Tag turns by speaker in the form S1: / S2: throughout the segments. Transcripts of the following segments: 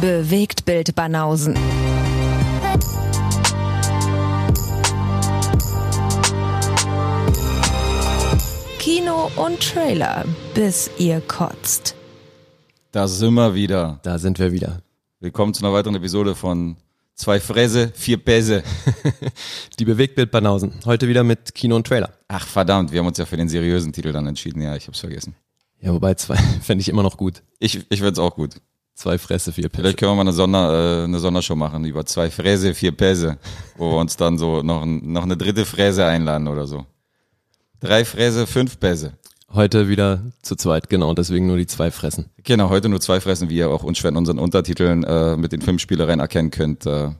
S1: Bewegt Bild Banausen. Kino und Trailer, bis ihr kotzt.
S2: Da sind wir wieder.
S3: Da sind wir wieder.
S2: Willkommen zu einer weiteren Episode von Zwei Fräse, vier Päse.
S3: Die Bewegtbild-Banausen. Heute wieder mit Kino und Trailer.
S2: Ach verdammt, wir haben uns ja für den seriösen Titel dann entschieden. Ja, ich hab's vergessen.
S3: Ja, wobei zwei fände ich immer noch gut.
S2: Ich, ich find's auch gut.
S3: Zwei Fresse, vier Pässe.
S2: Vielleicht können wir mal eine, Sonder, äh, eine Sondershow machen über zwei Fräse, vier Päse, wo wir uns dann so noch, ein- noch eine dritte Fräse einladen oder so. Drei Fräse, fünf Päse.
S3: Heute wieder zu zweit, genau. Und deswegen nur die zwei Fressen.
S2: Genau, heute nur zwei Fressen, wie ihr auch unschwer in unseren Untertiteln äh, mit den Filmspielereien erkennen könnt. Äh,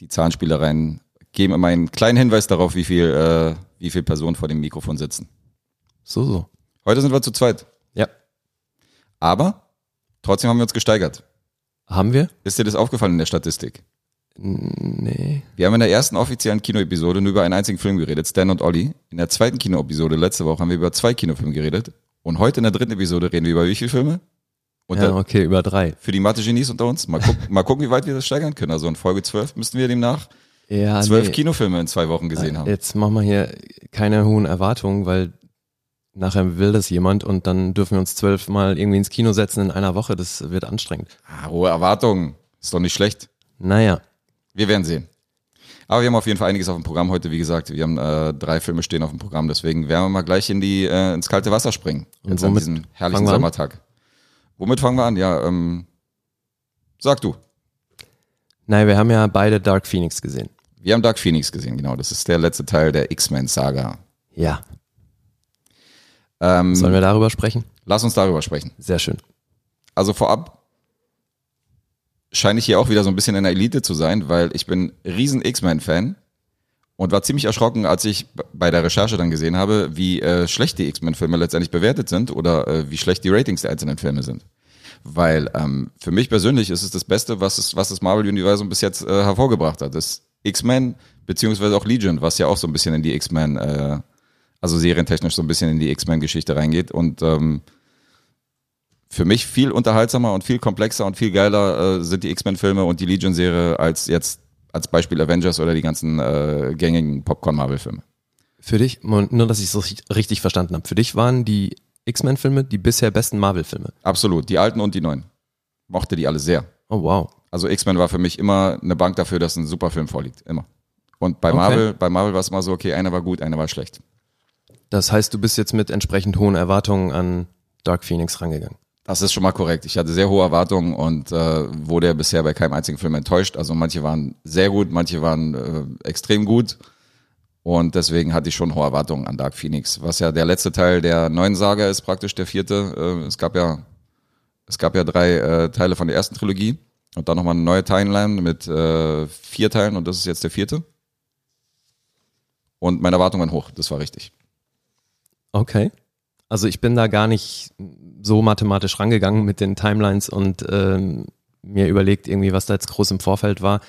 S2: die Zahnspielereien geben immer einen kleinen Hinweis darauf, wie viel, äh, wie viel Personen vor dem Mikrofon sitzen.
S3: So, so.
S2: Heute sind wir zu zweit.
S3: Ja.
S2: Aber trotzdem haben wir uns gesteigert.
S3: Haben wir?
S2: Ist dir das aufgefallen in der Statistik?
S3: Nee.
S2: Wir haben in der ersten offiziellen Kinoepisode nur über einen einzigen Film geredet, Stan und Olli. In der zweiten Kinoepisode letzte Woche haben wir über zwei Kinofilme geredet. Und heute in der dritten Episode reden wir über wie viele Filme? Und
S3: Ja,
S2: da-
S3: okay, über drei.
S2: für die Mathe-Genies unter uns, mal, guck, mal gucken, wie weit wir das steigern können. Also in Folge 12 müssten wir demnach zwölf
S3: Ja, Ah, nee. Ah, äh.
S2: Kinofilme in zwei Wochen gesehen haben.
S3: Jetzt machen wir hier keine hohen Erwartungen, weil nachher will das jemand und dann dürfen wir uns zwölfmal irgendwie ins Kino setzen in einer Woche. Das wird anstrengend.
S2: Ah, hohe Erwartungen. Ist doch nicht schlecht.
S3: Naja.
S2: Wir werden sehen. Aber wir haben auf jeden Fall einiges auf dem Programm heute. Wie gesagt, wir haben äh, drei Filme stehen auf dem Programm. Deswegen werden wir mal gleich in die, äh, ins kalte Wasser springen.
S3: Und
S2: Jetzt an
S3: womit
S2: diesem
S3: fangen
S2: herrlichen
S3: wir an?
S2: Sommertag. Womit fangen wir an? Ja, ähm, sag du.
S3: Nein, wir haben ja beide Dark Phoenix gesehen.
S2: Wir haben Dark Phoenix gesehen, genau. Das ist der letzte Teil der X-Men-Saga.
S3: Ja.
S2: Ähm,
S3: Sollen wir darüber sprechen?
S2: lass uns darüber sprechen.
S3: Sehr schön.
S2: also vorab scheine ich hier auch wieder so ein bisschen in der Elite zu sein, weil ich bin riesen X-Men-Fan und war ziemlich erschrocken, als ich b- bei der Recherche dann gesehen habe, wie äh, schlecht die X-Men-Filme letztendlich bewertet sind oder äh, wie schlecht die Ratings der einzelnen Filme sind. Weil ähm, für mich persönlich ist es das Beste, was, es, was das Marvel-Universum bis jetzt äh, hervorgebracht hat. Das X-Men beziehungsweise auch Legion, was ja auch so ein bisschen in die X-Men, äh, also serientechnisch so ein bisschen in die X-Men-Geschichte reingeht und ähm, für mich viel unterhaltsamer und viel komplexer und viel geiler äh, sind die X-Men-Filme und die Legion-Serie als jetzt als Beispiel Avengers oder die ganzen äh, gängigen Popcorn-Marvel-Filme.
S3: Für dich, Moment, nur dass ich es richtig- richtig verstanden habe, für dich waren die X-Men-Filme die bisher besten Marvel-Filme.
S2: Absolut, die alten und die neuen. Mochte die alle sehr.
S3: Oh wow.
S2: Also X-Men war für mich immer eine Bank dafür, dass ein Superfilm vorliegt, immer. Und bei
S3: Okay.
S2: Marvel, bei Marvel war es immer so, okay, einer war gut, einer war schlecht.
S3: Das heißt, du bist jetzt mit entsprechend hohen Erwartungen an Dark Phoenix rangegangen.
S2: Das ist schon mal korrekt. Ich hatte sehr hohe Erwartungen und äh, wurde ja bisher bei keinem einzigen Film enttäuscht. Also manche waren sehr gut, manche waren äh, extrem gut. Und deswegen hatte ich schon hohe Erwartungen an Dark Phoenix, was ja der letzte Teil der neuen Saga ist, praktisch der vierte. Äh, es gab ja es gab ja drei äh, Teile von der ersten Trilogie und dann nochmal eine neue Timeline mit äh, vier Teilen und das ist jetzt der vierte. Und meine Erwartungen waren hoch, das war richtig.
S3: Okay. Also ich bin da gar nicht so mathematisch rangegangen mit den Timelines und ähm, mir überlegt irgendwie, was da jetzt groß im Vorfeld war,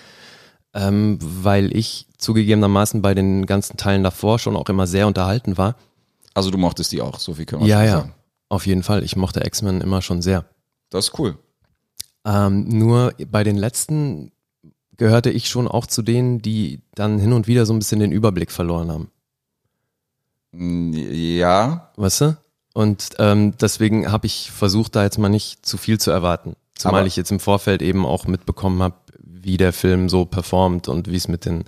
S3: ähm, weil ich zugegebenermaßen bei den ganzen Teilen davor schon auch immer sehr unterhalten war.
S2: Also du mochtest die auch, so viel können wir
S3: Ja,
S2: schon
S3: ja,
S2: sagen.
S3: auf jeden Fall. Ich mochte X-Men immer schon sehr.
S2: Das ist cool.
S3: Ähm, nur bei den letzten gehörte ich schon auch zu denen, die dann hin und wieder so ein bisschen den Überblick verloren haben.
S2: Mm, Ja,
S3: Weißt du? Und ähm, deswegen habe ich versucht, da jetzt mal nicht zu viel zu erwarten. Zumal
S2: Aber-
S3: ich jetzt im Vorfeld eben auch mitbekommen habe, wie der Film so performt und wie es mit den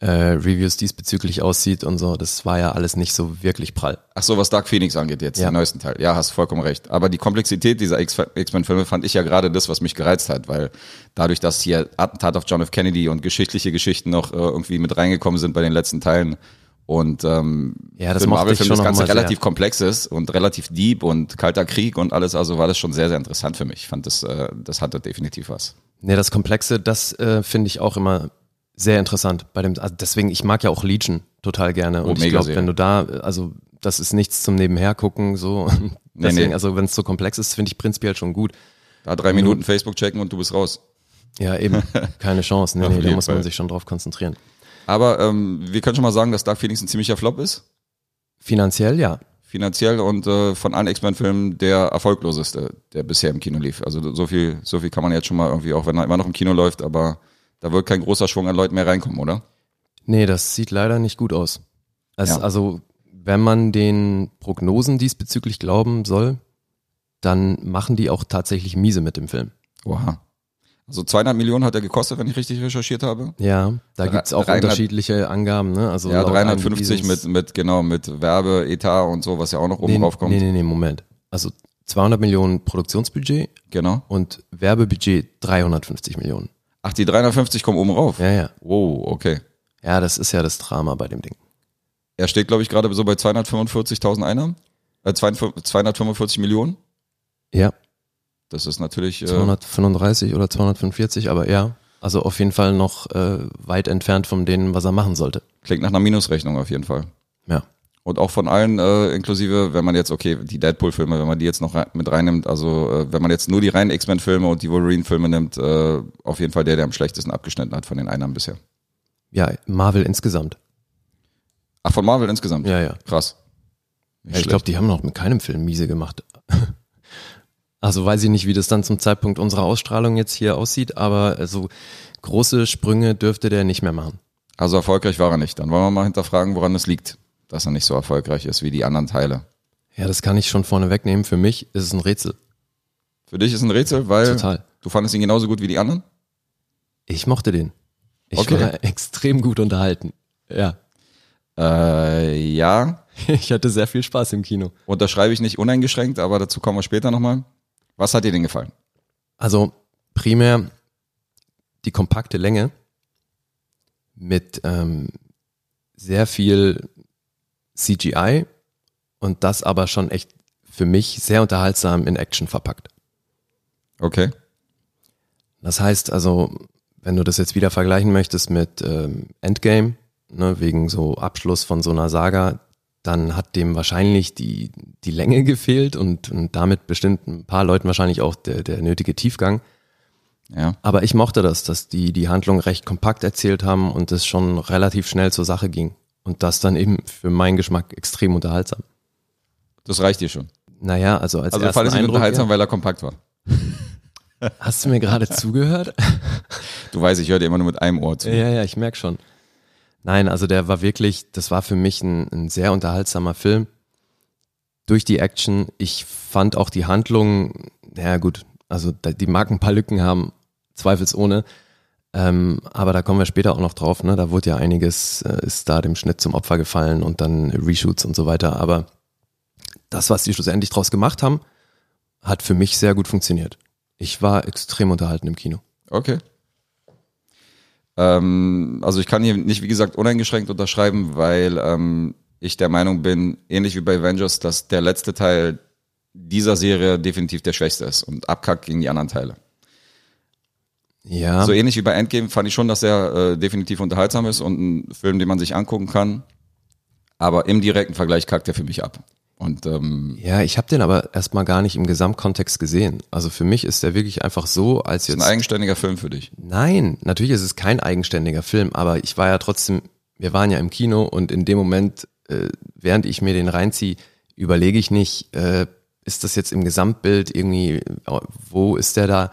S3: äh, Reviews diesbezüglich aussieht und so. Das war ja alles nicht so wirklich prall.
S2: Ach so, was Dark Phoenix angeht jetzt,
S3: Ja.
S2: den neuesten Teil. Ja, hast vollkommen recht. Aber die Komplexität dieser X- X-Men-Filme fand ich ja gerade das, was mich gereizt hat, weil dadurch, dass hier Attentat auf John F. Kennedy und geschichtliche Geschichten noch äh, irgendwie mit reingekommen sind bei den letzten Teilen und ähm,
S3: Ja, das
S2: für einen
S3: mochte ich
S2: Marvel-Film
S3: schon
S2: das
S3: noch
S2: Ganze
S3: mal
S2: relativ
S3: sehr.
S2: komplex ist und relativ deep und kalter Krieg und alles, also war das schon sehr, sehr interessant für mich. Ich fand das, äh, das hatte definitiv was.
S3: Nee, das Komplexe, das äh, finde ich auch immer sehr interessant. Bei dem, also deswegen, ich mag ja auch Legion total gerne. Und ich
S2: Oh, mega
S3: glaube,
S2: Serie.
S3: wenn du da, äh, also das ist nichts zum Nebenher gucken, so.
S2: Nee,
S3: Deswegen,
S2: nee.
S3: also wenn es so komplex ist, finde ich prinzipiell schon gut.
S2: Da
S3: Mhm.
S2: drei Minuten Facebook checken und du bist raus.
S3: Ja, eben. Keine Chance. Nee,
S2: Auf
S3: nee, da
S2: jeden
S3: muss
S2: Fall.
S3: man sich schon drauf konzentrieren.
S2: Aber ähm, wir können schon mal sagen, dass Dark Phoenix ein ziemlicher Flop ist.
S3: Finanziell ja.
S2: finanziell und äh, von allen X-Men-Filmen der erfolgloseste, der bisher im Kino lief. Also so viel, so viel kann man jetzt schon mal irgendwie, auch wenn er immer noch im Kino läuft, aber da wird kein großer Schwung an Leuten mehr reinkommen, oder?
S3: Nee, das sieht leider nicht gut aus. Es,
S2: Ja.
S3: Also, wenn man den Prognosen diesbezüglich glauben soll, dann machen die auch tatsächlich miese mit dem Film.
S2: Oha. Also 200 Millionen hat er gekostet, wenn ich richtig recherchiert habe.
S3: Ja, da
S2: Drei-
S3: gibt's auch
S2: 300
S3: unterschiedliche Angaben. Ne? Also
S2: ja,
S3: laut
S2: 350
S3: IMDb
S2: mit,
S3: sind's-
S2: mit, genau, mit Werbe, Etat und so, was ja auch noch oben
S3: nee,
S2: drauf kommt.
S3: Nee, nee, nee, Moment. Also 200 Millionen Produktionsbudget
S2: Genau.
S3: und Werbebudget 350 Millionen.
S2: Ach, die 350 kommen oben rauf.
S3: Ja, ja.
S2: Wow, okay.
S3: Ja, das ist ja das Drama bei dem Ding.
S2: Er steht, glaube ich, gerade so bei 245.000 Einnahmen. Äh, 245 245 Millionen.
S3: Ja,
S2: Das ist natürlich. Äh,
S3: 235 oder 245, aber ja. Also auf jeden Fall noch äh, weit entfernt von denen, was er machen sollte.
S2: Klingt nach einer Minusrechnung auf jeden Fall.
S3: Ja.
S2: Und auch von allen, äh, inklusive, wenn man jetzt, okay, die Deadpool-Filme, wenn man die jetzt noch rein, mit reinnimmt, also äh, wenn man jetzt nur die reinen X-Men-Filme und die Wolverine-Filme nimmt, äh, auf jeden Fall der, der am schlechtesten abgeschnitten hat von den Einnahmen bisher.
S3: Ja, Marvel insgesamt.
S2: Ach, von Marvel insgesamt?
S3: Ja, ja.
S2: Krass. Nicht
S3: Ich glaube, die haben noch mit keinem Film miese gemacht. Also weiß ich nicht, wie das dann zum Zeitpunkt unserer Ausstrahlung jetzt hier aussieht, aber äh, so große Sprünge dürfte der nicht mehr machen.
S2: Also erfolgreich war er nicht. Dann wollen wir mal hinterfragen, woran es liegt, dass er nicht so erfolgreich ist wie die anderen Teile.
S3: Ja, das kann ich schon vorne wegnehmen. Für mich ist es ein Rätsel.
S2: Für dich ist ein Rätsel, weil
S3: Total.
S2: du fandest ihn genauso gut wie die anderen?
S3: Ich mochte den. Ich
S2: Okay.
S3: war extrem gut unterhalten. Ja.
S2: Äh, ja.
S3: Ich hatte sehr viel Spaß im Kino.
S2: Unterschreibe ich nicht uneingeschränkt, aber dazu kommen wir später nochmal. Was hat dir denn gefallen?
S3: Also primär die kompakte Länge mit ähm, sehr viel CGI und das aber schon echt für mich sehr unterhaltsam in Action verpackt.
S2: Okay.
S3: Das heißt also, wenn du das jetzt wieder vergleichen möchtest mit ähm, Endgame, ne, wegen so Abschluss von so einer Saga, dann hat dem wahrscheinlich die, die Länge gefehlt und, und damit bestimmt ein paar Leuten wahrscheinlich auch der, der nötige Tiefgang.
S2: Ja.
S3: Aber ich mochte das, dass die die Handlung recht kompakt erzählt haben und es schon relativ schnell zur Sache ging. Und das dann eben für meinen Geschmack extrem unterhaltsam.
S2: Das reicht dir schon.
S3: Naja, also als
S2: Also
S3: ersten
S2: fand ich ihn
S3: Eindruck,
S2: unterhaltsam, weil er kompakt war.
S3: ja, hast du mir gerade zugehört?
S2: Du weißt, ich höre dir immer nur mit einem Ohr zu.
S3: Ja, ja, ich merk schon. Nein, also der war wirklich, das war für mich ein, ein sehr unterhaltsamer Film. Durch die Action, ich fand auch die Handlung, naja gut, also da- die mag ein paar Lücken haben, zweifelsohne. Ähm, aber da kommen wir später auch noch drauf, ne? Da wurde ja einiges, äh, ist da dem Schnitt zum Opfer gefallen und dann Reshoots und so weiter. Aber das, was die schlussendlich draus gemacht haben, hat für mich sehr gut funktioniert. Ich war extrem unterhalten im Kino.
S2: Okay. Ähm, also ich kann hier nicht, wie gesagt, uneingeschränkt unterschreiben, weil ähm, ich der Meinung bin, ähnlich wie bei Avengers, dass der letzte Teil dieser Serie definitiv der schwächste ist und abkackt gegen die anderen Teile.
S3: Ja.
S2: So ähnlich wie bei Endgame fand ich schon, dass er äh, definitiv unterhaltsam ist und ein Film, den man sich angucken kann. Aber im direkten Vergleich kackt er für mich ab. Und ähm,
S3: Ja, ich habe den aber erstmal gar nicht im Gesamtkontext gesehen. Also für mich ist der wirklich einfach so, als
S2: ist ein
S3: jetzt.
S2: eigenständiger Film für dich.
S3: Nein, natürlich ist es kein eigenständiger Film, aber ich war ja trotzdem, wir waren ja im Kino und in dem Moment, äh, während ich mir den reinziehe, überlege ich nicht, äh, ist das jetzt im Gesamtbild irgendwie, äh, wo ist der da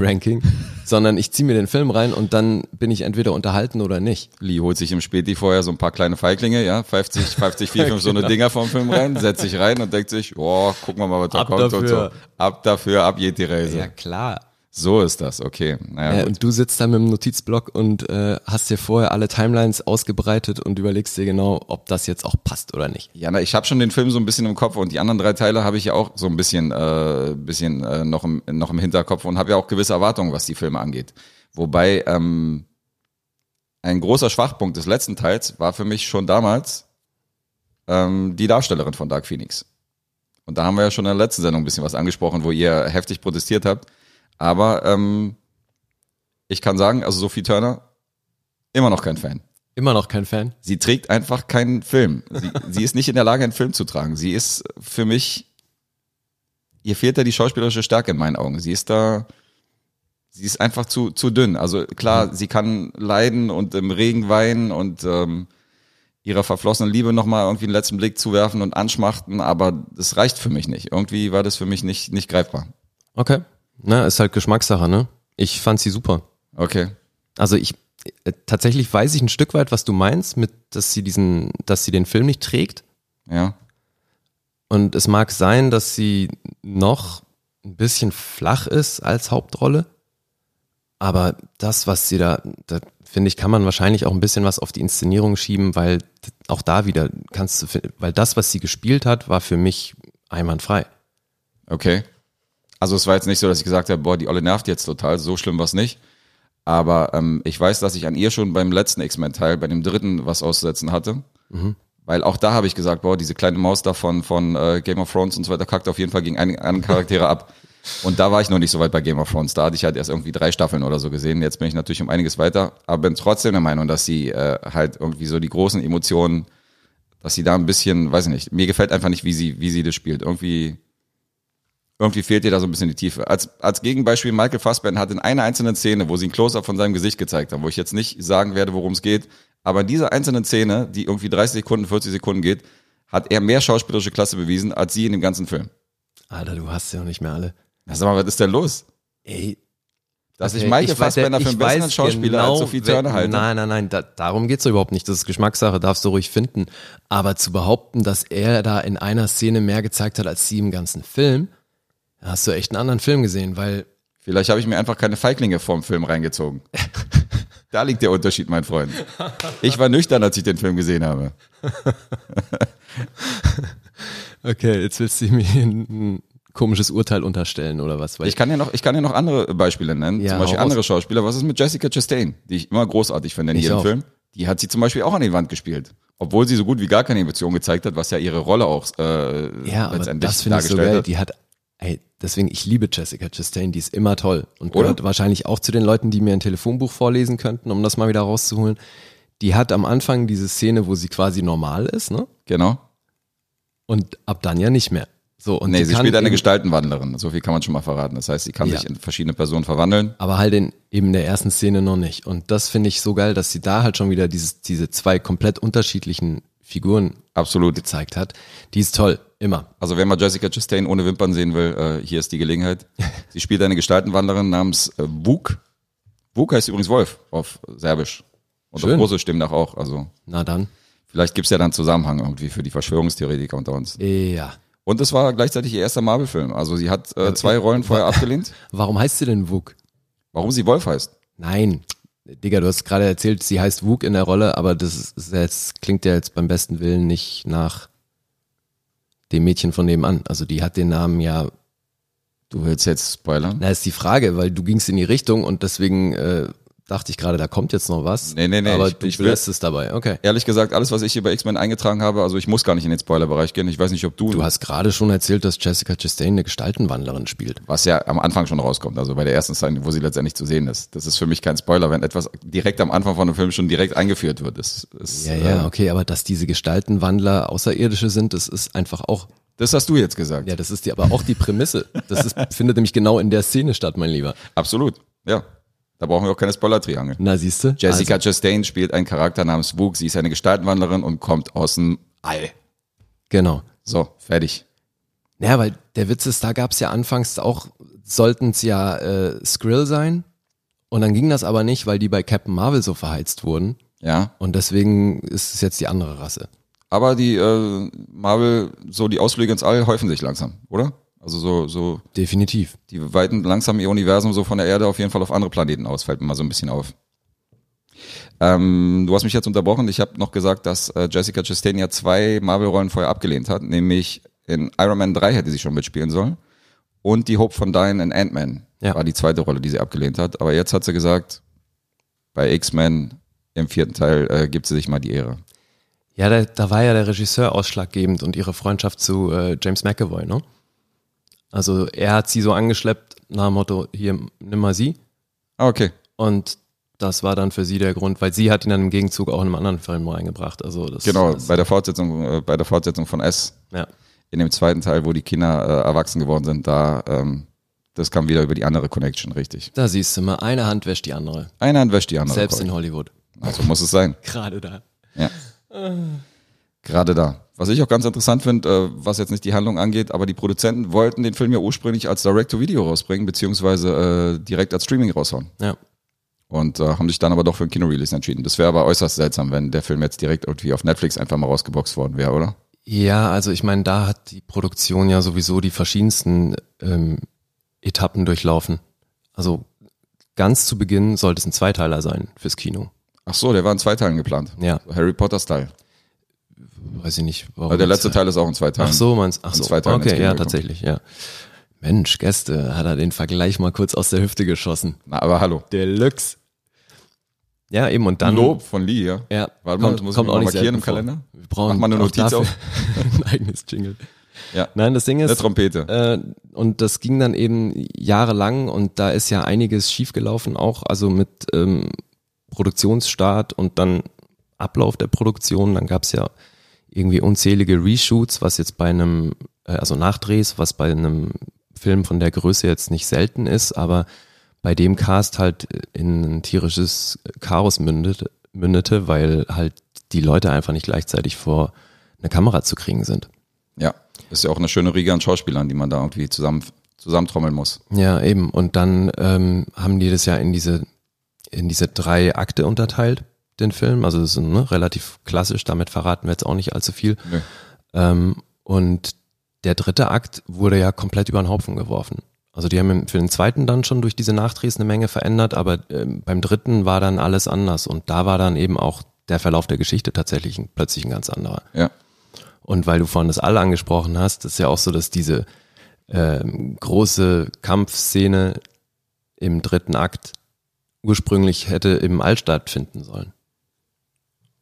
S3: Ranking? Sondern ich ziehe mir den Film rein und dann bin ich entweder unterhalten oder nicht.
S2: Lee holt sich im Späti vorher so ein paar kleine Feiglinge, ja, pfeift sich, pfeift sich vier, fünf so eine Dinger vom Film rein, setzt sich rein und denkt sich, boah, gucken wir mal, was da
S3: genau. Ab
S2: kommt und so.
S3: dafür.
S2: Ab dafür, ab geht die Reise.
S3: klar.
S2: So ist das, okay. Naja,
S3: Äh,
S2: gut.
S3: und du sitzt da mit dem Notizblock und äh, hast dir vorher alle Timelines ausgebreitet und überlegst dir genau, ob das jetzt auch passt oder nicht.
S2: Ja, na, ich habe schon den Film so ein bisschen im Kopf und die anderen drei Teile habe ich ja auch so ein bisschen, äh, bisschen äh, noch, im, noch im Hinterkopf und habe ja auch gewisse Erwartungen, was die Filme angeht. Wobei ähm, ein großer Schwachpunkt des letzten Teils war für mich schon damals ähm, die Darstellerin von Dark Phoenix. Und da haben wir ja schon in der letzten Sendung ein bisschen was angesprochen, wo ihr heftig protestiert habt. Aber ähm, ich kann sagen, also Sophie Turner, immer noch kein Fan.
S3: Immer noch kein Fan?
S2: Sie trägt einfach keinen Film. Sie, sie ist nicht in der Lage, einen Film zu tragen. Sie ist für mich, ihr fehlt da die schauspielerische Stärke in meinen Augen. Sie ist da, sie ist einfach zu, zu dünn. Also klar, sie kann leiden und im Regen weinen und ähm, ihrer verflossenen Liebe nochmal irgendwie einen letzten Blick zuwerfen und anschmachten, aber das reicht für mich nicht. Irgendwie war das für mich nicht, nicht greifbar.
S3: Okay. Na, ist halt Geschmackssache, ne? Ich fand sie super.
S2: Okay.
S3: Also ich äh, tatsächlich weiß ich ein Stück weit, was du meinst, mit dass sie diesen, dass sie den Film nicht trägt.
S2: Ja.
S3: Und es mag sein, dass sie noch ein bisschen flach ist als Hauptrolle. Aber das, was sie da, da finde ich, kann man wahrscheinlich auch ein bisschen was auf die Inszenierung schieben, weil t- auch da wieder kannst du, fi- weil das, was sie gespielt hat, war für mich einwandfrei.
S2: Okay. Also es war jetzt nicht so, dass ich gesagt habe, boah, die Olle nervt jetzt total, so schlimm war's nicht. Aber ähm, ich weiß, dass ich an ihr schon beim letzten X-Men-Teil, bei dem dritten, was auszusetzen hatte. Weil auch da habe ich gesagt, boah, diese kleine Maus da von, von äh, Game of Thrones und so weiter kackt auf jeden Fall gegen einen, einen Charaktere ab. Und da war ich noch nicht so weit bei Game of Thrones. Da hatte ich halt erst irgendwie drei Staffeln oder so gesehen. Jetzt bin ich natürlich um einiges weiter, aber bin trotzdem der Meinung, dass sie äh, halt irgendwie so die großen Emotionen, dass sie da ein bisschen, weiß ich nicht, mir gefällt einfach nicht, wie sie, wie sie das spielt. Irgendwie irgendwie fehlt dir da so ein bisschen die Tiefe. Als, als Gegenbeispiel, Michael Fassbender hat in einer einzelnen Szene, wo sie ein Close-Up von seinem Gesicht gezeigt haben, wo ich jetzt nicht sagen werde, worum es geht, aber in dieser einzelnen Szene, die irgendwie 30 Sekunden, 40 Sekunden geht, hat er mehr schauspielerische Klasse bewiesen, als sie in dem ganzen Film.
S3: Alter, du hast ja noch nicht mehr alle.
S2: Na, Sag mal, was ist denn los?
S3: Ey,
S2: Dass ich
S3: Ey,
S2: Michael
S3: weiß, der-
S2: Fassbender für
S3: ich
S2: einen besseren
S3: weiß
S2: Schauspieler
S3: genau,
S2: als Sophie
S3: wer-
S2: Turner halte.
S3: Nein, nein, nein, da, darum geht's doch überhaupt nicht. Das ist Geschmackssache, darfst du ruhig finden. Aber zu behaupten, dass er da in einer Szene mehr gezeigt hat als sie im ganzen Film, da hast du echt einen anderen Film gesehen, weil
S2: Vielleicht habe ich mir einfach keine Feiglinge vorm Film reingezogen. da liegt der Unterschied, mein Freund. Ich war nüchtern, als ich den Film gesehen habe.
S3: Okay, jetzt willst du mir ein komisches Urteil unterstellen oder was? Weil
S2: Ich kann ja noch, ich kann ja noch andere Beispiele nennen.
S3: Ja,
S2: zum Beispiel
S3: hau raus.
S2: andere Schauspieler. Was ist mit Jessica Chastain, die ich immer großartig finde in
S3: Ich
S2: jedem
S3: auch.
S2: Film? Die hat sie zum Beispiel auch an die Wand gespielt. Obwohl sie so gut wie gar keine Emotion gezeigt hat, was ja ihre Rolle auch äh,
S3: ja, aber
S2: letztendlich
S3: das finde ich
S2: dargestellt
S3: so geil.
S2: hat.
S3: Die hat, ey, deswegen, ich liebe Jessica Chastain, die ist immer toll und
S2: Oder?
S3: gehört wahrscheinlich auch zu den Leuten, die mir ein Telefonbuch vorlesen könnten, um das mal wieder rauszuholen. Die hat am Anfang diese Szene, wo sie quasi normal ist, ne?
S2: Genau.
S3: Und ab dann ja nicht mehr. So, und
S2: Nee, sie
S3: kann
S2: spielt eine
S3: eben-
S2: Gestaltenwandlerin. So viel kann man schon mal verraten. Das heißt, sie kann
S3: Ja.
S2: sich in verschiedene Personen verwandeln.
S3: aber halt in eben der ersten Szene noch nicht. Und das finde ich so geil, dass sie da halt schon wieder dieses, diese zwei komplett unterschiedlichen Figuren
S2: Absolut.
S3: gezeigt hat. Die ist toll, immer.
S2: Also wenn man Jessica Chastain ohne Wimpern sehen will, äh, hier ist die Gelegenheit. Sie spielt eine Gestaltenwanderin namens äh, Vuk. Vuk heißt übrigens Wolf auf Serbisch. Und auf
S3: Schön.
S2: Russisch demnach auch. Also
S3: Na dann.
S2: Vielleicht gibt's ja dann einen Zusammenhang irgendwie für die Verschwörungstheoretiker unter uns.
S3: Ja.
S2: Und es war gleichzeitig ihr erster Marvel-Film. Also sie hat äh, zwei Rollen vorher abgelehnt.
S3: Warum heißt sie denn Wug?
S2: Warum sie Wolf heißt?
S3: Nein. Digga, du hast gerade erzählt, sie heißt Wug in der Rolle, aber das ist jetzt, klingt ja jetzt beim besten Willen nicht nach dem Mädchen von nebenan. Also die hat den Namen ja,
S2: Du willst jetzt spoilern?
S3: na ist die Frage, weil du gingst in die Richtung und deswegen äh, dachte ich gerade, da kommt jetzt noch was.
S2: Nee, nee, nee,
S3: Aber
S2: ich-
S3: du
S2: ich will-
S3: lässt es dabei, okay.
S2: Ehrlich gesagt, alles, was ich hier bei X-Men eingetragen habe, also ich muss gar nicht in den Spoilerbereich gehen. Ich weiß nicht, ob du,
S3: Du hast gerade schon erzählt, dass Jessica Chastain eine Gestaltenwandlerin spielt.
S2: was ja am Anfang schon rauskommt, also bei der ersten Szene, wo sie letztendlich zu sehen ist. Das ist für mich kein Spoiler, wenn etwas direkt am Anfang von einem Film schon direkt eingeführt wird. Das, ist,
S3: Ja, ja,
S2: Äh,
S3: okay, aber dass diese Gestaltenwandler Außerirdische sind, das ist einfach auch
S2: das hast du jetzt gesagt.
S3: Ja, das ist die, aber auch die Prämisse. Das ist, findet nämlich genau in der Szene statt, mein Lieber.
S2: Absolut, ja. Da brauchen wir auch keine Spoiler-Triangel.
S3: Na, siehst du?
S2: Jessica Chastain spielt einen Charakter namens Wook. Sie ist eine Gestaltenwandlerin und kommt aus dem All.
S3: genau.
S2: So, fertig.
S3: Naja, weil der Witz ist, da gab's ja anfangs auch, sollten es ja äh, Skrill sein. Und dann ging das aber nicht, weil die bei Captain Marvel so verheizt wurden.
S2: Ja.
S3: Und deswegen ist es jetzt die andere Rasse.
S2: Aber die äh, Marvel, so die Ausflüge ins All häufen sich langsam, oder? Also so, so,
S3: Definitiv.
S2: die weiten langsam ihr Universum so von der Erde auf jeden Fall auf andere Planeten aus, fällt mir mal so ein bisschen auf. Ähm, du hast mich jetzt unterbrochen. Ich habe noch gesagt, dass äh, Jessica Chastain ja zwei Marvel-Rollen vorher abgelehnt hat, nämlich in Iron Man 3 hätte sie schon mitspielen sollen und die Hope von Dyne in Ant-Man
S3: Ja.
S2: war die zweite Rolle, die sie abgelehnt hat. Aber jetzt hat sie gesagt, bei X-Men im vierten Teil äh, gibt sie sich mal die Ehre.
S3: Ja, da, da war ja der Regisseur ausschlaggebend und ihre Freundschaft zu äh, James McAvoy, ne? Also er hat sie so angeschleppt, nach dem Motto, hier, nimm mal sie.
S2: Ah, okay.
S3: Und das war dann für sie der Grund, weil sie hat ihn dann im Gegenzug auch in einem anderen Film reingebracht. Also das,
S2: Genau,
S3: Das,
S2: bei der Fortsetzung, äh, bei der Fortsetzung von S
S3: ja.
S2: in dem zweiten Teil, wo die Kinder äh, erwachsen geworden sind, da ähm, das kam wieder über die andere Connection, richtig.
S3: Da siehst du mal, eine Hand wäscht die andere.
S2: Eine Hand wäscht die andere.
S3: Selbst
S2: korrekt.
S3: in Hollywood.
S2: also muss es sein.
S3: Gerade da.
S2: Ja. Gerade da. Was ich auch ganz interessant finde, äh, was jetzt nicht die Handlung angeht, aber die Produzenten wollten den Film ja ursprünglich als Direct-to-Video rausbringen, beziehungsweise äh, direkt als Streaming raushauen.
S3: Ja.
S2: Und äh, haben sich dann aber doch für ein Kinorelease entschieden. Das wäre aber äußerst seltsam, wenn der Film jetzt direkt irgendwie auf Netflix einfach mal rausgeboxt worden wäre, oder?
S3: Ja, also ich meine, da hat die Produktion ja sowieso die verschiedensten ähm, Etappen durchlaufen. Also ganz zu Beginn sollte es ein Zweiteiler sein fürs Kino.
S2: Ach so, der war in zwei Teilen geplant.
S3: Ja,
S2: Harry Potter-Style.
S3: weiß ich nicht, warum.
S2: Äh, Der
S3: jetzt-
S2: letzte Teil ist auch in zwei Teilen.
S3: Ach so, meinst Ach
S2: In
S3: so,
S2: zwei Teilen ins
S3: okay,
S2: Kino
S3: ja,
S2: gekommen.
S3: tatsächlich, ja. Mensch, Gäste, hat er den Vergleich mal kurz aus der Hüfte geschossen.
S2: Na, aber hallo.
S3: Deluxe. Ja, eben und dann.
S2: Lob von Lee, ja.
S3: Ja,
S2: Warte mal,
S3: kommt,
S2: muss ich
S3: kommt
S2: mir
S3: auch
S2: mal
S3: nicht
S2: markieren
S3: selten
S2: im
S3: vor.
S2: Kalender?
S3: Wir brauchen
S2: Mach mal eine
S3: auch
S2: Notiz
S3: dafür
S2: auf.
S3: ein eigenes Jingle.
S2: Ja.
S3: Nein, das Ding
S2: Eine
S3: ist,
S2: Trompete.
S3: äh, und das ging dann eben jahrelang und da ist ja einiges schiefgelaufen auch, also mit ähm, Produktionsstart und dann Ablauf der Produktion, dann gab's ja irgendwie unzählige Reshoots, was jetzt bei einem, äh, also Nachdrehs, was bei einem Film von der Größe jetzt nicht selten ist, aber bei dem Cast halt in ein tierisches Chaos mündete, mündete weil halt die Leute einfach nicht gleichzeitig vor eine Kamera zu kriegen sind.
S2: Ja, ist ja auch eine schöne Riege an Schauspielern, die man da irgendwie zusammen, zusammentrommeln muss.
S3: Ja, eben. Und dann ähm, haben die das ja in diese, in diese drei Akte unterteilt, den Film. Also das ist ne, relativ klassisch, damit verraten wir jetzt auch nicht allzu viel.
S2: Nö.
S3: Ähm, und der dritte Akt wurde ja komplett über den Haufen geworfen. Also die haben im- für den zweiten dann schon durch diese Nachdrehs eine Menge verändert, aber ähm, beim dritten war dann alles anders. Und da war dann eben auch der Verlauf der Geschichte tatsächlich ein, plötzlich ein ganz anderer.
S2: Ja.
S3: Und weil du vorhin das alle angesprochen hast, ist ja auch so, dass diese ähm, große Kampfszene im dritten Akt ursprünglich hätte im All stattfinden sollen.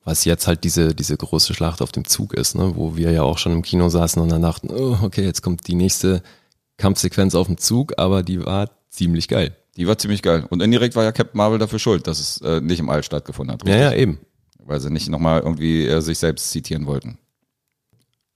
S3: Was jetzt halt diese, diese große Schlacht auf dem Zug ist, ne? wo wir ja auch schon im Kino saßen und dann dachten, oh, okay, jetzt kommt die nächste Kampfsequenz auf dem Zug, aber die war ziemlich geil.
S2: Die war ziemlich geil. Und indirekt war ja Captain Marvel dafür schuld, dass es äh, nicht im All stattgefunden hat.
S3: Ja, ja, eben.
S2: weil sie nicht nochmal irgendwie äh, sich selbst zitieren wollten.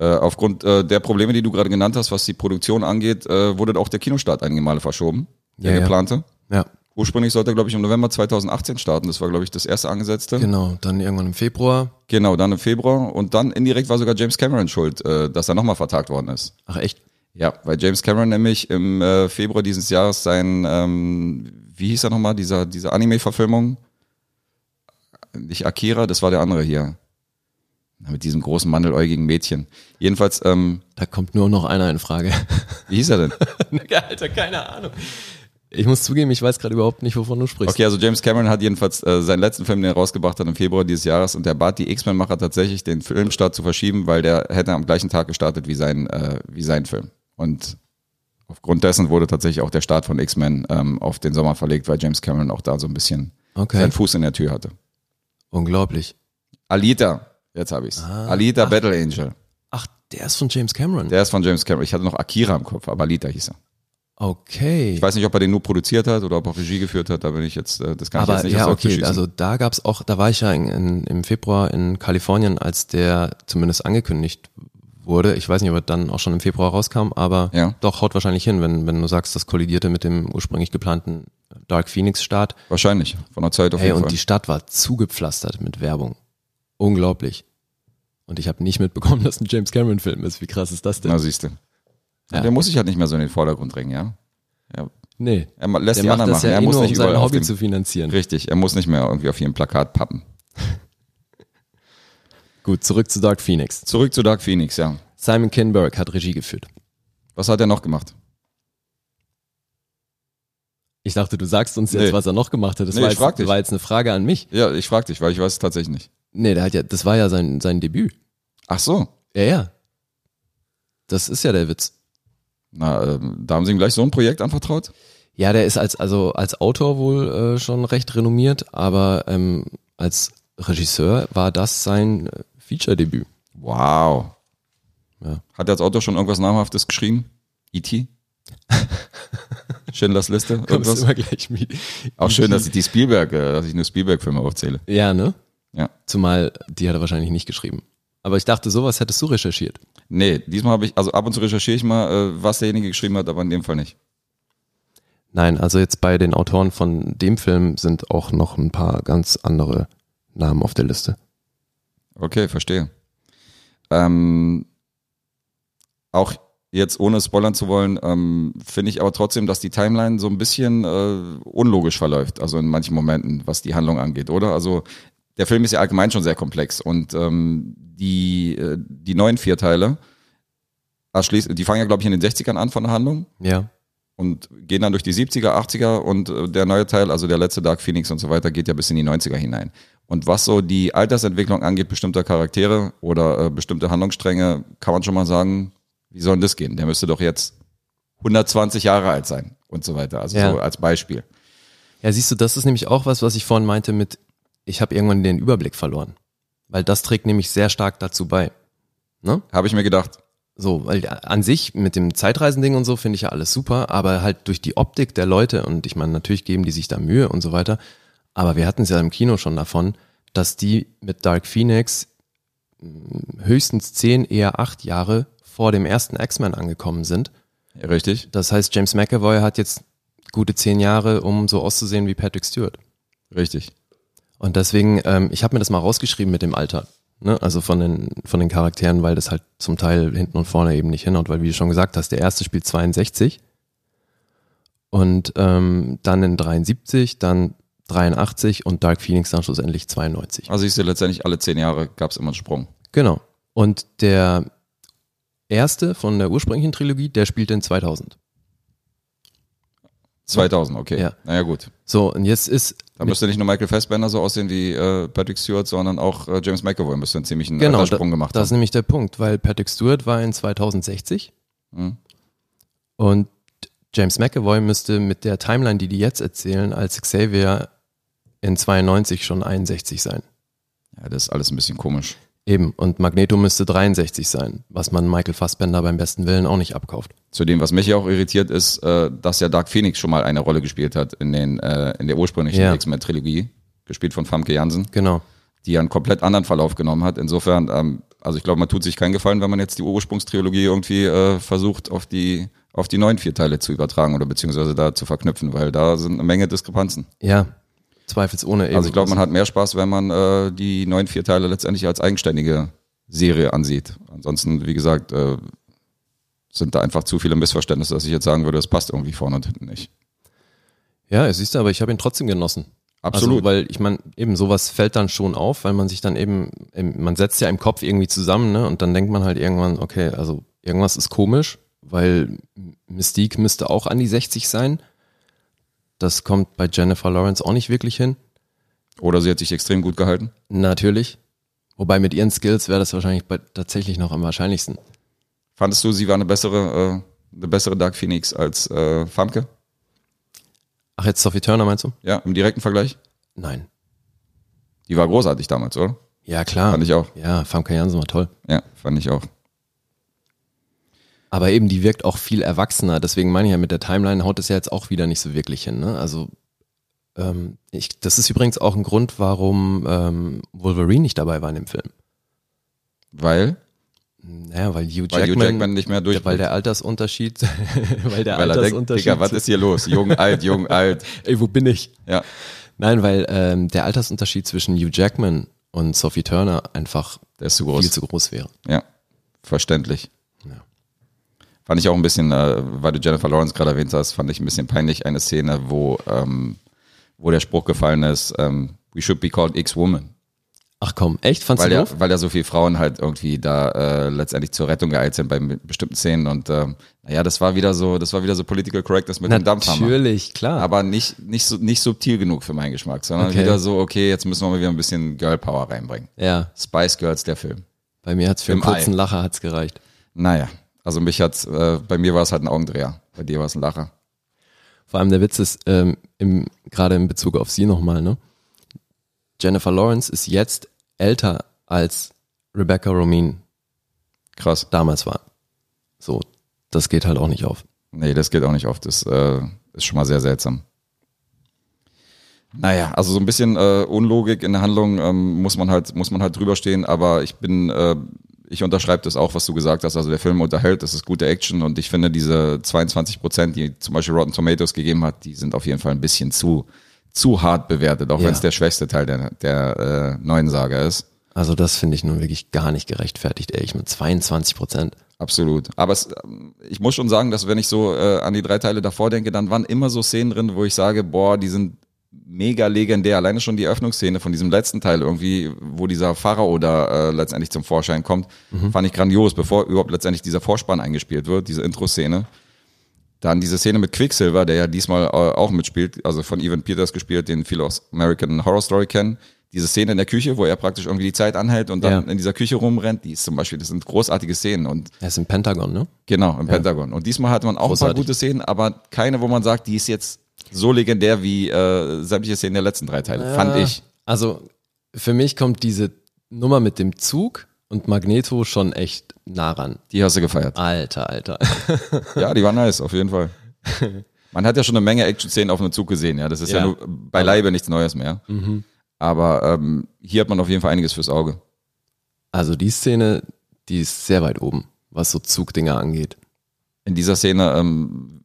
S2: Äh, aufgrund äh, der Probleme, die du gerade genannt hast, was die Produktion angeht, äh, wurde auch der Kinostart einige Male verschoben, der
S3: Ja, ja.
S2: geplante.
S3: Ja,
S2: Ursprünglich sollte er, glaube ich, im November 2018 starten. Das war, glaube ich, das erste angesetzte. Genau.
S3: genau. Dann irgendwann im Februar.
S2: dann im Februar. Und dann indirekt war sogar James Cameron schuld, äh, dass er nochmal vertagt worden ist.
S3: Ach echt?
S2: Ja, weil James Cameron nämlich im äh, Februar dieses Jahres sein, ähm, wie hieß er nochmal, dieser, diese Anime-Verfilmung? Nicht Akira, das war der andere hier. Na, Mit diesem großen mandeläugigen Mädchen. Jedenfalls, ähm,
S3: Da kommt nur noch einer in Frage.
S2: wie hieß er denn?
S3: Alter, keine Ahnung. Ich muss zugeben, ich weiß gerade überhaupt nicht, wovon du sprichst.
S2: Okay, also James Cameron hat jedenfalls äh, seinen letzten Film, den er rausgebracht hat, im Februar dieses Jahres und der bat die X-Men-Macher tatsächlich, den Filmstart zu verschieben, weil der hätte am gleichen Tag gestartet wie sein, äh, wie sein Film. Und aufgrund dessen wurde tatsächlich auch der Start von X-Men ähm, auf den Sommer verlegt, weil James Cameron auch da so ein bisschen
S3: Okay.
S2: seinen Fuß in der Tür hatte.
S3: Unglaublich.
S2: Alita, jetzt habe ich's.
S3: Ah.
S2: Alita Battle Angel.
S3: Ach, der ist von James Cameron.
S2: Der ist von James Cameron. Ich hatte noch Akira im Kopf, aber Alita hieß er.
S3: okay.
S2: Ich weiß nicht, ob er den nur produziert hat oder ob er Regie geführt hat, da bin ich jetzt, äh, das kann ich
S3: aber
S2: jetzt nicht
S3: ja,
S2: aus der Hüfte
S3: okay,
S2: schießen.
S3: also da gab's auch, da war ich ja in, in, im Februar in Kalifornien, als der zumindest angekündigt wurde. Ich weiß nicht, ob er dann auch schon im Februar rauskam, aber
S2: Ja.
S3: doch haut wahrscheinlich hin, wenn, wenn du sagst, das kollidierte mit dem ursprünglich geplanten Dark Phoenix Start.
S2: Wahrscheinlich, von der Zeit auf
S3: Hey,
S2: jeden
S3: und
S2: Fall.
S3: die Stadt war zugepflastert mit Werbung. Unglaublich. Und ich habe nicht mitbekommen, dass ein James Cameron-Film ist. Wie krass ist das denn?
S2: Na, siehst du.
S3: Ja.
S2: Der muss sich halt nicht mehr so in den Vordergrund drängen, ja.
S3: nee.
S2: Er ma- lässt
S3: Der
S2: die
S3: macht
S2: anderen
S3: das
S2: machen.
S3: ja
S2: er
S3: eh
S2: muss
S3: nur,
S2: nicht
S3: um sein
S2: überall auf
S3: Hobby
S2: dem,
S3: zu finanzieren.
S2: Richtig, er muss nicht mehr irgendwie auf jedem Plakat pappen.
S3: Gut, zurück zu Dark Phoenix.
S2: Zurück zu Dark Phoenix, ja.
S3: Simon Kinberg hat Regie geführt.
S2: Was hat er noch gemacht?
S3: Ich dachte, du sagst uns jetzt,
S2: Nee.
S3: was er noch gemacht hat. Das
S2: Nee,
S3: war,
S2: ich
S3: jetzt,
S2: frag dich.
S3: war jetzt eine Frage an mich.
S2: Ja, ich frag dich, weil ich weiß es tatsächlich nicht.
S3: Nee, der hat ja, das war ja sein, sein Debüt.
S2: Ach so.
S3: Ja, ja. Das ist ja der Witz.
S2: Na, ähm, da haben sie ihm gleich so ein Projekt anvertraut?
S3: Ja, der ist als, also als Autor wohl äh, schon recht renommiert, aber ähm, als Regisseur war das sein äh, Feature-Debüt.
S2: Wow.
S3: Ja.
S2: Hat er als Autor schon irgendwas Namhaftes geschrieben? E.T.? Schindlers Liste? Irgendwas?
S3: immer gleich mit.
S2: Auch schön, dass ich die Spielberg, äh, dass ich nur Spielberg-Filme aufzähle.
S3: Ja, ne?
S2: Ja.
S3: Zumal die hat er wahrscheinlich nicht geschrieben. Aber ich dachte, sowas hättest du recherchiert.
S2: Nee, diesmal habe ich, also ab und zu recherchiere ich mal, äh, was derjenige geschrieben hat, aber in dem Fall nicht.
S3: Nein, also jetzt bei den Autoren von dem Film sind auch noch ein paar ganz andere Namen auf der Liste.
S2: Okay, verstehe. Ähm, auch jetzt ohne spoilern zu wollen, ähm, finde ich aber trotzdem, dass die Timeline so ein bisschen äh, unlogisch verläuft, also in manchen Momenten, was die Handlung angeht, oder? Also der Film ist ja allgemein schon sehr komplex und ähm, die, äh, die neuen vier Teile, erschließen- die fangen ja, glaube ich, in den 60ern an von der Handlung
S3: Ja.
S2: und gehen dann durch die 70er, 80er und äh, der neue Teil, also der letzte Dark Phoenix und so weiter, geht ja bis in die 90er hinein. Und was so die Altersentwicklung angeht, bestimmter Charaktere oder äh, bestimmte Handlungsstränge, kann man schon mal sagen, wie soll denn das gehen? Der müsste doch jetzt 120 Jahre alt sein und so weiter. Also
S3: Ja.
S2: so als Beispiel.
S3: Ja, siehst du, das ist nämlich auch was, was ich vorhin meinte mit, ich habe irgendwann den Überblick verloren. Weil das trägt nämlich sehr stark dazu bei.
S2: Habe ich mir gedacht,
S3: So, weil an sich mit dem Zeitreisending und so finde ich ja alles super, aber halt durch die Optik der Leute und ich meine, natürlich geben die sich da Mühe und so weiter, aber wir hatten es ja im Kino schon davon, dass die mit Dark Phoenix mh, höchstens zehn, eher acht Jahre vor dem ersten X-Men angekommen sind.
S2: richtig?
S3: Das heißt, James McAvoy hat jetzt gute zehn Jahre, um so auszusehen wie Patrick Stewart.
S2: Richtig.
S3: Und deswegen, ähm, ich habe mir das mal rausgeschrieben mit dem Alter. Ne? Also von den, von den Charakteren, weil das halt zum Teil hinten und vorne eben nicht hinhaut, weil wie du schon gesagt hast, der erste spielt 62 und ähm, dann in 73, dann 83 und Dark Phoenix dann schlussendlich 92.
S2: Also ich sehe letztendlich alle zehn Jahre gab es immer einen Sprung.
S3: Genau. Und der erste von der ursprünglichen Trilogie, der spielt in 2000.
S2: 2000, okay.
S3: Ja.
S2: Naja gut.
S3: So, und jetzt ist
S2: Da müsste nicht nur Michael Fassbender so aussehen wie äh, Patrick Stewart, sondern auch äh, James McAvoy müsste einen ziemlichen
S3: genau, da,
S2: Alterssprung gemacht
S3: das ist
S2: haben.
S3: nämlich der Punkt, weil Patrick Stewart war in 2060
S2: Mhm.
S3: und James McAvoy müsste mit der Timeline, die die jetzt erzählen, als Xavier in 92 schon 61 sein.
S2: Ja, das ist alles ein bisschen komisch.
S3: Eben, und Magneto müsste 63 sein, was man Michael Fassbender beim besten Willen auch nicht abkauft.
S2: Zudem, was mich ja auch irritiert, ist, äh, dass ja Dark Phoenix schon mal eine Rolle gespielt hat in, den, äh, in der ursprünglichen
S3: Ja.
S2: X-Men-Trilogie, gespielt von Famke Jansen,
S3: Genau.
S2: die ja einen komplett anderen Verlauf genommen hat. Insofern, ähm, also ich glaube, man tut sich keinen Gefallen, wenn man jetzt die Ursprungstrilogie irgendwie äh, versucht, auf die, auf die neuen vier Teile zu übertragen oder beziehungsweise da zu verknüpfen, weil da sind eine Menge Diskrepanzen.
S3: Ja, zweifelsohne eben.
S2: Also ich glaube, man hat mehr Spaß, wenn man äh, die neuen vier Teile letztendlich als eigenständige Serie ansieht. Ansonsten, wie gesagt, äh, sind da einfach zu viele Missverständnisse, dass ich jetzt sagen würde, es passt irgendwie vorne und hinten nicht.
S3: Ja, siehst du, aber ich habe ihn trotzdem genossen.
S2: Absolut.
S3: Also, weil ich meine, eben sowas fällt dann schon auf, weil man sich dann eben, eben- man setzt ja im Kopf irgendwie zusammen, ne? Und dann denkt man halt irgendwann, okay, also irgendwas ist komisch, weil Mystique müsste auch an die 60 sein. Das kommt bei Jennifer Lawrence auch nicht wirklich hin.
S2: Oder sie hat sich extrem gut gehalten.
S3: Natürlich. Wobei mit ihren Skills wäre das wahrscheinlich bei, tatsächlich noch am wahrscheinlichsten.
S2: Fandest du, sie war eine bessere, äh, eine bessere Dark Phoenix als äh, Famke?
S3: Ach, jetzt Sophie Turner meinst du?
S2: Ja, im direkten Vergleich?
S3: Nein.
S2: Die war großartig damals, oder?
S3: Ja, klar.
S2: Fand ich auch.
S3: Ja, Famke Jansen war toll.
S2: Ja, fand ich auch.
S3: Aber eben, die wirkt auch viel erwachsener. Deswegen meine ich ja, mit der Timeline haut es ja jetzt auch wieder nicht so wirklich hin. Ne? Also, ähm, ich, das ist übrigens auch ein Grund, warum ähm, Wolverine nicht dabei war in dem Film.
S2: Weil,
S3: Naja, weil Hugh
S2: weil
S3: Jackman,
S2: Hugh Jackman nicht mehr durch.
S3: weil der Altersunterschied, weil der
S2: weil er denkt,
S3: Altersunterschied,
S2: Digga, was ist hier los? Jung, alt, jung, alt.
S3: ey, wo bin ich?
S2: Ja,
S3: Nein, weil ähm, der Altersunterschied zwischen Hugh Jackman und Sophie Turner einfach
S2: der ist zu groß.
S3: viel zu groß wäre.
S2: Ja, verständlich.
S3: Ja.
S2: Fand ich auch ein bisschen, äh, weil du Jennifer Lawrence gerade erwähnt hast, fand ich ein bisschen peinlich eine Szene, wo, ähm, wo der Spruch gefallen ist, ähm, we should be called X-Woman.
S3: Ach komm, echt? Fandst
S2: Weil
S3: du
S2: ja,
S3: doof?
S2: weil ja so viele Frauen halt irgendwie da äh, letztendlich zur Rettung geeilt sind bei m- bestimmten Szenen und ähm, naja, das war wieder so, das war wieder so political correctness mit dem Dampfhammer.
S3: Natürlich, klar.
S2: Aber nicht, nicht, so, nicht subtil genug für meinen Geschmack, sondern
S3: Okay.
S2: wieder so, okay, jetzt müssen wir mal wieder ein bisschen Girl Power reinbringen.
S3: ja,
S2: Spice Girls, der Film.
S3: bei mir hat's für einen
S2: Im Ei.
S3: kurzen Lacher hat's gereicht.
S2: Naja, also mich hat's, äh, bei mir war es halt ein Augendreher, bei dir war es ein Lacher.
S3: Vor allem der Witz ist, ähm, im, gerade in Bezug auf sie nochmal, ne? Jennifer Lawrence ist jetzt älter als Rebecca Romaine
S2: Krass.
S3: damals war. So, das geht halt auch nicht auf.
S2: Nee, das geht auch nicht oft. Das äh, ist schon mal sehr seltsam. Naja, also so ein bisschen äh, Unlogik in der Handlung ähm, muss man halt muss man halt drüber stehen, aber ich bin äh, ich unterschreibe das auch, was du gesagt hast. Also der Film unterhält, es ist gute Action und ich finde diese 22 Prozent, die zum Beispiel Rotten Tomatoes gegeben hat, die sind auf jeden Fall ein bisschen zu zu hart bewertet, auch
S3: Ja.
S2: wenn es der schwächste Teil der der äh, neuen Saga ist.
S3: Also das finde ich nun wirklich gar nicht gerechtfertigt, ehrlich, mit 22 Prozent.
S2: Absolut. Aber es, ähm, ich muss schon sagen, dass wenn ich so äh, an die drei Teile davor denke, dann waren immer so Szenen drin, wo ich sage, boah, die sind mega legendär. Alleine schon die Eröffnungsszene von diesem letzten Teil irgendwie, wo dieser Pharao da äh, letztendlich zum Vorschein kommt, fand ich grandios, bevor überhaupt letztendlich dieser Vorspann eingespielt wird, diese Intro-Szene. Dann diese Szene mit Quicksilver, der ja diesmal äh, auch mitspielt, also von Evan Peters gespielt, den viele aus American Horror Story kennen. Diese Szene in der Küche, wo er praktisch irgendwie die Zeit anhält und dann
S3: Ja.
S2: in dieser Küche rumrennt, die ist zum Beispiel, das sind großartige Szenen und
S3: Er ist im Pentagon, ne?
S2: Genau, im Pentagon. Und diesmal hat man auch ein
S3: Großartig.
S2: paar gute Szenen, aber keine, wo man sagt, die ist jetzt so legendär wie äh, sämtliche Szenen der letzten drei Teile, fand
S3: Ja.
S2: ich.
S3: Also für mich kommt diese Nummer mit dem Zug und Magneto schon echt nah ran.
S2: Die hast du gefeiert.
S3: Alter, Alter.
S2: Ja, die war nice, auf jeden Fall. Man hat ja schon eine Menge Action-Szenen auf einem Zug gesehen, ja. Das ist ja,
S3: Ja. Mhm.
S2: nur beileibe nichts Neues mehr. Aber ähm, hier hat man auf jeden Fall einiges fürs Auge.
S3: Also die Szene, die ist sehr weit oben, was so Zugdinger angeht.
S2: In dieser Szene ähm,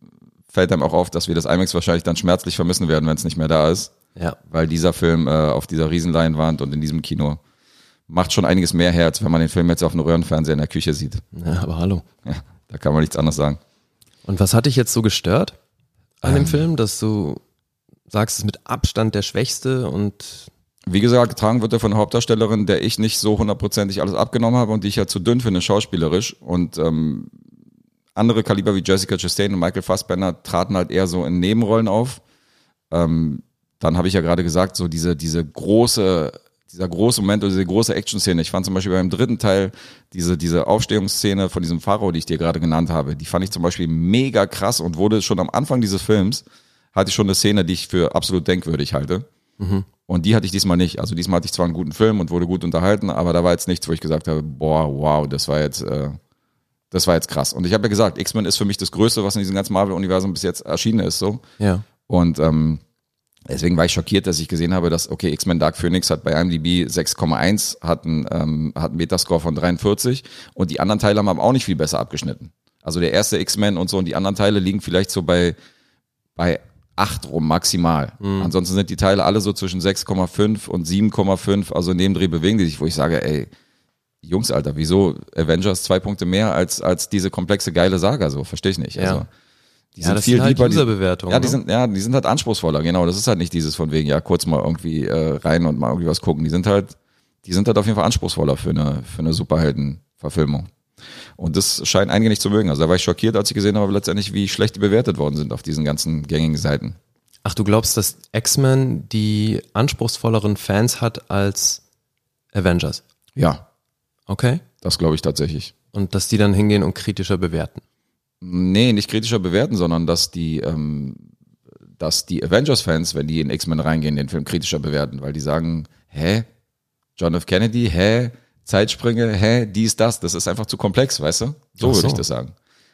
S2: fällt einem auch auf, dass wir das IMAX wahrscheinlich dann schmerzlich vermissen werden, wenn es nicht mehr da ist.
S3: Ja,
S2: weil dieser Film äh, auf dieser Riesenleinwand und in diesem Kino macht schon einiges mehr her, als wenn man den Film jetzt auf einem Röhrenfernseher in der Küche sieht.
S3: ja aber hallo.
S2: Ja, da kann man nichts anderes sagen.
S3: Und was hat dich jetzt so gestört an dem Film, dass du sagst, es ist mit Abstand der Schwächste und
S2: Wie gesagt, getragen wird er von einer Hauptdarstellerin, der ich nicht so hundertprozentig alles abgenommen habe und die ich ja zu dünn finde, schauspielerisch. Und ähm, andere Kaliber wie Jessica Chastain und Michael Fassbender traten halt eher so in Nebenrollen auf. Ähm, dann habe ich ja gerade gesagt, so diese, diese große, dieser große Moment oder diese große Action-Szene. Ich fand zum Beispiel beim dritten Teil diese, diese Aufstehungsszene von diesem Pharao, die ich dir gerade genannt habe, die fand ich zum Beispiel mega krass und wurde schon am Anfang dieses Films, hatte ich schon eine Szene, die ich für absolut denkwürdig halte. Und die hatte ich diesmal nicht. Also diesmal hatte ich zwar einen guten Film und wurde gut unterhalten, aber da war jetzt nichts, wo ich gesagt habe, boah, wow, das war jetzt, äh, das war jetzt krass. Und ich habe ja gesagt, X-Men ist für mich das Größte, was in diesem ganzen Marvel-Universum bis jetzt erschienen ist. So.
S3: ja.
S2: Und ähm, deswegen war ich schockiert, dass ich gesehen habe, dass, okay, X-Men Dark Phoenix hat bei IMDb 6,1, hat einen, ähm, hat einen Metascore von 43 und die anderen Teile haben aber auch nicht viel besser abgeschnitten. Also der erste X-Men und so und die anderen Teile liegen vielleicht so bei, bei 8 rum maximal. Ansonsten sind die Teile alle so zwischen 6,5 und 7,5, also in dem Dreh bewegen die sich, wo ich sage, ey, Jungs, Alter, wieso Avengers zwei Punkte mehr als, als diese komplexe geile Saga? So, verstehe ich nicht.
S3: Ja.
S2: Also, die
S3: Ja, das sind halt
S2: die-
S3: Userbewertungen,
S2: Ja, die
S3: ne?
S2: sind, ja, die sind halt anspruchsvoller, genau. Das ist halt nicht dieses von wegen, ja, kurz mal irgendwie äh, rein und mal irgendwie was gucken. Die sind halt, die sind halt auf jeden Fall anspruchsvoller für eine, für eine Superhelden-Verfilmung. Und das scheinen einige nicht zu mögen. Also da war ich schockiert, als ich gesehen habe, letztendlich, wie schlecht die bewertet worden sind auf diesen ganzen gängigen Seiten.
S3: Ach, du glaubst, dass X-Men die anspruchsvolleren Fans hat als Avengers?
S2: Ja,
S3: Okay.
S2: das glaube ich tatsächlich.
S3: Und dass die dann hingehen und kritischer bewerten.
S2: Nee, nicht kritischer bewerten, sondern dass die, ähm, dass die Avengers-Fans, wenn die in X-Men reingehen, den Film kritischer bewerten, weil die sagen, hä? John F. Kennedy, hä? Zeitsprünge, hä? Dies, das, das ist einfach zu komplex, weißt du? So
S3: Ach
S2: würde
S3: so.
S2: ich das sagen.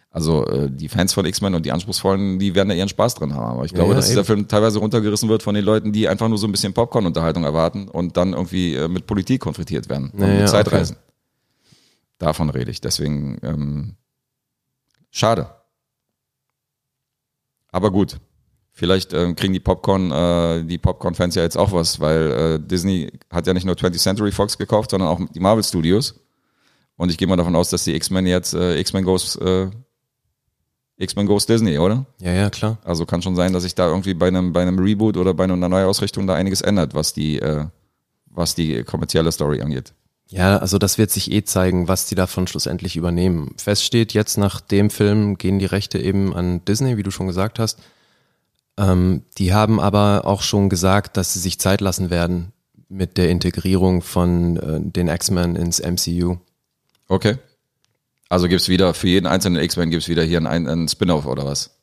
S2: Also äh, die Fans von X-Men und die Anspruchsvollen, die werden da ihren Spaß drin haben. Aber ich glaube,
S3: ja,
S2: dass dieser
S3: eben.
S2: Film teilweise runtergerissen wird von den Leuten, die einfach nur so ein bisschen Popcorn-Unterhaltung erwarten und dann irgendwie äh, mit Politik konfrontiert werden und
S3: Ja, ja,
S2: mit Zeitreisen. um Davon rede ich. Deswegen ähm, schade. Aber gut. Vielleicht ähm, kriegen die Popcorn, äh, die Popcorn-Fans ja jetzt auch was, weil äh, Disney hat ja nicht nur 20th Century Fox gekauft, sondern auch die Marvel Studios. Und ich gehe mal davon aus, dass die X-Men jetzt äh, X-Men Goes äh, X-Men Goes Disney, oder?
S3: Ja, ja, klar.
S2: Also kann schon sein, dass sich da irgendwie bei einem bei einem Reboot oder bei einer Neuausrichtung da einiges ändert, was die äh, was die kommerzielle Story angeht.
S3: Ja, also das wird sich eh zeigen, was die davon schlussendlich übernehmen. Fest steht, jetzt nach dem Film gehen die Rechte eben an Disney, wie du schon gesagt hast. Ähm, die haben aber auch schon gesagt, dass sie sich Zeit lassen werden mit der Integrierung von äh, den X-Men ins MCU.
S2: Okay. Also gibt's wieder für jeden einzelnen X-Men gibt's wieder hier einen, ein- einen Spin-off oder was?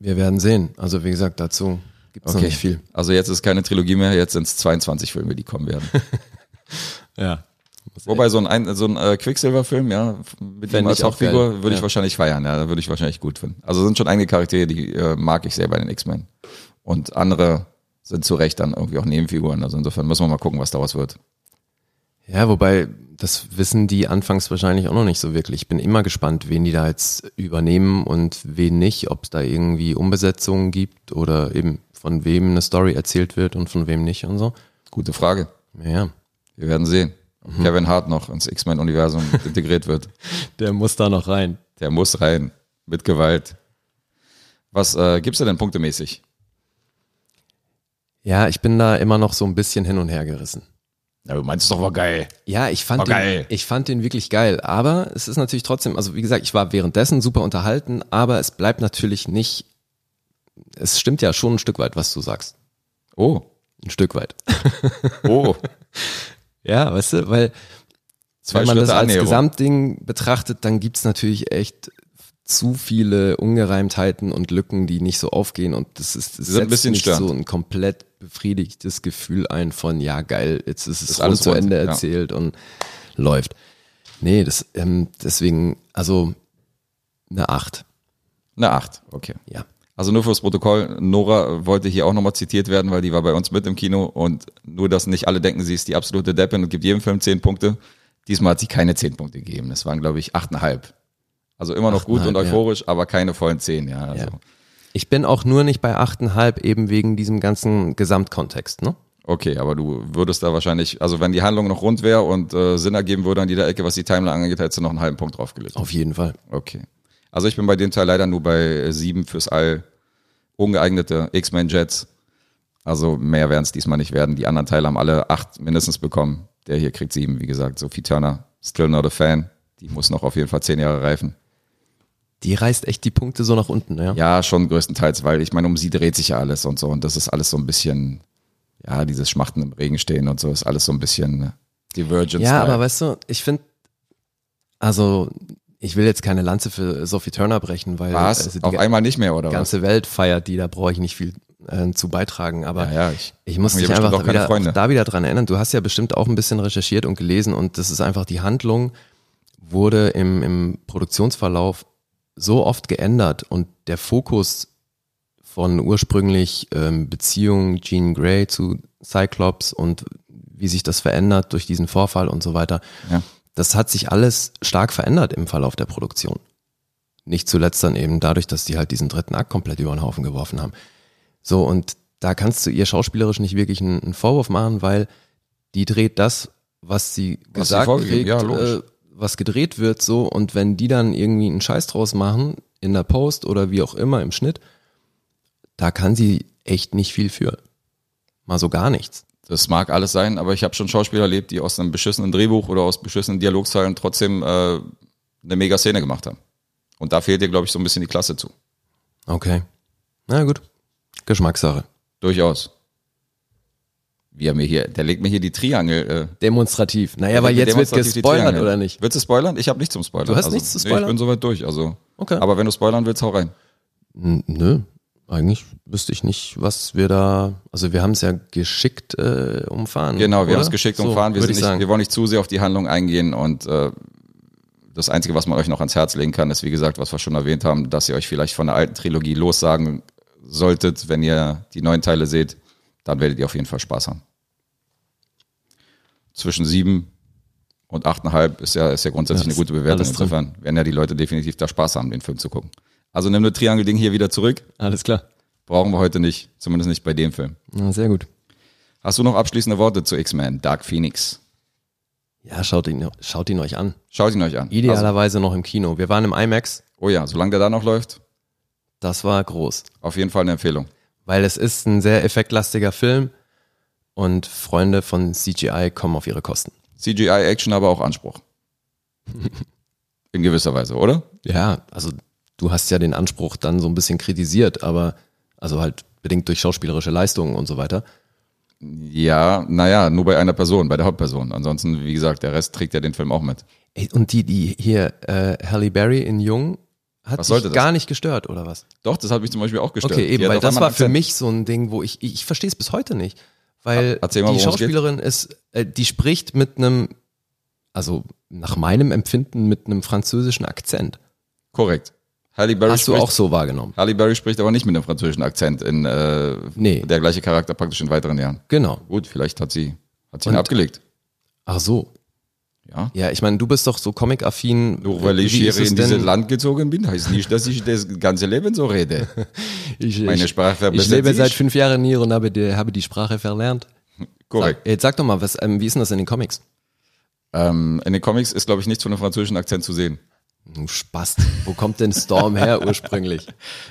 S3: Wir werden sehen. Also wie gesagt, dazu gibt es noch nicht viel.
S2: Also jetzt ist keine Trilogie mehr, jetzt sind's 22 Filme, die kommen werden.
S3: Ja.
S2: Wobei so ein, ein so ein äh, Quicksilver-Film, ja, f- mit
S3: Fänd
S2: dem als
S3: ich auch
S2: Hauptfigur
S3: geil.
S2: würde ich
S3: Ja.
S2: wahrscheinlich feiern, ja, da würde ich wahrscheinlich gut finden. Also sind schon einige Charaktere, die äh, mag ich sehr bei den X-Men. Und andere sind zu Recht dann irgendwie auch Nebenfiguren. Also insofern müssen wir mal gucken, was daraus wird.
S3: Ja, wobei, das wissen die anfangs wahrscheinlich auch noch nicht so wirklich. Ich bin immer gespannt, wen die da jetzt übernehmen und wen nicht, ob es da irgendwie Umbesetzungen gibt oder eben von wem eine Story erzählt wird und von wem nicht und so.
S2: Gute Frage.
S3: Ja,
S2: Wir werden sehen.
S3: Mhm.
S2: Kevin Hart noch ins X-Men-Universum integriert wird.
S3: Der muss da noch rein.
S2: Der muss rein. Mit Gewalt. Was äh, gibst du denn punktemäßig?
S3: Ja, ich bin da immer noch so ein bisschen hin und her gerissen.
S2: Ja, du meinst es doch war geil.
S3: Ja, ich fand,
S2: War
S3: den,
S2: geil.
S3: ich fand den wirklich geil. Aber es ist natürlich trotzdem, also wie gesagt, ich war währenddessen super unterhalten, aber es bleibt natürlich nicht, es stimmt ja schon ein Stück weit, was du sagst.
S2: Oh,
S3: Ein Stück weit.
S2: oh.
S3: Ja, weißt du, weil
S2: Zwei
S3: wenn man
S2: Schritte
S3: das als
S2: Annäherung.
S3: Gesamtding betrachtet, dann gibt's natürlich echt zu viele Ungereimtheiten und Lücken, die nicht so aufgehen und das ist das
S2: sind ein bisschen
S3: nicht
S2: störend.
S3: so ein komplett befriedigtes Gefühl ein von ja geil, jetzt ist es
S2: Ist
S3: alles
S2: alles
S3: zu
S2: rund,
S3: Ende
S2: ja.
S3: erzählt und läuft. Nee, das ähm, deswegen also eine acht.
S2: Eine Acht, okay.
S3: Ja.
S2: Also nur fürs Protokoll, Nora wollte hier auch nochmal zitiert werden, weil die war bei uns mit im Kino und nur, dass nicht alle denken, sie ist die absolute Deppin und gibt jedem Film 10 Punkte. Diesmal hat sie keine 10 Punkte gegeben. Das waren, glaube ich, 8,5. Also immer noch gut und
S3: 8,5, ja.
S2: euphorisch, aber keine vollen 10, ja. Also.
S3: Ja. Ich bin auch nur nicht bei 8,5 eben wegen diesem ganzen Gesamtkontext, ne?
S2: Okay, aber du würdest da wahrscheinlich, also wenn die Handlung noch rund wäre und äh, Sinn ergeben würde an jeder Ecke, was die Timeline angeht, hättest du noch einen halben Punkt draufgelegt.
S3: Auf jeden Fall.
S2: Okay. Also ich bin bei dem Teil leider nur bei 7 fürs All. Ungeeignete X-Men Jets. Also mehr werden es diesmal nicht werden. Die anderen Teile haben alle 8 mindestens bekommen. Der hier kriegt 7, wie gesagt. Sophie Turner, still not a fan. Die muss noch auf jeden Fall 10 Jahre reifen.
S3: Die reißt echt die Punkte so nach unten, ja?
S2: Ja, schon größtenteils, weil ich meine, um sie dreht sich ja alles und so. Und das ist alles so ein bisschen, ja, dieses Schmachten im Regen stehen und so ist alles so ein bisschen äh, Divergence.
S3: Ja, aber weißt du, ich finde, also ich will jetzt keine Lanze für Sophie Turner brechen, weil
S2: was?
S3: also die
S2: auf einmal nicht mehr, oder
S3: ga- ganze Welt feiert die, da brauche ich nicht viel äh, zu beitragen. Aber
S2: was? Ja, ja, ich,
S3: ich muss
S2: machen wir
S3: dich einfach
S2: bestimmt auch
S3: da
S2: keine
S3: wieder,
S2: Freunde.
S3: auch da wieder dran erinnern. Du hast ja bestimmt auch ein bisschen recherchiert und gelesen und das ist einfach die Handlung wurde im, im Produktionsverlauf so oft geändert und der Fokus von ursprünglich ähm, Beziehung Jean Grey zu Cyclops und wie sich das verändert durch diesen Vorfall und so weiter.
S2: Ja.
S3: Das hat sich alles stark verändert im Verlauf der Produktion. Nicht zuletzt dann eben dadurch, dass die halt diesen dritten Akt komplett über den Haufen geworfen haben. So, und da kannst du ihr schauspielerisch nicht wirklich einen, einen Vorwurf machen, weil die dreht das, was sie
S2: Was sie
S3: gesagt
S2: vorgegeben-
S3: kriegt,
S2: ja, logisch.
S3: äh, was gedreht wird, so. Und wenn die dann irgendwie einen Scheiß draus machen, in der Post oder wie auch immer im Schnitt, da kann sie echt nicht viel für. Mal so gar nichts.
S2: Das mag alles sein, aber ich habe schon Schauspieler erlebt, die aus einem beschissenen Drehbuch oder aus beschissenen Dialogzeilen trotzdem äh, eine mega Szene gemacht haben. Und da fehlt dir, glaube ich, so ein bisschen die Klasse zu.
S3: Okay. Na gut. Geschmackssache.
S2: Durchaus. Wie er mir hier, der legt mir hier die Triangel. Äh,
S3: Demonstrativ. Naja,
S2: der
S3: aber
S2: legt mir
S3: jetzt wird
S2: demonstrativ die
S3: gespoilert,
S2: Triangel.
S3: oder nicht?
S2: Willst du spoilern? Ich habe nichts zum Spoilern. Also,
S3: Du hast nichts zu spoilern?
S2: Nee, ich bin soweit durch. Also.
S3: Okay.
S2: Aber wenn du spoilern willst, hau rein.
S3: N- Nö, eigentlich wüsste ich nicht, was wir da. Also wir haben es ja geschickt äh, umfahren.
S2: Genau, wir
S3: oder?
S2: haben es geschickt
S3: So,
S2: umfahren. Wir,
S3: würde
S2: sind
S3: ich
S2: nicht,
S3: sagen.
S2: wir wollen nicht zu sehr auf die Handlung eingehen und äh, das Einzige, was man euch noch ans Herz legen kann, ist, wie gesagt, was wir schon erwähnt haben, dass ihr euch vielleicht von der alten Trilogie lossagen solltet, wenn ihr die neuen Teile seht, dann werdet ihr auf jeden Fall Spaß haben. Zwischen sieben und achteinhalb ist ja, ist ja grundsätzlich
S3: Ja,
S2: eine gute Bewertung.
S3: alles drin.
S2: Insofern werden ja die Leute definitiv da Spaß haben, den Film zu gucken. Also nimm das Triangel-Ding hier wieder zurück.
S3: Alles klar.
S2: Brauchen wir heute nicht. Zumindest nicht bei dem Film.
S3: Na, sehr gut.
S2: Hast du noch abschließende Worte zu X-Men, Dark Phoenix?
S3: Ja, schaut ihn, schaut ihn euch an.
S2: Schaut ihn euch an. Also,
S3: Idealerweise noch im Kino. Wir waren im IMAX.
S2: oh ja, solange der da noch läuft,
S3: Das war groß.
S2: auf jeden Fall eine Empfehlung.
S3: Weil es ist ein sehr effektlastiger Film und Freunde von CGI kommen auf ihre Kosten.
S2: CGI-Action, aber auch Anspruch. In gewisser Weise, oder?
S3: Ja, also du hast ja den Anspruch dann so ein bisschen kritisiert, aber also halt bedingt durch schauspielerische Leistungen und so weiter.
S2: Ja, naja, nur bei einer Person, bei der Hauptperson. Ansonsten, wie gesagt, der Rest trägt ja den Film auch mit.
S3: Ey, und die, die hier, äh, Halle Berry in Jung, hat
S2: Was
S3: dich
S2: sollte das?
S3: gar nicht gestört, oder was?
S2: Doch, das hat mich zum Beispiel auch gestört.
S3: Okay, eben,
S2: Die hat
S3: weil
S2: auf
S3: das
S2: einmal
S3: war für
S2: Akzent.
S3: mich so ein Ding, wo ich, ich, ich verstehe es bis heute nicht. Weil
S2: Er- erzähl mal,
S3: die
S2: worum es geht.
S3: Schauspielerin ist, äh, die spricht mit einem, also nach meinem Empfinden mit einem französischen Akzent.
S2: Korrekt. Halle Berry,
S3: Hast du
S2: spricht,
S3: auch so wahrgenommen?
S2: Halle Berry spricht aber nicht mit einem französischen Akzent in äh,
S3: Nee.
S2: der gleiche Charakter praktisch in weiteren Jahren.
S3: Genau.
S2: Gut, vielleicht hat sie, hat sie
S3: Und-
S2: ihn abgelegt.
S3: Ach so.
S2: Ja.
S3: Ja, ich meine, du bist doch so comicaffin.
S2: Nur weil ich
S3: Wie
S2: hier
S3: ist es
S2: in
S3: denn?
S2: dieses Land gezogen bin, heißt nicht, dass ich das ganze Leben so rede.
S3: ich,
S2: Meine
S3: ich,
S2: Sprache
S3: ich
S2: besitze
S3: lebe seit fünf Jahren hier und habe die, habe die Sprache verlernt.
S2: Korrekt.
S3: Sag, jetzt sag doch mal, was, ähm, wie ist denn das in den Comics?
S2: Ähm, in den Comics ist, glaube ich, nichts von einem französischen Akzent zu sehen.
S3: Du Hm, Spast. Wo kommt denn Storm her ursprünglich?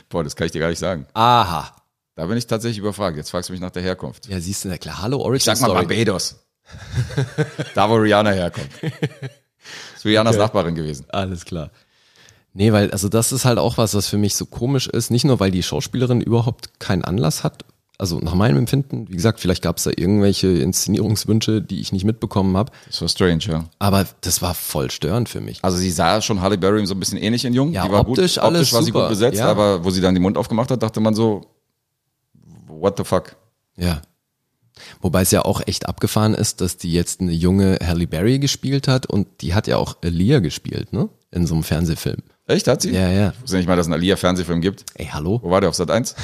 S2: Boah, das kann ich dir gar nicht sagen.
S3: Aha.
S2: Da bin ich tatsächlich überfragt. Jetzt fragst du mich nach der Herkunft.
S3: Ja, siehst du, na klar. Hallo, Origin
S2: Ich sag mal
S3: Story.
S2: Barbados. da, wo Rihanna herkommt. Ist Rihannas Nachbarin gewesen.
S3: Alles klar. Nee, weil, also das ist halt auch was, was für mich so komisch ist. Nicht nur, weil die Schauspielerin überhaupt keinen Anlass hat. Also nach meinem Empfinden, wie gesagt, vielleicht gab es da irgendwelche Inszenierungswünsche, die ich nicht mitbekommen habe.
S2: Das war strange, ja.
S3: Aber das war voll störend für mich.
S2: Also sie sah schon Halle Berry so ein bisschen ähnlich in Jung.
S3: Ja,
S2: die war
S3: optisch
S2: gut, optisch
S3: alles
S2: war sie
S3: super,
S2: gut besetzt,
S3: ja.
S2: aber wo sie dann den Mund aufgemacht hat, dachte man so, what the fuck?
S3: Ja. Wobei es ja auch echt abgefahren ist, dass die jetzt eine junge Halle Berry gespielt hat und die hat ja auch Elia gespielt, ne? In so einem Fernsehfilm.
S2: Echt, hat sie?
S3: Ja, ja.
S2: Ich wusste nicht mal, dass es einen Alia-Fernsehfilm gibt.
S3: Ey, hallo?
S2: Wo war der? Auf Sat 1?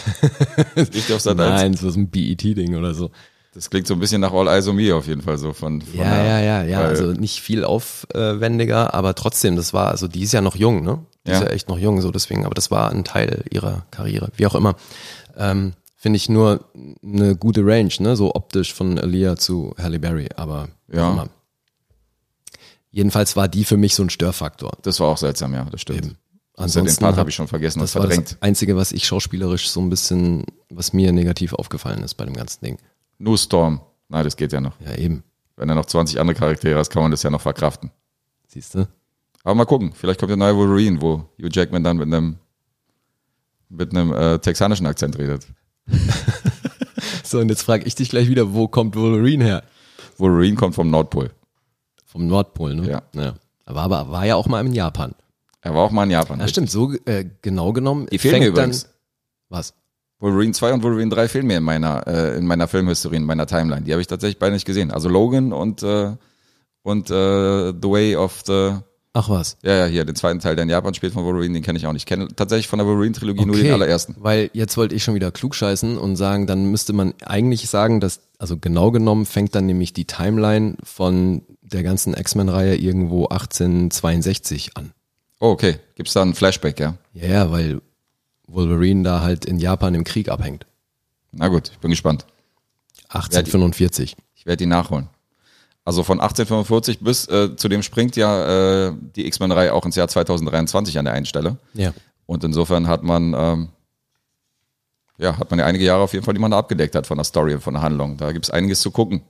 S2: Lief der auf Sat 1?
S3: Nein, das ist ein BET-Ding oder so.
S2: Das klingt so ein bisschen nach All Eyes on Me auf jeden Fall so von, von
S3: Ja,
S2: der-
S3: ja, ja, ja.
S2: weil-
S3: Also nicht viel aufwendiger, aber trotzdem, das war, also die ist ja noch jung, ne? Die ist
S2: Ja.
S3: ja echt noch jung, so deswegen, aber das war ein Teil ihrer Karriere, wie auch immer. Ähm, Finde ich nur eine gute Range, ne? So optisch von Elia zu Halle Berry, aber wie
S2: Ja.
S3: auch immer. Jedenfalls war die für mich so ein Störfaktor.
S2: Das war auch seltsam, ja, das stimmt.
S3: Eben.
S2: Also den Part
S3: hab-
S2: habe ich schon vergessen und
S3: das war
S2: verdrängt.
S3: das Einzige, was ich schauspielerisch so ein bisschen, was mir negativ aufgefallen ist bei dem ganzen Ding.
S2: Nur Storm. Nein, das geht ja noch.
S3: Ja, eben.
S2: Wenn er noch 20 andere Charaktere hast, kann man das ja noch verkraften.
S3: Siehst du?
S2: Aber mal gucken, vielleicht kommt der neue Wolverine, wo Hugh Jackman dann mit einem mit einem äh, texanischen Akzent redet.
S3: So, und jetzt frage ich dich gleich wieder, wo kommt Wolverine her?
S2: Wolverine kommt vom Nordpol.
S3: Vom Nordpol, ne?
S2: Ja.
S3: War aber war ja auch mal in Japan.
S2: Er war auch mal in Japan.
S3: Ja, stimmt, so äh, genau genommen.
S2: Die fehlen mir
S3: fängt
S2: übrigens.
S3: was?
S2: Wolverine 2 und Wolverine 3 fehlen mir in meiner, äh, in meiner Filmhistorie, in meiner Timeline. Die habe ich tatsächlich beide nicht gesehen. Also Logan und, äh, und äh, The Way of the
S3: Ach was.
S2: Ja, ja, hier, den zweiten Teil, der in Japan spielt von Wolverine, den kenne ich auch nicht. Ich kenne tatsächlich von der Wolverine-Trilogie nur den allerersten.
S3: Weil jetzt wollte ich schon wieder klugscheißen und sagen, dann müsste man eigentlich sagen, dass, also genau genommen fängt dann nämlich die Timeline von der ganzen X-Men-Reihe irgendwo 1862 an.
S2: Oh, okay. Gibt's da einen Flashback, ja?
S3: Ja, ja, weil Wolverine da halt in Japan im Krieg abhängt.
S2: Na gut, ich bin gespannt.
S3: 1845.
S2: Ich werde die nachholen. Also von 1845 bis äh, zu dem springt ja äh, die X-Men-Reihe auch ins Jahr 2023 an der einen Stelle.
S3: Ja.
S2: Und insofern hat man, ähm, ja, hat man ja einige Jahre auf jeden Fall, die man da abgedeckt hat von der Story und von der Handlung. Da gibt's einiges zu gucken.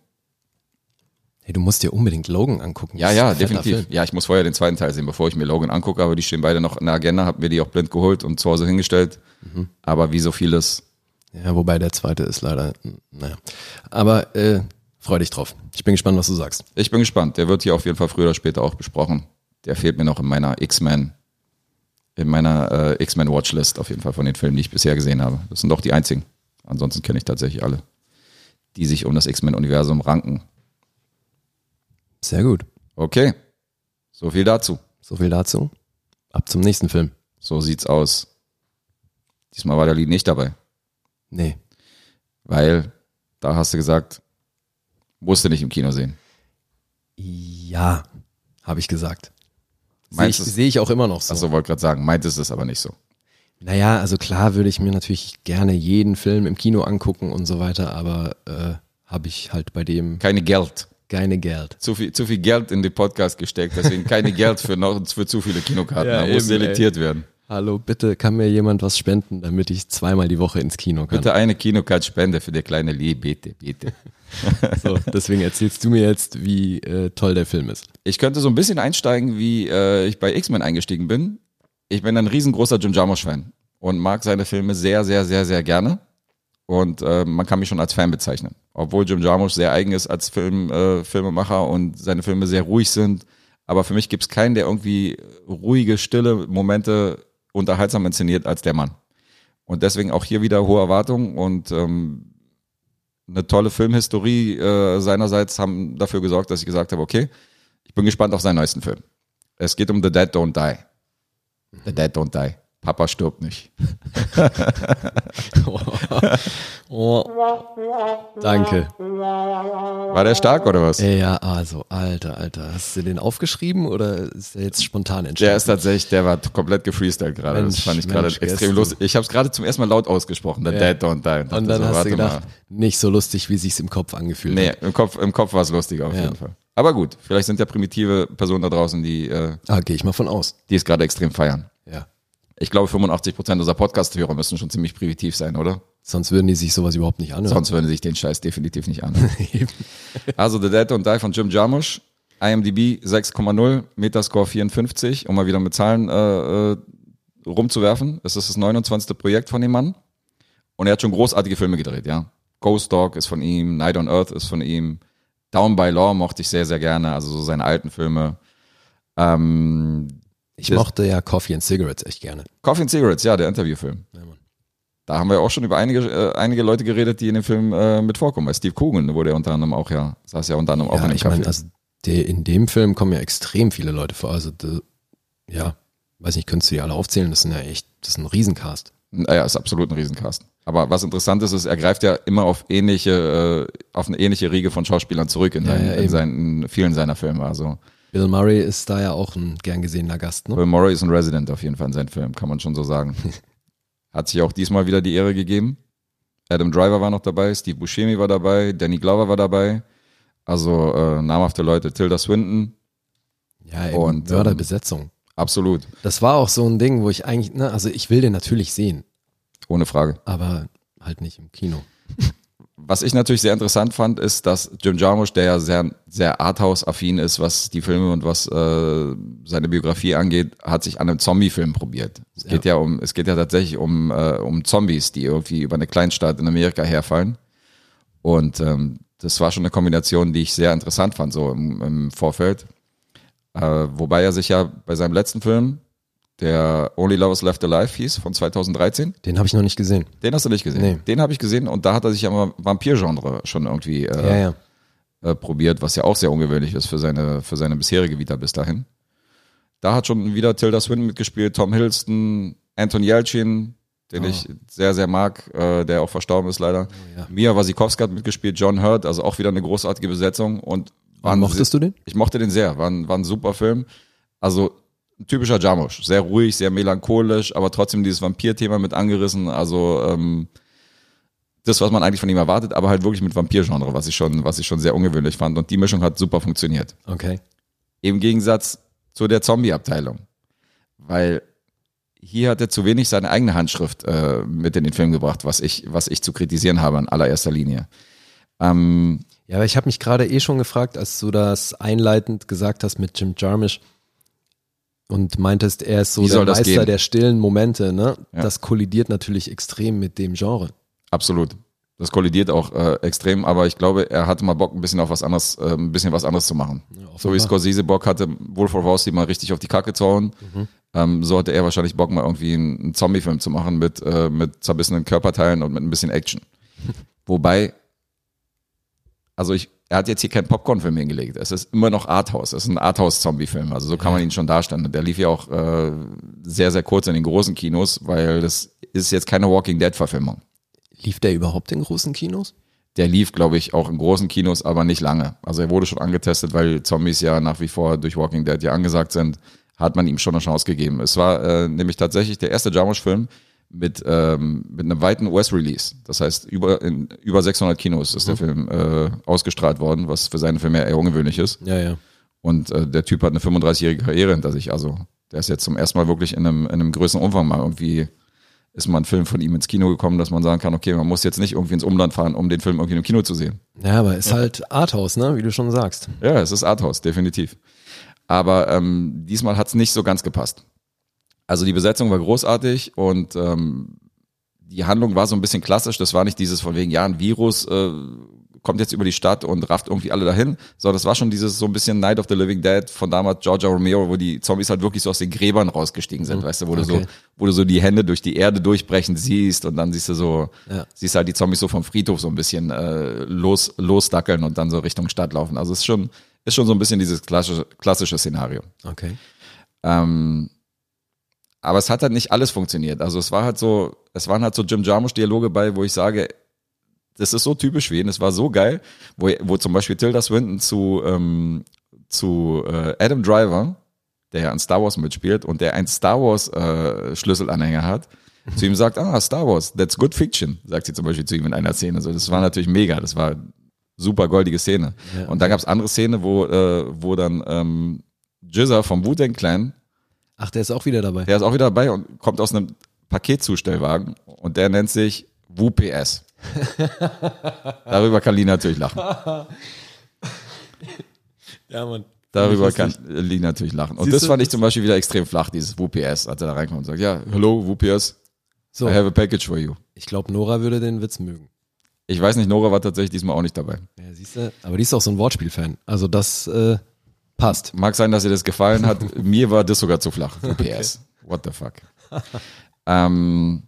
S3: Hey, du musst dir unbedingt Logan angucken.
S2: Ja,
S3: Das
S2: ja,
S3: ist ein fetter
S2: definitiv.
S3: Film.
S2: Ja, ich muss vorher den zweiten Teil sehen, bevor ich mir Logan angucke, aber die stehen beide noch in der Agenda, hab mir die auch blind geholt und zu Hause hingestellt.
S3: Mhm.
S2: Aber wie so vieles,
S3: Ja, wobei der zweite ist leider, hm, naja. Aber äh, freu dich drauf. Ich bin gespannt, was du sagst.
S2: ich bin gespannt. Der wird hier auf jeden Fall früher oder später auch besprochen. Der fehlt mir noch in meiner X-Men, in meiner äh, X-Men Watchlist auf jeden Fall von den Filmen, die ich bisher gesehen habe. Das sind doch die einzigen. Ansonsten kenne ich tatsächlich alle, die sich um das X-Men-Universum ranken.
S3: Sehr gut.
S2: Okay, so viel dazu.
S3: So viel dazu. Ab zum nächsten Film.
S2: So sieht's aus. Diesmal war der Lied nicht dabei.
S3: Nee.
S2: Weil da hast du gesagt, musst du nicht im Kino sehen.
S3: Ja, habe ich gesagt. Sehe ich,
S2: Meinst du's?
S3: seh ich auch immer noch so.
S2: Achso, Also wollte gerade sagen, meintest es aber nicht so.
S3: Naja, also klar würde ich mir natürlich gerne jeden Film im Kino angucken und so weiter, aber äh, habe ich halt bei dem
S2: Keine Geld.
S3: keine Geld.
S2: Zu viel, zu viel Geld in den Podcast gesteckt, deswegen keine Geld für, noch, für zu viele Kinokarten.
S3: Ja,
S2: da muss
S3: eben,
S2: selektiert werden.
S3: Hallo, bitte kann mir jemand was spenden, damit ich zweimal die Woche ins Kino kann.
S2: Bitte eine Kinokarte spende für der kleine Lee, bitte, bitte.
S3: So, deswegen erzählst du mir jetzt, wie äh, toll der Film ist.
S2: Ich könnte so ein bisschen einsteigen, wie äh, ich bei X-Men eingestiegen bin. Ich bin ein riesengroßer Jim Jarmusch-Fan und mag seine Filme sehr, sehr, sehr, sehr gerne. Und äh, man kann mich schon als Fan bezeichnen. Obwohl Jim Jarmusch sehr eigen ist als Film, äh, Filmemacher und seine Filme sehr ruhig sind. Aber für mich gibt es keinen, der irgendwie ruhige, stille Momente unterhaltsam inszeniert als der Mann. Und deswegen auch hier wieder hohe Erwartungen und ähm, eine tolle Filmhistorie äh, seinerseits haben dafür gesorgt, dass ich gesagt habe, okay, ich bin gespannt auf seinen neuesten Film. Es geht um The Dead Don't Die. The Dead Don't Die. Papa stirbt nicht.
S3: Oh. Danke.
S2: War der stark oder was?
S3: Ey, Ja, also, alter, alter. Hast du den aufgeschrieben oder ist der jetzt spontan
S2: Der
S3: entstanden?
S2: ist tatsächlich, der war komplett gefreestylt gerade. Das
S3: Mensch,
S2: fand ich gerade
S3: Mensch,
S2: extrem
S3: gestern.
S2: lustig. Ich habe es gerade zum ersten Mal laut ausgesprochen, The
S3: Ja.
S2: Dead Don't Die. dachte
S3: Und dann
S2: so,
S3: hast
S2: Also, warte
S3: du gedacht,
S2: mal.
S3: nicht so lustig, wie sich's im Kopf angefühlt
S2: Nee,
S3: hat.
S2: im Kopf, im Kopf war es lustiger auf
S3: Ja.
S2: jeden Fall. Aber gut, vielleicht sind ja primitive Personen da draußen, die, äh,
S3: Ah, gehe ich mal von aus.
S2: die es gerade extrem feiern.
S3: Ja.
S2: Ich glaube, 85% unserer Podcast-Hörer müssen schon ziemlich primitiv sein, oder?
S3: Sonst würden die sich sowas überhaupt nicht anhören.
S2: Sonst würden sie sich den Scheiß definitiv nicht anhören. also The Dead and Die von Jim Jarmusch, IMDb 6,0, Metascore 54, um mal wieder mit Zahlen äh, äh, rumzuwerfen. Es ist das 29. Projekt von dem Mann. Und er hat schon großartige Filme gedreht, ja. Ghost Dog ist von ihm, Night on Earth ist von ihm, Down by Law mochte ich sehr, sehr gerne, also so seine alten Filme. Ähm,
S3: Ich mochte ja Coffee and Cigarettes echt gerne.
S2: Coffee and Cigarettes, ja, der Interviewfilm.
S3: Mann.
S2: da haben wir auch schon über einige, äh, einige Leute geredet, die in dem Film äh, mit vorkommen. Weil Steve Coogan wurde ja unter anderem auch, ja, saß ja unter anderem auch in
S3: ja,
S2: dem
S3: ich meine,
S2: Café.
S3: also der, in dem Film kommen ja extrem viele Leute vor. Also, de, ja, weiß nicht, könntest du die alle aufzählen? Das sind ja echt, das ist ein Riesencast.
S2: Naja, ist absolut ein Riesencast. Aber was interessant ist, ist, er greift ja immer auf ähnliche, äh, auf eine ähnliche Riege von Schauspielern zurück in,
S3: Ja,
S2: seinen,
S3: ja,
S2: in,
S3: eben.
S2: seinen, in vielen seiner Filme. Also
S3: Bill Murray ist da ja auch ein gern gesehener Gast, ne?
S2: Bill Murray ist ein Resident auf jeden Fall in seinen Filmen, kann man schon so sagen. Hat sich auch diesmal wieder die Ehre gegeben. Adam Driver war noch dabei, Steve Buscemi war dabei, Danny Glover war dabei. Also äh, namhafte Leute, Tilda Swinton,
S3: Ja, eben,
S2: Und, ähm,
S3: Mörderbesetzung.
S2: absolut,
S3: Das war auch so ein Ding, wo ich eigentlich, ne, also ich will den natürlich sehen,
S2: ohne Frage.
S3: aber halt nicht im Kino.
S2: Was ich natürlich sehr interessant fand, ist, dass Jim Jarmusch, der ja sehr, sehr Arthouse-affin ist, was die Filme und was äh, seine Biografie angeht, hat sich an einem Zombie-Film probiert. Es geht ja um, es geht ja tatsächlich um, äh, um Zombies, die irgendwie über eine Kleinstadt in Amerika herfallen. Und ähm, das war schon eine Kombination, die ich sehr interessant fand, so im, im Vorfeld. Äh, wobei er sich ja bei seinem letzten Film, der Only Love is Left Alive hieß, von 2013,
S3: Den habe ich noch nicht gesehen.
S2: den hast du nicht gesehen.
S3: Nee.
S2: Den habe ich gesehen und da hat er sich am Vampir-Genre schon irgendwie äh,
S3: Ja, ja.
S2: Äh, probiert, was ja auch sehr ungewöhnlich ist für seine, für seine bisherige Vita bis dahin. Da hat schon wieder Tilda Swinton mitgespielt, Tom Hiddleston, Anton Yelchin, den
S3: Ah. Oh,
S2: ich sehr, sehr mag, äh, der auch verstorben ist leider.
S3: ja.
S2: Mia Wasikowska hat mitgespielt, John Hurt, also auch wieder eine großartige Besetzung und war ein
S3: Mochtest du den?
S2: ich mochte den sehr, war ein, war ein super Film. Also ein typischer Jarmusch, sehr ruhig, sehr melancholisch, aber trotzdem dieses Vampir-Thema mit angerissen. Also ähm, das, was man eigentlich von ihm erwartet, aber halt wirklich mit Vampir-Genre, was ich schon, was ich schon sehr ungewöhnlich fand. Und die Mischung hat super funktioniert.
S3: Okay.
S2: Im Gegensatz zu der Zombie-Abteilung, weil hier hat er zu wenig seine eigene Handschrift äh, mit in den Film gebracht, was ich, was ich zu kritisieren habe in allererster Linie. Ähm,
S3: Ja, aber ich habe mich gerade eh schon gefragt, als du das einleitend gesagt hast mit Jim Jarmusch und meintest, er ist so
S2: Wie
S3: der
S2: soll das
S3: Meister
S2: gehen?
S3: der stillen Momente, ne?
S2: Ja.
S3: Das kollidiert natürlich extrem mit dem Genre.
S2: Absolut. Das kollidiert auch äh, extrem, aber ich glaube, er hatte mal Bock, ein bisschen auf was anderes, äh, ein bisschen was anderes zu machen. so wie
S3: offenbar.
S2: Scorsese Bock hatte, Wolf of Wall Street mal richtig auf die Kacke zu hauen. Ähm, so hatte er wahrscheinlich Bock, mal irgendwie einen, einen Zombie-Film zu machen mit, äh, mit zerbissenen Körperteilen und mit ein bisschen Action. Wobei, also ich, er hat jetzt hier keinen Popcorn-Film hingelegt. Es ist immer noch Arthouse. Es ist ein Arthouse-Zombie-Film. Also so kann man ihn schon darstellen. Und der lief ja auch äh, sehr, sehr kurz in den großen Kinos, weil das ist jetzt keine Walking Dead-Verfilmung.
S3: Lief der überhaupt in großen Kinos?
S2: Der lief, glaube ich, auch in großen Kinos, aber nicht lange. Also er wurde schon angetestet, weil Zombies ja nach wie vor durch Walking Dead ja angesagt sind, hat man ihm schon eine Chance gegeben. Es war äh, nämlich tatsächlich der erste Jarmusch-Film mit, ähm, mit einem weiten US-Release. Das heißt, über, in über 600 Kinos ist der Film äh, ausgestrahlt worden, was für seine Filme eher ungewöhnlich ist.
S3: Ja, ja.
S2: Und äh, der Typ hat eine 35-jährige Karriere hinter sich. Also der ist jetzt zum ersten Mal wirklich in einem, in einem größeren Umfang mal irgendwie ist mal ein Film von ihm ins Kino gekommen, dass man sagen kann, okay, man muss jetzt nicht irgendwie ins Umland fahren, um den Film irgendwie im Kino zu sehen.
S3: Ja, aber ist halt Arthouse, ne? Wie du schon sagst.
S2: Ja, es ist Arthouse, definitiv. Aber ähm, diesmal hat's nicht so ganz gepasst. Also die Besetzung war großartig und ähm, die Handlung war so ein bisschen klassisch. Das war nicht dieses von wegen, ja, ein Virus äh, kommt jetzt über die Stadt und rafft irgendwie alle dahin, sondern das war schon dieses so ein bisschen Night of the Living Dead von damals Georgia Romero, wo die Zombies halt wirklich so aus den Gräbern rausgestiegen sind, weißt du, wo, du so,
S3: Mhm. okay.
S2: wo du so die Hände durch die Erde durchbrechen siehst und dann siehst du so,
S3: Ja.
S2: siehst halt die Zombies so vom Friedhof so ein bisschen äh, los, losdackeln und dann so Richtung Stadt laufen. Also es ist schon, ist schon so ein bisschen dieses klassische, klassische Szenario.
S3: Okay.
S2: Ähm, aber es hat halt nicht alles funktioniert. Also es war halt so, es waren halt so Jim Jarmusch-Dialoge bei, wo ich sage, das ist so typisch für ihn, es war so geil, wo, wo zum Beispiel Tilda Swinton zu, ähm, zu äh, Adam Driver, der ja an Star Wars mitspielt und der einen Star Wars äh, Schlüsselanhänger hat, zu ihm sagt, ah, Star Wars, that's good fiction, sagt sie zum Beispiel zu ihm in einer Szene. Also das war natürlich mega, das war super goldige Szene. Und dann gab es andere Szene, wo, äh, wo dann ähm, Jizza vom Wu-Tang Clan,
S3: Ach, der ist auch wieder dabei.
S2: der ist auch wieder dabei und kommt aus einem Paketzustellwagen und der nennt sich WPS. Darüber kann Lee natürlich lachen.
S3: Ja, Mann.
S2: Darüber kann Lee natürlich lachen. Und
S3: Siehst
S2: das
S3: du,
S2: fand ich zum Beispiel wieder extrem flach, dieses WPS, als er da reinkommt und sagt, ja, hello, WPS,
S3: So,
S2: I have a package for you.
S3: ich glaube, Nora würde den Witz mögen.
S2: Ich weiß nicht, Nora war tatsächlich diesmal auch nicht dabei.
S3: Ja, siehst du, aber die ist auch so ein Wortspiel-Fan. Also das äh, passt.
S2: Mag sein, dass ihr das gefallen hat. Mir war das sogar zu flach. PS. What the fuck. ähm,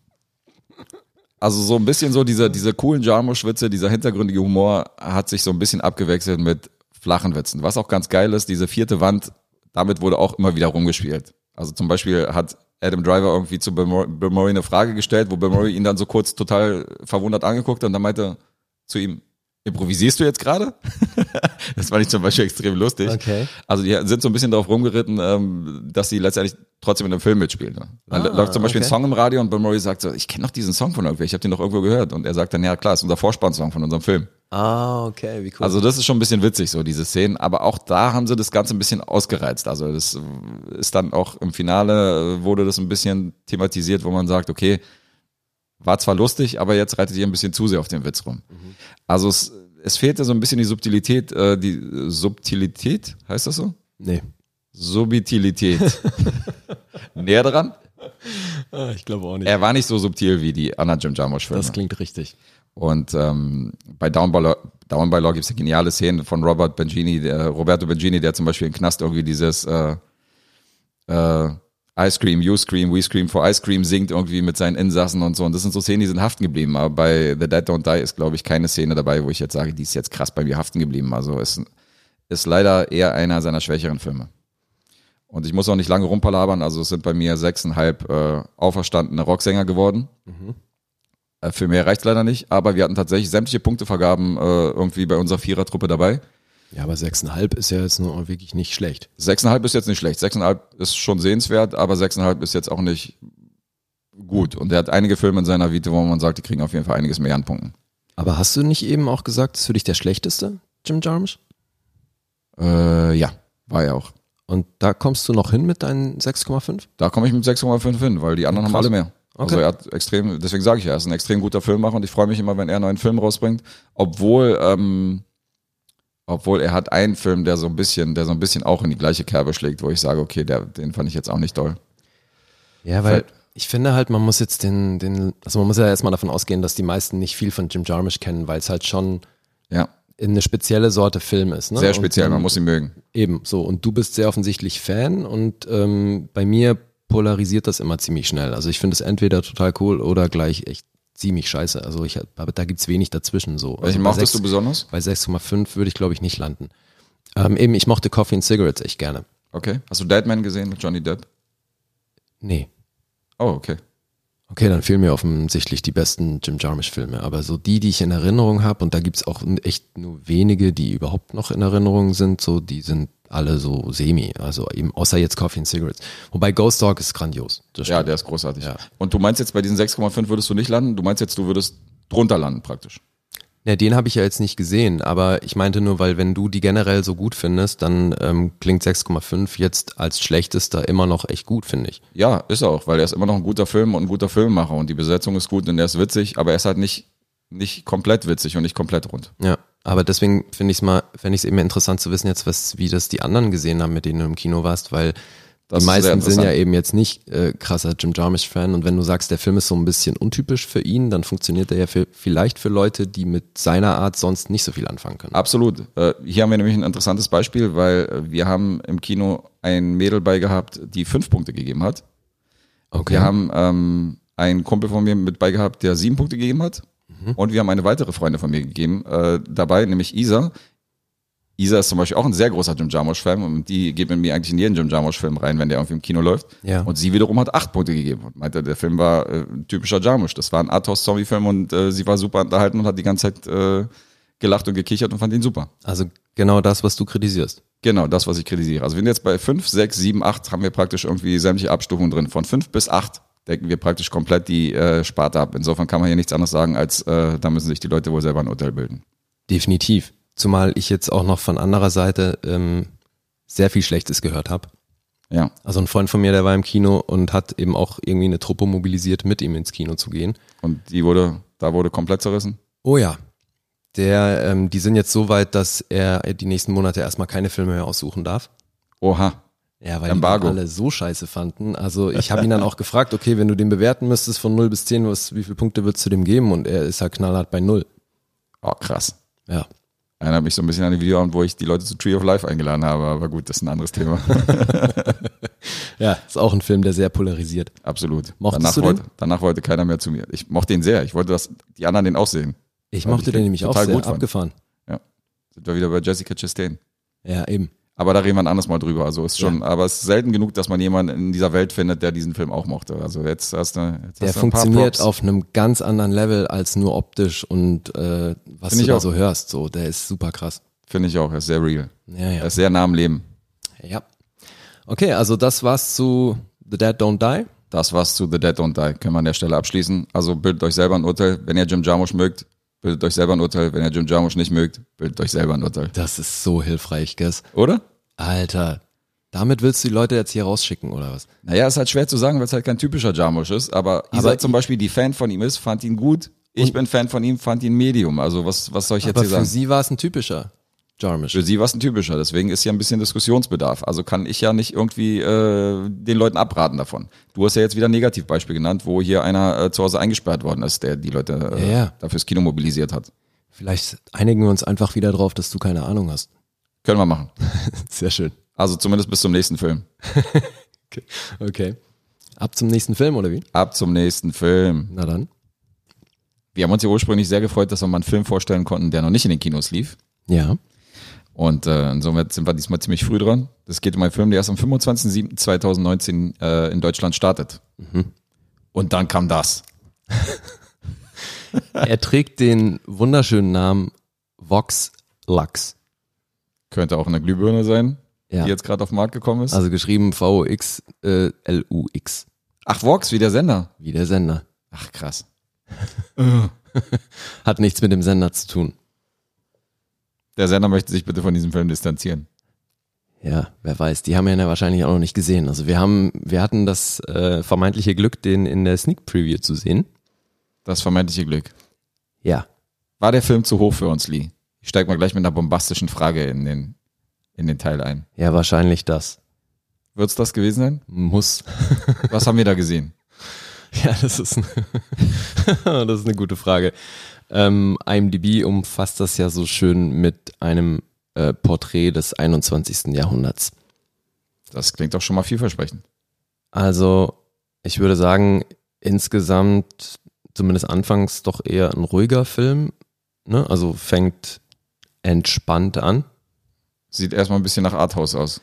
S2: also so ein bisschen so dieser, dieser coolen Jarmo-Schwitze, dieser hintergründige Humor hat sich so ein bisschen abgewechselt mit flachen Witzen. Was auch ganz geil ist, diese vierte Wand, damit wurde auch immer wieder rumgespielt. Also zum Beispiel hat Adam Driver irgendwie zu Bill Murray Bill Murray eine Frage gestellt, wo Bill Murray ihn dann so kurz total verwundert angeguckt hat und dann meinte zu ihm, improvisierst du jetzt gerade? das fand ich zum Beispiel extrem lustig.
S3: Okay.
S2: Also die sind so ein bisschen darauf rumgeritten, ähm, dass sie letztendlich trotzdem in einem Film mitspielen. Ne? Dann
S3: Ah,
S2: läuft zum Beispiel
S3: okay.
S2: ein Song im Radio und Bill Murray sagt so, ich kenne doch diesen Song von irgendwer, ich habe den doch irgendwo gehört. Und er sagt dann, ja klar, ist unser Vorspannsong von unserem Film.
S3: Ah, okay, wie cool.
S2: Also das ist schon ein bisschen witzig, so diese Szenen. Aber auch da haben sie das Ganze ein bisschen ausgereizt. Also das ist dann auch im Finale äh, wurde das ein bisschen thematisiert, wo man sagt, okay, war zwar lustig, aber jetzt reitet ihr ein bisschen zu sehr auf den Witz rum.
S3: Mhm.
S2: Also es, es fehlte so ein bisschen die Subtilität, äh, die Subtilität, heißt das so?
S3: nee.
S2: Subtilität. Näher dran?
S3: Ah, ich glaube auch nicht.
S2: Er war nicht so subtil wie die Anna Jim Jarmusch-Filme.
S3: das klingt richtig.
S2: Und ähm, bei Down by Law, Down by Law gibt es eine geniale Szene von Robert Bengini, der, Roberto Bengini, der zum Beispiel im Knast irgendwie dieses äh, äh, Ice Cream, You Scream, We Scream for Ice Cream singt irgendwie mit seinen Insassen und so. Und das sind so Szenen, die sind haften geblieben. Aber bei The Dead Don't Die ist, glaube ich, keine Szene dabei, wo ich jetzt sage, die ist jetzt krass bei mir haften geblieben. Also ist, ist leider eher einer seiner schwächeren Filme. Und ich muss auch nicht lange rumpalabern, also es sind bei mir sechseinhalb äh, auferstandene Rocksänger geworden. Äh, Für mehr reicht's leider nicht, aber wir hatten tatsächlich sämtliche Punktevergaben äh, irgendwie bei unserer Vierertruppe dabei.
S3: Ja, aber 6,5 ist ja jetzt nur wirklich nicht schlecht.
S2: Sechseinhalb ist jetzt nicht schlecht. Sechseinhalb ist schon sehenswert, aber sechseinhalb ist jetzt auch nicht gut. Und er hat einige Filme in seiner Vita, wo man sagt, die kriegen auf jeden Fall einiges mehr an Punkten.
S3: Aber hast du nicht eben auch gesagt, ist für dich der schlechteste, Jim Jarmusch?
S2: Äh, ja, war ja auch.
S3: Und da kommst du noch hin mit deinen 6,5?
S2: Da komme ich mit 6,5 hin, weil die anderen haben
S3: Oh, Krass.
S2: alle mehr. Also
S3: Okay.
S2: er hat extrem, deswegen sage ich ja, er ist ein extrem guter Filmemacher und ich freue mich immer, wenn er einen neuen Film rausbringt. Obwohl, ähm, obwohl er hat einen Film, der so ein bisschen, der so ein bisschen auch in die gleiche Kerbe schlägt, wo ich sage, okay, der, den fand ich jetzt auch nicht doll.
S3: Ja, weil ich finde halt, man muss jetzt den, den, also man muss ja erstmal davon ausgehen, dass die meisten nicht viel von Jim Jarmusch kennen, weil es halt schon
S2: Ja,
S3: eine spezielle Sorte Film ist. Ne?
S2: sehr
S3: Und
S2: speziell, man muss ihn mögen.
S3: Eben, so. Und du bist sehr offensichtlich Fan und ähm, bei mir polarisiert das immer ziemlich schnell. Also ich finde es entweder total cool oder gleich echt ziemlich scheiße. Also ich aber da gibt's wenig dazwischen so. Also
S2: Welchen
S3: bei
S2: mochtest
S3: sechs-
S2: du besonders?
S3: Bei 6,5 würde ich glaube ich nicht landen. Ähm, eben, ich mochte Coffee and Cigarettes echt gerne.
S2: Okay. Hast du Deadman gesehen mit Johnny Depp?
S3: Nee.
S2: Oh, okay.
S3: Okay, dann fehlen mir offensichtlich die besten Jim Jarmusch-Filme. Aber so die, die ich in Erinnerung habe, und da gibt's auch n- echt nur wenige, die überhaupt noch in Erinnerung sind, so die sind alle so semi. Also eben, außer jetzt Coffee and Cigarettes. Wobei Ghost Dog ist grandios. Das
S2: Ja,
S3: stimmt.
S2: der ist großartig.
S3: Ja.
S2: Und du meinst jetzt, bei diesen 6,5 würdest du nicht landen? Du meinst jetzt, du würdest drunter landen praktisch.
S3: Ja, Ne, den habe ich ja jetzt nicht gesehen, aber ich meinte nur, weil wenn du die generell so gut findest, dann ähm, klingt 6,5 jetzt als schlechtester immer noch echt gut, finde ich.
S2: Ja, ist er auch, weil er ist immer noch ein guter Film und ein guter Filmemacher und die Besetzung ist gut und er ist witzig, aber er ist halt nicht, nicht komplett witzig und nicht komplett rund.
S3: Ja. Aber deswegen finde ich es mal, fände ich es eben interessant zu wissen jetzt, was, wie das die anderen gesehen haben, mit denen du im Kino warst, weil
S2: Das
S3: die
S2: ist sehr
S3: meisten sind ja
S2: interessant.
S3: eben jetzt nicht äh, krasser Jim Jarmusch-Fan und wenn du sagst, der Film ist so ein bisschen untypisch für ihn, dann funktioniert er ja für, vielleicht für Leute, die mit seiner Art sonst nicht so viel anfangen können.
S2: Absolut. Äh, hier haben wir nämlich ein interessantes Beispiel, weil äh, wir haben im Kino ein Mädel bei gehabt, die fünf Punkte gegeben hat.
S3: Okay.
S2: Wir haben ähm, einen Kumpel von mir mit bei gehabt, der sieben Punkte gegeben hat.
S3: Mhm.
S2: Und wir haben eine weitere Freundin von mir gegeben äh, dabei, nämlich Isa. Isa ist zum Beispiel auch ein sehr großer Jim Jarmusch-Fan und die geht mit mir eigentlich in jeden Jim Jarmusch-Film rein, wenn der irgendwie im Kino läuft.
S3: Ja.
S2: Und sie wiederum hat acht Punkte gegeben und meinte, der Film war äh, ein typischer Jarmusch. Das war ein Arthouse-Zombie-Film und äh, sie war super unterhalten und hat die ganze Zeit äh, gelacht und gekichert und fand ihn super.
S3: also genau das, was du kritisierst.
S2: Genau, das, was ich kritisiere. Also wir sind jetzt bei 5, 6, 7, 8 haben wir praktisch irgendwie sämtliche Abstufungen drin. Von 5 bis 8 decken wir praktisch komplett die äh, Sparte ab. Insofern kann man hier nichts anderes sagen, als äh, da müssen sich die Leute wohl selber ein Urteil bilden.
S3: Definitiv. Zumal ich jetzt auch noch von anderer Seite ähm, sehr viel Schlechtes gehört habe.
S2: Ja.
S3: Also ein Freund von mir, der war im Kino und hat eben auch irgendwie eine Truppe mobilisiert, mit ihm ins Kino zu gehen.
S2: Und die wurde, da wurde komplett zerrissen.
S3: Oh ja. Der, ähm, die sind jetzt so weit, dass er die nächsten Monate erstmal keine Filme mehr aussuchen darf.
S2: Oha.
S3: Ja, weil
S2: Embargo.
S3: die den alle so scheiße fanden. Also ich habe ihn dann auch gefragt, okay, wenn du den bewerten müsstest von 0 bis 10, was, wie viele Punkte würdest du dem geben? Und er ist ja knallhart bei 0.
S2: Oh, krass.
S3: Ja.
S2: Erinnert mich so ein bisschen an den Videoabend, wo ich die Leute zu Tree of Life eingeladen habe, aber gut, das ist ein anderes Thema.
S3: Ja, ist auch ein Film, der sehr polarisiert.
S2: Absolut.
S3: Mochtest
S2: danach,
S3: du den?
S2: wollte, danach wollte keiner mehr zu mir. Ich mochte ihn sehr. Ich wollte, dass die anderen den auch sehen.
S3: Ich
S2: Weil
S3: mochte
S2: ich
S3: den nämlich auch
S2: total
S3: sehr
S2: gut fand.
S3: abgefahren.
S2: Sind wir wieder bei Jessica Chastain.
S3: Ja, eben.
S2: Aber da reden wir ein anderes Mal drüber. Also ist schon, aber es ist selten genug, dass man jemanden in dieser Welt findet, der diesen Film auch mochte. Also jetzt hast du, jetzt
S3: Der
S2: hast du ein paar
S3: funktioniert
S2: Props.
S3: auf einem ganz anderen Level als nur optisch und äh, was
S2: Find
S3: du
S2: ich
S3: da
S2: auch.
S3: so hörst. So, der ist super krass.
S2: Finde ich auch. Er ist sehr real.
S3: Ja,
S2: Er
S3: ja.
S2: ist sehr nah am Leben.
S3: ja. Okay, also das war's zu The Dead Don't Die.
S2: Das war's zu The Dead Don't Die. Können wir an der Stelle abschließen. Also bildet euch selber ein Urteil. Wenn ihr Jim Jarmusch mögt, bildet euch selber ein Urteil. Wenn ihr Jim Jarmusch nicht mögt, bildet euch selber ein Urteil.
S3: Das ist so hilfreich, Guess.
S2: Oder?
S3: Alter, damit willst du die Leute jetzt hier rausschicken oder was?
S2: Naja, ist halt schwer zu sagen, weil es halt kein typischer Jarmusch ist. Aber Isa
S3: Aber
S2: zum Beispiel, die Fan von ihm ist, fand ihn gut. Ich bin Fan von ihm, fand ihn Medium. Also was, was soll ich jetzt
S3: Aber
S2: hier
S3: für
S2: sagen?
S3: sie war es ein typischer Jarmisch.
S2: Für sie war es ein typischer, deswegen ist ja ein bisschen Diskussionsbedarf. Also kann ich ja nicht irgendwie äh, den Leuten abraten davon. Du hast ja jetzt wieder ein Negativbeispiel genannt, wo hier einer äh, zu Hause eingesperrt worden ist, der die Leute äh,
S3: Ja, ja.
S2: dafür das Kino mobilisiert hat.
S3: Vielleicht einigen wir uns einfach wieder drauf, dass du keine Ahnung hast.
S2: Können wir machen.
S3: Sehr schön.
S2: Also zumindest bis zum nächsten Film.
S3: Okay. Ab zum nächsten Film, oder wie?
S2: Ab zum nächsten Film.
S3: Na dann.
S2: Wir haben uns ja ursprünglich sehr gefreut, dass wir mal einen Film vorstellen konnten, der noch nicht in den Kinos lief.
S3: Ja.
S2: Und äh, und somit sind wir diesmal ziemlich früh dran. Das geht um einen Film, der erst am 25.07.2019 äh, in Deutschland startet.
S3: Mhm.
S2: Und dann kam das.
S3: Er trägt den wunderschönen Namen Vox Lux.
S2: Könnte auch eine Glühbirne sein,
S3: Ja.
S2: die jetzt gerade auf den Markt gekommen ist.
S3: Also geschrieben äh, V-O-X-L-U-X,
S2: Ach, Vox, wie der Sender.
S3: wie der Sender.
S2: Ach, krass.
S3: Hat nichts mit dem Sender zu tun.
S2: Der Sender möchte sich bitte von diesem Film distanzieren.
S3: Ja, wer weiß. Die haben ihn ja wahrscheinlich auch noch nicht gesehen. Also wir haben, wir hatten das äh, vermeintliche Glück, den in der Sneak Preview zu sehen.
S2: Das vermeintliche Glück.
S3: Ja.
S2: War der Film zu hoch für uns, Lee? Ich steig mal gleich mit einer bombastischen Frage in den, in den Teil ein.
S3: Ja, wahrscheinlich das.
S2: Wird's das gewesen sein?
S3: Muss.
S2: Was haben wir da gesehen?
S3: Ja, das ist eine, das ist eine gute Frage. Ähm, IMDb umfasst das ja so schön mit einem äh, Porträt des 21. Jahrhunderts.
S2: Das klingt doch schon mal vielversprechend.
S3: Also, ich würde sagen, insgesamt, zumindest anfangs, doch eher ein ruhiger Film. Ne? Also fängt entspannt an.
S2: Sieht erstmal ein bisschen nach Arthouse aus.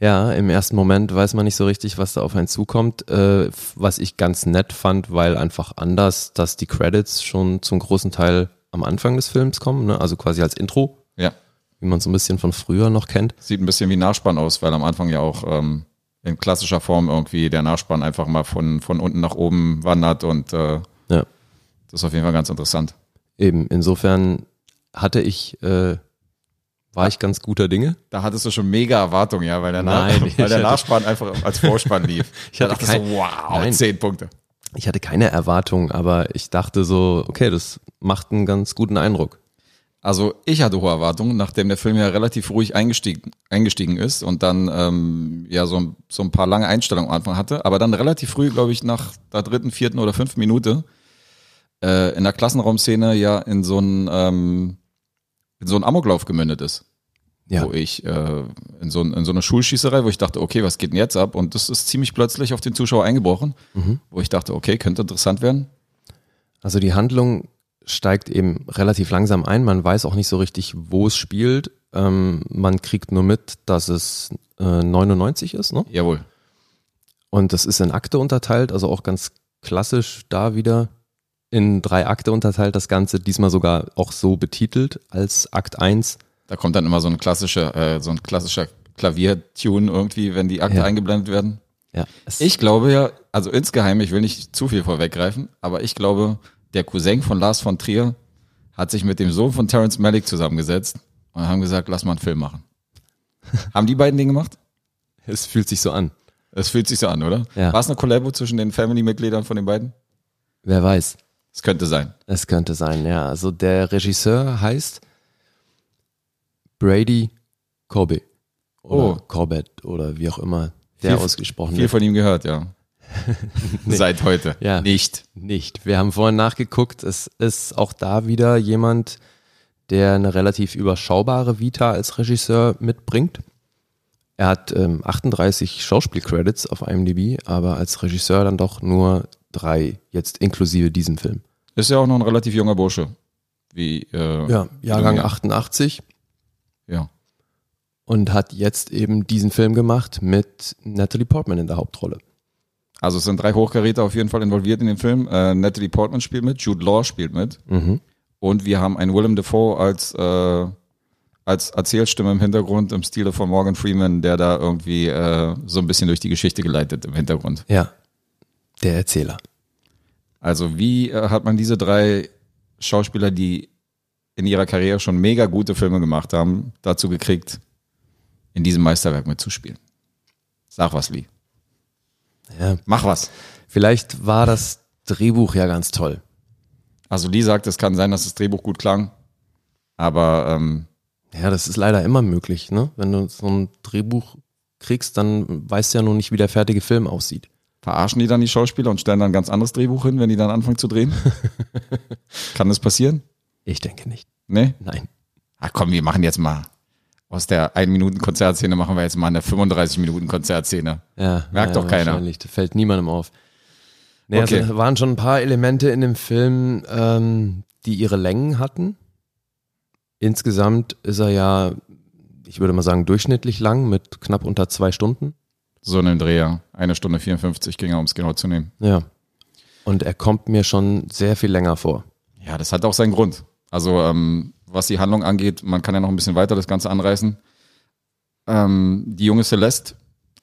S3: Ja, im ersten Moment weiß man nicht so richtig, was da auf einen zukommt. Äh, f- was ich ganz nett fand, weil einfach anders, dass die Credits schon zum großen Teil am Anfang des Films kommen, ne? also quasi als Intro,
S2: Ja.
S3: wie man so ein bisschen von früher noch kennt.
S2: Sieht ein bisschen wie Nachspann aus, weil am Anfang ja auch ähm, in klassischer Form irgendwie der Nachspann einfach mal von, von unten nach oben wandert und äh,
S3: Ja.
S2: das ist auf jeden Fall ganz interessant.
S3: Eben, insofern hatte ich, äh, war ich ganz guter Dinge.
S2: Da hattest du schon mega Erwartungen, ja, weil der, Nach-
S3: Nein, ich
S2: weil der
S3: hatte-
S2: Nachspann einfach als Vorspann lief.
S3: Ich hatte
S2: Da dachte
S3: kein-
S2: so, wow,
S3: Nein.
S2: zehn Punkte.
S3: Ich hatte keine Erwartungen, aber ich dachte so, okay, das macht einen ganz guten Eindruck.
S2: Also ich hatte hohe Erwartungen, nachdem der Film ja relativ ruhig eingestiegen, eingestiegen ist und dann ähm, ja so, ein- so ein paar lange Einstellungen am Anfang hatte, aber dann relativ früh, glaube ich, nach der dritten, vierten oder fünften Minute äh, in der Klassenraumszene ja in so einen ähm, in so einen Amoklauf gemündet ist,
S3: Ja,
S2: wo ich äh, in, so, ein- in so eine Schulschießerei, wo ich dachte, okay, was geht denn jetzt ab? Und das ist ziemlich plötzlich auf den Zuschauer eingebrochen,
S3: Mhm.
S2: wo ich dachte, okay, könnte interessant werden.
S3: also die Handlung steigt eben relativ langsam ein. Man weiß auch nicht so richtig, wo es spielt. Ähm, man kriegt nur mit, dass es äh, 99 ist, ne?
S2: Jawohl.
S3: Und das ist in Akte unterteilt, also auch ganz klassisch da wieder in drei Akte unterteilt. Das Ganze diesmal sogar auch so betitelt als Akt 1.
S2: Da kommt dann immer so ein klassischer, äh, so ein klassischer Klaviertune irgendwie, wenn die Akte
S3: Ja.
S2: eingeblendet werden.
S3: Ja, es-
S2: Ich glaube ja, also insgeheim, ich will nicht zu viel vorweggreifen, aber ich glaube, der Cousin von Lars von Trier hat sich mit dem Sohn von Terrence Malick zusammengesetzt und haben gesagt, lass mal einen Film machen. haben die beiden den gemacht?
S3: Es fühlt sich so an.
S2: Es fühlt sich so an, oder?
S3: Ja.
S2: War es eine Kollabo zwischen den Family-Mitgliedern von den beiden?
S3: Wer weiß.
S2: Es könnte sein.
S3: Es könnte sein, ja. Also der Regisseur heißt Brady Corbett. Oder
S2: Oh.
S3: Corbett oder wie auch immer der
S2: Viel-
S3: ausgesprochen
S2: Viel
S3: wird.
S2: von ihm gehört, ja. Seit heute.
S3: Ja.
S2: Nicht.
S3: Nicht. Wir haben vorhin nachgeguckt. Es ist auch da wieder jemand, der eine relativ überschaubare Vita als Regisseur mitbringt. Er hat ähm, 38 Schauspielcredits auf IMDb, aber als Regisseur dann doch nur drei, jetzt inklusive diesem Film.
S2: Ist ja auch noch ein relativ junger Bursche. Wie, äh,
S3: Ja, Jahrgang
S2: Ja.
S3: 88
S2: ja.
S3: und hat jetzt eben diesen Film gemacht mit Natalie Portman in der Hauptrolle.
S2: Also es sind drei Hochkaräter auf jeden Fall involviert in den Film. Äh, Natalie Portman spielt mit, Jude Law spielt mit.
S3: Mhm.
S2: Und wir haben einen Willem Dafoe als, äh, als Erzählstimme im Hintergrund im Stile von Morgan Freeman, der da irgendwie äh, so ein bisschen durch die Geschichte geleitet im Hintergrund.
S3: Ja, der Erzähler.
S2: Also wie äh, hat man diese drei Schauspieler, die in ihrer Karriere schon mega gute Filme gemacht haben, dazu gekriegt, in diesem Meisterwerk mitzuspielen? Sag was, Lee.
S3: Ja.
S2: Mach was.
S3: Vielleicht war das Drehbuch ja ganz toll.
S2: Also Lee sagt, es kann sein, dass das Drehbuch gut klang, aber ähm,
S3: Ja, das ist leider immer möglich, ne? Wenn du so ein Drehbuch kriegst, dann weißt du ja noch nicht, wie der fertige Film aussieht.
S2: verarschen die dann die Schauspieler und stellen dann ein ganz anderes Drehbuch hin, wenn die dann anfangen zu drehen? kann das passieren?
S3: Ich denke nicht.
S2: Nee?
S3: Nein.
S2: Ach komm, wir machen jetzt mal aus der 1-Minuten-Konzertszene machen wir jetzt mal eine 35-Minuten-Konzertszene.
S3: Ja,
S2: Merkt
S3: ja,
S2: doch keiner.
S3: wahrscheinlich. Das fällt niemandem auf. Nee, okay.
S2: Okay.
S3: also, da waren schon ein paar Elemente in dem Film, ähm, die ihre Längen hatten. Insgesamt ist er ja, ich würde mal sagen, durchschnittlich lang mit knapp unter zwei Stunden.
S2: So in dem Dreher. Eine Stunde 54 ging er, um es genau zu nehmen.
S3: Ja. Und er kommt mir schon sehr viel länger vor.
S2: Ja, das hat auch seinen Grund. Also, ähm, was die Handlung angeht, man kann ja noch ein bisschen weiter das Ganze anreißen. Ähm, die junge Celeste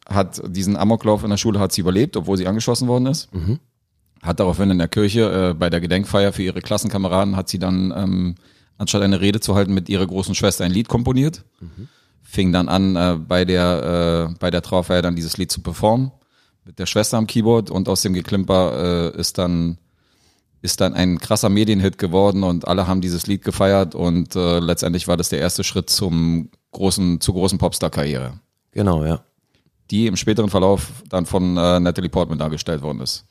S2: hat diesen Amoklauf in der Schule hat sie überlebt, obwohl sie angeschossen worden ist. Hat daraufhin in der Kirche äh, bei der Gedenkfeier für ihre Klassenkameraden hat sie dann ähm, anstatt eine Rede zu halten mit ihrer großen Schwester ein Lied komponiert. Fing dann an äh, bei der äh, bei der Trauerfeier dann dieses Lied zu performen mit der Schwester am Keyboard und aus dem Geklimper äh, ist dann ist dann ein krasser Medienhit geworden und alle haben dieses Lied gefeiert und äh, letztendlich war das der erste Schritt zum großen, zur großen Popstar-Karriere,
S3: Genau, ja.
S2: die im späteren Verlauf dann von äh, Natalie Portman dargestellt worden ist.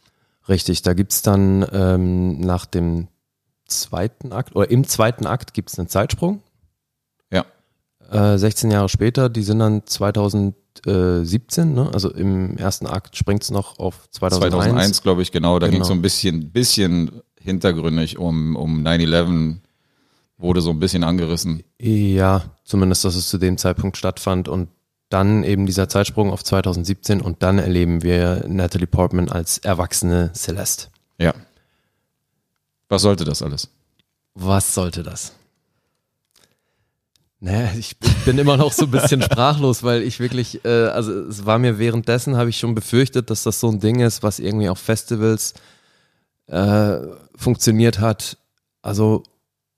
S3: Richtig, da gibt's dann ähm, nach dem zweiten Akt oder im zweiten Akt gibt's einen Zeitsprung.
S2: Ja.
S3: Äh, 16 Jahre später, die sind dann 2017, ne? also im ersten Akt springt's noch auf 2001.
S2: 2001, glaube ich, genau. Da
S3: Genau.
S2: ging es so ein bisschen, bisschen hintergründig um, um 9-11, wurde so ein bisschen angerissen.
S3: Ja, zumindest, dass es zu dem Zeitpunkt stattfand und dann eben dieser Zeitsprung auf 2017 und dann erleben wir Natalie Portman als erwachsene Celeste.
S2: Ja. Was sollte das alles?
S3: Was sollte das? Naja, ich bin immer noch so ein bisschen sprachlos, weil ich wirklich, äh, also es war mir währenddessen, habe ich schon befürchtet, dass das so ein Ding ist, was irgendwie auf Festivals äh, funktioniert hat. Also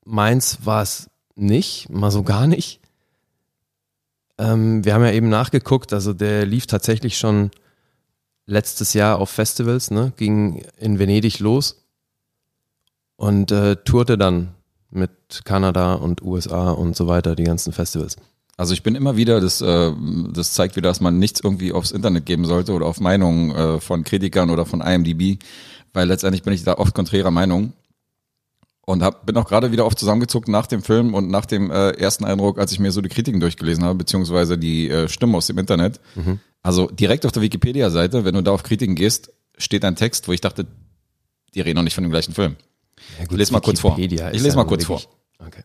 S3: meins war es nicht, mal so gar nicht. Ähm, wir haben ja eben nachgeguckt, also der lief tatsächlich schon letztes Jahr auf Festivals, ne? ging in Venedig los und äh, tourte dann mit Kanada und USA und so weiter, die ganzen Festivals.
S2: Also ich bin immer wieder, das, äh, das zeigt wieder, dass man nichts irgendwie aufs Internet geben sollte oder auf Meinungen äh, von Kritikern oder von IMDb, weil letztendlich bin ich da oft konträrer Meinung und hab, bin auch gerade wieder oft zusammengezuckt nach dem Film und nach dem äh, ersten Eindruck, als ich mir so die Kritiken durchgelesen habe, beziehungsweise die äh, Stimmen aus dem Internet. Also direkt auf der Wikipedia-Seite, wenn du da auf Kritiken gehst, steht ein Text, wo ich dachte, die reden doch nicht von dem gleichen Film.
S3: Ja, gut,
S2: Lies mal kurz vor.
S3: Wikipedia
S2: Ich
S3: ist
S2: lese
S3: ja
S2: mal kurz
S3: wirklich- Okay.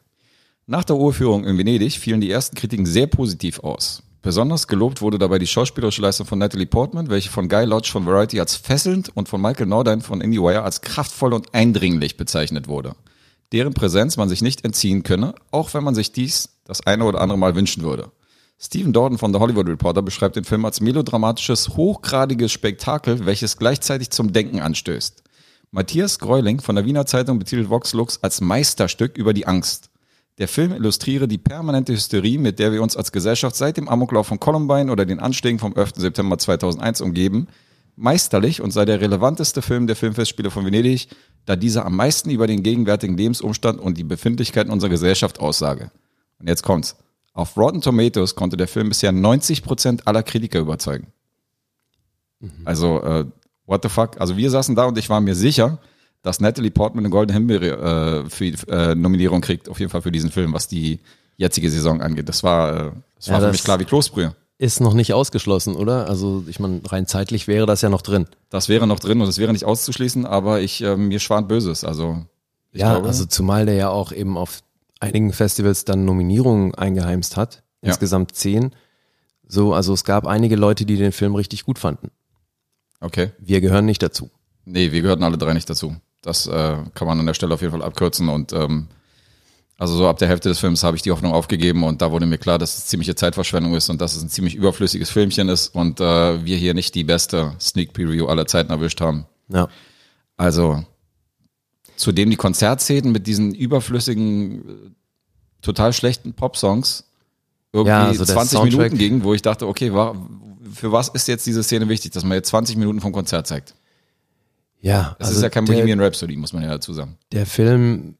S2: Nach der Urführung in Venedig fielen die ersten Kritiken sehr positiv aus. Besonders gelobt wurde dabei die schauspielerische Leistung von Natalie Portman, welche von Guy Lodge von Variety als fesselnd und von Michael Nordine von IndieWire als kraftvoll und eindringlich bezeichnet wurde. Deren Präsenz man sich nicht entziehen könne, auch wenn man sich dies das eine oder andere Mal wünschen würde. Stephen Dorden von The Hollywood Reporter beschreibt den Film als melodramatisches, hochgradiges Spektakel, welches gleichzeitig zum Denken anstößt. Matthias Greuling von der Wiener Zeitung betitelt Vox Lux als Meisterstück über die Angst. Der Film illustriere die permanente Hysterie, mit der wir uns als Gesellschaft seit dem Amoklauf von Columbine oder den Anschlägen vom 11. September 2001 umgeben. Meisterlich und sei der relevanteste Film der Filmfestspiele von Venedig, da dieser am meisten über den gegenwärtigen Lebensumstand und die Befindlichkeiten unserer Gesellschaft aussage. Und jetzt kommt's. Auf Rotten Tomatoes konnte der Film bisher 90% aller Kritiker überzeugen.
S3: Mhm.
S2: Also, äh, what the fuck? Also, wir saßen da und ich war mir sicher, dass Natalie Portman eine goldene Himbeere äh, für die äh, Nominierung kriegt, auf jeden Fall für diesen Film, was die jetzige Saison angeht. Das war, äh, das
S3: Ja,
S2: war für
S3: das-
S2: mich klar wie Kloßbrühe.
S3: Ist noch nicht ausgeschlossen, oder? Also ich meine, rein zeitlich wäre das ja noch drin.
S2: Das wäre noch drin und das wäre nicht auszuschließen, aber ich, äh, mir schwant Böses. Also, ich
S3: ja,
S2: glaube-
S3: also zumal der ja auch eben auf einigen Festivals dann Nominierungen eingeheimst hat.
S2: Ja.
S3: Insgesamt zehn. So, also es gab einige Leute, die den Film richtig gut fanden.
S2: okay.
S3: Wir gehören nicht dazu.
S2: Nee, wir gehörten alle drei nicht dazu. Das äh, kann man an der Stelle auf jeden Fall abkürzen. Und ähm, also so ab der Hälfte des Films habe ich die Hoffnung aufgegeben und da wurde mir klar, dass es ziemliche Zeitverschwendung ist und dass es ein ziemlich überflüssiges Filmchen ist und äh, wir hier nicht die beste Sneak Preview aller Zeiten erwischt haben.
S3: Ja.
S2: Also zudem die Konzertszenen mit diesen überflüssigen, äh, total schlechten Popsongs irgendwie
S3: Ja, also der
S2: 20
S3: Soundtrack-
S2: Minuten gingen, wo ich dachte, okay, wa- für was ist jetzt diese Szene wichtig, dass man jetzt 20 Minuten vom Konzert zeigt?
S3: Ja,
S2: Es ist ja kein
S3: Also der,
S2: Bohemian Rhapsody, muss man ja dazu sagen.
S3: der Film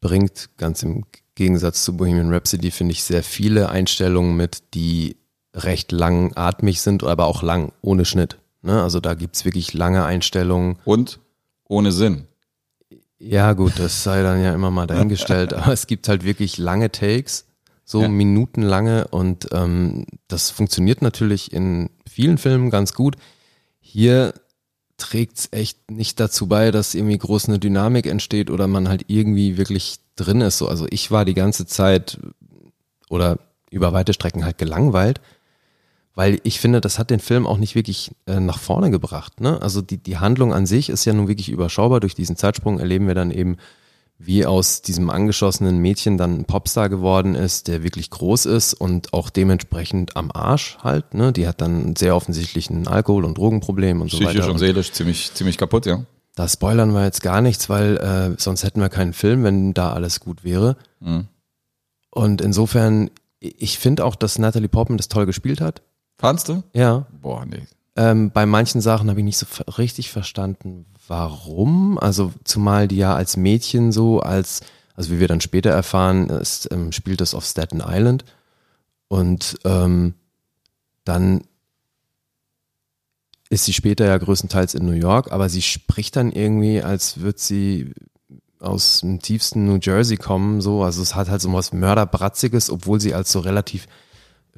S3: bringt ganz im Gegensatz zu Bohemian Rhapsody, finde ich, sehr viele Einstellungen mit, die recht langatmig sind, aber auch lang, ohne Schnitt. Ne? Also da gibt's wirklich lange Einstellungen.
S2: Und ohne Sinn.
S3: Ja, gut, das sei dann ja immer mal dahingestellt, aber es gibt halt wirklich lange Takes, so
S2: Ja.
S3: minutenlange und ähm, das funktioniert natürlich in vielen Filmen ganz gut. Hier trägt's echt nicht dazu bei, dass irgendwie groß eine Dynamik entsteht oder man halt irgendwie wirklich drin ist. So, also ich war die ganze Zeit oder über weite Strecken halt gelangweilt, weil ich finde, das hat den Film auch nicht wirklich äh, nach vorne gebracht. Ne? Also die, die Handlung an sich ist ja nun wirklich überschaubar. Durch diesen Zeitsprung erleben wir dann eben, wie aus diesem angeschossenen Mädchen dann ein Popstar geworden ist, der wirklich groß ist und auch dementsprechend am Arsch halt. Ne? Die hat dann sehr offensichtlich ein Alkohol- und Drogenproblem und so weiter.
S2: Psychisch und seelisch ziemlich, ziemlich kaputt, ja.
S3: Da spoilern wir jetzt gar nichts, weil äh, sonst hätten wir keinen Film, wenn da alles gut wäre.
S2: Mhm.
S3: Und insofern, i- ich finde auch, dass Natalie Portman das toll gespielt hat.
S2: Fandst du?
S3: Ja.
S2: Boah, nee.
S3: Ähm, bei manchen Sachen habe ich nicht so ver- richtig verstanden, warum. Also zumal die ja als Mädchen so, als, also wie wir dann später erfahren, ist, ähm, spielt das auf Staten Island. Und ähm, dann ist sie später ja größtenteils in New York, aber sie spricht dann irgendwie, als würde sie aus dem tiefsten New Jersey kommen, so. Also es hat halt so was Mörderbratziges, obwohl sie als so relativ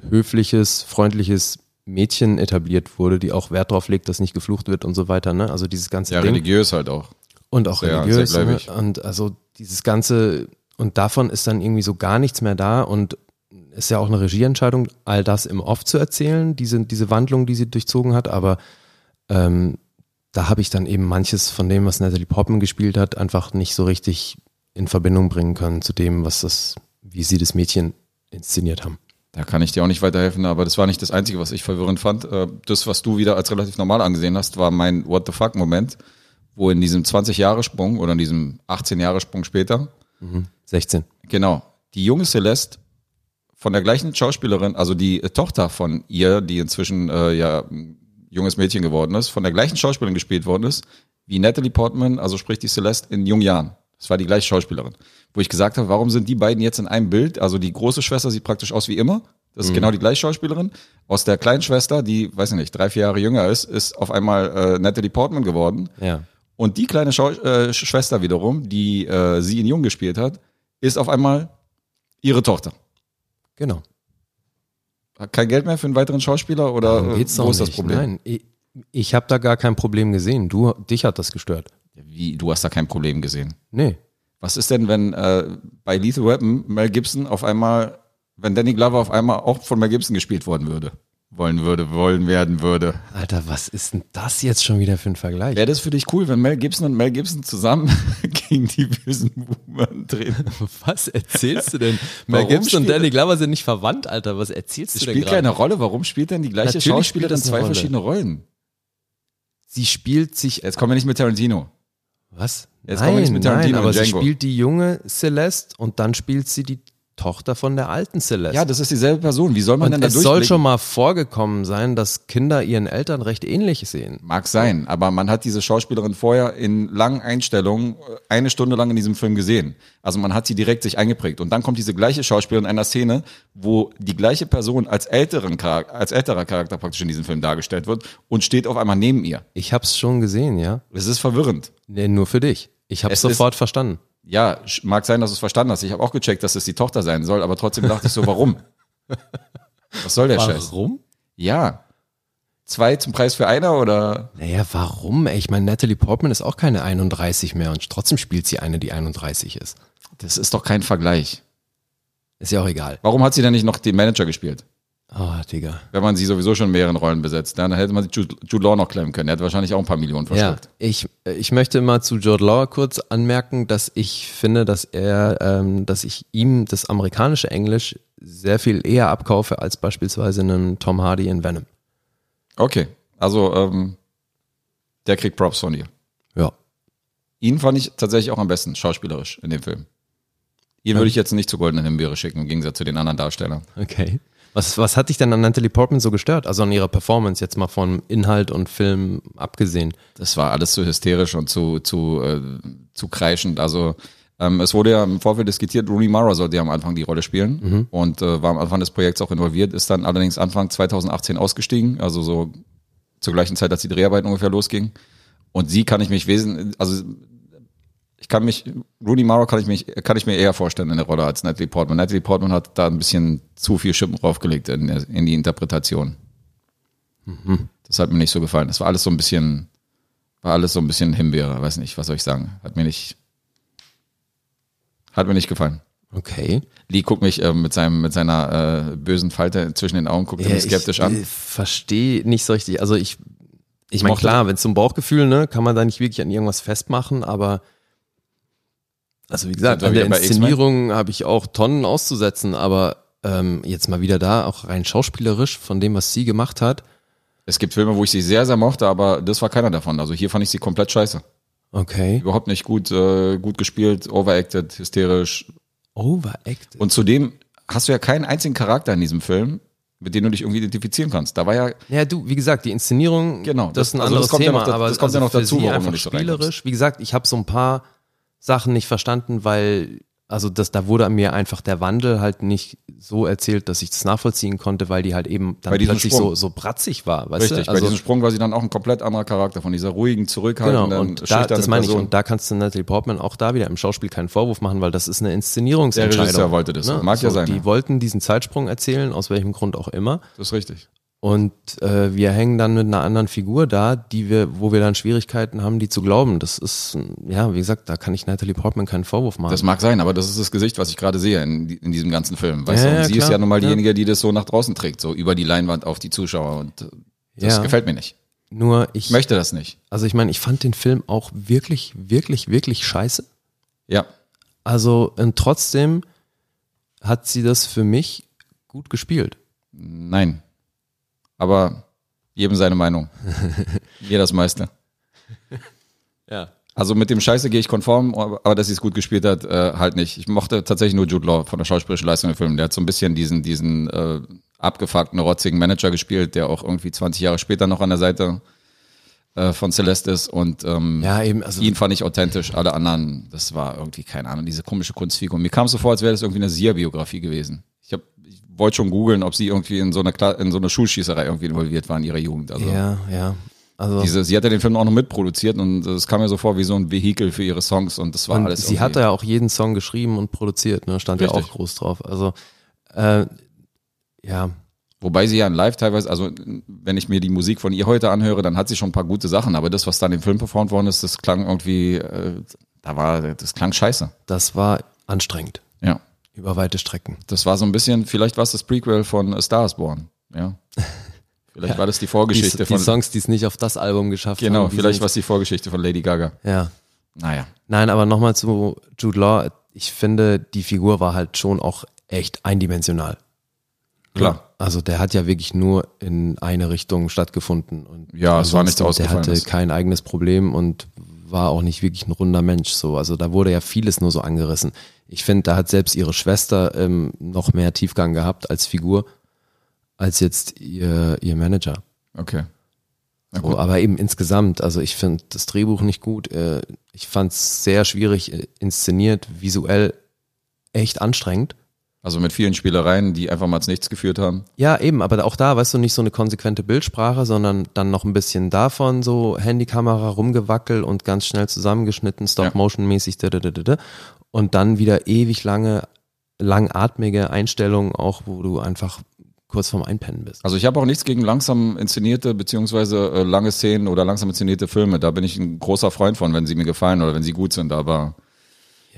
S3: höfliches, freundliches Mädchen etabliert wurde, die auch Wert drauf legt, dass nicht geflucht wird und so weiter, ne? Also dieses ganze
S2: Ja,
S3: Ding.
S2: religiös halt auch.
S3: Und auch
S2: Sehr-
S3: religiös.
S2: sehr
S3: ne?
S2: gläubig.
S3: Und also dieses Ganze, und davon ist dann irgendwie so gar nichts mehr da und ist ja auch eine Regieentscheidung, all das im Off zu erzählen, diese, diese Wandlung, die sie durchzogen hat, aber ähm, da habe ich dann eben manches von dem, was Natalie Portman gespielt hat, einfach nicht so richtig in Verbindung bringen können zu dem, was das, wie sie das Mädchen inszeniert haben.
S2: Da kann ich dir auch nicht weiterhelfen, aber das war nicht das Einzige, was ich verwirrend fand. Äh, Das, was du wieder als relativ normal angesehen hast, war mein What the fuck-Moment, wo in diesem 20-Jahre-Sprung oder in diesem 18-Jahre-Sprung später
S3: 16.
S2: Genau. Die junge Celeste von der gleichen Schauspielerin, also die äh, Tochter von ihr, die inzwischen äh, ja ein junges Mädchen geworden ist, von der gleichen Schauspielerin gespielt worden ist, wie Natalie Portman, also sprich die Celeste in jungen Jahren. Das war die gleiche Schauspielerin. Wo ich gesagt habe, warum sind die beiden jetzt in einem Bild? Also die große Schwester sieht praktisch aus wie immer. Das ist genau die gleiche Schauspielerin. Aus der kleinen Schwester, die, weiß ich nicht, drei, vier Jahre jünger ist, ist auf einmal äh, Natalie Portman geworden.
S3: Ja.
S2: Und die kleine Schau äh, Sch- Schwester wiederum, die äh, sie in Jung gespielt hat, ist auf einmal ihre Tochter.
S3: Genau.
S2: Hat kein Geld mehr für einen weiteren Schauspieler oder
S3: Darum
S2: äh,
S3: geht's
S2: wo
S3: doch
S2: ist das
S3: nicht.
S2: Problem?
S3: Nein, ich, ich habe da gar kein Problem gesehen. Du, dich hat das gestört.
S2: Wie, du hast da kein Problem gesehen.
S3: Nee.
S2: Was ist denn, wenn äh, bei Lethal Weapon Mel Gibson auf einmal, wenn Danny Glover auf einmal auch von Mel Gibson gespielt worden würde? Wollen würde, wollen werden würde.
S3: Alter, was ist denn das jetzt schon wieder für ein Vergleich?
S2: Wäre das für dich cool, wenn Mel Gibson und Mel Gibson zusammen gegen die bösen Boomer treten?
S3: Was erzählst du denn?
S2: Mel
S3: Mel
S2: Warum Gibson
S3: Gibson
S2: und
S3: und
S2: spielt- Danny
S3: Danny Glover sind nicht verwandt, Alter. Was erzählst du
S2: Das
S3: denn
S2: spielt
S3: gerade?
S2: keine Rolle. Warum spielt denn die gleiche
S3: Natürlich spielt
S2: Schauspielerin
S3: das eine
S2: zwei
S3: Rolle.
S2: verschiedene Rollen?
S3: Sie spielt sich
S2: Jetzt kommen wir nicht mit Tarantino.
S3: Was?
S2: Jetzt kommen wir
S3: nein,
S2: jetzt mit
S3: nein,
S2: Tarantino
S3: aber
S2: und
S3: sie
S2: Django.
S3: spielt die junge Celeste und dann spielt sie die Tochter von der alten Celeste.
S2: Ja, das ist dieselbe Person. Wie soll man denn
S3: und
S2: da
S3: es soll
S2: durchblicken?
S3: schon mal vorgekommen sein, dass Kinder ihren Eltern recht ähnlich sehen.
S2: Mag sein, aber man hat diese Schauspielerin vorher in langen Einstellungen äh, eine Stunde lang in diesem Film gesehen. Also man hat sie direkt sich eingeprägt. Und dann kommt diese gleiche Schauspielerin in einer Szene, wo die gleiche Person als, älteren Charakter, als älterer Charakter praktisch in diesem Film dargestellt wird und steht auf einmal neben ihr.
S3: Ich hab's schon gesehen, ja.
S2: Es ist verwirrend.
S3: Nee, nur für dich. Ich hab's
S2: Es ist-
S3: sofort verstanden.
S2: Ja, sch- mag sein, dass du es verstanden hast. Ich habe auch gecheckt, dass es die Tochter sein soll, aber trotzdem dachte ich so, warum? Was soll der Scheiß?
S3: Warum?
S2: Ja. Zwei zum Preis für einer oder?
S3: Naja, warum? ey? Ich meine, Natalie Portman ist auch keine 31 mehr und trotzdem spielt sie eine, die 31 ist.
S2: Das ist doch kein Vergleich.
S3: Ist ja auch egal.
S2: Warum hat sie denn nicht noch den Manager gespielt?
S3: Oh, Digga.
S2: Wenn man sie sowieso schon in mehreren Rollen besetzt, dann hätte man sich Jude, Jude Law noch klemmen können. Der hat wahrscheinlich auch ein paar Millionen
S3: Ja,
S2: verschluckt.
S3: ich, ich möchte mal zu Jude Law kurz anmerken, dass ich finde, dass er, ähm, dass ich ihm das amerikanische Englisch sehr viel eher abkaufe als beispielsweise einen Tom Hardy in Venom.
S2: Okay, also ähm, der kriegt Props von dir.
S3: Ja.
S2: Ihn fand ich tatsächlich auch am besten, schauspielerisch in dem Film. Ihn würde ich jetzt nicht zu goldenen Himbeere schicken, im Gegensatz zu den anderen Darstellern.
S3: Okay. Was, was hat dich denn an Natalie Portman so gestört? Also an ihrer Performance, jetzt mal von Inhalt und Film abgesehen.
S2: Das war alles zu hysterisch und zu, zu, äh, zu kreischend. Also ähm, es wurde ja im Vorfeld diskutiert, Rooney Mara sollte ja am Anfang die Rolle spielen und äh, war am Anfang des Projekts auch involviert, ist dann allerdings Anfang 2018 ausgestiegen, also so zur gleichen Zeit, als die Dreharbeiten ungefähr losgingen. Und sie kann ich mich wesen, also ich kann mich, Rooney Mara kann ich mich, kann ich mir eher vorstellen in der Rolle als Natalie Portman. Natalie Portman hat da ein bisschen zu viel Schippen draufgelegt in, in die Interpretation. Das hat mir nicht so gefallen. Das war alles so ein bisschen war alles so ein bisschen Himbeere, weiß nicht, was soll ich sagen. Hat mir nicht, hat mir nicht gefallen.
S3: Okay.
S2: Lee guckt mich ähm, mit, seinem, mit seiner äh, bösen Falte zwischen den Augen, guckt er mich skeptisch
S3: ich,
S2: an.
S3: Ich verstehe nicht so richtig. Also ich, ich meine,
S2: mochte-
S3: klar, wenn es um Bauchgefühl, ne, kann man da nicht wirklich an irgendwas festmachen, aber also wie gesagt,
S2: Sind wir
S3: an der
S2: wieder bei X-Men?
S3: Inszenierung habe ich auch Tonnen auszusetzen, aber ähm, jetzt mal wieder da, auch rein schauspielerisch von dem, was sie gemacht hat.
S2: Es gibt Filme, wo ich sie sehr, sehr mochte, aber das war keiner davon. Also hier fand ich sie komplett scheiße.
S3: Okay.
S2: Überhaupt nicht gut, äh, gut gespielt, overacted, hysterisch.
S3: Overacted.
S2: Und zudem hast du ja keinen einzigen Charakter in diesem Film, mit dem du dich irgendwie identifizieren kannst. Da war ja
S3: Ja, du, wie gesagt, die Inszenierung,
S2: Genau,
S3: das,
S2: das-
S3: ist ein
S2: also
S3: anderes
S2: das kommt ja
S3: Thema,
S2: noch da-
S3: aber also
S2: das kommt ja noch
S3: für
S2: dazu,
S3: sie
S2: warum du
S3: einfach
S2: nicht so reinkommst.
S3: spielerisch. Wie gesagt, ich habe so ein paar Sachen nicht verstanden, weil also das, da wurde mir einfach der Wandel halt nicht so erzählt, dass ich das nachvollziehen konnte, weil die halt eben dann
S2: Bei diesem
S3: plötzlich
S2: Sprung.
S3: so, so bratzig war, weißt
S2: richtig.
S3: du?
S2: bei
S3: Also,
S2: diesem Sprung war sie dann auch ein komplett anderer Charakter von dieser ruhigen, zurückhaltenden,
S3: genau, und da,
S2: schüchternen
S3: das meine ich,
S2: Person.
S3: und da kannst du Natalie Portman auch da wieder im Schauspiel keinen Vorwurf machen, weil das ist eine
S2: Der
S3: Inszenierungsentscheidung.
S2: Regisseur wollte das.
S3: ne?
S2: Mag ja
S3: So,
S2: sein.
S3: Die
S2: ja.
S3: wollten diesen Zeitsprung erzählen, aus welchem Grund auch immer.
S2: Das ist richtig.
S3: Und äh, wir hängen dann mit einer anderen Figur da, die wir, wo wir dann Schwierigkeiten haben, die zu glauben. Das ist, ja, wie gesagt, da kann ich Natalie Portman keinen Vorwurf machen.
S2: Das mag sein, aber das ist das Gesicht, was ich gerade sehe in, in diesem ganzen Film. Weißt
S3: Ja,
S2: du? Und
S3: ja,
S2: sie
S3: klar.
S2: ist ja nun mal
S3: Ja.
S2: diejenige, die das so nach draußen trägt, so über die Leinwand auf die Zuschauer. Und äh, das
S3: Ja.
S2: gefällt mir nicht.
S3: Nur ich,
S2: Ich möchte das nicht.
S3: also ich meine, ich fand den Film auch wirklich, wirklich, wirklich scheiße.
S2: Ja.
S3: Also und trotzdem hat sie das für mich gut gespielt.
S2: Nein. Aber jedem seine Meinung. Mir das meiste.
S3: Ja.
S2: Also mit dem Scheiße gehe ich konform, aber aber dass sie es gut gespielt hat, äh, halt nicht. Ich mochte tatsächlich nur Jude Law von der schauspielerischen Leistung im Film. Der hat so ein bisschen diesen, diesen äh, abgefuckten, rotzigen Manager gespielt, der auch irgendwie 20 Jahre später noch an der Seite äh, von Celeste ist. Und ähm,
S3: Ja, eben, also
S2: ihn fand ich authentisch, alle anderen, das war irgendwie, keine Ahnung, diese komische Kunstfigur. Mir kam es so vor, als wäre das irgendwie eine Sia-Biografie gewesen. Ich, hab- ich wollte schon googeln, ob sie irgendwie in so eine, Kla- in so eine Schulschießerei irgendwie involviert war in ihrer Jugend. Also
S3: ja, ja. Also
S2: diese, sie hat ja den Film auch noch mitproduziert und es kam mir so vor wie so ein Vehikel für ihre Songs und das war
S3: Und
S2: alles.
S3: sie
S2: irgendwie-
S3: hat da ja auch jeden Song geschrieben und produziert, ne? Stand ja
S2: Richtig.
S3: auch groß drauf. Also äh, ja,
S2: Wobei sie ja in Live teilweise, also wenn ich mir die Musik von ihr heute anhöre, dann hat sie schon ein paar gute Sachen, aber das, was dann im Film performt worden ist, das klang irgendwie, äh, da war, das klang scheiße.
S3: das war anstrengend.
S2: Ja.
S3: Über weite Strecken.
S2: Das war so ein bisschen, vielleicht war es das Prequel von A Star is Born. Ja. Vielleicht war das die Vorgeschichte
S3: die,
S2: von.
S3: die Songs, die es nicht auf das Album geschafft haben.
S2: genau,
S3: die
S2: vielleicht
S3: sind-
S2: war es die Vorgeschichte von Lady Gaga.
S3: Ja.
S2: Naja.
S3: Nein, aber nochmal zu Jude Law. Ich finde, die Figur war halt schon auch echt eindimensional.
S2: Klar.
S3: Also der hat ja wirklich nur in eine Richtung stattgefunden. Und
S2: Ja, es war nichts
S3: ansonsten, Der hatte
S2: Ausgefallenes.
S3: kein eigenes Problem und war auch nicht wirklich ein runder Mensch. So, also da wurde ja vieles nur so angerissen. Ich finde, da hat selbst ihre Schwester ähm, noch mehr Tiefgang gehabt als Figur, als jetzt ihr, ihr Manager.
S2: Okay. Na gut.
S3: So, aber eben insgesamt, also ich finde das Drehbuch nicht gut. äh, Ich fand es sehr schwierig äh, inszeniert, visuell echt anstrengend.
S2: Also mit vielen Spielereien, die einfach mal zu nichts geführt haben.
S3: Ja, eben, aber auch da, weißt du, nicht so eine konsequente Bildsprache, sondern dann noch ein bisschen davon, so Handykamera rumgewackel und ganz schnell zusammengeschnitten, Stop-Motion-mäßig, da, da, da, da, da. und dann wieder ewig lange, langatmige Einstellungen auch, wo du einfach kurz vorm Einpennen bist.
S2: Also ich habe auch nichts gegen langsam inszenierte beziehungsweise äh, lange Szenen oder langsam inszenierte Filme. Da bin ich ein großer Freund von, wenn sie mir gefallen oder wenn sie gut sind. Aber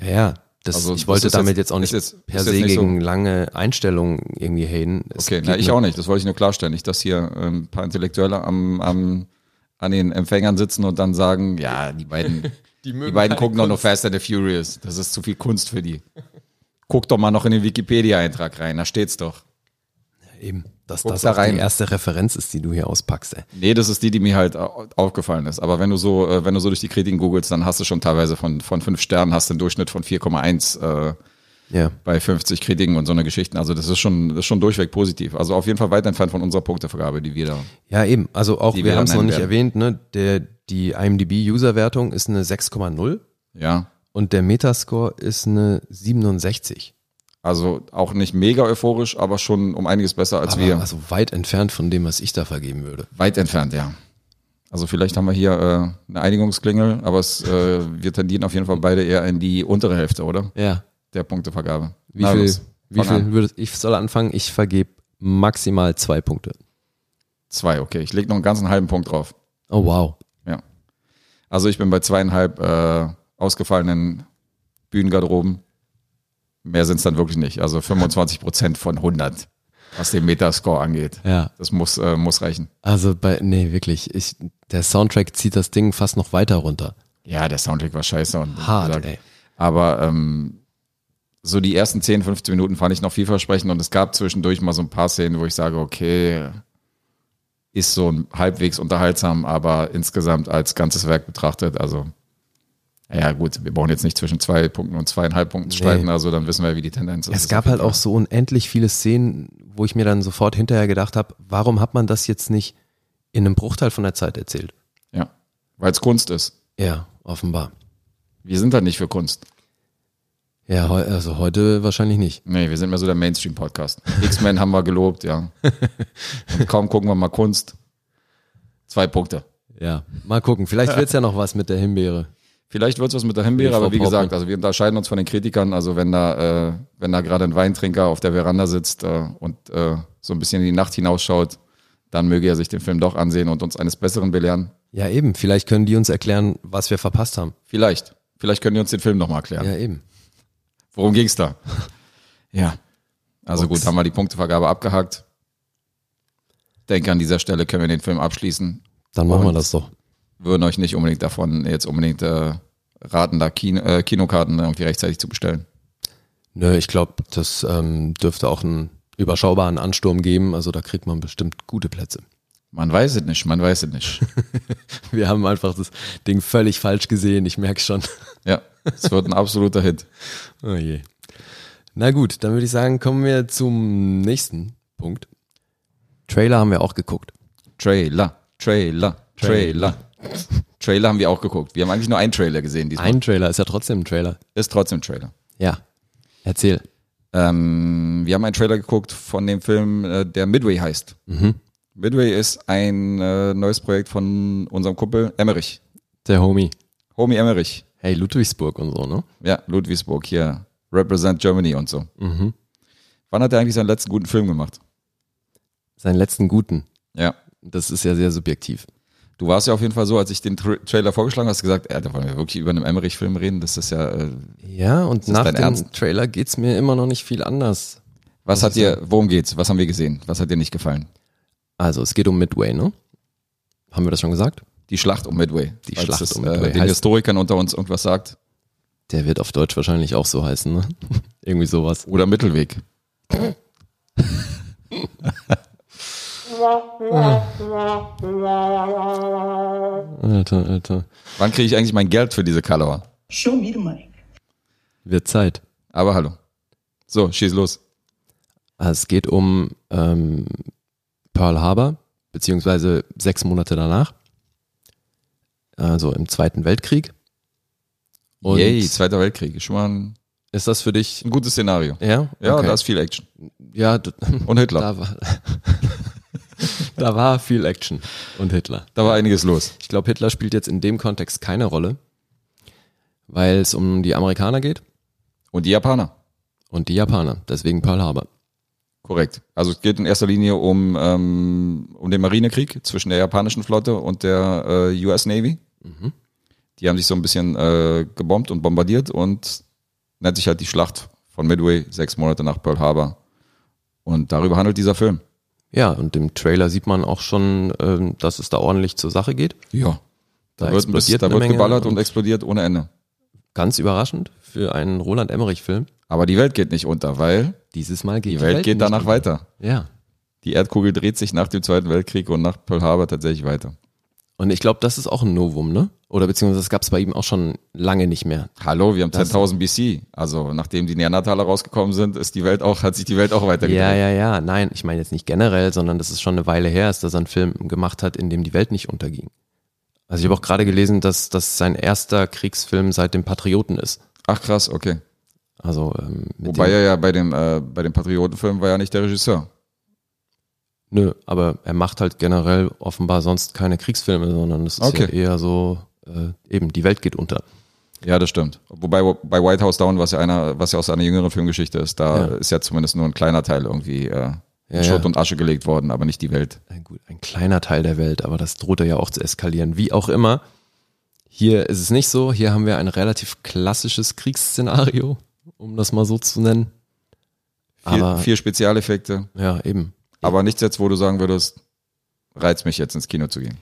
S3: Ja, ja. Das,
S2: Also,
S3: ich wollte
S2: das ist
S3: damit
S2: jetzt-
S3: jetzt auch nicht
S2: ist jetzt-
S3: per
S2: ist
S3: se
S2: jetzt nicht so-
S3: gegen lange Einstellungen irgendwie haten. Es
S2: okay,
S3: geht
S2: na, ich
S3: nur-
S2: auch nicht. Das wollte ich nur klarstellen. Nicht, dass hier äh, ein paar Intellektuelle am, am, an den Empfängern sitzen und dann sagen, ja, die beiden, die beiden gucken doch nur Fast and the Furious. Das ist zu viel Kunst für die. Guck doch mal noch in den Wikipedia-Eintrag rein, da steht's doch.
S3: Eben, dass
S2: Guck
S3: das
S2: da
S3: auch
S2: rein.
S3: die erste Referenz ist, die du hier auspackst, ey.
S2: Nee, das ist die, die mir halt au- aufgefallen ist. Aber wenn du so, äh, wenn du so durch die Kritiken googelst, dann hast du schon teilweise von, von fünf Sternen, hast du einen Durchschnitt von 4,1 äh,
S3: Ja.
S2: bei 50 Kritiken und so eine Geschichten. Also das ist schon, das ist schon durchweg positiv. Also auf jeden Fall weit entfernt von unserer Punktevergabe, die wir da.
S3: Ja, eben. Also auch,
S2: Die
S3: wir
S2: wir
S3: haben es
S2: dann
S3: noch nicht
S2: nennen
S3: erwähnt, ne? Der, die IMDb-User-Wertung ist eine 6,0
S2: Ja.
S3: und der Metascore ist eine 67.
S2: Also auch nicht mega euphorisch, aber schon um einiges besser als
S3: Aber
S2: wir.
S3: also weit entfernt von dem, was ich da vergeben würde.
S2: Weit entfernt, ja. Also vielleicht haben wir hier äh, eine Einigungsklingel, aber es, äh, wir tendieren auf jeden Fall beide eher in die untere Hälfte, oder?
S3: Ja.
S2: Der Punktevergabe.
S3: Wie
S2: Na
S3: viel,
S2: los,
S3: wie
S2: fang an.
S3: viel würdest, ich soll anfangen, ich vergebe maximal zwei Punkte.
S2: Zwei, okay. Ich lege noch einen ganzen halben Punkt drauf.
S3: Oh, wow.
S2: Ja. Also ich bin bei zweieinhalb äh, ausgefallenen Bühnengarderoben. Mehr sind es dann wirklich nicht. Also 25 Prozent von 100, was den Metascore angeht.
S3: Ja.
S2: Das muss, äh, muss reichen.
S3: Also bei, nee, wirklich. Ich, der Soundtrack zieht das Ding fast noch weiter runter.
S2: Ja, der Soundtrack war scheiße. Und
S3: Hart,
S2: gesagt.
S3: ey.
S2: Aber ähm, so die ersten 10, 15 Minuten fand ich noch vielversprechend und es gab zwischendurch mal so ein paar Szenen, wo ich sage, okay, ist so ein halbwegs unterhaltsam, aber insgesamt als ganzes Werk betrachtet, also ja gut, wir brauchen jetzt nicht zwischen zwei Punkten und zweieinhalb Punkten zu streiten, also dann wissen wir, wie die Tendenz ist.
S3: Es gab halt auch so unendlich viele Szenen, wo ich mir dann sofort hinterher gedacht habe, warum hat man das jetzt nicht in einem Bruchteil von der Zeit erzählt?
S2: Ja, weil es Kunst ist.
S3: Ja, offenbar.
S2: Wir sind da nicht für Kunst.
S3: Ja, heu also heute wahrscheinlich nicht.
S2: Nee, wir sind mehr so der Mainstream-Podcast. X-Men haben wir gelobt, ja. Und kaum gucken wir mal Kunst. Zwei Punkte.
S3: Ja, mal gucken. Vielleicht wird's ja noch was mit der Himbeere.
S2: Vielleicht wird's was mit der Himbeere,
S3: Die Frau
S2: aber wie
S3: Paupmann.
S2: gesagt, also wir unterscheiden uns von den Kritikern. Also wenn da, äh, wenn da gerade ein Weintrinker auf der Veranda sitzt äh, und äh, so ein bisschen in die Nacht hinausschaut, dann möge er sich den Film doch ansehen und uns eines Besseren belehren.
S3: Ja, eben. Vielleicht können die uns erklären, was wir verpasst haben.
S2: Vielleicht. Vielleicht können die uns den Film nochmal erklären.
S3: Ja, eben.
S2: Worum ging's da? ja. Also
S3: Box.
S2: gut, haben wir die Punktevergabe abgehakt. Ich denke, an dieser Stelle können wir den Film abschließen.
S3: Dann machen wir
S2: Und-
S3: das doch.
S2: Würden euch nicht unbedingt davon jetzt unbedingt äh, raten, da Kino, äh, Kinokarten irgendwie rechtzeitig zu bestellen.
S3: Nö, ich glaube, das ähm, dürfte auch einen überschaubaren Ansturm geben. Also da kriegt man bestimmt gute Plätze.
S2: Man weiß es nicht, man weiß es nicht.
S3: Wir haben einfach das Ding völlig falsch gesehen. Ich merk's schon.
S2: Ja, es wird ein absoluter Hit.
S3: Oh je. Na gut, dann würde ich sagen, kommen wir zum nächsten Punkt. Trailer haben wir auch geguckt.
S2: Trailer, Trailer, Trailer. Trailer haben wir auch geguckt. Wir haben eigentlich nur einen Trailer gesehen. Diesmal.
S3: Ein Trailer ist ja trotzdem ein Trailer.
S2: Ist trotzdem Trailer.
S3: Ja. Erzähl.
S2: Ähm, wir haben einen Trailer geguckt von dem Film, äh, der Midway heißt. Midway ist ein äh, neues Projekt von unserem Kumpel Emmerich.
S3: Der Homie.
S2: Homie Emmerich.
S3: Hey, Ludwigsburg und so, ne?
S2: Ja, Ludwigsburg hier. Represent Germany und so. Wann hat er eigentlich seinen letzten guten Film gemacht?
S3: Seinen letzten guten.
S2: Ja.
S3: Das ist ja sehr subjektiv.
S2: Du warst ja auf jeden Fall so, als ich den Tra Trailer vorgeschlagen hast, gesagt, äh, da wollen wir wirklich über einen Emmerich-Film reden. Das ist ja äh,
S3: Ja, und
S2: das
S3: nach
S2: dein
S3: dem
S2: Ernst?
S3: Trailer geht's mir immer noch nicht viel anders.
S2: Was hat dir, worum geht's? Was haben wir gesehen? Was hat dir nicht gefallen?
S3: Also, es geht um Midway, ne? Haben wir das schon gesagt?
S2: Die Schlacht um Midway.
S3: Die
S2: Falls
S3: Schlacht
S2: es,
S3: um Midway
S2: Äh, den
S3: heißt-
S2: Historikern unter uns irgendwas sagt.
S3: Der wird auf Deutsch wahrscheinlich auch so heißen, ne? Irgendwie sowas.
S2: Oder Mittelweg.
S3: Alter, Alter.
S2: Wann kriege ich eigentlich mein Geld für diese Kalauer?
S4: Show me the money.
S3: Wird Zeit.
S2: Aber hallo. So, schieß los.
S3: Es geht um ähm, Pearl Harbor, beziehungsweise sechs Monate danach. Also im Zweiten Weltkrieg. Und
S2: Yay, Zweiter Weltkrieg. Schon mal ein,
S3: ist das für dich?
S2: ein gutes Szenario.
S3: Ja?
S2: Ja,
S3: Okay.
S2: da ist viel Action.
S3: ja, d-
S2: Und Hitler. Da,
S3: da war, da war viel Action und Hitler.
S2: war einiges los.
S3: Ich glaube, Hitler spielt jetzt in dem Kontext keine Rolle, weil es um die Amerikaner geht
S2: Und die Japaner.
S3: und die Japaner. Deswegen Pearl Harbor.
S2: Korrekt. Also es geht in erster Linie um, ähm, um den Marinekrieg zwischen der japanischen Flotte und der äh, US Navy.
S3: Mhm.
S2: Die haben sich so ein bisschen äh, gebombt und bombardiert und nennt sich halt die Schlacht von Midway, sechs Monate nach Pearl Harbor. Und darüber handelt dieser Film.
S3: Ja, und im Trailer sieht man auch schon, ähm, dass es da ordentlich zur Sache geht.
S2: Ja. Da,
S3: Da
S2: wird, ein bisschen,
S3: explodiert
S2: da
S3: eine
S2: wird
S3: Menge
S2: geballert und
S3: und-
S2: explodiert ohne Ende.
S3: Ganz überraschend für einen Roland Emmerich-Film.
S2: Aber die Welt geht nicht unter, weil
S3: Dieses Mal geht
S2: die Welt geht
S3: nicht
S2: danach
S3: unter.
S2: weiter.
S3: Ja.
S2: Die Erdkugel dreht sich nach dem Zweiten Weltkrieg und nach Pearl Harbor tatsächlich weiter.
S3: Und ich glaube, das ist auch ein Novum, ne? Oder beziehungsweise das gab es bei ihm auch schon lange nicht mehr.
S2: Hallo, wir haben
S3: Das-
S2: 10.000 BC. Also nachdem die Neandertaler rausgekommen sind, ist die Welt auch, hat sich die Welt auch weitergedreht.
S3: Ja, ja, ja. Nein, ich meine jetzt nicht generell, sondern dass es schon eine Weile her ist, dass er einen Film gemacht hat, in dem die Welt nicht unterging. Also ich habe auch gerade gelesen, dass das sein erster Kriegsfilm seit dem Patrioten ist.
S2: Ach krass, okay.
S3: Also ähm, mit
S2: Wobei
S3: dem,
S2: er ja bei dem, äh, bei dem Patriotenfilm war ja nicht der Regisseur.
S3: nö, aber er macht halt generell offenbar sonst keine Kriegsfilme, sondern es ist
S2: Okay.
S3: ja eher so äh, eben die Welt geht unter.
S2: Ja, das stimmt. Wobei bei White House Down, was ja einer, was ja aus einer jüngeren Filmgeschichte ist, da
S3: Ja.
S2: ist ja zumindest nur ein kleiner Teil irgendwie äh, in
S3: Ja,
S2: Schutt
S3: ja.
S2: und Asche gelegt worden, aber nicht die Welt.
S3: ein, gut, ein kleiner Teil der Welt, aber das drohte ja auch zu eskalieren. Wie auch immer, hier ist es nicht so. Hier haben wir ein relativ klassisches Kriegsszenario, um das mal so zu nennen.
S2: Viel,
S3: aber
S2: viel Spezialeffekte.
S3: ja, eben.
S2: Aber nichts jetzt, wo du sagen würdest, reizt mich jetzt ins Kino zu gehen.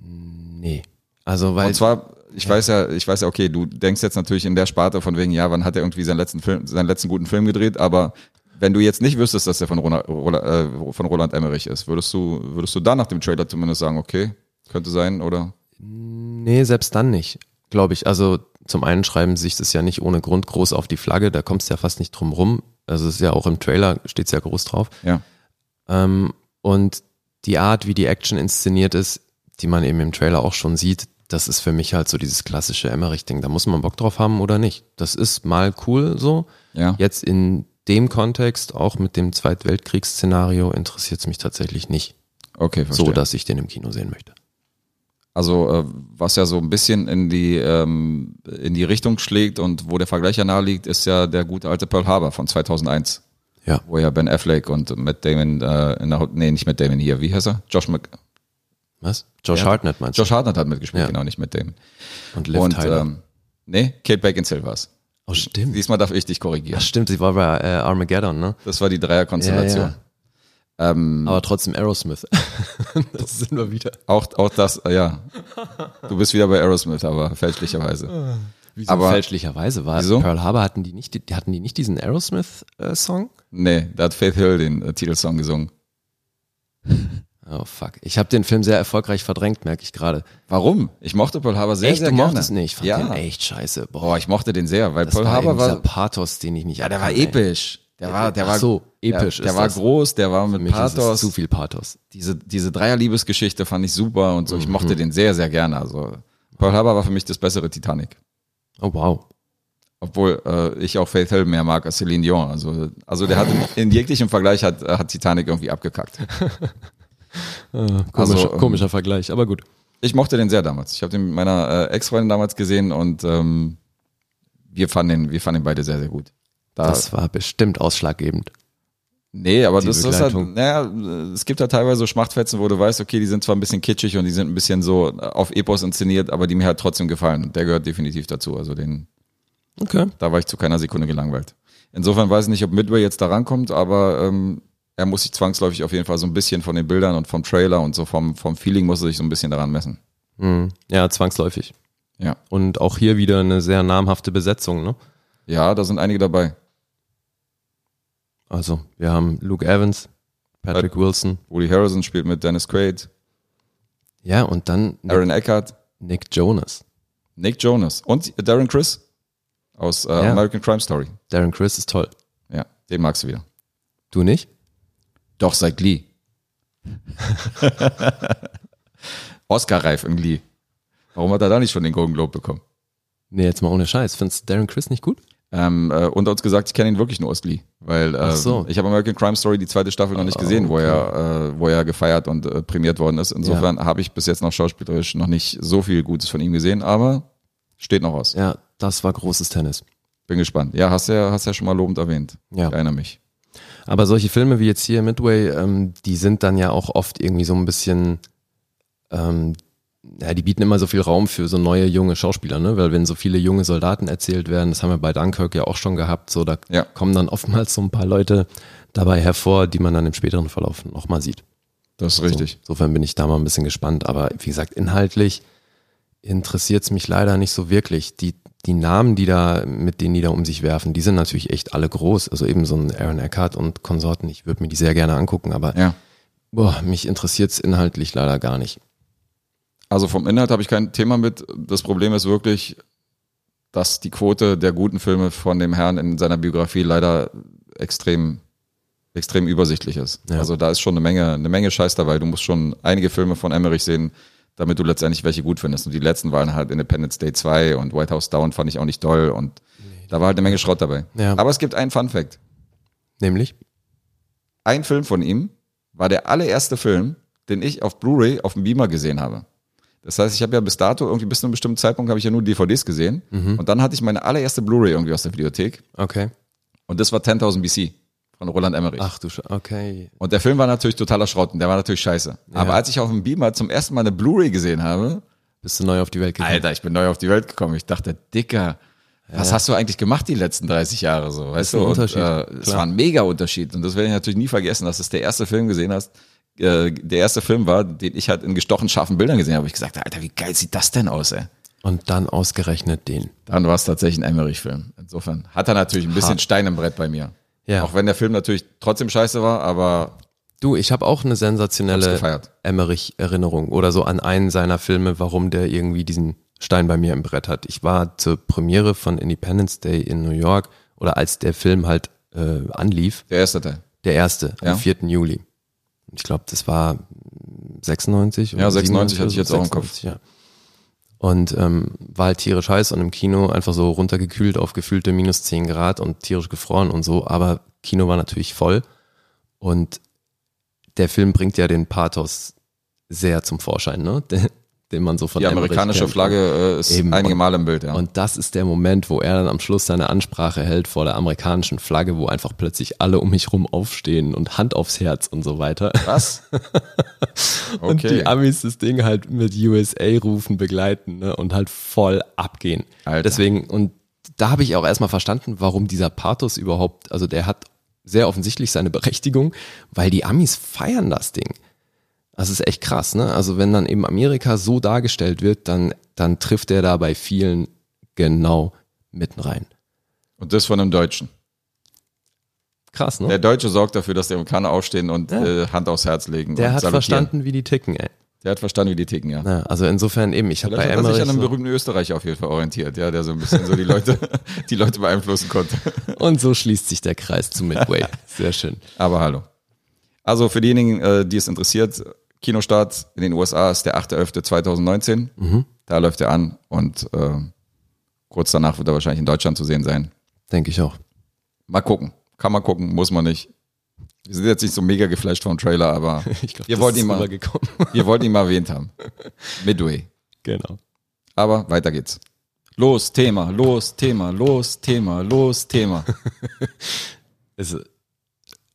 S3: Nee. Also, weil
S2: Und zwar, ich weiß ja, ich weiß ja, okay, du denkst jetzt natürlich in der Sparte von wegen, ja, wann hat er irgendwie seinen letzten Film, seinen letzten guten Film gedreht, aber wenn du jetzt nicht wüsstest, dass er von Roland, Roland, äh, von Roland Emmerich ist, würdest du, würdest du da nach dem Trailer zumindest sagen, okay, könnte sein, oder?
S3: Nee, selbst dann nicht, glaube ich. Also zum einen schreiben sie sich das ja nicht ohne Grund groß auf die Flagge, da kommst du ja fast nicht drum rum. Also es ist ja auch im Trailer, steht es ja groß drauf.
S2: Ja.
S3: Ähm, und die Art, wie die Action inszeniert ist, die man eben im Trailer auch schon sieht, das ist für mich halt so dieses klassische Emmerich-Ding. Da muss man Bock drauf haben oder nicht. Das ist mal cool so.
S2: Ja.
S3: Jetzt in dem Kontext, auch mit dem Zweitweltkriegsszenario, interessiert es mich tatsächlich nicht
S2: Okay, verstehe.
S3: so, dass ich den im Kino sehen möchte.
S2: Also äh, was ja so ein bisschen in die ähm, in die Richtung schlägt und wo der Vergleich ja nahe liegt, ist ja der gute alte Pearl Harbor von 2001.
S3: Ja.
S2: Wo ja Ben Affleck und Matt Damon, äh, in der, Haupt- nee, nicht Matt Damon hier, wie heißt er? Josh, Mc,
S3: Was? Josh
S2: Ja.
S3: Hartnett meinst du?
S2: Josh Hartnett hat mitgespielt,
S3: Ja.
S2: genau, nicht Matt Damon.
S3: und Liv
S2: und
S3: Tyler.
S2: ähm, nee, Kate Beckinsale war's.
S3: oh, stimmt.
S2: Diesmal darf ich dich
S3: Ach
S2: korrigieren.
S3: stimmt, sie war bei äh, Armageddon, ne?
S2: Das war die Dreierkonstellation. Ähm,
S3: Ja,
S2: Mhm.
S3: Aber trotzdem Aerosmith. das sind wir wieder.
S2: Auch, auch das, äh, ja. Du bist wieder bei Aerosmith, aber fälschlicherweise.
S3: Wieso
S2: Aber-
S3: fälschlicherweise war
S2: Wieso?
S3: Pearl Harbor hatten die nicht, die, hatten die nicht diesen äh, Aerosmith-Song?
S2: Nee, da hat Faith Hill den äh, Titelsong gesungen.
S3: oh fuck. Ich habe den Film sehr erfolgreich verdrängt, merke ich gerade.
S2: Warum? Ich mochte Pearl Harbor sehr,
S3: echt,
S2: sehr
S3: du
S2: gerne.
S3: mochtest nicht. Ich fand
S2: ja.
S3: den echt scheiße. Boah,
S2: Boah, ich mochte den sehr, weil
S3: das
S2: Pearl
S3: war
S2: Harbor
S3: eben dieser
S2: war,
S3: Pathos, den ich nicht.
S2: ja, der war
S3: kann, ey.
S2: episch. Der war, der
S3: Ach
S2: war
S3: so, episch
S2: Der, der
S3: ist
S2: war
S3: das.
S2: groß, der war
S3: Für
S2: mit
S3: mich ist es
S2: Pathos.
S3: zu viel Pathos.
S2: diese, diese Dreierliebesgeschichte fand ich super und so.
S3: Mhm.
S2: Ich mochte den sehr, sehr gerne. Also Pearl Harbor war für mich das bessere Titanic.
S3: Oh wow.
S2: Obwohl äh, ich auch Faith Hill mehr mag als Celine Dion. Also, also der hat in, in jeglichem Vergleich hat, äh, hat Titanic irgendwie abgekackt.
S3: Komisch,
S2: Also, ähm,
S3: komischer Vergleich, aber gut.
S2: Ich mochte den sehr damals. Ich habe den mit meiner äh, Ex-Freundin damals gesehen und ähm, wir, fanden den, wir fanden den beide sehr, sehr gut. Da,
S3: Das war bestimmt ausschlaggebend.
S2: nee, aber
S3: die
S2: das ist halt,
S3: Begleitung.
S2: naja, äh, es gibt halt teilweise so Schmachtfetzen, wo du weißt, okay, die sind zwar ein bisschen kitschig und die sind ein bisschen so äh, auf Epos inszeniert, aber die mir halt trotzdem gefallen. Und der gehört definitiv dazu. Also den,
S3: Okay.
S2: Da war ich zu keiner Sekunde gelangweilt. Insofern weiß ich nicht, ob Midway jetzt da rankommt, aber ähm, er muss sich zwangsläufig auf jeden Fall so ein bisschen von den Bildern und vom Trailer und so vom, vom Feeling muss er sich so ein bisschen daran messen.
S3: Mhm. Ja, zwangsläufig.
S2: Ja.
S3: Und auch hier wieder eine sehr namhafte Besetzung, ne?
S2: Ja, da sind einige dabei.
S3: Also, wir haben Luke Evans, Patrick Wilson.
S2: Woody Harrison spielt mit Dennis Quaid,
S3: Ja, und dann Nick,
S2: Aaron Eckhart,
S3: Nick Jonas.
S2: Nick Jonas und Darren Chris aus äh,
S3: Ja.
S2: American Crime Story.
S3: Darren Chris ist toll.
S2: Ja, den magst du wieder.
S3: Du nicht?
S2: Doch, seit Glee. Oscar-reif in Glee. Warum hat er da nicht schon den Golden Globe bekommen?
S3: Nee, jetzt mal ohne Scheiß. Findest du Darren Chris nicht gut?
S2: Ähm, äh, unter uns gesagt, ich kenne ihn wirklich nur aus Glee, weil ähm,
S3: Ach so.
S2: ich habe American Crime Story die zweite Staffel noch nicht
S3: Ah,
S2: gesehen, wo
S3: okay.
S2: er äh, wo er gefeiert und äh, prämiert worden ist. Insofern habe ich bis jetzt noch schauspielerisch noch nicht so viel Gutes von ihm gesehen, aber steht noch aus.
S3: Ja, das war großes Tennis.
S2: Bin gespannt. Ja, hast ja hast ja schon mal lobend erwähnt.
S3: Ja.
S2: Ich erinnere mich.
S3: Aber solche Filme wie jetzt hier Midway, ähm, die sind dann ja auch oft irgendwie so ein bisschen, ähm, ja, die bieten immer so viel Raum für so neue junge Schauspieler, ne? Weil wenn so viele junge Soldaten erzählt werden, das haben wir bei Dunkirk ja auch schon gehabt, so da
S2: Ja.
S3: kommen dann oftmals so ein paar Leute dabei hervor, die man dann im späteren Verlauf nochmal sieht.
S2: Das ist richtig.
S3: So, insofern bin ich da mal ein bisschen gespannt. Aber wie gesagt, inhaltlich interessiert es mich leider nicht so wirklich. Die, die Namen, die da, mit denen die da um sich werfen, die sind natürlich echt alle groß. Also eben so ein Aaron Eckhart und Konsorten. Ich würde mir die sehr gerne angucken, aber
S2: Ja.
S3: boah, mich interessiert es inhaltlich leider gar nicht.
S2: Also vom Inhalt habe ich kein Thema mit. Das Problem ist wirklich, dass die Quote der guten Filme von dem Herrn in seiner Biografie leider extrem, extrem übersichtlich ist.
S3: Ja.
S2: Also da ist schon eine Menge, eine Menge Scheiß dabei. Du musst schon einige Filme von Emmerich sehen, damit du letztendlich welche gut findest. Und die letzten waren halt Independence Day 2 und White House Down fand ich auch nicht doll und da war halt eine Menge Schrott dabei.
S3: Ja.
S2: Aber es gibt einen Fun Fact.
S3: Nämlich?
S2: Ein Film von ihm war der allererste Film, den ich auf Blu-ray auf dem Beamer gesehen habe. Das heißt, ich habe ja bis dato irgendwie bis zu einem bestimmten Zeitpunkt habe ich ja nur DVDs gesehen und dann hatte ich meine allererste Blu-ray irgendwie aus der Videothek
S3: Okay.
S2: und das war 10.000 BC von Roland Emmerich.
S3: Ach du Scheiße. Okay.
S2: Und der Film war natürlich totaler Schrott und der war natürlich scheiße. Aber als ich auf dem Beamer zum ersten Mal eine Blu-ray gesehen habe,
S3: Bist du neu auf die Welt gekommen?
S2: Alter, ich bin neu auf die Welt gekommen. Ich dachte, Dicker, was hast du eigentlich gemacht die letzten 30 Jahre so? Weißt
S3: ein
S2: du?
S3: Unterschied,
S2: Und, äh, es
S3: klar.
S2: war ein mega Unterschied. Und das werde ich natürlich nie vergessen, dass es der erste Film gesehen hast. Äh, der erste Film war, den ich halt in gestochen scharfen Bildern gesehen habe. Ich gesagt, Alter, wie geil sieht das denn aus, ey?
S3: Und dann ausgerechnet den.
S2: Dann war es tatsächlich ein Emmerich-Film. Insofern hat er natürlich ein bisschen
S3: Hart.
S2: Stein im Brett bei mir.
S3: Ja.
S2: Auch wenn der Film natürlich trotzdem scheiße war, aber
S3: Du, ich habe auch eine
S2: Hab's
S3: sensationelle
S2: gefeiert.
S3: Emmerich-Erinnerung oder so an einen seiner Filme, warum der irgendwie diesen Stein bei mir im Brett hat. Ich war zur Premiere von Independence Day in New York oder als der Film halt äh, anlief,
S2: der erste Teil.
S3: der erste,
S2: Ja.
S3: am 4. Juli. Ich glaube, das war 96 oder
S2: Ja, 96 hatte ich jetzt auch im Kopf.
S3: 96, Ja. Und ähm, war halt tierisch heiß und im Kino einfach so runtergekühlt auf gefühlte minus 10 Grad und tierisch gefroren und so, aber Kino war natürlich voll und der Film bringt ja den Pathos sehr zum Vorschein, ne? Den, den man so von
S2: Die
S3: Emmerich
S2: amerikanische
S3: kennt.
S2: Flagge äh, ist
S3: Eben.
S2: einige
S3: Und-
S2: Male im Bild, ja.
S3: Und das ist der Moment, wo er dann am Schluss seine Ansprache hält vor der amerikanischen Flagge, wo einfach plötzlich alle um mich rum aufstehen und Hand aufs Herz und so weiter.
S2: Was? Okay.
S3: Und die Amis das Ding halt mit USA-Rufen begleiten ne? und halt voll abgehen.
S2: Alter.
S3: Deswegen, und da habe ich auch erstmal verstanden, warum dieser Pathos überhaupt, also der hat sehr offensichtlich seine Berechtigung, weil die Amis feiern das Ding. Das ist echt krass, ne? Also wenn dann eben Amerika so dargestellt wird, dann, dann trifft der da bei vielen genau mitten rein.
S2: und das von einem Deutschen.
S3: Krass, ne?
S2: Der Deutsche sorgt dafür, dass die Amerikaner aufstehen und äh, Hand aufs Herz legen.
S3: der
S2: und
S3: hat
S2: salutieren.
S3: verstanden, wie die ticken, ey.
S2: Der hat verstanden, wie die ticken, ja.
S3: Na, also insofern eben, ich habe bei
S2: Vielleicht hat er sich
S3: Emmerich
S2: an einem
S3: so-
S2: berühmten Österreicher auf jeden Fall orientiert, ja, der so ein bisschen so die Leute, die Leute beeinflussen konnte.
S3: Und so schließt sich der Kreis zu Midway. Sehr schön.
S2: Aber hallo. Also für diejenigen, äh, die es interessiert, Kinostart in den USA ist der 8.11.2019.
S3: Mhm.
S2: Da läuft er an und äh, kurz danach wird er wahrscheinlich in Deutschland zu sehen sein.
S3: Denke ich auch.
S2: Mal gucken. Kann man gucken, muss man nicht. Wir sind jetzt nicht so mega geflasht vom Trailer, aber
S3: Ich glaube,
S2: wir, wollten ihn mal,
S3: rübergekommen.
S2: wir wollten ihn mal erwähnt haben. Midway.
S3: genau.
S2: Aber weiter geht's. Los, Thema, los, Thema, los, Thema, los, Thema.
S3: Es,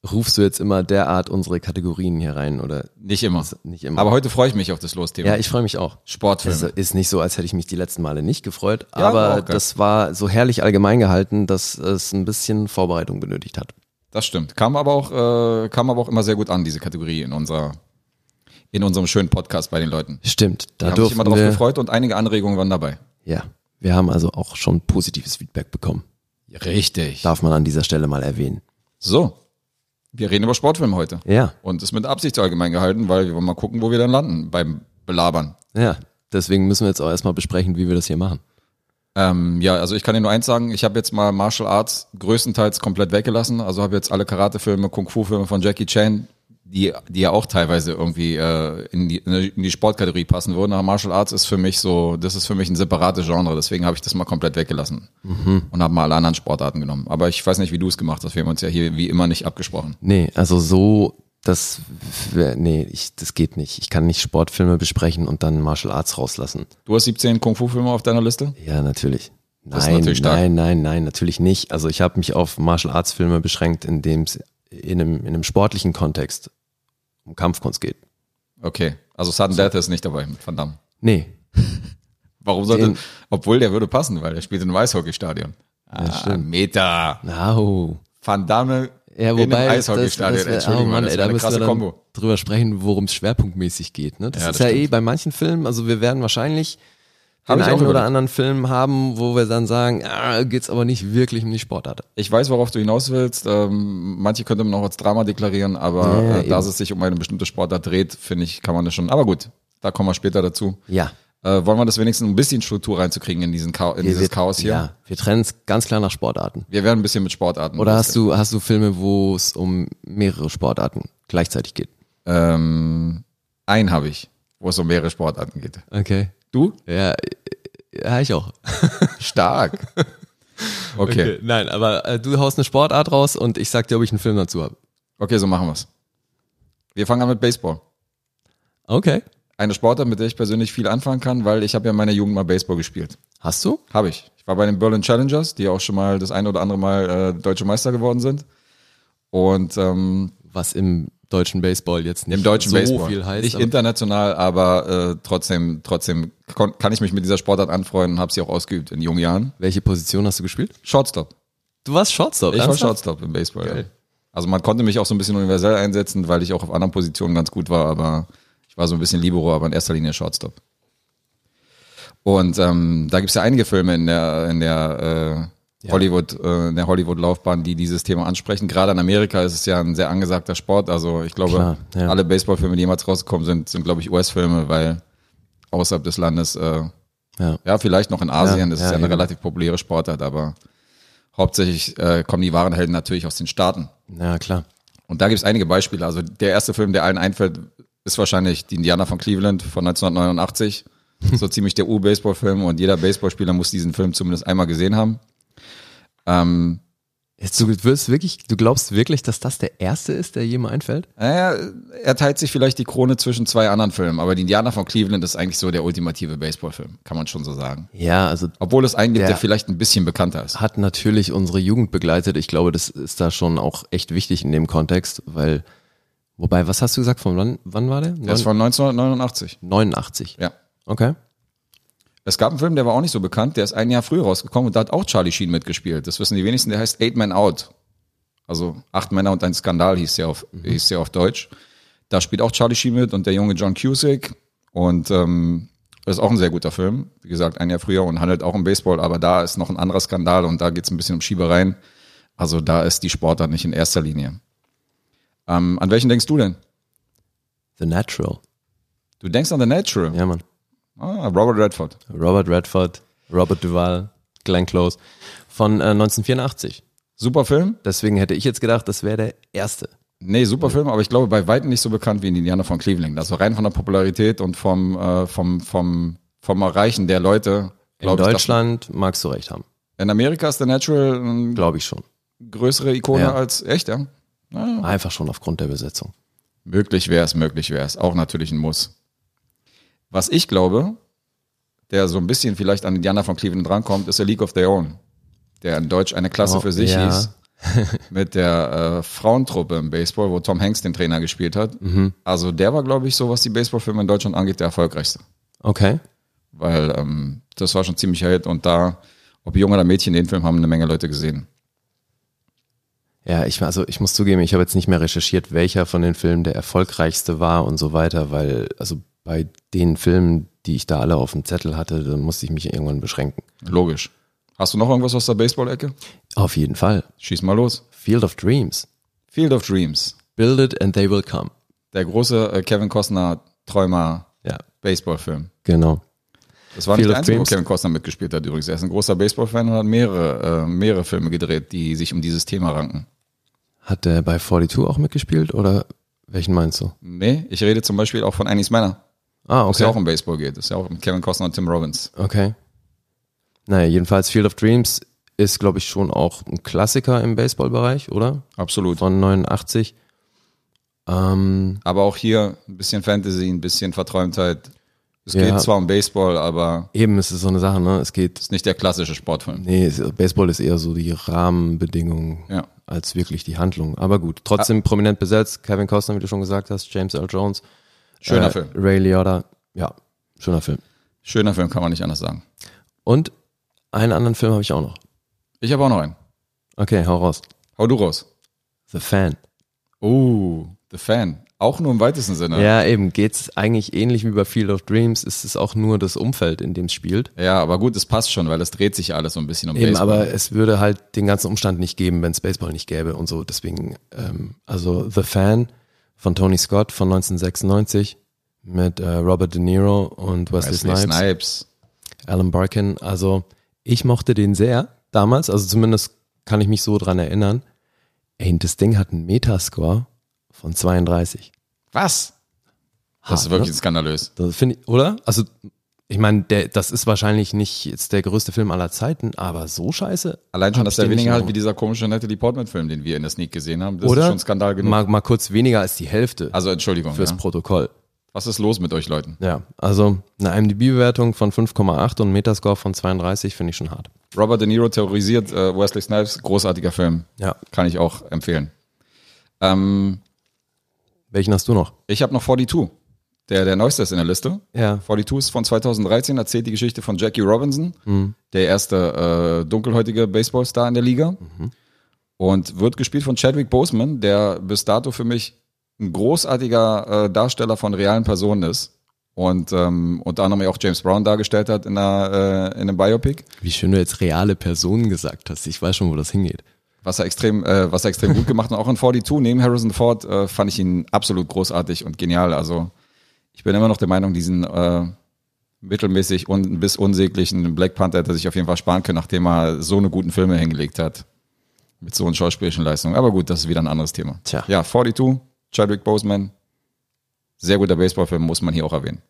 S3: rufst du jetzt immer derart unsere Kategorien hier rein oder
S2: Nicht immer.
S3: nicht immer?
S2: Aber heute freue ich mich auf das Los-Thema.
S3: ja, also ich freue mich auch. Es
S2: Sportfilme.
S3: ist nicht so, als hätte ich mich die letzten Male nicht gefreut,
S2: Ja, war auch
S3: aber
S2: geil.
S3: das war so herrlich allgemein gehalten, dass es ein bisschen Vorbereitung benötigt hat.
S2: Das stimmt. Kam aber auch, äh, kam aber auch immer sehr gut an, diese Kategorie in unserer, in unserem schönen Podcast bei den Leuten.
S3: Stimmt,
S2: Da
S3: da
S2: haben sich
S3: durften
S2: immer drauf
S3: wir,
S2: gefreut und einige Anregungen waren dabei.
S3: ja, wir haben also auch schon positives Feedback bekommen.
S2: Richtig.
S3: Darf man an dieser Stelle mal erwähnen.
S2: So. Wir reden über Sportfilme heute.
S3: Ja,
S2: Und ist mit Absicht so allgemein gehalten, weil wir wollen mal gucken, wo wir dann landen beim Belabern.
S3: ja. Deswegen müssen wir jetzt auch erstmal besprechen, wie wir das hier machen.
S2: Ähm, ja, also ich kann dir nur eins sagen, ich habe jetzt mal Martial Arts größtenteils komplett weggelassen. Also habe jetzt alle Karate-Filme, Kung-Fu-Filme von Jackie Chan, die, die ja auch teilweise irgendwie äh, in, die, in die Sportkategorie passen würden. Aber Martial Arts ist für mich so, das ist für mich ein separates Genre. Deswegen habe ich das mal komplett weggelassen
S3: Mhm.
S2: und habe mal alle anderen Sportarten genommen. Aber ich weiß nicht, wie du es gemacht hast. Wir haben uns ja hier wie immer nicht abgesprochen.
S3: Nee, also so, das, wär- nee, ich, das geht nicht. Ich kann nicht Sportfilme besprechen und dann Martial Arts rauslassen.
S2: Du hast 17 Kung-Fu-Filme auf deiner Liste?
S3: Ja,
S2: ist
S3: natürlich. Nein,
S2: natürlich stark.
S3: nein, nein, nein, natürlich nicht. Also ich habe mich auf Martial Arts Filme beschränkt, in dem es in einem, in einem sportlichen Kontext um Kampfkunst geht.
S2: Okay. Also Sudden Death ist nicht dabei. Verdammt.
S3: Nee,
S2: Warum sollte,
S3: Den-
S2: obwohl der würde passen, weil der spielt im Eishockeystadion. Ah,
S3: stimmt.
S2: Meta.
S3: au.
S2: Van Damme
S3: Ja,
S2: in einem
S3: wobei, das, das, das,
S2: Eishockeystadion.
S3: wär- oh
S2: Entschuldigung,
S3: Mann,
S2: das wäre
S3: ey, da
S2: eine
S3: müssen wir
S2: krasse
S3: dann
S2: Kombo.
S3: drüber sprechen, worum es schwerpunktmäßig geht. Ne? Das
S2: Ja,
S3: ist
S2: das
S3: ja eh
S2: stimmt.
S3: bei manchen Filmen, also wir werden wahrscheinlich
S2: Hab
S3: den
S2: ich auch
S3: einen oder
S2: überlegt.
S3: anderen Film haben, wo wir dann sagen, ah, geht's aber nicht wirklich um die Sportart.
S2: Ich weiß, worauf du hinaus willst. Ähm, manche könnte man auch als Drama deklarieren, aber
S3: Ja, ja,
S2: äh, da
S3: eben.
S2: es sich um eine bestimmte Sportart dreht, finde ich, kann man das schon. Aber gut, da kommen wir später dazu.
S3: Ja.
S2: Äh, wollen wir das wenigstens ein bisschen Struktur reinzukriegen in, diesen Chao- in
S3: Wir-
S2: dieses
S3: wir-
S2: Chaos hier?
S3: Ja, wir trennen es ganz klar nach Sportarten.
S2: Wir werden ein bisschen mit Sportarten.
S3: Oder hast du, hast du Filme, wo es um mehrere Sportarten gleichzeitig geht?
S2: Ähm, einen habe ich, wo es um mehrere Sportarten geht.
S3: Okay.
S2: Du?
S3: Ja, ja ich auch.
S2: Stark. okay.
S3: Nein, aber äh, du haust eine Sportart raus und ich sag dir, ob ich einen Film dazu habe.
S2: Okay, so machen wir's. Wir fangen an mit Baseball.
S3: Okay.
S2: Eine Sportart, mit der ich persönlich viel anfangen kann, weil ich habe ja in meiner Jugend mal Baseball gespielt.
S3: Hast du?
S2: Habe ich. Ich war bei den Berlin Challengers, die auch schon mal das ein oder andere Mal äh, deutsche Meister geworden sind. Und ähm,
S3: Was im deutschen Baseball jetzt nicht
S2: im deutschen
S3: so
S2: Baseball.
S3: viel heißt.
S2: Nicht
S3: aber-
S2: international, aber äh, trotzdem, trotzdem kon- kann ich mich mit dieser Sportart anfreunden und habe sie auch ausgeübt in jungen Jahren.
S3: welche Position hast du gespielt?
S2: Shortstop.
S3: Du warst Shortstop.
S2: Ich war
S3: ernsthaft?
S2: Shortstop im Baseball. Ja. Also man konnte mich auch so ein bisschen universell einsetzen, weil ich auch auf anderen Positionen ganz gut war, aber ich war so ein bisschen Libero, aber in erster Linie Shortstop. Und ähm, da gibt's ja einige Filme in der, in der äh, Hollywood, äh, in der Hollywood-Laufbahn, die dieses Thema ansprechen. Gerade in Amerika ist es ja ein sehr angesagter Sport. Also ich glaube,
S3: Klar, ja.
S2: alle Baseballfilme, die jemals rausgekommen sind, sind, glaube ich, US-Filme, weil außerhalb des Landes äh,
S3: Ja.
S2: ja, vielleicht noch in Asien,
S3: Ja,
S2: das ist
S3: ja,
S2: ja eine
S3: eben.
S2: relativ populäre Sportart, aber hauptsächlich äh, kommen die wahren Helden natürlich aus den Staaten.
S3: Ja, klar.
S2: Und da gibt's einige Beispiele. Also der erste Film, der allen einfällt, ist wahrscheinlich Die Indianer von Cleveland von 1989. So ziemlich der U-Baseball-Film und jeder Baseballspieler muss diesen Film zumindest einmal gesehen haben. Ähm,
S3: Jetzt, du, wirst wirklich, du glaubst wirklich, dass das der erste ist, der jedem einfällt?
S2: naja, er teilt sich vielleicht die Krone zwischen zwei anderen Filmen, aber Die Indianer von Cleveland ist eigentlich so der ultimative Baseballfilm, kann man schon so sagen.
S3: Ja, also
S2: Obwohl es einen gibt,
S3: Der-
S2: der vielleicht ein bisschen bekannter ist.
S3: hat natürlich unsere Jugend begleitet. Ich glaube, das ist da schon auch echt wichtig in dem Kontext, weil, wobei, was hast du gesagt, von wann, wann war der?
S2: Der ist
S3: Neun,
S2: von 1989.
S3: 89.
S2: Ja.
S3: Okay.
S2: Es gab einen Film, der war auch nicht so bekannt, der ist ein Jahr früher rausgekommen und da hat auch Charlie Sheen mitgespielt. Das wissen die wenigsten, der heißt Eight Men Out. Also Acht Männer und ein Skandal hieß der auf, hieß der auf Deutsch. Da spielt auch Charlie Sheen mit und der junge John Cusick. Und ähm, das ist auch ein sehr guter Film. Wie gesagt, ein Jahr früher und handelt auch um Baseball, aber da ist noch ein anderer Skandal und da geht es ein bisschen um Schiebereien. Also da ist die Sportart nicht in erster Linie. Ähm, an welchen denkst du denn?
S3: The Natural.
S2: Du denkst an The Natural.
S3: Ja, Mann.
S2: Ah, Robert Redford.
S3: Robert Redford, Robert Duvall, Glenn Close von äh, 1984.
S2: Super Film.
S3: Deswegen hätte ich jetzt gedacht, das wäre der erste.
S2: Nee, super Film, aber ich glaube bei weitem nicht so bekannt wie in Indianer von Cleveland. Also rein von der Popularität und vom, äh, vom, vom, vom Erreichen der Leute.
S3: In
S2: glaub ich,
S3: Deutschland magst du recht haben.
S2: dass- in Amerika ist der Natural eine
S3: Glaube ich schon.
S2: größere Ikone
S3: Ja.
S2: als echt, ja? Mhm.
S3: Einfach schon aufgrund der Besetzung.
S2: Möglich wäre es, möglich wäre es. Auch natürlich ein Muss. Was ich glaube, der so ein bisschen vielleicht an Indianer von Cleveland drankommt, ist A League of Their Own. Der in Deutsch eine Klasse
S3: Oh,
S2: für sich
S3: ja.
S2: hieß. Mit der äh, Frauentruppe im Baseball, wo Tom Hanks den Trainer gespielt hat.
S3: Mhm.
S2: Also der war, glaube ich, so was die Baseballfilme in Deutschland angeht, der erfolgreichste.
S3: Okay.
S2: Weil ähm, das war schon ziemlich hell und da, ob Junge oder Mädchen, den Film haben eine Menge Leute gesehen.
S3: Ja, ich, also ich muss zugeben, ich habe jetzt nicht mehr recherchiert, welcher von den Filmen der erfolgreichste war und so weiter, weil also bei den Filmen, die ich da alle auf dem Zettel hatte, da musste ich mich irgendwann beschränken.
S2: Logisch. Hast du noch irgendwas aus der Baseball-Ecke?
S3: Auf jeden Fall.
S2: Schieß mal los.
S3: Field of Dreams.
S2: Field of Dreams.
S3: Build it and they will come.
S2: Der große äh, Kevin Costner Träumer
S3: Ja,
S2: Baseballfilm.
S3: genau.
S2: Das war
S3: Field
S2: nicht
S3: of
S2: der einzige, wo
S3: Dreams.
S2: Kevin Costner mitgespielt hat übrigens. Er ist ein großer Baseballfan und hat mehrere, äh, mehrere Filme gedreht, die sich um dieses Thema ranken.
S3: Hat der bei 42 auch mitgespielt oder welchen meinst du?
S2: Nee, ich rede zum Beispiel auch von Annie's Männer,
S3: Ah,
S2: was ja auch
S3: okay.
S2: um Baseball geht. Das ist ja auch mit Kevin Costner und Tim Robbins.
S3: Okay. Naja, jedenfalls Field of Dreams ist, glaube ich, schon auch ein Klassiker im Baseballbereich, oder?
S2: Absolut.
S3: Von 89. Ähm,
S2: Aber auch hier ein bisschen Fantasy, ein bisschen Verträumtheit. Es
S3: Ja.
S2: geht zwar um Baseball, aber
S3: eben ist es so eine Sache, ne? Es geht,
S2: ist nicht der klassische Sportfilm.
S3: nee, es- Baseball ist eher so die Rahmenbedingungen
S2: Ja.
S3: als wirklich die Handlung. Aber gut,
S2: Ah.
S3: trotzdem prominent besetzt. Kevin Costner, wie du schon gesagt hast, James Earl Jones.
S2: Schöner
S3: äh,
S2: Film.
S3: Ray Liotta. Ja, schöner Film.
S2: Schöner Film, kann man nicht anders sagen.
S3: Und einen anderen Film habe ich auch noch.
S2: Ich habe auch noch einen.
S3: Okay, hau raus.
S2: Hau du raus.
S3: The Fan.
S2: Oh, The Fan. Auch nur im weitesten Sinne.
S3: Ja, eben. Geht's eigentlich ähnlich wie bei Field of Dreams. Ist es auch nur das Umfeld, in dem es spielt.
S2: Ja, aber gut, es passt schon, weil es dreht sich ja alles so ein bisschen um
S3: Eben,
S2: Baseball.
S3: aber es würde halt den ganzen Umstand nicht geben, wenn es Baseball nicht gäbe und so. Deswegen, ähm, also The Fan von Tony Scott von 1996 mit äh, Robert De Niro und Wesley,
S2: Wesley
S3: Snipes,
S2: Snipes.
S3: Alan Barkin. Also ich mochte den sehr damals. Also zumindest kann ich mich so dran erinnern. Ey, das Ding hat einen Metascore von 32.
S2: Was? Das ist
S3: Hart, ne?
S2: wirklich skandalös.
S3: Das finde ich, oder? Also, ich meine, der- das ist wahrscheinlich nicht jetzt der größte Film aller Zeiten, aber so scheiße.
S2: Allein schon,
S3: hab
S2: dass
S3: ich
S2: der
S3: den nicht
S2: weniger hat wie
S3: in
S2: dieser komische Natalie Portman-Film, den wir in der Sneak gesehen haben. Das
S3: Erinnerung.
S2: ist
S3: oder?
S2: schon Skandal genug.
S3: Mal, mal kurz weniger als die Hälfte
S2: also Entschuldigung.
S3: fürs
S2: Ja.
S3: Protokoll.
S2: Was ist los mit euch Leuten?
S3: Ja, also eine IMDb-Bewertung von 5,8 und einen Metascore von 32 finde ich schon hart.
S2: Robert De Niro terrorisiert äh, Wesley Snipes. Großartiger Film.
S3: Ja.
S2: Kann ich auch empfehlen. Ähm,
S3: Welchen hast du noch?
S2: ich habe noch 42. Der, der neueste ist in der Liste.
S3: Ja.
S2: 42 ist von 2013, erzählt die Geschichte von Jackie Robinson, der erste äh, dunkelhäutige Baseballstar in der Liga. Und wird gespielt von Chadwick Boseman, der bis dato für mich ein großartiger äh, Darsteller von realen Personen ist. Und ähm, unter anderem ja auch James Brown dargestellt hat in, einer, äh, in einem Biopic,
S3: Wie schön du jetzt reale Personen gesagt hast. Ich weiß schon, wo das hingeht.
S2: was er extrem, äh, was er extrem gut gemacht hat. Auch in 42 neben Harrison Ford äh, fand ich ihn absolut großartig und genial. Also ich bin immer noch der Meinung, diesen äh, mittelmäßig und bis unsäglichen Black Panther hätte er sich auf jeden Fall sparen können, nachdem er so eine guten Filme hingelegt hat. Mit so einer schauspielerischen Leistung. Aber gut, das ist wieder ein anderes Thema.
S3: Tja.
S2: Ja, 42, Chadwick Boseman. Sehr guter Baseballfilm, muss man hier auch erwähnen.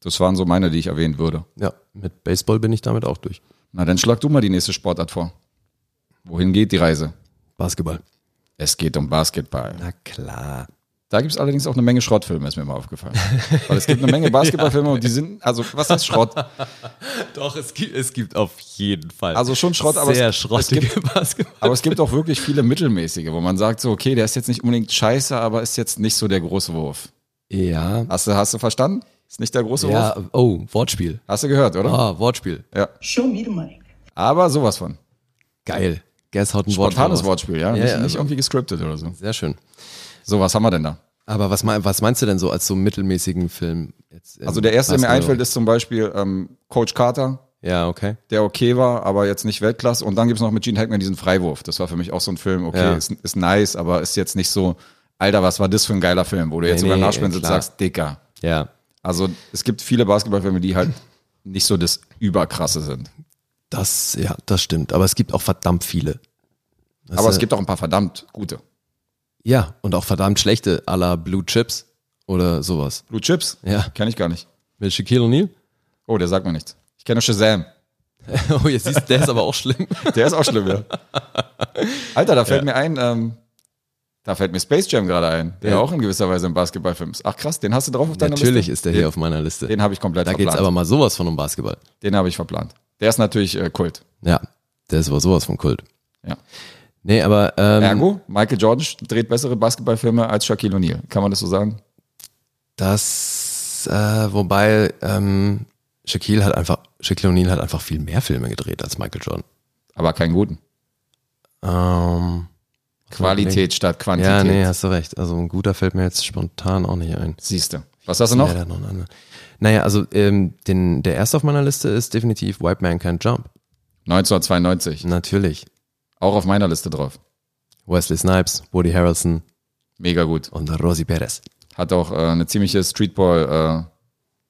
S2: Das waren so meine, die ich erwähnen würde.
S3: Ja, mit Baseball bin ich damit auch durch.
S2: Na, dann schlag du mal die nächste Sportart vor. Wohin geht die Reise?
S3: Basketball.
S2: Es geht um Basketball.
S3: Na klar.
S2: Da gibt's allerdings auch eine Menge Schrottfilme, ist mir mal aufgefallen. Weil es gibt eine Menge Basketballfilme und die sind, also was ist Schrott?
S3: Doch, es gibt, es gibt auf jeden Fall.
S2: Also schon Schrott, aber
S3: Sehr
S2: es- es
S3: schrottige Basketball.
S2: Aber es gibt auch wirklich viele mittelmäßige, wo man sagt so, okay, der ist jetzt nicht unbedingt scheiße, aber ist jetzt nicht so der große Wurf.
S3: Ja.
S2: Hast du, hast du verstanden? Ist nicht der große Wurf?
S3: Ja, oh, Wortspiel.
S2: Hast du gehört, oder?
S3: Ah, Wortspiel.
S2: Ja.
S4: Show me the money.
S2: Aber sowas von.
S3: Geil. Guess haut ein
S2: Spontanes
S3: raus.
S2: Wortspiel, ja.
S3: Ja,
S2: nicht, um-
S3: ja,
S2: nicht
S3: also-
S2: irgendwie gescriptet oder so.
S3: Sehr schön.
S2: So, was haben wir denn da?
S3: Aber was, mein- was meinst du denn so als so mittelmäßigen Film? Jetzt
S2: Also der erste, der mir einfällt, ist zum Beispiel ähm, Coach Carter,
S3: Ja, okay.
S2: der okay war, aber jetzt nicht Weltklasse. Und dann gibt's noch mit Gene Hackman diesen Freiwurf. Das war für mich auch so ein Film, okay,
S3: Ja.
S2: ist, ist nice, aber ist jetzt nicht so, Alter, was war das für ein geiler Film, wo du jetzt
S3: Nee,
S2: sogar
S3: nee,
S2: nachspielen sitzt und
S3: klar.
S2: sagst, Dicker.
S3: Ja.
S2: Also es gibt viele Basketballfilme, die halt nicht so das Überkrasse sind.
S3: Das, ja, das stimmt. Aber es gibt auch verdammt viele. Das,
S2: Aber es
S3: äh,
S2: gibt auch ein paar verdammt gute.
S3: Ja, und auch verdammt schlechte à la Blue Chips oder sowas.
S2: Blue Chips?
S3: Ja.
S2: Kenn ich gar nicht.
S3: Mit Shaquille O'Neal?
S2: Oh, der sagt mir nichts. Ich kenne Shazam.
S3: Oh, jetzt siehst du, der ist aber auch schlimm.
S2: Der ist auch schlimm, ja. Alter, da fällt mir ein, ähm, da fällt mir Space Jam gerade ein, der
S3: Ja.
S2: auch in gewisser Weise ein Basketballfilm ist. Ach krass, den hast du drauf auf deiner
S3: Natürlich
S2: Liste?
S3: ist der hier auf meiner Liste.
S2: Den habe ich komplett
S3: da geht's
S2: verplant.
S3: aber mal sowas von um Basketball.
S2: Den habe ich verplant. Der ist natürlich äh, Kult.
S3: Ja, der ist aber sowas von Kult.
S2: Ja.
S3: Nee, aber ähm,
S2: Ergo, Michael Jordan sch- dreht bessere Basketballfilme als Shaquille O'Neal. Kann man das so sagen?
S3: Das, äh, wobei ähm, Shaquille hat einfach, Shaquille O'Neal hat einfach viel mehr Filme gedreht als Michael Jordan.
S2: Aber keinen guten.
S3: Ähm, was wollte ich denken?
S2: Qualität statt Quantität.
S3: Ja, nee, hast du recht. Also ein guter fällt mir jetzt spontan auch nicht ein.
S2: Siehst du. Was hast du noch?
S3: Ja, da noch ein anderer. Naja, also ähm, den, der erste auf meiner Liste ist definitiv White Man Can't Jump.
S2: 1992.
S3: Natürlich.
S2: Auch auf meiner Liste drauf.
S3: Wesley Snipes, Woody Harrelson
S2: Mega gut.
S3: und Rosie Perez.
S2: Hat auch äh, eine ziemliche Streetball,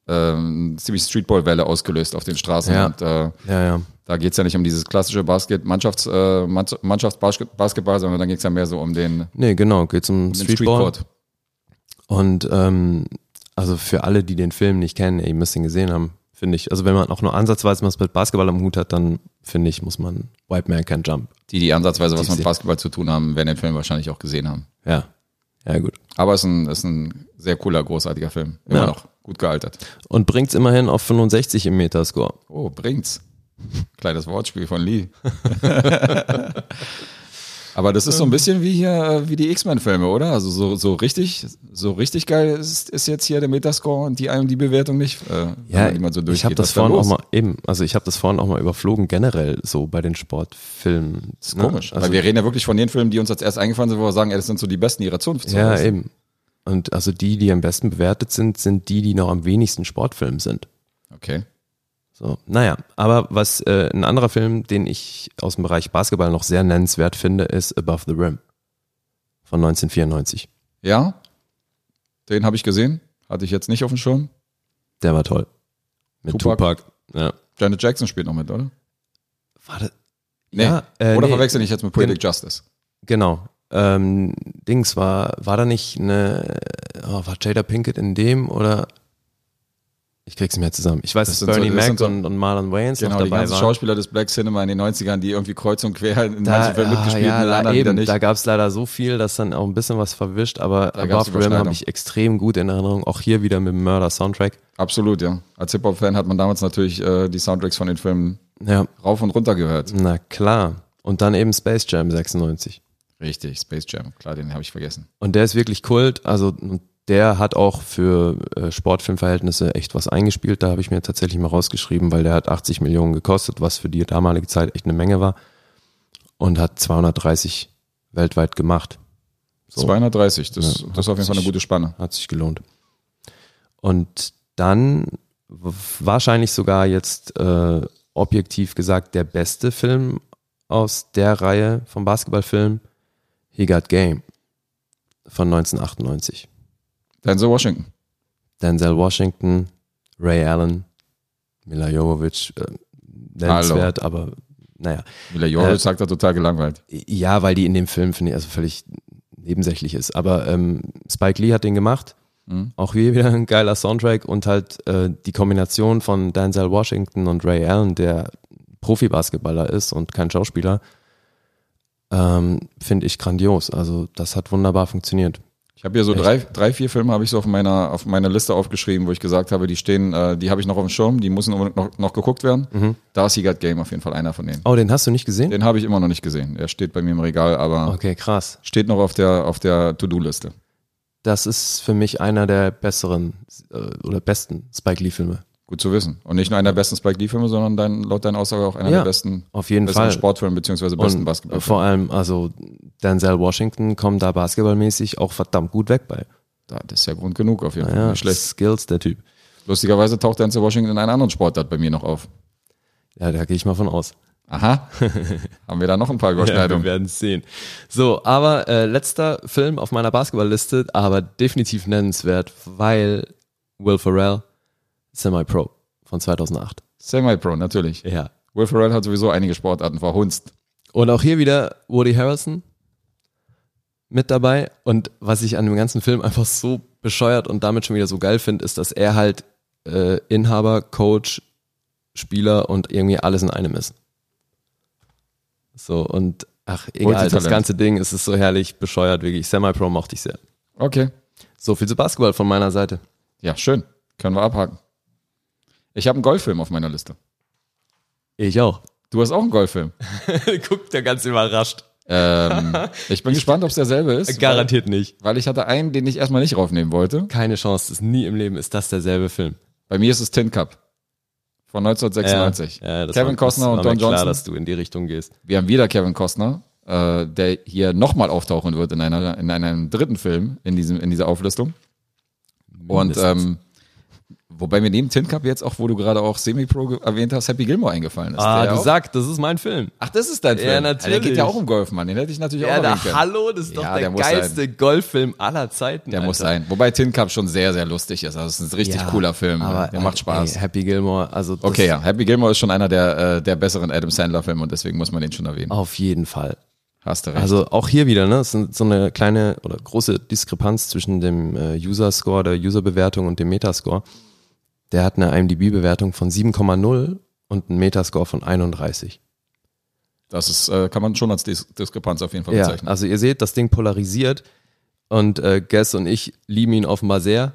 S2: äh, ähm, ziemlich Streetball-Welle ausgelöst auf den Straßen.
S3: Ja.
S2: Und äh,
S3: Ja, ja.
S2: da geht es ja nicht um dieses klassische Basket, Mannschafts, äh, Mann- Mannschaftsbasketball, sondern dann geht es ja mehr so um den, um
S3: Nee, genau, geht's um
S2: den
S3: Streetball. Und ähm, also für alle, die den Film nicht kennen, ihr müsst ihn gesehen haben, finde ich. Also wenn man auch nur ansatzweise was mit Basketball am Hut hat, dann finde ich, muss man White Man Can Jump.
S2: Die, die ansatzweise was
S3: Die
S2: mit
S3: sehen-
S2: Basketball zu tun haben, werden den Film wahrscheinlich auch gesehen haben.
S3: Ja. Ja, gut.
S2: Aber es ist ein, ist ein sehr cooler, großartiger Film. Immer
S3: Ja.
S2: noch gut gealtert.
S3: Und bringt's immerhin auf 65 im Metascore.
S2: Oh, bringt's. Kleines Wortspiel von Lee. Aber das ist
S3: Ähm.
S2: so ein bisschen wie hier, äh, wie die X-Men-Filme, oder? Also so, so richtig, so richtig geil ist, ist jetzt hier der Metascore und die IMDb-Bewertung nicht, äh, wenn man die mal so
S3: ich habe
S2: durchgeht.
S3: das
S2: Was da
S3: vorhin auch
S2: los?
S3: mal eben, also ich habe das vorhin auch mal überflogen generell so bei den Sportfilmen.
S2: Das ist komisch.
S3: Also,
S2: Weil wir reden ja wirklich von den Filmen, die uns als erst eingefallen sind, wo wir sagen, ey, das sind so die besten ihrer Zunft.
S3: ja eben. Und also die, die am besten bewertet sind, sind die, die noch am wenigsten Sportfilm sind.
S2: Okay.
S3: So, naja, aber was äh, ein anderer Film, den ich aus dem Bereich Basketball noch sehr nennenswert finde, ist Above the Rim von 1994.
S2: Ja, den habe ich gesehen. Hatte ich jetzt nicht auf dem Schirm.
S3: Der war toll. Mit
S2: Tupac.
S3: Tupac. Ja.
S2: Janet Jackson spielt noch mit, oder?
S3: War das?
S2: Nee.
S3: Ja, äh,
S2: oder
S3: nee.
S2: verwechsel ich jetzt mit Poetic Justice?
S3: Genau. Ähm, Dings war, war da nicht eine, oh, war Jada Pinkett in dem oder? Ich krieg's nicht mehr zusammen. Ich weiß,
S2: Das
S3: dass
S2: sind so-
S3: Bernie
S2: das
S3: Mac
S2: sind so-
S3: und, und Marlon Wayans
S2: Genau,
S3: noch
S2: die
S3: dabei
S2: ganzen
S3: waren.
S2: Schauspieler des Black Cinema in den 90ern, die irgendwie kreuz und quer in manchen Filmen
S3: ah,
S2: mitgespielt
S3: ja,
S2: haben, in
S3: da,
S2: anderen wieder
S3: eben,
S2: nicht.
S3: da gab's leider so viel, dass dann auch ein bisschen was verwischt, aber
S2: Da gab's
S3: Above Rim habe
S2: Überschneidung.
S3: ich extrem gut in Erinnerung. Auch hier wieder mit dem Murder-Soundtrack.
S2: Absolut, ja. Als Hip-Hop-Fan hat man damals natürlich äh, die Soundtracks von den Filmen
S3: Ja,
S2: rauf und runter gehört.
S3: na klar. Und dann eben Space Jam 96.
S2: Richtig, Space Jam. Klar, den habe ich vergessen.
S3: Und der ist wirklich Kult. Also und der hat auch für äh, Sportfilmverhältnisse echt was eingespielt. Da habe ich mir tatsächlich mal rausgeschrieben, weil der hat 80 Millionen gekostet, was für die damalige Zeit echt eine Menge war. Und hat 230 weltweit gemacht. So.
S2: 230, das,
S3: Ja,
S2: das ist auf jeden Fall eine
S3: sich-
S2: gute Spanne.
S3: Hat sich gelohnt. Und dann w- wahrscheinlich sogar jetzt äh, objektiv gesagt der beste Film aus der Reihe vom Basketballfilm He Got Game von 1998.
S2: Denzel Washington.
S3: Denzel Washington, Ray Allen, Mila Jovovich, äh, nennenswert, aber naja.
S2: Mila Jovovich
S3: Äh,
S2: sagt da total gelangweilt.
S3: Ja, weil die in dem Film, finde ich, also völlig nebensächlich ist. Aber ähm, Spike Lee hat den gemacht.
S2: Mhm.
S3: Auch hier wieder ein geiler Soundtrack und halt äh, die Kombination von Denzel Washington und Ray Allen, der Profibasketballer ist und kein Schauspieler, ähm, finde ich grandios. Also das hat wunderbar funktioniert.
S2: Ich habe hier so
S3: Echt?
S2: drei, drei, vier Filme habe ich so auf meiner auf meiner Liste aufgeschrieben, wo ich gesagt habe, die stehen, äh, die habe ich noch auf dem Schirm, die müssen unbedingt noch, noch geguckt werden.
S3: Mhm.
S2: Da ist He Got Game auf jeden Fall einer von denen.
S3: Oh, den hast du nicht gesehen?
S2: Den habe ich immer noch nicht gesehen. Er steht bei mir im Regal, aber
S3: Okay, krass.
S2: steht noch auf der auf der To-Do-Liste.
S3: das ist für mich einer der besseren äh, oder besten Spike Lee-Filme.
S2: Gut zu wissen. Und nicht nur einer der besten Spike Lee-Filme, sondern dein, laut deiner Aussage auch einer
S3: Ja,
S2: der besten,
S3: Auf jeden
S2: besten
S3: Fall.
S2: Sportfilme beziehungsweise besten
S3: Und
S2: Basketballfilme.
S3: vor allem, also Denzel Washington kommt da basketballmäßig auch verdammt gut weg bei.
S2: Da- Das ist ja Grund genug auf jeden Fall.
S3: Ja,
S2: Nicht schlecht.
S3: Skills, der Typ.
S2: Lustigerweise taucht Denzel Washington in einer anderen Sportart bei mir noch auf.
S3: Ja, da gehe ich mal von aus.
S2: Aha. Haben wir da noch ein paar Überschneidungen.
S3: wir werden es sehen. So, aber äh, letzter Film auf meiner Basketballliste, aber definitiv nennenswert, weil Will Ferrell, Semi-Pro von 2008.
S2: Semi-Pro, natürlich.
S3: Ja.
S2: Will Ferrell hat sowieso einige Sportarten verhunzt.
S3: Und auch hier wieder Woody Harrelson mit dabei. Und was ich an dem ganzen Film einfach so bescheuert und damit schon wieder so geil finde, ist, dass er halt äh, Inhaber, Coach, Spieler und irgendwie alles in einem ist. So, und ach, egal, das
S2: Multitalent.
S3: ganze Ding es ist so herrlich bescheuert, wirklich. Semi-Pro mochte ich sehr.
S2: Okay.
S3: So viel zu Basketball von meiner Seite.
S2: Ja, schön. Können wir abhaken. Ich habe einen Golffilm auf meiner Liste.
S3: Ich auch.
S2: Du hast auch einen Golffilm.
S3: Guckt ja ganz überrascht.
S2: Ähm, ich bin gespannt, ob es derselbe ist.
S3: Garantiert nicht.
S2: Weil, weil ich hatte einen, den ich erstmal nicht raufnehmen wollte.
S3: Keine Chance, ist nie im Leben ist das derselbe Film.
S2: Bei mir ist es Tin Cup von 1996.
S3: Ja, ja, das
S2: Kevin
S3: war-
S2: Costner
S3: das
S2: und
S3: war
S2: Don
S3: mir klar,
S2: Johnson.
S3: dass du in die Richtung gehst.
S2: Wir haben wieder Kevin Costner, äh, der hier nochmal auftauchen wird in, einer, in einem dritten Film in, diesem, in dieser Auflistung. Und
S3: Mindestens.
S2: ähm, Wobei mir neben Tin Cup jetzt auch, wo du gerade auch Semi-Pro ge- erwähnt hast, Happy Gilmore eingefallen ist.
S3: Ah,
S2: Der
S3: du
S2: auch-
S3: sagst, das ist mein Film.
S2: Ach, das ist dein
S3: Ja,
S2: Film. Der geht
S3: natürlich.
S2: ja auch um Golf, Mann. Den hätte ich natürlich
S3: Ja,
S2: auch erwähnen
S3: da,
S2: können.
S3: hallo, das ist doch
S2: Ja,
S3: der,
S2: der muss
S3: geilste Golffilm aller Zeiten.
S2: Der muss
S3: Alter.
S2: sein. Wobei Tin Cup schon sehr, sehr lustig ist. Also es ist ein richtig
S3: Ja,
S2: cooler Film.
S3: aber,
S2: der macht
S3: äh,
S2: Spaß.
S3: ey, Happy Gilmore, also das
S2: okay, ja. Happy Gilmore ist schon einer der, äh, der besseren Adam Sandler-Filme und deswegen muss man den schon erwähnen.
S3: auf jeden Fall.
S2: Hast du recht.
S3: Also auch hier wieder, ne? Es ist so eine kleine oder große Diskrepanz zwischen dem äh, User-Score, der User-Bewertung und dem Metascore. Der hat eine IMDb-Bewertung von 7,0 und einen Metascore von 31.
S2: das ist, äh, kann man schon als Dis Diskrepanz auf jeden Fall
S3: Ja,
S2: bezeichnen.
S3: also ihr seht, das Ding polarisiert und äh, Guess und ich lieben ihn offenbar sehr.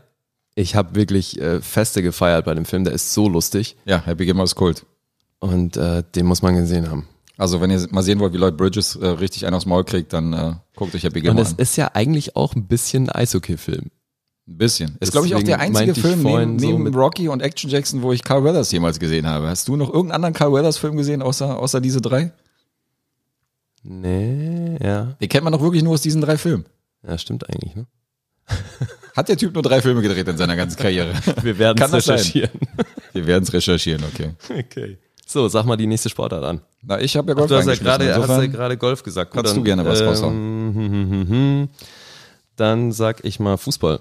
S3: Ich habe wirklich äh, Feste gefeiert bei dem Film, der ist so lustig
S2: Ja, Happy Gilmore ist Kult.
S3: und äh, den muss man gesehen haben.
S2: Also wenn ihr mal sehen wollt, wie Lloyd Bridges äh, richtig einen aufs Maul kriegt, dann äh, guckt euch Happy
S3: Und
S2: Gilmore
S3: es
S2: an.
S3: ist ja eigentlich auch ein bisschen ein Eishockey-Film.
S2: Ein bisschen. Ist, glaube ich, auch
S3: Deswegen
S2: der einzige
S3: meinte ich
S2: Film neben,
S3: vorhin so
S2: neben
S3: mit-
S2: Rocky und Action Jackson, wo ich Carl Weathers jemals gesehen habe. Hast du noch irgendeinen anderen Carl Weathers-Film gesehen, außer, außer diese drei?
S3: Nee, ja.
S2: Den kennt man doch wirklich nur aus diesen drei Filmen.
S3: Ja, stimmt eigentlich, ne?
S2: Hat der Typ nur drei Filme gedreht in seiner ganzen Karriere?
S3: Wir werden
S2: Kann das sein?
S3: recherchieren.
S2: Wir werden es recherchieren, okay.
S3: Okay. So, sag mal die nächste Sportart an.
S2: Na, ich habe ja Golf
S3: Du hast ja
S2: reingeschmissen,
S3: gerade hast ja
S2: insofern-
S3: gerade Golf gesagt. Gut,
S2: kannst du gerne was
S3: raushauen. hm, hm, hm. Dann sag ich mal Fußball.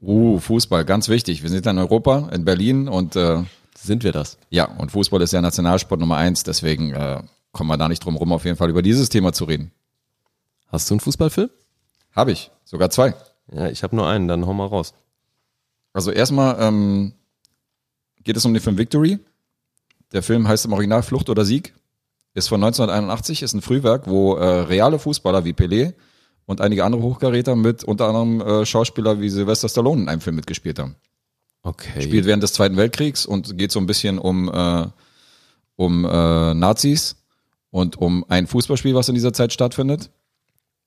S2: Uh, Fußball, ganz wichtig. Wir sind in Europa, in Berlin und äh,
S3: Sind wir das?
S2: ja, und Fußball ist ja Nationalsport Nummer eins, deswegen äh, kommen wir da nicht drum rum, auf jeden Fall über dieses Thema zu reden.
S3: Hast du einen Fußballfilm?
S2: Habe ich, sogar zwei.
S3: Ja, ich habe nur einen, dann hau mal raus.
S2: Also erstmal ähm, geht es um den Film Victory. Der Film heißt im Original Flucht oder Sieg, ist von 1981, ist ein Frühwerk, wo äh, reale Fußballer wie Pelé und einige andere Hochkaräter mit unter anderem äh, Schauspieler wie Sylvester Stallone in einem Film mitgespielt haben.
S3: Okay.
S2: spielt während des Zweiten Weltkriegs und geht so ein bisschen um, äh, um äh, Nazis und um ein Fußballspiel, was in dieser Zeit stattfindet.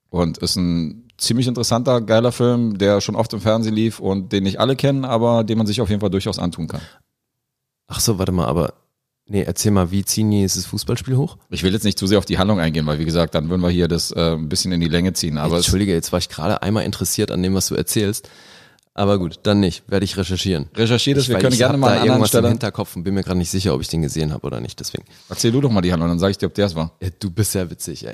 S2: Und ist ein ziemlich interessanter, geiler Film, der schon oft im Fernsehen lief und den nicht alle kennen, aber den man sich auf jeden Fall durchaus antun kann.
S3: Ach so, warte mal, aber nee, erzähl mal, wie ziehen die dieses Fußballspiel hoch?
S2: Ich will jetzt nicht zu sehr auf die Handlung eingehen, weil wie gesagt, dann würden wir hier das äh, ein bisschen in die Länge ziehen. Aber es
S3: Entschuldige, jetzt war ich gerade einmal interessiert an dem, was du erzählst. Aber gut, dann nicht, werde ich recherchieren.
S2: recherchiert es,
S3: Ich-
S2: wir
S3: weil
S2: können
S3: ich
S2: gerne
S3: hab
S2: mal
S3: da
S2: an anderen
S3: irgendwas im
S2: Stellen.
S3: Hinterkopf und bin mir gerade nicht sicher, ob ich den gesehen habe oder nicht, deswegen.
S2: Erzähl du doch mal die Handlung, dann sage ich dir, ob der es war.
S3: Ja, du bist ja witzig, ey.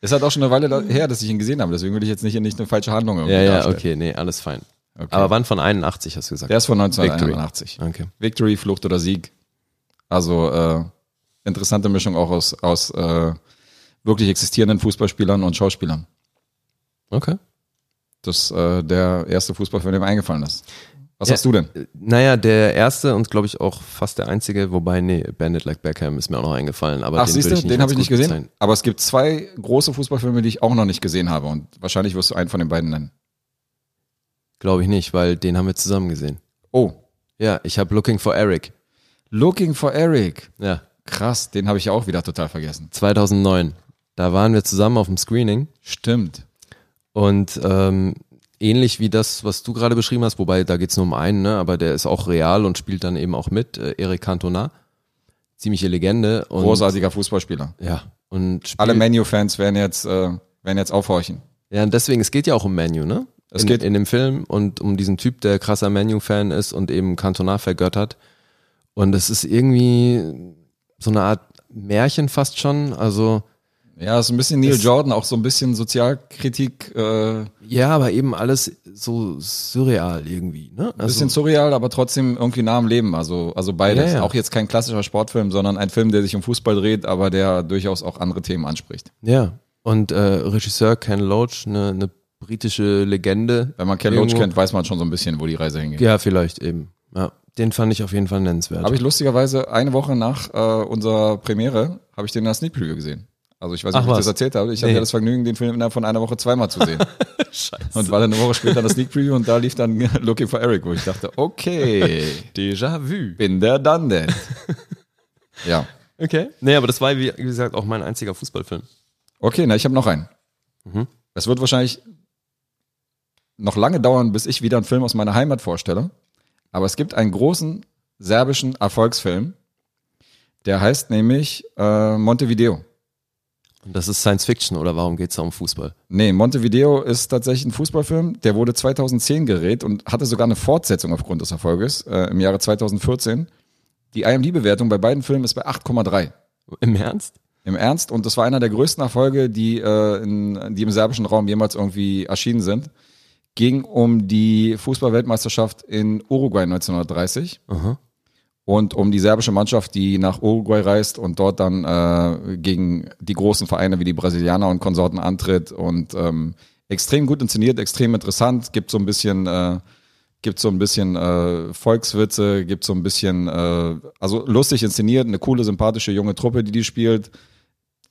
S2: Es hat auch schon eine Weile da- her, dass ich ihn gesehen habe, deswegen will ich jetzt nicht, nicht eine falsche Handlung irgendwie
S3: Ja, ja,
S2: darstellen.
S3: okay, nee, alles fein.
S2: Okay.
S3: Aber wann von 81 hast du gesagt?
S2: Der ist von
S3: Victory.
S2: 1981.
S3: Okay.
S2: Victory, Flucht oder Sieg. Also äh, interessante Mischung auch aus, aus äh, wirklich existierenden Fußballspielern und Schauspielern.
S3: Okay.
S2: Das ist äh, der erste Fußballfilm, der mir eingefallen ist. Was
S3: Ja.
S2: hast du denn?
S3: Naja, der erste und glaube ich auch fast der einzige, wobei, nee, Bandit Like Beckham ist mir auch noch eingefallen. Aber
S2: Ach,
S3: den
S2: siehst
S3: würde
S2: du, den habe
S3: als
S2: ich nicht
S3: gut
S2: gesehen.
S3: bezeichnen.
S2: Aber es gibt zwei große Fußballfilme, die ich auch noch nicht gesehen habe. Und wahrscheinlich wirst du einen von den beiden nennen.
S3: Glaube ich nicht, weil den haben wir zusammen gesehen.
S2: Oh,
S3: Ja, ich habe Looking for Eric.
S2: Looking for Eric.
S3: Ja,
S2: Krass, den habe ich ja auch wieder total vergessen.
S3: 2009. Da waren wir zusammen auf dem Screening
S2: Stimmt.
S3: und ähm, ähnlich wie das, was du gerade beschrieben hast, wobei da geht's nur um einen, ne? aber der ist auch real und spielt dann eben auch mit, äh, Eric Cantona. Ziemliche Legende. Und,
S2: Großartiger Fußballspieler.
S3: Ja, und spielt,
S2: Alle Menu-Fans werden jetzt, äh, werden jetzt aufhorchen.
S3: Ja, und deswegen, es geht ja auch um Menu, ne?
S2: Es
S3: in,
S2: geht-
S3: in dem Film und um diesen Typ, der krasser Menu-Fan ist und eben Cantona vergöttert. Und es ist irgendwie so eine Art Märchen fast schon. Also,
S2: Ja, ist ein bisschen Neil
S3: Es-
S2: Jordan, auch so ein bisschen Sozialkritik, äh, ein
S3: ja, aber eben alles so surreal irgendwie, ne? Also,
S2: bisschen surreal, aber trotzdem irgendwie nah am Leben. Also, also beides.
S3: Ja, ja.
S2: Auch jetzt kein klassischer Sportfilm, sondern ein Film, der sich um Fußball dreht, aber der durchaus auch andere Themen anspricht.
S3: ja. Und äh, Regisseur Ken Loach, eine ne britische Legende.
S2: Wenn man Ken Loach
S3: Irgendwo-
S2: kennt, weiß man schon so ein bisschen, wo die Reise hingeht.
S3: Ja, vielleicht eben. Ja, den fand ich auf jeden Fall nennenswert.
S2: Habe ich lustigerweise eine Woche nach äh, unserer Premiere, habe ich den in der Sneak Preview gesehen. Also ich weiß nicht,
S3: Ach
S2: ob ich
S3: was.
S2: das erzählt habe. Ich hatte
S3: Nee.
S2: ja das Vergnügen, den Film innerhalb von einer Woche zweimal zu sehen.
S3: Scheiße.
S2: und war dann eine Woche später in der Sneak Preview und da lief dann Looking for Eric, wo ich dachte, okay,
S3: Déjà vu.
S2: bin der dann denn. Ja.
S3: Okay. Nee, aber das war, wie wie gesagt, auch mein einziger Fußballfilm.
S2: Okay, na, ich habe noch einen. Es wird wahrscheinlich noch lange dauern, bis ich wieder einen Film aus meiner Heimat vorstelle. Aber es gibt einen großen serbischen Erfolgsfilm, der heißt nämlich äh, Montevideo.
S3: Und das ist Science Fiction oder warum geht es da um Fußball?
S2: Nee, Montevideo ist tatsächlich ein Fußballfilm, der wurde 2010 gerät und hatte sogar eine Fortsetzung aufgrund des Erfolges äh, im Jahre 2014. Die IMDb-Bewertung bei beiden Filmen ist bei 8,3.
S3: Im Ernst?
S2: Im Ernst. Und das war einer der größten Erfolge, die, äh, in, die im serbischen Raum jemals irgendwie erschienen sind. Ging um die Fußballweltmeisterschaft in Uruguay 1930
S3: Aha.
S2: und um die serbische Mannschaft, die nach Uruguay reist und dort dann äh, gegen die großen Vereine wie die Brasilianer und Konsorten antritt und ähm, extrem gut inszeniert, extrem interessant, gibt so ein bisschen, äh, gibt so ein bisschen äh, Volkswitze, gibt so ein bisschen, äh, also lustig inszeniert, eine coole, sympathische junge Truppe, die die spielt.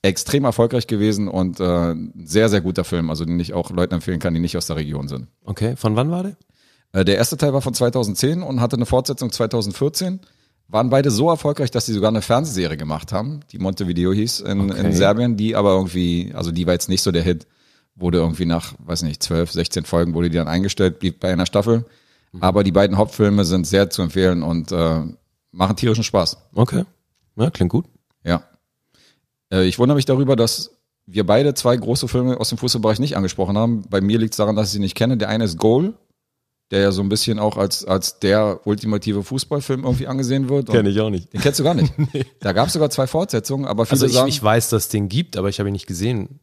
S2: Extrem erfolgreich gewesen und äh, ein sehr, sehr guter Film, also den ich auch Leuten empfehlen kann, die nicht aus der Region sind.
S3: Okay, von wann war der?
S2: Äh, Der erste Teil war von 2010 und hatte eine Fortsetzung 2014. Waren beide so erfolgreich, dass sie sogar eine Fernsehserie gemacht haben, die Montevideo hieß in,
S3: Okay.
S2: in Serbien, die aber irgendwie, also die war jetzt nicht so der Hit, wurde irgendwie nach, weiß nicht, 12, 16 Folgen wurde die dann eingestellt, blieb bei einer Staffel. Aber die beiden Hauptfilme sind sehr zu empfehlen und äh, machen tierischen Spaß.
S3: Okay. Ja, klingt gut.
S2: Ja. Äh, ich wundere mich darüber, dass wir beide zwei große Filme aus dem Fußballbereich nicht angesprochen haben. Bei mir liegt es daran, dass ich sie nicht kenne. Der eine ist Goal, der ja so ein bisschen auch als, als der ultimative Fußballfilm irgendwie angesehen wird. Und
S3: ich auch nicht.
S2: Den kennst du gar nicht. Da gab es sogar zwei Fortsetzungen, aber viele
S3: Also ich,
S2: sagen,
S3: ich weiß, dass es den gibt, aber ich habe ihn nicht gesehen.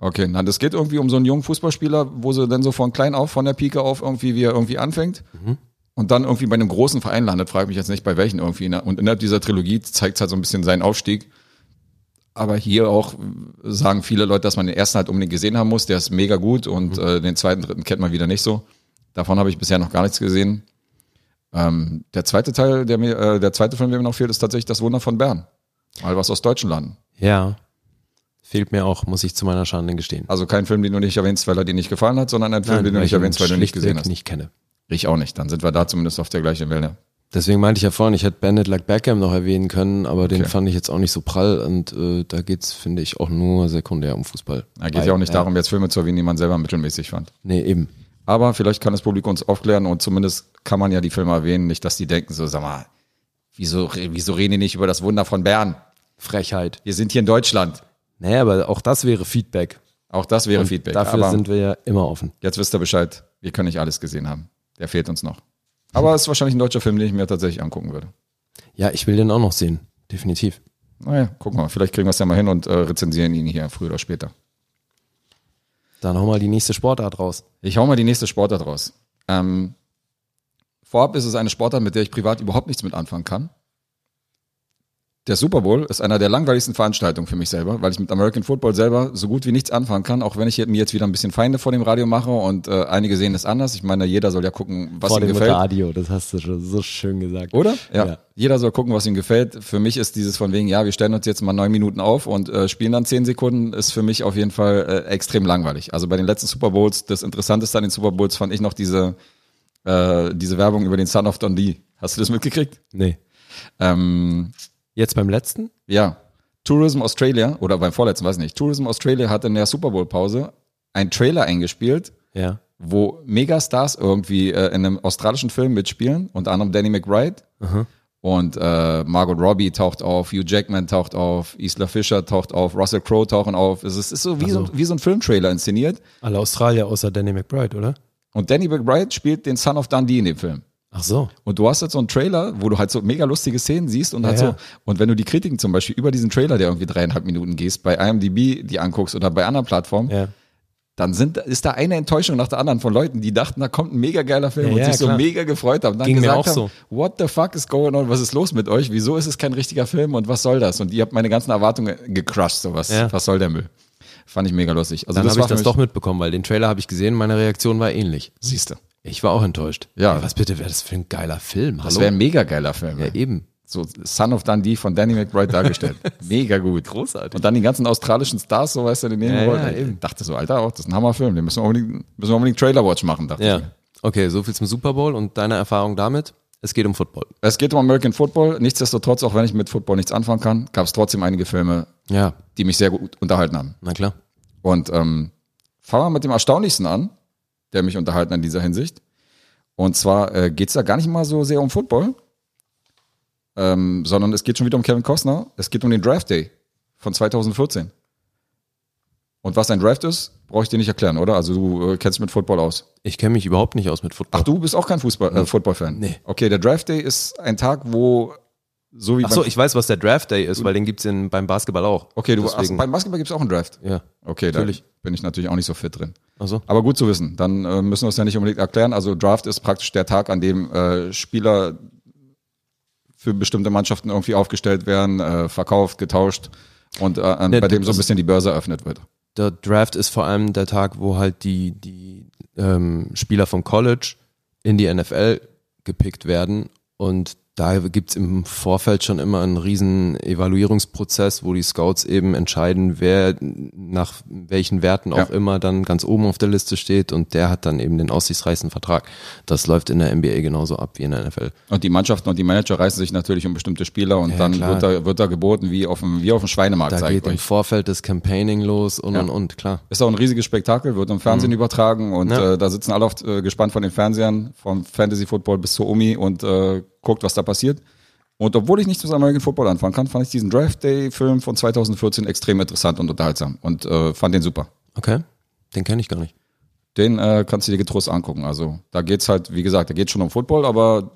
S2: okay, na, das geht irgendwie um so einen jungen Fußballspieler, wo sie dann so von klein auf, von der Pike auf irgendwie, wie er irgendwie anfängt. Und dann irgendwie bei einem großen Verein landet, frage mich jetzt nicht, bei welchen irgendwie. ne? Und innerhalb dieser Trilogie zeigt es halt so ein bisschen seinen Aufstieg. Aber hier auch äh, sagen viele Leute, dass man den ersten halt unbedingt gesehen haben muss. Der ist mega gut und äh, den zweiten, dritten kennt man wieder nicht so. Davon habe ich bisher noch gar nichts gesehen. Ähm, der zweite Teil, der mir, äh, der zweite Film, der mir noch fehlt, ist tatsächlich Das Wunder von Bern. Mal was aus deutschen Landen.
S3: Ja. Fehlt mir auch, muss ich zu meiner Schande gestehen.
S2: Also kein Film, den du nicht erwähnst, weil er dir nicht gefallen hat, sondern ein Film, den du
S3: weil
S2: nicht
S3: ich ihn
S2: erwähnst, weil du ihn nicht gesehen
S3: schlichtweg
S2: hast.
S3: nicht kenne.
S2: Ich auch nicht. Dann sind wir da zumindest auf der gleichen Welle.
S3: Deswegen meinte ich ja vorhin, ich hätte Bandit Like Beckham noch erwähnen können, aber den
S2: Okay.
S3: fand ich jetzt auch nicht so prall und äh, da geht's, finde ich, auch nur sekundär um Fußball. äh,
S2: Da geht ja auch nicht darum, jetzt Filme zu erwähnen, die man selber mittelmäßig fand.
S3: Nee, eben.
S2: Aber vielleicht kann das Publikum uns aufklären und zumindest kann man ja die Filme erwähnen, nicht, dass die denken so, sag mal, wieso, re- wieso reden die nicht über das Wunder von Bern?
S3: Frechheit.
S2: Wir sind hier in Deutschland.
S3: Nee, aber auch das wäre Feedback.
S2: Auch das wäre
S3: Und
S2: Feedback.
S3: Dafür
S2: aber
S3: sind wir ja immer offen.
S2: jetzt wisst ihr Bescheid, wir können nicht alles gesehen haben. Der fehlt uns noch. Aber es ist wahrscheinlich ein deutscher Film, den ich mir tatsächlich angucken würde.
S3: Ja, ich will den auch noch sehen. Definitiv.
S2: Naja, gucken wir mal. Vielleicht kriegen wir es ja mal hin und äh, rezensieren ihn hier früher oder später.
S3: Dann hau mal die nächste Sportart raus.
S2: Ich hau mal die nächste Sportart raus. Ähm, vorab ist es eine Sportart, mit der ich privat überhaupt nichts mit anfangen kann. Der Super Bowl ist einer der langweiligsten Veranstaltungen für mich selber, weil ich mit American Football selber so gut wie nichts anfangen kann, auch wenn ich mir jetzt wieder ein bisschen Feinde vor dem Radio mache und äh, einige sehen es anders. Ich meine, jeder soll ja gucken, was ihm gefällt.
S3: Radio, das hast du schon so schön gesagt.
S2: Oder? Ja.
S3: Ja.
S2: Jeder soll gucken, was ihm gefällt. Für mich ist dieses von wegen, ja, wir stellen uns jetzt mal neun Minuten auf und äh, spielen dann zehn Sekunden, ist für mich auf jeden Fall äh, extrem langweilig. Also bei den letzten Super Bowls, das Interessanteste an den Super Bowls fand ich noch diese, äh, diese Werbung über den Son of Dundee. Hast du das mitgekriegt?
S3: Nee.
S2: Ähm,
S3: Jetzt beim letzten?
S2: ja. Tourism Australia, oder beim vorletzten, weiß nicht. Tourism Australia hat in der Super Bowl Pause einen Trailer eingespielt,
S3: Ja.
S2: wo Megastars irgendwie äh, in einem australischen Film mitspielen, unter anderem Danny McBride. Und äh, Margot Robbie taucht auf, Hugh Jackman taucht auf, Isla Fisher taucht auf, Russell Crowe tauchen auf. Es ist, es ist so, wie, so.
S3: Also.
S2: wie so ein Filmtrailer inszeniert.
S3: Alle Australier außer Danny McBride, oder?
S2: Und Danny McBride spielt den Son of Dundee in dem Film.
S3: Ach so.
S2: Und du hast jetzt so einen Trailer, wo du halt so mega lustige Szenen siehst und halt
S3: ja.
S2: so, und wenn du die Kritiken zum Beispiel über diesen Trailer, der irgendwie dreieinhalb Minuten gehst, bei IMDb die anguckst oder bei anderen Plattformen,
S3: Ja.
S2: dann sind, ist da eine Enttäuschung nach der anderen von Leuten, die dachten, da kommt ein mega geiler Film
S3: Ja,
S2: und
S3: ja,
S2: sich
S3: klar.
S2: so mega gefreut haben. Dann
S3: Ging mir
S2: gesagt
S3: auch
S2: haben,
S3: so.
S2: what the fuck is going on? Was ist los mit euch? Wieso ist es kein richtiger Film und was soll das? Und ihr habt meine ganzen Erwartungen gecrushed, so was,
S3: Ja.
S2: was soll der Müll? Fand ich mega lustig. Also
S3: Dann
S2: das
S3: habe
S2: war
S3: ich das
S2: für
S3: doch
S2: mich,
S3: mitbekommen, weil den Trailer habe ich gesehen, meine Reaktion war ähnlich.
S2: siehste.
S3: Ich war auch enttäuscht.
S2: Ja.
S3: Was bitte wäre das für ein geiler Film? Hallo?
S2: Das wäre ein mega geiler Film.
S3: ja,
S2: ey.
S3: eben.
S2: so Son of Dundee von Danny McBride dargestellt. Mega gut.
S3: Großartig.
S2: Und dann die ganzen australischen Stars, so weißt du, die nehmen
S3: Ja,
S2: wollten.
S3: ja,
S2: ich
S3: eben.
S2: dachte so, Alter, auch, das ist ein Hammerfilm. Den müssen wir unbedingt, müssen wir unbedingt Trailer Watch machen, dachte ich.
S3: Ja.
S2: mir.
S3: Okay, so viel zum Super Bowl und deine Erfahrung damit. Es geht um Football.
S2: Es geht um American Football. Nichtsdestotrotz, auch wenn ich mit Football nichts anfangen kann, gab es trotzdem einige Filme,
S3: Ja,
S2: die mich sehr gut unterhalten haben.
S3: na klar.
S2: Und ähm, fangen wir mit dem Erstaunlichsten an, der mich unterhalten in dieser Hinsicht. Und zwar äh, geht es da gar nicht mal so sehr um Football, ähm, sondern es geht schon wieder um Kevin Costner. Es geht um den Draft Day von 2014. Und was ein Draft ist, brauche ich dir nicht erklären, oder? Also du äh, kennst mit Football aus.
S3: Ich kenne mich überhaupt nicht aus mit Football.
S2: Ach, du bist auch kein Fußball, äh, Football-Fan?
S3: Nee.
S2: Okay, der Draft Day ist ein Tag, wo so wie
S3: Ach so,
S2: beim,
S3: ich weiß, was der Draft Day ist, weil den gibt's in, beim Basketball auch.
S2: Okay, du ach,
S3: Deswegen,
S2: beim Basketball gibt es auch einen Draft.
S3: Ja.
S2: Okay,
S3: Natürlich.
S2: da bin ich natürlich auch nicht so fit drin.
S3: Also,
S2: Aber gut zu wissen, dann äh, müssen wir es ja nicht unbedingt erklären. Also Draft ist praktisch der Tag, an dem äh, Spieler für bestimmte Mannschaften irgendwie aufgestellt werden, äh, verkauft, getauscht und äh, an,
S3: Ne,
S2: bei dem so ein
S3: das-
S2: bisschen die Börse eröffnet wird.
S3: der Draft ist vor allem der Tag, wo halt die, die ähm, Spieler vom College in die NFL gepickt werden. Und da gibt's im Vorfeld schon immer einen riesen Evaluierungsprozess, wo die Scouts eben entscheiden, wer nach welchen Werten auch
S2: Ja.
S3: immer dann ganz oben auf der Liste steht und der hat dann eben den aussichtsreichsten Vertrag. Das läuft in der NBA genauso ab wie in der NFL.
S2: Und die Mannschaften und die Manager reißen sich natürlich um bestimmte Spieler und
S3: Ja,
S2: dann
S3: klar.
S2: wird da, wird da geboten wie auf dem, wie auf dem Schweinemarkt,
S3: Da
S2: sag ich
S3: geht im
S2: euch.
S3: Vorfeld das Campaigning los und
S2: Ja.
S3: und und, klar.
S2: Ist auch ein riesiges Spektakel, wird im Fernsehen übertragen und
S3: Mhm. Ja.
S2: äh, da sitzen alle oft, äh, gespannt von den Fernsehern, vom Fantasy Football bis zur Omi und äh, guckt, was da passiert. Und obwohl ich nichts mit American Football anfangen kann, fand ich diesen Draft Day Film von 2014 extrem interessant und unterhaltsam und äh, fand den super.
S3: Okay, den kenne ich gar nicht.
S2: Den äh, kannst du dir getrost angucken. Also da geht's halt, wie gesagt, da geht's schon um Football, aber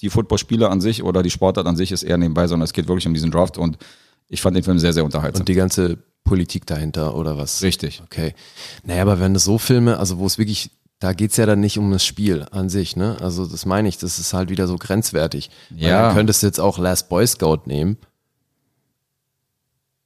S2: die Footballspieler an sich oder die Sportart an sich ist eher nebenbei, sondern es geht wirklich um diesen Draft und ich fand den Film sehr, sehr unterhaltsam.
S3: Und die ganze Politik dahinter oder was?
S2: Richtig.
S3: Okay. Naja, aber wenn das so Filme, also wo es wirklich, da geht's ja dann nicht um das Spiel an sich, ne? Also das meine ich, das ist halt wieder so grenzwertig. Weil
S2: Ja.
S3: Dann könntest du jetzt auch Last Boy Scout nehmen.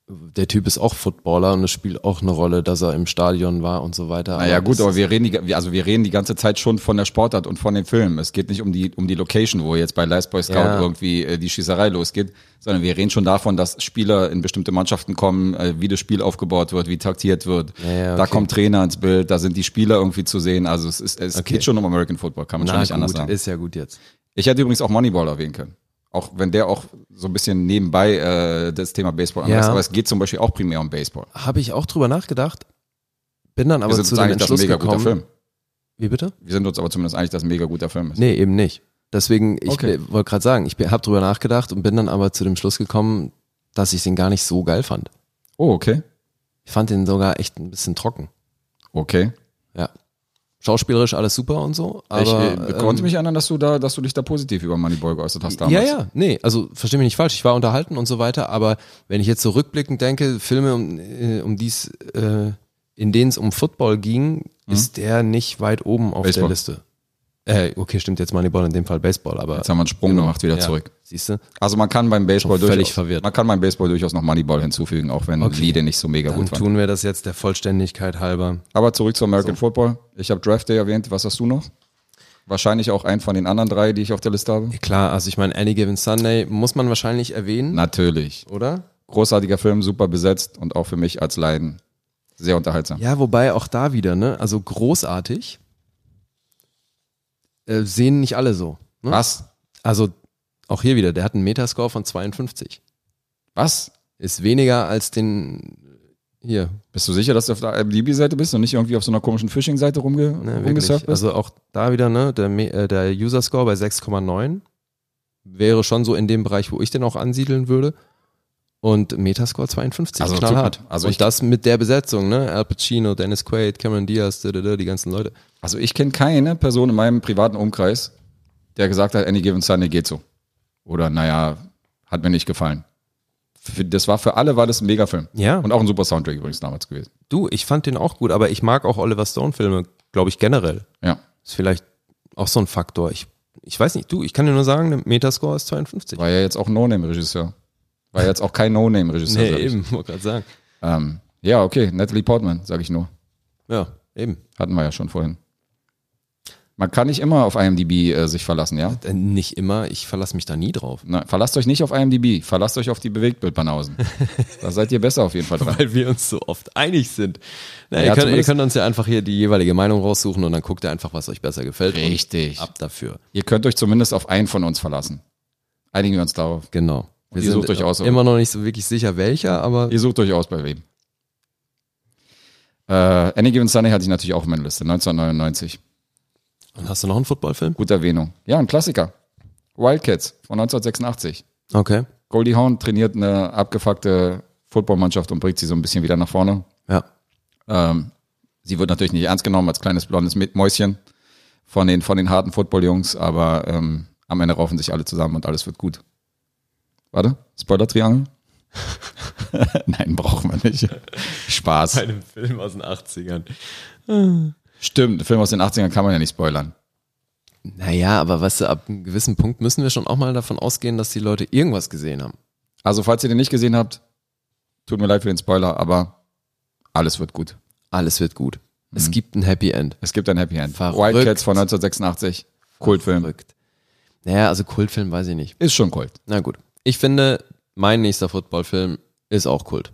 S3: Der Typ ist auch Footballer und es spielt auch eine Rolle, dass er im Stadion war und so weiter.
S2: Naja, Ah gut,
S3: das-
S2: aber wir reden, die, also wir reden die ganze Zeit schon von der Sportart und von den Filmen. Es geht nicht um die, um die Location, wo jetzt bei Last Boy Scout
S3: Ja.
S2: irgendwie äh, die Schießerei losgeht, sondern wir reden schon davon, dass Spieler in bestimmte Mannschaften kommen, äh, wie das Spiel aufgebaut wird, wie taktiert wird.
S3: ja,
S2: Da
S3: okay.
S2: kommen Trainer ins Bild, da sind die Spieler irgendwie zu sehen. Also es, ist, es
S3: Okay.
S2: geht schon um American Football, kann man schon
S3: Na
S2: nicht anders
S3: gut,
S2: sagen.
S3: ist ja gut jetzt.
S2: Ich hätte übrigens auch Moneyball erwähnen können. Auch wenn der auch so ein bisschen nebenbei äh, das Thema Baseball anreißt.
S3: Ja.
S2: Aber es geht zum Beispiel auch primär um Baseball.
S3: Habe ich auch drüber nachgedacht, bin dann aber
S2: wir sind
S3: zu
S2: uns
S3: dem
S2: einig, dass ein
S3: Entschluss
S2: mega guter
S3: gekommen.
S2: Film.
S3: Wie bitte?
S2: Wir sind uns aber zumindest einig, dass ein mega guter Film ist.
S3: Nee, eben nicht. Deswegen, ich
S2: Okay.
S3: be- wollte gerade sagen, ich habe drüber nachgedacht und bin dann aber zu dem Schluss gekommen, dass ich den gar nicht so geil fand.
S2: Oh, okay.
S3: Ich fand den sogar echt ein bisschen trocken.
S2: Okay.
S3: Ja. Schauspielerisch alles super und so, aber.
S2: ich äh,
S3: ähm,
S2: konnte mich erinnern, dass du da, dass du dich da positiv über Moneyball geäußert hast damals.
S3: Ja, ja, nee, also versteh mich nicht falsch, ich war unterhalten und so weiter, aber wenn ich jetzt so rückblickend denke, Filme, um, äh, um dies, äh, in denen es um Football ging, ist der nicht weit oben auf
S2: Mhm. Baseball.
S3: der Liste. Äh, okay, stimmt jetzt Moneyball, in dem Fall Baseball, aber.
S2: Jetzt haben wir einen Sprung gemacht wieder zurück.
S3: Siehst du?
S2: Also man kann beim Baseball durchaus,
S3: Schon Genau. völlig verwirrt.
S2: man kann beim Baseball durchaus noch Moneyball hinzufügen, auch wenn die den nicht so mega
S3: Dann
S2: gut fand.
S3: tun wir das jetzt der Vollständigkeit halber.
S2: Aber zurück zu American Football. Ich habe Draft Day erwähnt. Was hast du noch? Wahrscheinlich auch einen von den anderen drei, die ich auf der Liste habe.
S3: Klar, also ich meine, Any Given Sunday muss man wahrscheinlich erwähnen,
S2: Natürlich.
S3: oder?
S2: Großartiger Film, super besetzt und auch für mich als Leiden sehr unterhaltsam.
S3: Ja, wobei auch da wieder, ne? Also großartig. Äh, sehen nicht alle so. Ne?
S2: Was?
S3: Also auch hier wieder, der hat einen Metascore von 52.
S2: Was?
S3: Ist weniger als den hier,
S2: Bist du sicher, dass du auf der IMDb-Seite bist und nicht irgendwie auf so einer komischen Phishing-Seite rumge
S3: ne,
S2: rumgesurft
S3: wirklich.
S2: bist?
S3: Also auch da wieder, ne? Der, Me- äh, der User Score bei 6,9 wäre schon so in dem Bereich, wo ich den auch ansiedeln würde. Und Metascore 52,
S2: Also,
S3: knallhart.
S2: tut mir- also ich-
S3: und das mit der Besetzung, ne? Al Pacino, Dennis Quaid, Cameron Diaz, da, da, da, die ganzen Leute.
S2: Also ich kenne keine Person in meinem privaten Umkreis, der gesagt hat, Any Given Sunday geht so. Oder naja, hat mir nicht gefallen. Für, das war für alle war das ein Megafilm.
S3: Ja.
S2: Und auch ein super Soundtrack übrigens damals gewesen.
S3: Du, ich fand den auch gut, aber ich mag auch Oliver Stone-Filme, glaube ich, generell.
S2: Ja.
S3: Ist vielleicht auch so ein Faktor. Ich, ich weiß nicht, du, ich kann dir nur sagen, der Metascore ist 52.
S2: War ja jetzt auch ein No-Name-Regisseur. War ja jetzt auch kein No-Name-Regisseur. sag ich.
S3: wollte gerade sagen.
S2: Ähm, ja, okay, Natalie Portman, sage ich nur.
S3: Ja, eben.
S2: Hatten wir ja schon vorhin. Man kann nicht immer auf IMDb äh, sich verlassen, ja?
S3: Äh, Nicht immer, ich verlasse mich da nie drauf.
S2: Nein, verlasst euch nicht auf IMDb, verlasst euch auf die Bewegtbildbanausen. da seid ihr besser auf jeden Fall dran.
S3: Weil wir uns so oft einig sind. Na,
S2: Ja,
S3: ihr, könnt, ihr
S2: zumindest-
S3: könnt uns ja einfach hier die jeweilige Meinung raussuchen und dann guckt ihr einfach, was euch besser gefällt. und
S2: Richtig.
S3: Ab dafür.
S2: Ihr könnt euch zumindest auf einen von uns verlassen. Einigen wir uns darauf.
S3: Genau. Wir
S2: ihr sucht euch aus, oder?
S3: immer noch nicht so wirklich sicher, welcher, aber
S2: Ihr sucht euch aus, bei wem. Äh, Any Given Sunday hatte ich natürlich auch in meiner Liste, 1999.
S3: Und hast du noch einen Footballfilm?
S2: Gute Erwähnung. Ja, ein Klassiker. Wildcats von 1986.
S3: Okay.
S2: Goldie Hawn trainiert eine abgefuckte Footballmannschaft und bringt sie so ein bisschen wieder nach vorne.
S3: Ja.
S2: Ähm, sie wird natürlich nicht ernst genommen als kleines blondes Mäuschen von den, von den harten Football-Jungs, aber ähm, am Ende raufen sich alle zusammen und alles wird gut. Warte, Spoiler-Triangel? Nein, brauchen wir nicht. Spaß.
S3: einem Film aus den 80ern.
S2: Stimmt, Film aus den 80ern kann man ja nicht spoilern.
S3: Naja, aber weißt du, ab einem gewissen Punkt müssen wir schon auch mal davon ausgehen, dass die Leute irgendwas gesehen haben.
S2: Also, falls ihr den nicht gesehen habt, tut mir leid für den Spoiler, aber alles wird gut.
S3: Alles wird gut. Es gibt ein Happy End.
S2: Es gibt ein Happy End.
S3: Verrückt.
S2: Wildcats von 1986. Kultfilm.
S3: Verrückt. Naja, also Kultfilm weiß ich nicht.
S2: Ist schon Kult.
S3: Na gut. Ich finde, mein nächster Footballfilm ist auch Kult.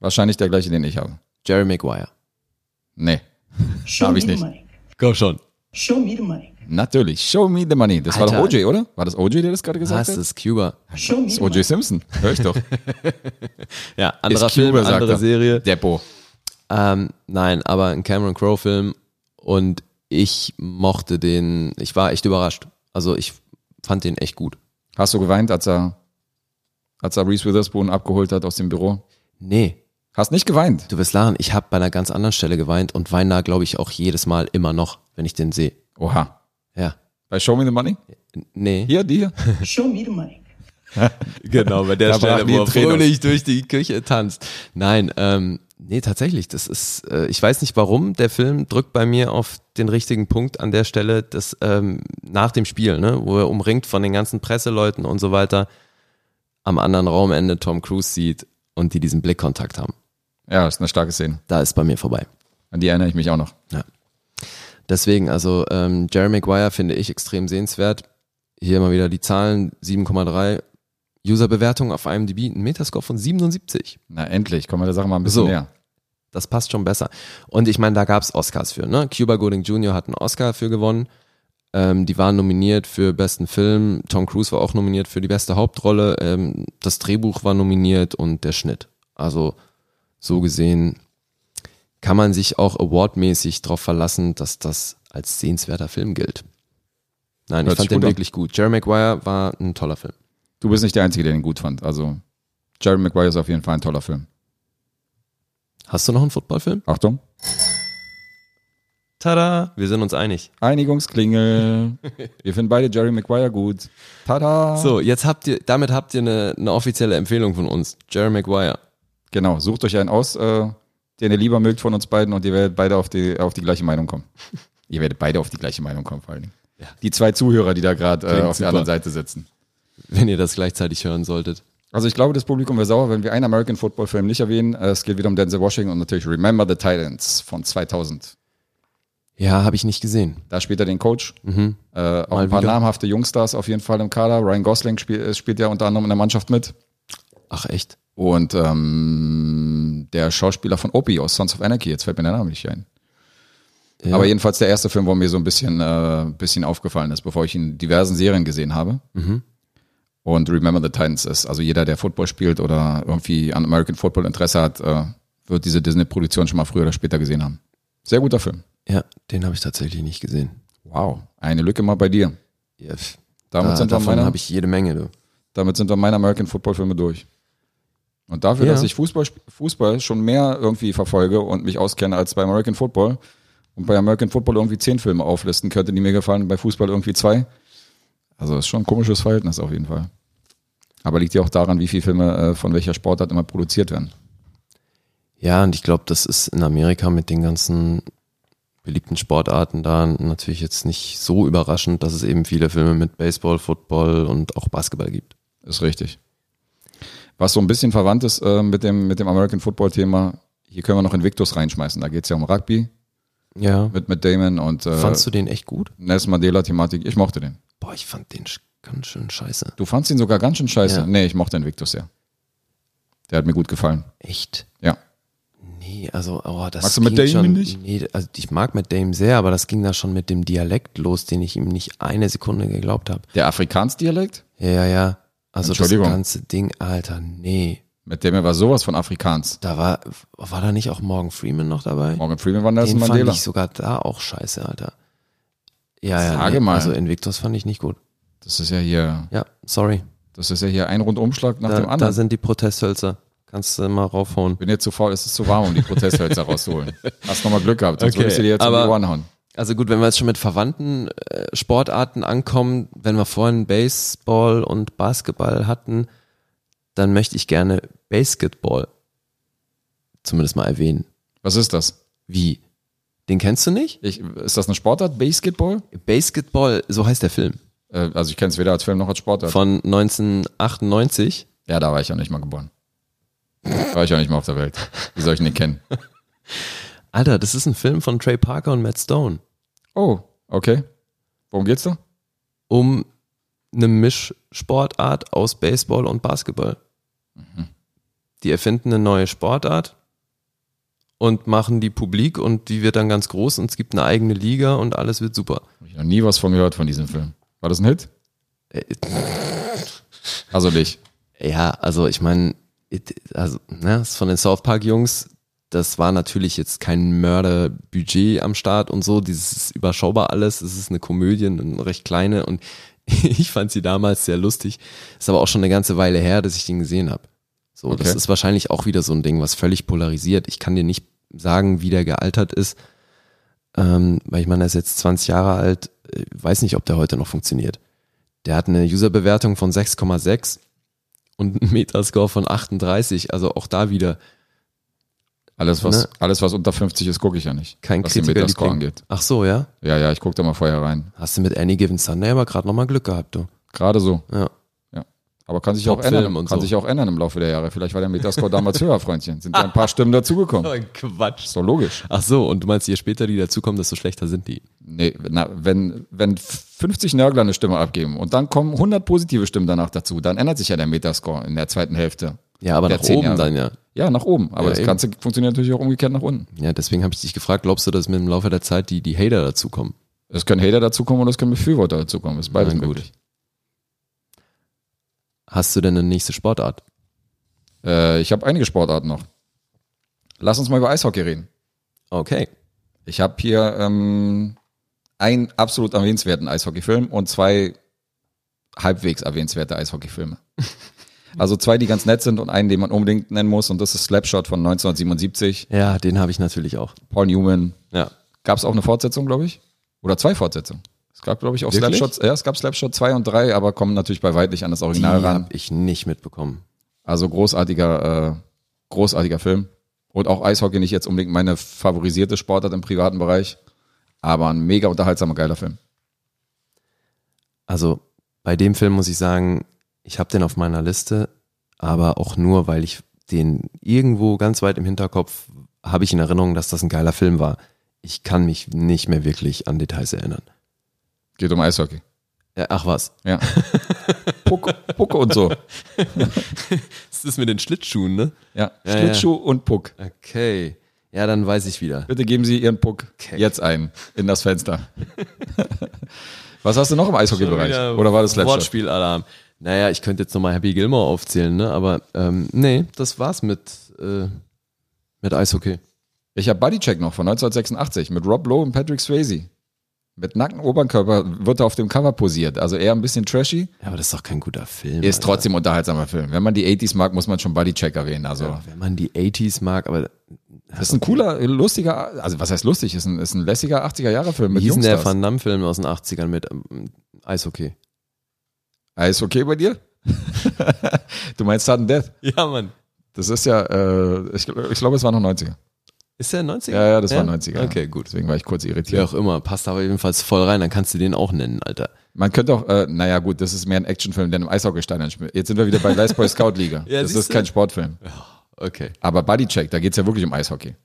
S2: Wahrscheinlich der gleiche, den ich habe.
S3: Jerry Maguire.
S2: Nee,
S4: Show
S2: Hab
S4: me
S2: ich
S4: the
S2: nicht.
S4: money.
S3: Komm schon.
S4: Show me the money.
S2: natürlich. Show me the money. Das war
S3: Alter.
S2: doch OJ, oder? War das OJ, der das gerade gesagt
S3: Was
S2: hat?
S3: ist Cuba?
S4: Show me
S2: Das ist
S4: the
S2: OJ
S4: money.
S2: Simpson. Hör ich doch.
S3: Ja, anderer
S2: Ist Cuba,
S3: Film,
S2: sagt
S3: andere
S2: er.
S3: Serie.
S2: Depot.
S3: Ähm, nein, aber ein Cameron Crowe-Film und ich mochte den, ich war echt überrascht. Also ich fand den echt gut.
S2: Hast du geweint, als er, als er Reese Witherspoon abgeholt hat aus dem Büro?
S3: Nee,
S2: Hast nicht geweint?
S3: du wirst lachen, ich habe bei einer ganz anderen Stelle geweint und weine da, glaube ich, auch jedes Mal immer noch, wenn ich den sehe.
S2: Oha.
S3: Ja.
S2: Bei Show Me the Money?
S3: Nee.
S2: Hier, die hier.
S4: Show me the money.
S3: Genau, bei
S2: Da
S3: der
S2: brachen die Tränen aus.
S3: fröhlich durch die Küche tanzt. Nein, ähm, nee, tatsächlich, das ist, äh, ich weiß nicht warum, der Film drückt bei mir auf den richtigen Punkt an der Stelle, dass ähm, nach dem Spiel, ne, wo er umringt von den ganzen Presseleuten und so weiter, am anderen Raumende Tom Cruise sieht und die diesen Blickkontakt haben.
S2: Ja, ist eine starke Szene.
S3: Da ist bei mir vorbei.
S2: An die erinnere ich mich auch noch.
S3: Deswegen, also ähm, Jerry Maguire finde ich extrem sehenswert. Hier mal wieder die Zahlen, 7,3. Userbewertung auf IMDb, ein Metascore von 77.
S2: Na, endlich. Kommen wir der Sache mal ein bisschen
S3: So.
S2: näher.
S3: Das passt schon besser. Und ich meine, da gab's Oscars für. Ne? Cuba Gooding Jr. hat einen Oscar für gewonnen. Ähm, die waren nominiert für besten Film. Tom Cruise war auch nominiert für die beste Hauptrolle. Ähm, das Drehbuch war nominiert und der Schnitt. Also so gesehen kann man sich auch awardmäßig darauf verlassen, dass das als sehenswerter Film gilt. Nein,
S2: Hört
S3: ich fand
S2: sich
S3: den
S2: gut an.
S3: wirklich gut. Jerry Maguire war ein toller Film.
S2: Du bist nicht der Einzige, der den gut fand. Also, Jerry Maguire ist auf jeden Fall ein toller Film.
S3: Hast du noch einen Footballfilm?
S2: Achtung.
S3: Tada! Wir sind uns einig.
S2: Einigungsklingel. Wir finden beide Jerry Maguire gut. Tada.
S3: So, jetzt habt ihr, damit habt ihr eine, eine offizielle Empfehlung von uns. Jerry Maguire.
S2: Genau, sucht euch einen aus, äh, den ihr lieber mögt von uns beiden und ihr werdet beide auf die, auf die gleiche Meinung kommen. ihr werdet beide auf die gleiche Meinung kommen, vor allen Dingen. Die zwei Zuhörer, die da gerade äh,
S3: Klingt
S2: auf der
S3: super.
S2: anderen Seite sitzen.
S3: Wenn ihr das gleichzeitig hören solltet.
S2: Also ich glaube, das Publikum wäre sauer, wenn wir einen American Football Film nicht erwähnen. Äh, Es geht wieder um Denzel Washington und natürlich Remember the Titans von 2000.
S3: Ja, habe ich nicht gesehen.
S2: Da spielt er den Coach. Äh, auch
S3: Mhm. Mal
S2: ein paar
S3: wieder.
S2: namhafte Jungstars auf jeden Fall im Kader. Ryan Gosling spiel, äh, spielt ja unter anderem in der Mannschaft mit.
S3: Ach echt?
S2: Und ähm, der Schauspieler von Opie aus Sons of Anarchy, jetzt fällt mir der Name nicht ein.
S3: Ja.
S2: Aber jedenfalls der erste Film, wo mir so ein bisschen, äh, bisschen aufgefallen ist, bevor ich ihn in diversen Serien gesehen habe. Und Remember the Titans ist, also jeder, der Football spielt oder irgendwie an American Football Interesse hat, äh, wird diese Disney-Produktion schon mal früher oder später gesehen haben. Sehr guter Film.
S3: Ja, den habe ich tatsächlich nicht gesehen.
S2: Wow. Eine Lücke mal bei dir.
S3: Ja, pff.
S2: Damit,
S3: da,
S2: sind, wir
S3: davon
S2: meine,
S3: habe ich jede Menge, du.
S2: damit sind wir meine American Football Filme durch. Und dafür,
S3: Ja.
S2: dass ich Fußball, sp- Fußball schon mehr irgendwie verfolge und mich auskenne als bei American Football und bei American Football irgendwie zehn Filme auflisten könnte, die mir gefallen, und bei Fußball irgendwie zwei. Also ist schon ein komisches Verhältnis auf jeden Fall. Aber liegt ja auch daran, wie viele Filme äh, von welcher Sportart immer produziert werden.
S3: Ja, und ich glaube, das ist in Amerika mit den ganzen beliebten Sportarten da natürlich jetzt nicht so überraschend, dass es eben viele Filme mit Baseball, Football und auch Basketball gibt.
S2: Ist richtig. Was so ein bisschen verwandt ist äh, mit, dem, mit dem American Football-Thema, hier können wir noch Invictus reinschmeißen. Da geht es ja um Rugby
S3: Ja.
S2: mit, mit Damon und äh,
S3: Fandst du den echt gut?
S2: Nelson Mandela-Thematik. Ich mochte den.
S3: Boah, ich fand den sch- ganz schön scheiße.
S2: Du fandst ihn sogar ganz schön scheiße.
S3: Ja.
S2: Nee, ich mochte Invictus sehr. Der hat mir gut gefallen.
S3: Echt?
S2: Ja.
S3: Nee, also, oh, das
S2: Magst du Matt
S3: ging
S2: Damon
S3: schon,
S2: nicht?
S3: Nee, also ich mag Matt Damon sehr, aber das ging da schon mit dem Dialekt los, den ich ihm nicht eine Sekunde geglaubt habe.
S2: Der Afrikaans-Dialekt,
S3: Ja, ja, ja. Also das
S2: Entschuldigung.
S3: ganze Ding, Alter, nee.
S2: mit dem er war sowas von Afrikaans.
S3: Da war, war da nicht auch Morgan Freeman noch dabei?
S2: Morgan Freeman war Nelson
S3: den fand
S2: Mandela.
S3: ich sogar da auch scheiße, Alter. Ja, ja,
S2: Sage mal.
S3: Also Invictus fand ich nicht gut.
S2: Das ist ja hier,
S3: Ja, sorry.
S2: das ist ja hier ein Rundumschlag nach
S3: Da,
S2: dem
S3: da
S2: anderen.
S3: sind die Protesthölzer. Kannst du mal raufhauen.
S2: Bin jetzt zu faul, es ist zu warm, um die Prozesshölzer rauszuholen. Hast nochmal Glück gehabt, sonst
S3: Okay,
S2: würdest du dir jetzt
S3: aber-
S2: um die Ohren hauen.
S3: Also gut, wenn wir jetzt schon mit verwandten äh, Sportarten ankommen, wenn wir vorhin Baseball und Basketball hatten, dann möchte ich gerne Basketball zumindest mal erwähnen.
S2: Was ist das?
S3: Wie? Den kennst du nicht?
S2: Ich, ist das eine Sportart? Basketball?
S3: Basketball, so heißt der Film,
S2: Äh, also ich kenne es weder als Film noch als Sportart.
S3: von 1998.
S2: ja, da war ich auch nicht mal geboren. Da war ich auch nicht mal auf der Welt. Wie soll ich denn den kennen?
S3: Alter, das ist ein Film von Trey Parker und Matt Stone.
S2: Oh, okay. Worum geht's da?
S3: um eine Mischsportart aus Baseball und Basketball. Die erfinden eine neue Sportart und machen die publik und die wird dann ganz groß und es gibt eine eigene Liga und alles wird super.
S2: Hab ich noch nie was von gehört von diesem Film. War das ein Hit?
S3: Äh,
S2: Also nicht.
S3: Ja, also ich meine, it- also ne, ist von den South Park Jungs, das war natürlich jetzt kein Mörderbudget am Start und so, dieses ist überschaubar alles, es ist eine Komödie, eine recht kleine und ich fand sie damals sehr lustig. Ist aber auch schon eine ganze Weile her, dass ich den gesehen habe. So, das
S2: Okay.
S3: ist wahrscheinlich auch wieder so ein Ding, was völlig polarisiert. Ich kann dir nicht sagen, wie der gealtert ist, ähm, weil ich meine, er ist jetzt 20 Jahre alt, äh, weiß nicht, ob der heute noch funktioniert. Der hat eine Userbewertung von 6,6 und einen Metascore von 38. Also auch da wieder
S2: Alles, was,
S3: Ne?
S2: alles, was unter 50 ist, gucke ich ja nicht.
S3: kein
S2: was den
S3: Kritiker.
S2: Metascore angeht.
S3: Ach so, ja.
S2: Ja, ja, ich gucke da mal vorher rein.
S3: Hast du mit Any Given Sunday aber gerade nochmal Glück gehabt, du.
S2: Gerade so.
S3: Ja.
S2: Aber kann sich auch
S3: Top-Film
S2: ändern.
S3: und
S2: kann
S3: so.
S2: sich auch ändern im Laufe der Jahre. Vielleicht war der Metascore damals höher, Freundchen. Sind ja ein paar Stimmen dazugekommen.
S3: Quatsch.
S2: Ist doch logisch.
S3: Ach so, und du meinst, je später die dazukommen, desto schlechter sind die.
S2: Nee, na, wenn, wenn 50 Nörgler eine Stimme abgeben und dann kommen 100 positive Stimmen danach dazu, dann ändert sich ja der Metascore in der zweiten Hälfte.
S3: Ja, aber
S2: Der
S3: nach
S2: zehn
S3: oben
S2: Jahre.
S3: dann ja.
S2: Ja, nach oben. Aber
S3: Ja,
S2: das
S3: eben.
S2: Ganze funktioniert natürlich auch umgekehrt nach unten.
S3: Ja, deswegen habe ich dich gefragt, glaubst du, dass mit dem Laufe der Zeit die, die Hater dazukommen?
S2: Es können Hater dazukommen oder es können Befürworter dazukommen. Ist beides
S3: Na gut.
S2: möglich.
S3: Hast du denn eine nächste Sportart?
S2: Äh, ich habe einige Sportarten noch. Lass uns mal über Eishockey reden.
S3: Okay.
S2: Ich habe hier ähm, einen absolut erwähnenswerten Eishockeyfilm und zwei halbwegs erwähnenswerte Eishockeyfilme. Also zwei, die ganz nett sind und einen, den man unbedingt nennen muss. Und das ist Slapshot von 1977.
S3: Ja, den habe ich natürlich auch.
S2: Paul Newman.
S3: Ja.
S2: Gab es auch eine Fortsetzung, glaube ich? Oder zwei Fortsetzungen? Es gab, glaube ich, auch
S3: Wirklich?
S2: Slapshots. Ja, es gab Slapshot 2 und 3, aber kommen natürlich bei weitem nicht an das
S3: Die
S2: Original ran.
S3: habe ich nicht mitbekommen.
S2: Also großartiger, äh, großartiger Film. Und auch Eishockey nicht jetzt unbedingt meine favorisierte Sportart im privaten Bereich, aber ein mega unterhaltsamer, geiler Film.
S3: Also bei dem Film muss ich sagen, ich habe den auf meiner Liste, aber auch nur, weil ich den irgendwo ganz weit im Hinterkopf habe ich in Erinnerung, dass das ein geiler Film war. Ich kann mich nicht mehr wirklich an Details erinnern.
S2: Geht um Eishockey.
S3: Ja, ach was.
S2: Ja. Puck, Puck und so.
S3: Das ist mit den Schlittschuhen, ne?
S2: Ja.
S3: Ja,
S2: Schlittschuh und Puck.
S3: Okay. Ja, dann weiß ich wieder.
S2: Bitte geben Sie Ihren Puck
S3: Okay.
S2: jetzt ein in das Fenster. Was hast du noch im Eishockey-Bereich? Oder war das Slapshot?
S3: Wortspielalarm. Naja, ich könnte jetzt nochmal Happy Gilmore aufzählen, ne? Aber ähm, nee, das war's mit, äh, mit Eishockey.
S2: Ich habe Bodycheck noch von 1986 mit Rob Lowe und Patrick Swayze. Mit nacktem Oberkörper wird er auf dem Cover posiert. Also eher ein bisschen trashy.
S3: Ja, aber das ist doch kein guter Film.
S2: Ist
S3: Alter.
S2: trotzdem unterhaltsamer Film. Wenn man die 80s mag, muss man schon Bodycheck erwähnen. Also,
S3: Ja, wenn man die 80s mag, aber
S2: das ist ein cooler, lustiger, also was heißt lustig? Ist ein, ist ein lässiger 80er-Jahre-Film
S3: wie
S2: mit
S3: hieß denn der
S2: Jungstars.
S3: Van Damme-Film aus den 80ern mit ähm, Eishockey?
S2: Alles Ah, okay bei dir? du meinst Sudden Death?
S3: Ja, Mann.
S2: Das ist ja, äh, ich, gl- ich glaube, es war noch 90er.
S3: Ist der 90er?
S2: Ja, ja, das war 90er.
S3: Okay, gut.
S2: Deswegen war ich kurz
S3: Wie
S2: irritiert.
S3: auch immer, passt aber jedenfalls voll rein, dann kannst du den auch nennen, Alter.
S2: Man könnte auch, äh, naja gut, das ist mehr ein Actionfilm, der im Eishockey-Stadion spielt. Jetzt sind wir wieder bei Last Boy Scout Liga.
S3: Ja,
S2: das ist
S3: siehste.
S2: kein Sportfilm.
S3: Okay.
S2: Aber Bodycheck, da geht's ja wirklich um Eishockey.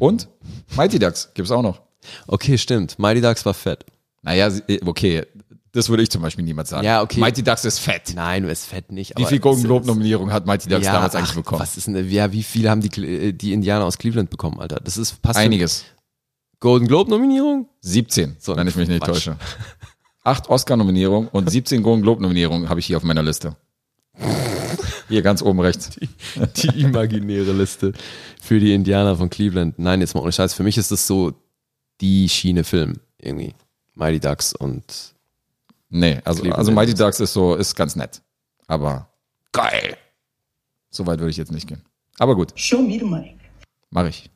S2: Und Mighty Ducks gibt's auch noch.
S3: Okay, stimmt. Mighty Ducks war fett.
S2: Naja, sie- eh, okay, das würde ich zum Beispiel niemals sagen.
S3: Ja, okay.
S2: Mighty Ducks ist fett.
S3: Nein, es ist fett nicht.
S2: Wie
S3: aber
S2: viel Golden
S3: es-
S2: Globe Nominierung hat Mighty Ducks
S3: ja,
S2: damals eigentlich
S3: ach,
S2: bekommen?
S3: Was ist denn, ja, wie viel haben die, Cle- äh, die Indianer aus Cleveland bekommen, Alter? Das ist passt
S2: Einiges.
S3: für- Golden Globe Nominierung?
S2: 17,
S3: So ein
S2: wenn ich mich nicht
S3: Quatsch.
S2: täusche. Acht Oscar-Nominierungen und 17 Golden Globe-Nominierungen habe ich hier auf meiner Liste. Hier ganz oben rechts.
S3: Die imaginäre Liste für die Indianer von Cleveland. Nein, jetzt mal ohne Scheiß. Für mich ist das so die Schiene Film irgendwie. Mighty Ducks und
S2: Nee, also,
S3: Cleveland
S2: also Mighty Ducks ist so, ist ganz nett. Aber geil. So weit würde ich jetzt nicht gehen. Aber gut,
S4: Show me the money.
S2: mache ich.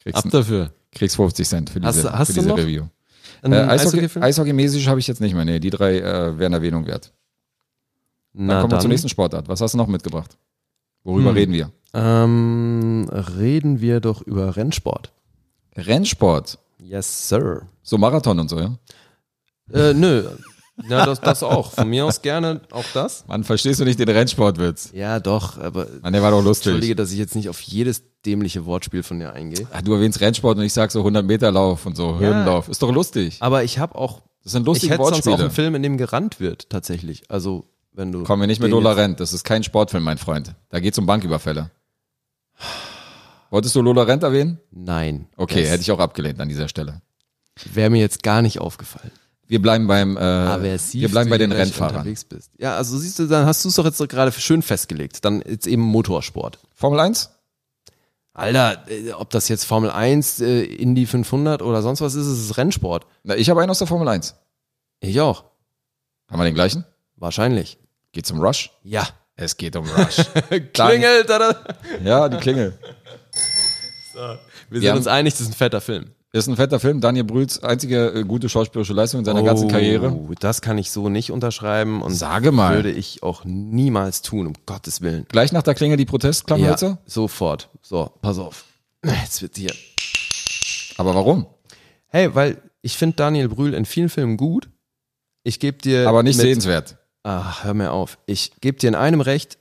S2: Kriegst,
S5: Ab dafür.
S2: kriegst 50 Cent für diese,
S3: Hast du- hast
S2: für
S3: du
S2: diese
S3: noch
S2: Review.
S3: Ein
S2: Äh, Eishockey,
S3: Hm, Eishockey-Film?
S2: Eishockey-mäßig habe ich jetzt nicht mehr. Nee, die drei äh, wären Erwähnung wert. Dann
S3: Na
S2: kommen wir zur
S3: dann.
S2: nächsten Sportart. Was hast du noch mitgebracht? Worüber
S3: Hm.
S2: reden wir?
S3: Ähm, reden wir doch über Rennsport.
S2: Rennsport.
S3: Yes, sir.
S2: So Marathon und so, ja?
S3: Äh, nö. Na, das, das auch. Von mir aus gerne auch das.
S2: Mann, verstehst du nicht den Rennsportwitz?
S3: Ja, doch, aber
S2: Mann, der war doch
S3: entschuldige,
S2: lustig.
S3: dass ich jetzt nicht auf jedes dämliche Wortspiel von dir eingehe.
S2: Ah, Du erwähnst Rennsport und ich sag so 100-Meter-Lauf und so Hürdenlauf. Ist doch lustig.
S3: Aber ich habe auch,
S2: Das sind
S3: ich
S2: lustige
S3: hätte sonst auch einen
S2: Wortspiele.
S3: Film, in dem gerannt wird, tatsächlich. Also, wenn du...
S2: Kommen wir nicht mit
S3: den
S2: Lola
S3: jetzt-
S2: Rent. Das ist kein Sportfilm, mein Freund. Da geht's um Banküberfälle. Wolltest du Lola Rent erwähnen?
S3: Nein.
S2: Okay,
S3: das
S2: hätte ich auch abgelehnt an dieser Stelle.
S3: Wäre mir jetzt gar nicht aufgefallen.
S2: Wir bleiben beim, äh,
S3: Aversiv,
S2: wir bleiben bei
S3: wie du
S2: den
S3: gleich
S2: Rennfahrern.
S3: Unterwegs bist. Ja, also siehst du, dann hast du es doch jetzt gerade schön festgelegt. Dann jetzt eben Motorsport.
S2: Formel 1?
S3: Alter, äh, ob das jetzt Formel 1, äh, Indy 500 oder sonst was ist, es ist Rennsport.
S2: Na, ich habe einen aus der Formel 1.
S3: Ich auch.
S2: Haben wir den gleichen?
S3: Wahrscheinlich.
S2: Geht's um Rush?
S3: Ja.
S2: Es geht um Rush.
S3: Klingel, tada.
S2: ja, die Klingel.
S3: Wir
S2: Ja.
S3: sind uns einig, das ist ein fetter Film.
S2: Ist ein fetter Film. Daniel Brühls einzige äh, gute schauspielerische Leistung in seiner ganzen Karriere.
S3: Oh, Das kann ich so nicht unterschreiben und
S2: Sage mal.
S3: würde ich auch niemals tun, um Gottes Willen.
S2: Gleich nach der Klingel die Protestklammerhölzer.
S3: Ja, sofort. So, pass auf. Jetzt wird hier.
S2: Aber warum?
S3: Hey, weil ich finde Daniel Brühl in vielen Filmen gut. Ich gebe dir.
S2: Aber nicht
S3: Äh, mit-
S2: sehenswert.
S3: Ach, Ah, hör mir auf. Ich gebe dir in einem recht,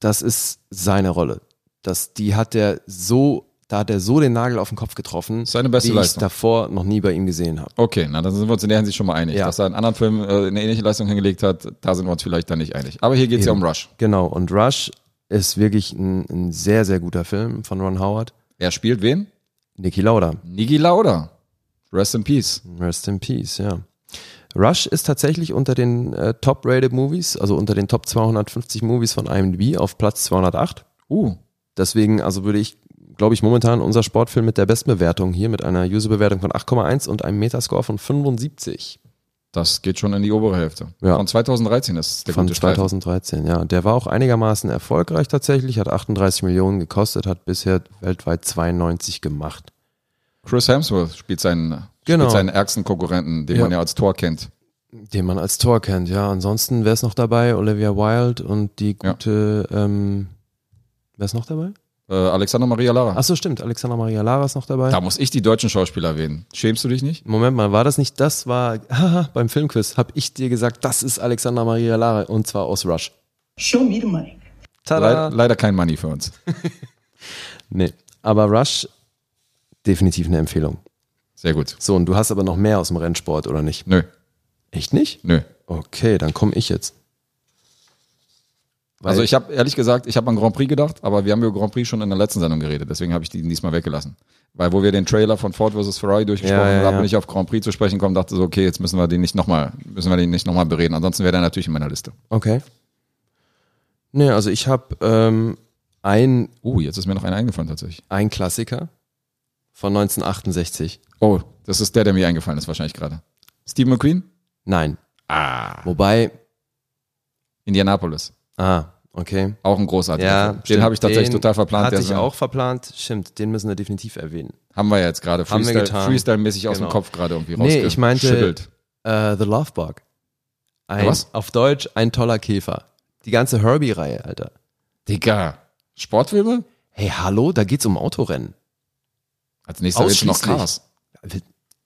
S3: das ist seine Rolle. Das, die hat er so, da hat er so den Nagel auf den Kopf getroffen,
S2: Seine beste
S3: die
S2: Leistung.
S3: ich davor noch nie bei ihm gesehen habe.
S2: Okay, na dann sind wir uns in der Hinsicht schon mal einig.
S3: Ja.
S2: Dass er in anderen Filmen äh, eine ähnliche Leistung hingelegt hat, da sind wir uns vielleicht dann nicht einig. Aber hier geht's ja um
S3: Eben.
S2: Rush.
S3: Genau, und Rush ist wirklich ein, ein sehr, sehr guter Film von Ron Howard.
S2: Er spielt wen?
S3: Niki Lauda.
S2: Niki Lauda. Rest in Peace.
S3: Rest in Peace, ja. Rush ist tatsächlich unter den äh, Top-Rated Movies, also unter den Top 250 Movies von IMDb auf Platz 208.
S2: Uh,
S3: Deswegen, also würde ich, glaube ich, momentan unser Sportfilm mit der Bestbewertung hier, mit einer User-Bewertung von 8,1 und einem Metascore von 75
S2: das geht schon in die obere Hälfte.
S3: Ja.
S2: Von 2013 ist der
S3: von
S2: gute Streifen.
S3: 2013, ja. Der war auch einigermaßen erfolgreich tatsächlich, hat 38 Millionen gekostet, hat bisher weltweit 92 gemacht.
S2: Chris Hemsworth spielt seinen,
S3: Genau.
S2: spielt seinen ärgsten Konkurrenten, den
S3: Ja.
S2: man ja als Tor kennt.
S3: Den man als Tor kennt, ja. Ansonsten, wer ist noch dabei? Olivia Wilde und die
S2: Ja.
S3: gute, ähm, wer ist noch dabei?
S2: Äh, Alexander Maria Lara.
S3: Achso, stimmt, Alexandra Maria Lara ist noch dabei.
S2: Da muss ich die deutschen Schauspieler erwähnen. Schämst du dich nicht?
S3: Moment mal, war das nicht, das war, haha, beim Filmquiz habe ich dir gesagt, das ist Alexandra Maria Lara und zwar aus Rush.
S4: Show me the money.
S2: Leid, leider kein Money für uns.
S3: Nee, aber Rush, definitiv eine Empfehlung.
S2: Sehr gut.
S3: So, und du hast aber noch mehr aus dem Rennsport, oder nicht?
S2: Nö,
S3: Echt nicht?
S2: nö.
S3: Okay, dann komme ich jetzt. Weil-
S2: also ich habe ehrlich gesagt, ich habe an Grand Prix gedacht, aber wir haben über Grand Prix schon in der letzten Sendung geredet, deswegen habe ich die diesmal weggelassen. Weil wo wir den Trailer von Ford vs. Ferrari durchgesprochen
S3: Ja,
S2: haben,
S3: ja,
S2: da
S3: ja.
S2: bin ich auf Grand Prix zu sprechen gekommen, dachte so, okay, jetzt müssen wir den nicht nochmal, müssen wir den nicht nochmal bereden. Ansonsten wäre der natürlich in meiner Liste.
S3: Okay. Nee, also ich habe ähm, ein,
S2: Uh, jetzt ist mir noch einer eingefallen tatsächlich.
S3: ein Klassiker von 1968.
S2: Oh, das ist der, der mir eingefallen ist wahrscheinlich gerade. Steve McQueen?
S3: Nein. Ah. Wobei,
S2: Indianapolis.
S3: ah, okay.
S2: Auch ein großartiger.
S3: Ja,
S2: Film. den
S3: stimmt.
S2: habe ich tatsächlich
S3: Den
S2: total verplant.
S3: Hatte
S2: der
S3: ich
S2: ist mir-
S3: auch verplant. Stimmt, den müssen wir definitiv erwähnen.
S2: Haben wir jetzt gerade
S3: Haben wir
S2: Freestyle,
S3: getan.
S2: Freestyle-mäßig aus dem
S3: Genau.
S2: Kopf gerade irgendwie
S3: Nee, ich meinte-
S2: rausgeschüttelt.
S3: Äh, The Love Bug. Ein,
S2: Was?
S3: Auf Deutsch ein toller Käfer. Die ganze Herbie-Reihe, Alter.
S2: Digga, Sportfilme?
S3: Hey, hallo, da geht's um Autorennen.
S2: Als nächstes wird noch
S3: Ausschließlich.
S2: Cars.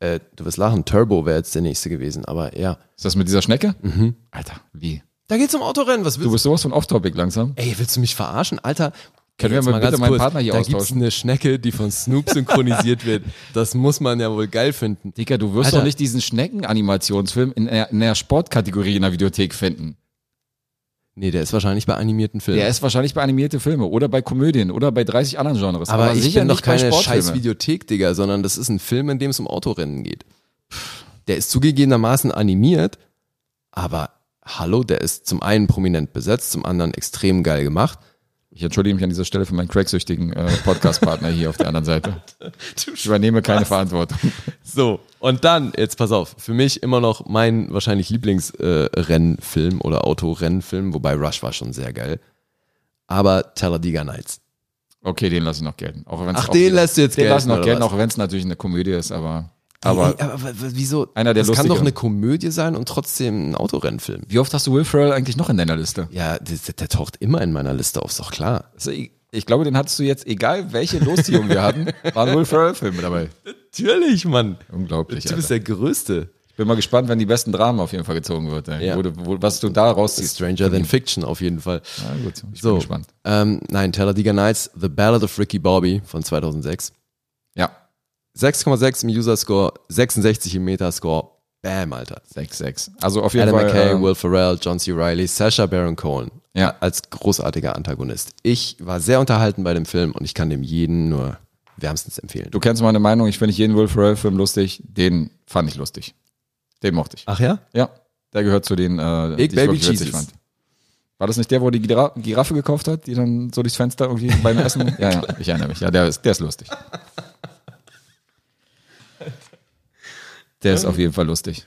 S3: Äh, du wirst lachen, Turbo wäre jetzt der nächste gewesen, aber ja.
S2: Ist das mit dieser Schnecke? Mhm. Alter, wie?
S3: Da geht's um Autorennen, was willst
S2: Du
S3: du?
S2: bist sowas von off-topic langsam.
S3: Ey, willst du mich verarschen? Alter.
S2: Können wir
S3: jetzt
S2: mal bitte
S3: ganz
S2: meinen Partner hier
S3: da Da gibt's
S2: austauschen?
S3: eine Schnecke, die von Snoop synchronisiert wird. Das muss man ja wohl geil finden.
S2: Digga, du wirst
S3: Alter.
S2: doch nicht diesen Schnecken-Animationsfilm in der, in der Sportkategorie in der Videothek finden.
S3: Nee, der ist wahrscheinlich bei animierten Filmen.
S2: Der ist wahrscheinlich bei animierte Filme oder bei Komödien oder bei 30 anderen Genres.
S3: Aber, ich
S2: sicher
S3: bin doch
S2: nicht bei
S3: keine
S2: Sportfilmen.
S3: scheiß Videothek, Digga, sondern das ist ein Film, in dem es um Autorennen geht. Der ist zugegebenermaßen animiert, aber hallo, der ist zum einen prominent besetzt, zum anderen extrem geil gemacht.
S2: Ich entschuldige mich an dieser Stelle für meinen cracksüchtigen äh, Podcast-Partner hier auf der anderen Seite. Ich übernehme keine Verantwortung.
S3: So, und dann, jetzt pass auf, für mich immer noch mein wahrscheinlich Lieblingsrennfilm oder Autorennfilm, wobei Rush war schon sehr geil. Aber Talladega Nights.
S2: Okay, den lasse ich noch gelten. Auch wenn's
S3: Ach,
S2: auch
S3: den
S2: wieder-
S3: lässt du jetzt
S2: den
S3: gelten,
S2: lass ich noch
S3: oder
S2: gelten,
S3: was?
S2: auch wenn es natürlich eine Komödie ist, aber. Aber
S3: Ey, aber w- w- wieso?
S2: Einer der
S3: das kann
S2: lustigeren.
S3: doch eine Komödie sein und trotzdem ein Autorennfilm.
S2: wie oft hast du Will Ferrell eigentlich noch in deiner Liste?
S3: Ja, der, der taucht immer in meiner Liste auf, ist doch klar.
S2: Also, ich, ich glaube, den hattest du jetzt, egal welche Losziehung wir hatten, waren Will Ferrell-Filme dabei.
S3: Natürlich, Mann.
S2: Unglaublich.
S3: Du
S2: Alter.
S3: bist der Größte.
S2: Ich bin mal gespannt, wenn die besten Dramen auf jeden Fall gezogen wird. Ey.
S3: Ja.
S2: Wo, du- wo, was du da rausziehst.
S3: Stranger Than Fiction auf jeden Fall.
S2: Na gut, ich
S3: So,
S2: bin gespannt.
S3: Ähm, nein, Talladega Nights, The Ballad of Ricky Bobby von 2006.
S2: Ja,
S3: 6,6 im User-Score, 66 im Metascore. Bam, Alter.
S2: 6-6. Also auf jeden
S3: Adam
S2: Fall.
S3: McKay,
S2: ähm,
S3: Will Ferrell, John C. Reilly, Sasha Baron Cohen
S2: Ja.
S3: als großartiger Antagonist. Ich war sehr unterhalten bei dem Film und ich kann dem jeden nur wärmstens empfehlen.
S2: Du kennst meine Meinung, ich finde nicht jeden Will Ferrell-Film lustig. Den fand ich lustig. Den mochte ich.
S3: Ach ja?
S2: Ja, der gehört zu den, äh,
S3: Big Baby
S2: wirklich witzig
S3: Jesus.
S2: War das nicht der, wo er die Gira Giraffe gekauft hat, die dann so durchs Fenster irgendwie beim Essen? ja, ja, ich erinnere mich. Ja, der ist, der ist lustig. Der ist auf jeden Fall lustig.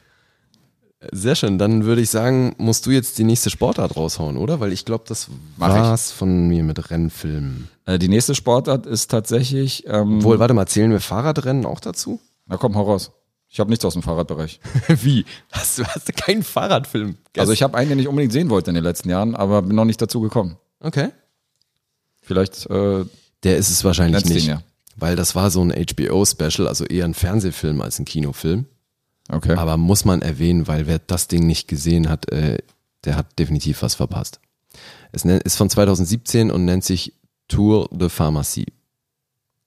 S3: Sehr schön, dann würde ich sagen, musst du jetzt die nächste Sportart raushauen, oder? Weil ich glaube, das
S2: Mach
S3: war's von mir mit Rennfilmen.
S2: Äh, die nächste Sportart ist tatsächlich. Ähm,
S3: Obwohl, warte mal, zählen wir Fahrradrennen auch dazu?
S2: Na komm, hau raus. Ich habe nichts aus dem Fahrradbereich.
S3: Wie? Hast du, hast du keinen Fahrradfilm?
S2: Also ich habe einen, den ich unbedingt sehen wollte in den letzten Jahren, aber bin noch nicht dazu gekommen.
S3: okay.
S2: Vielleicht äh,
S3: Der ist es wahrscheinlich
S2: Nennst
S3: nicht.
S2: den ja.
S3: Weil das war so ein HBO-Special, also eher ein Fernsehfilm als ein Kinofilm.
S2: Okay.
S3: Aber muss man erwähnen, weil wer das Ding nicht gesehen hat, äh, der hat definitiv was verpasst. Es nennt, ist von 2017 und nennt sich Tour de Pharmacie.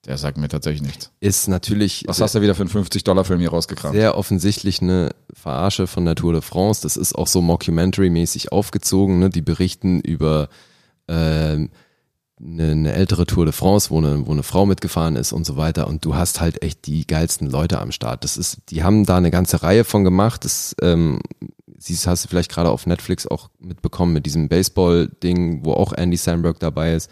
S2: der sagt mir tatsächlich nichts.
S3: Ist natürlich
S2: Was hast du wieder für einen 50-Dollar-Film hier rausgekramt?
S3: sehr offensichtlich eine Verarsche von der Tour de France. Das ist auch so Mockumentary-mäßig aufgezogen. Ne? Die berichten über ähm, eine, eine ältere Tour de France, wo eine, wo eine Frau mitgefahren ist und so weiter. Und du hast halt echt die geilsten Leute am Start. Das ist, die haben da eine ganze Reihe von gemacht. Das ähm, siehst, hast du vielleicht gerade auf Netflix auch mitbekommen mit diesem Baseball-Ding, wo auch Andy Samberg dabei ist.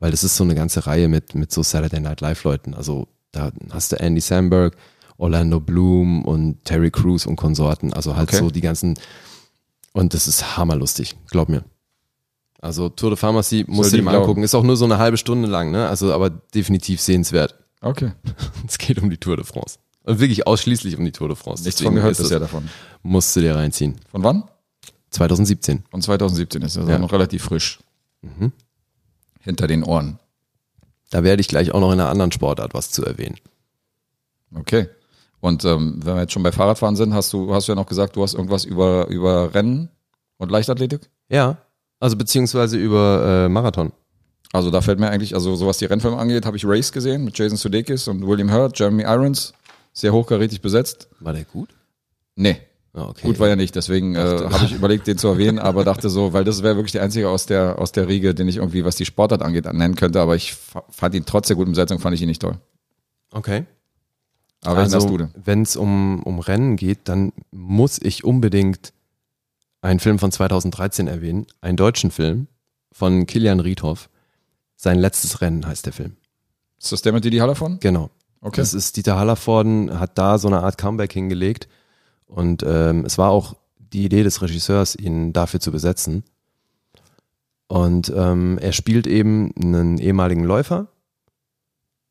S3: Weil das ist so eine ganze Reihe mit, mit so Saturday Night Live-Leuten. Also da hast du Andy Samberg, Orlando Bloom und Terry Crews und Konsorten. Also halt
S2: Okay.
S3: so die ganzen. Und das ist hammerlustig, glaub mir. Also Tour de Pharmacy musst du
S2: die
S3: dir mal
S2: glauben.
S3: angucken. Ist auch nur so eine halbe Stunde lang, ne? Also aber definitiv sehenswert.
S2: Okay.
S3: Es geht um die Tour de France. Und wirklich ausschließlich um die Tour de France.
S2: Nichts
S3: Deswegen
S2: von gehört
S3: ist
S2: bisher
S3: das-
S2: davon.
S3: Musst du dir reinziehen.
S2: Von wann?
S3: 2017.
S2: Von 2017 ist also
S3: Ja.
S2: noch relativ frisch. Mhm. Hinter den Ohren.
S3: Da werde ich gleich auch noch in einer anderen Sportart was zu erwähnen.
S2: Okay. Und ähm, wenn wir jetzt schon bei Fahrradfahren sind, hast du, hast du ja noch gesagt, du hast irgendwas über, über Rennen und Leichtathletik.
S3: Ja. Also beziehungsweise über äh, Marathon.
S2: Also da fällt mir eigentlich, also so was die Rennfilme angeht, habe ich Race gesehen mit Jason Sudeikis und William Hurt, Jeremy Irons. Sehr hochkarätig besetzt.
S3: War der gut?
S2: Nee,
S3: Ah, okay.
S2: Gut war ja nicht, deswegen äh, habe ich überlegt, den zu erwähnen, aber dachte so, weil das wäre wirklich der einzige aus der, aus der Riege, den ich irgendwie, was die Sportart angeht, nennen könnte, aber ich fa- fand ihn trotz der guten Besetzung, fand ich ihn nicht toll.
S3: Okay.
S2: Aber also, hast du denn?
S3: wenn es um, um Rennen geht, dann muss ich unbedingt einen Film von 2013 erwähnen, einen deutschen Film von Kilian Riedhoff. Sein letztes Rennen heißt der Film.
S2: Ist das der mit Didi Hallervorden?
S3: Genau.
S2: Okay.
S3: Das ist Dieter Hallervorden, hat da so eine Art Comeback hingelegt. Und ähm, es war auch die Idee des Regisseurs, ihn dafür zu besetzen. Und ähm, er spielt eben einen ehemaligen Läufer,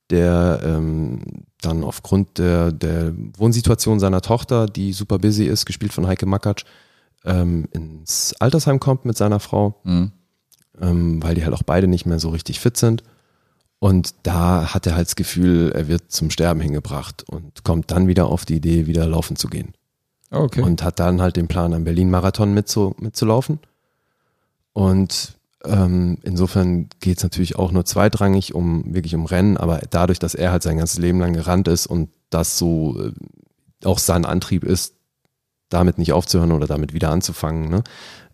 S3: der ähm, dann aufgrund der, der Wohnsituation seiner Tochter, die super busy ist, gespielt von Heike Makatsch, ähm, ins Altersheim kommt mit seiner Frau
S2: Mhm.
S3: ähm, weil die halt auch beide nicht mehr so richtig fit sind. Und da hat er halt das Gefühl, er wird zum Sterben hingebracht und kommt dann wieder auf die Idee, wieder laufen zu gehen.
S2: Oh, okay.
S3: Und hat dann halt den Plan, am Berlin-Marathon mitzu, mitzulaufen. Und ähm, insofern geht es natürlich auch nur zweitrangig um wirklich um Rennen, aber dadurch, dass er halt sein ganzes Leben lang gerannt ist und das so äh, auch sein Antrieb ist, damit nicht aufzuhören oder damit wieder anzufangen, ne,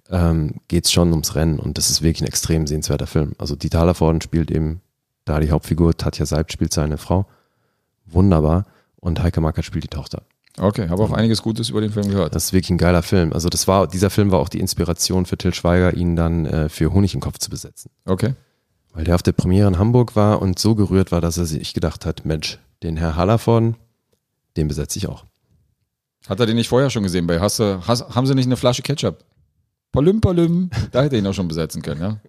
S3: ähm, geht es schon ums Rennen und das ist wirklich ein extrem sehenswerter Film. Also Dieter Hallervorden spielt eben da die Hauptfigur, Tatja Seibt spielt seine Frau. Wunderbar. Und Heike Mackert spielt die Tochter.
S2: okay, habe auch einiges Gutes über den Film gehört.
S3: Das ist wirklich ein geiler Film. Also das war, dieser Film war auch die Inspiration für Till Schweiger, ihn dann äh, für Honig im Kopf zu besetzen.
S2: Okay.
S3: Weil der auf der Premiere in Hamburg war und so gerührt war, dass er sich gedacht hat, Mensch, den Herr Hallervorden, den besetze ich auch.
S2: Hat er den nicht vorher schon gesehen bei? Hast du, hast, haben sie nicht eine Flasche Ketchup? Polym, Polym. Da hätte ich ihn auch schon besetzen können, ja.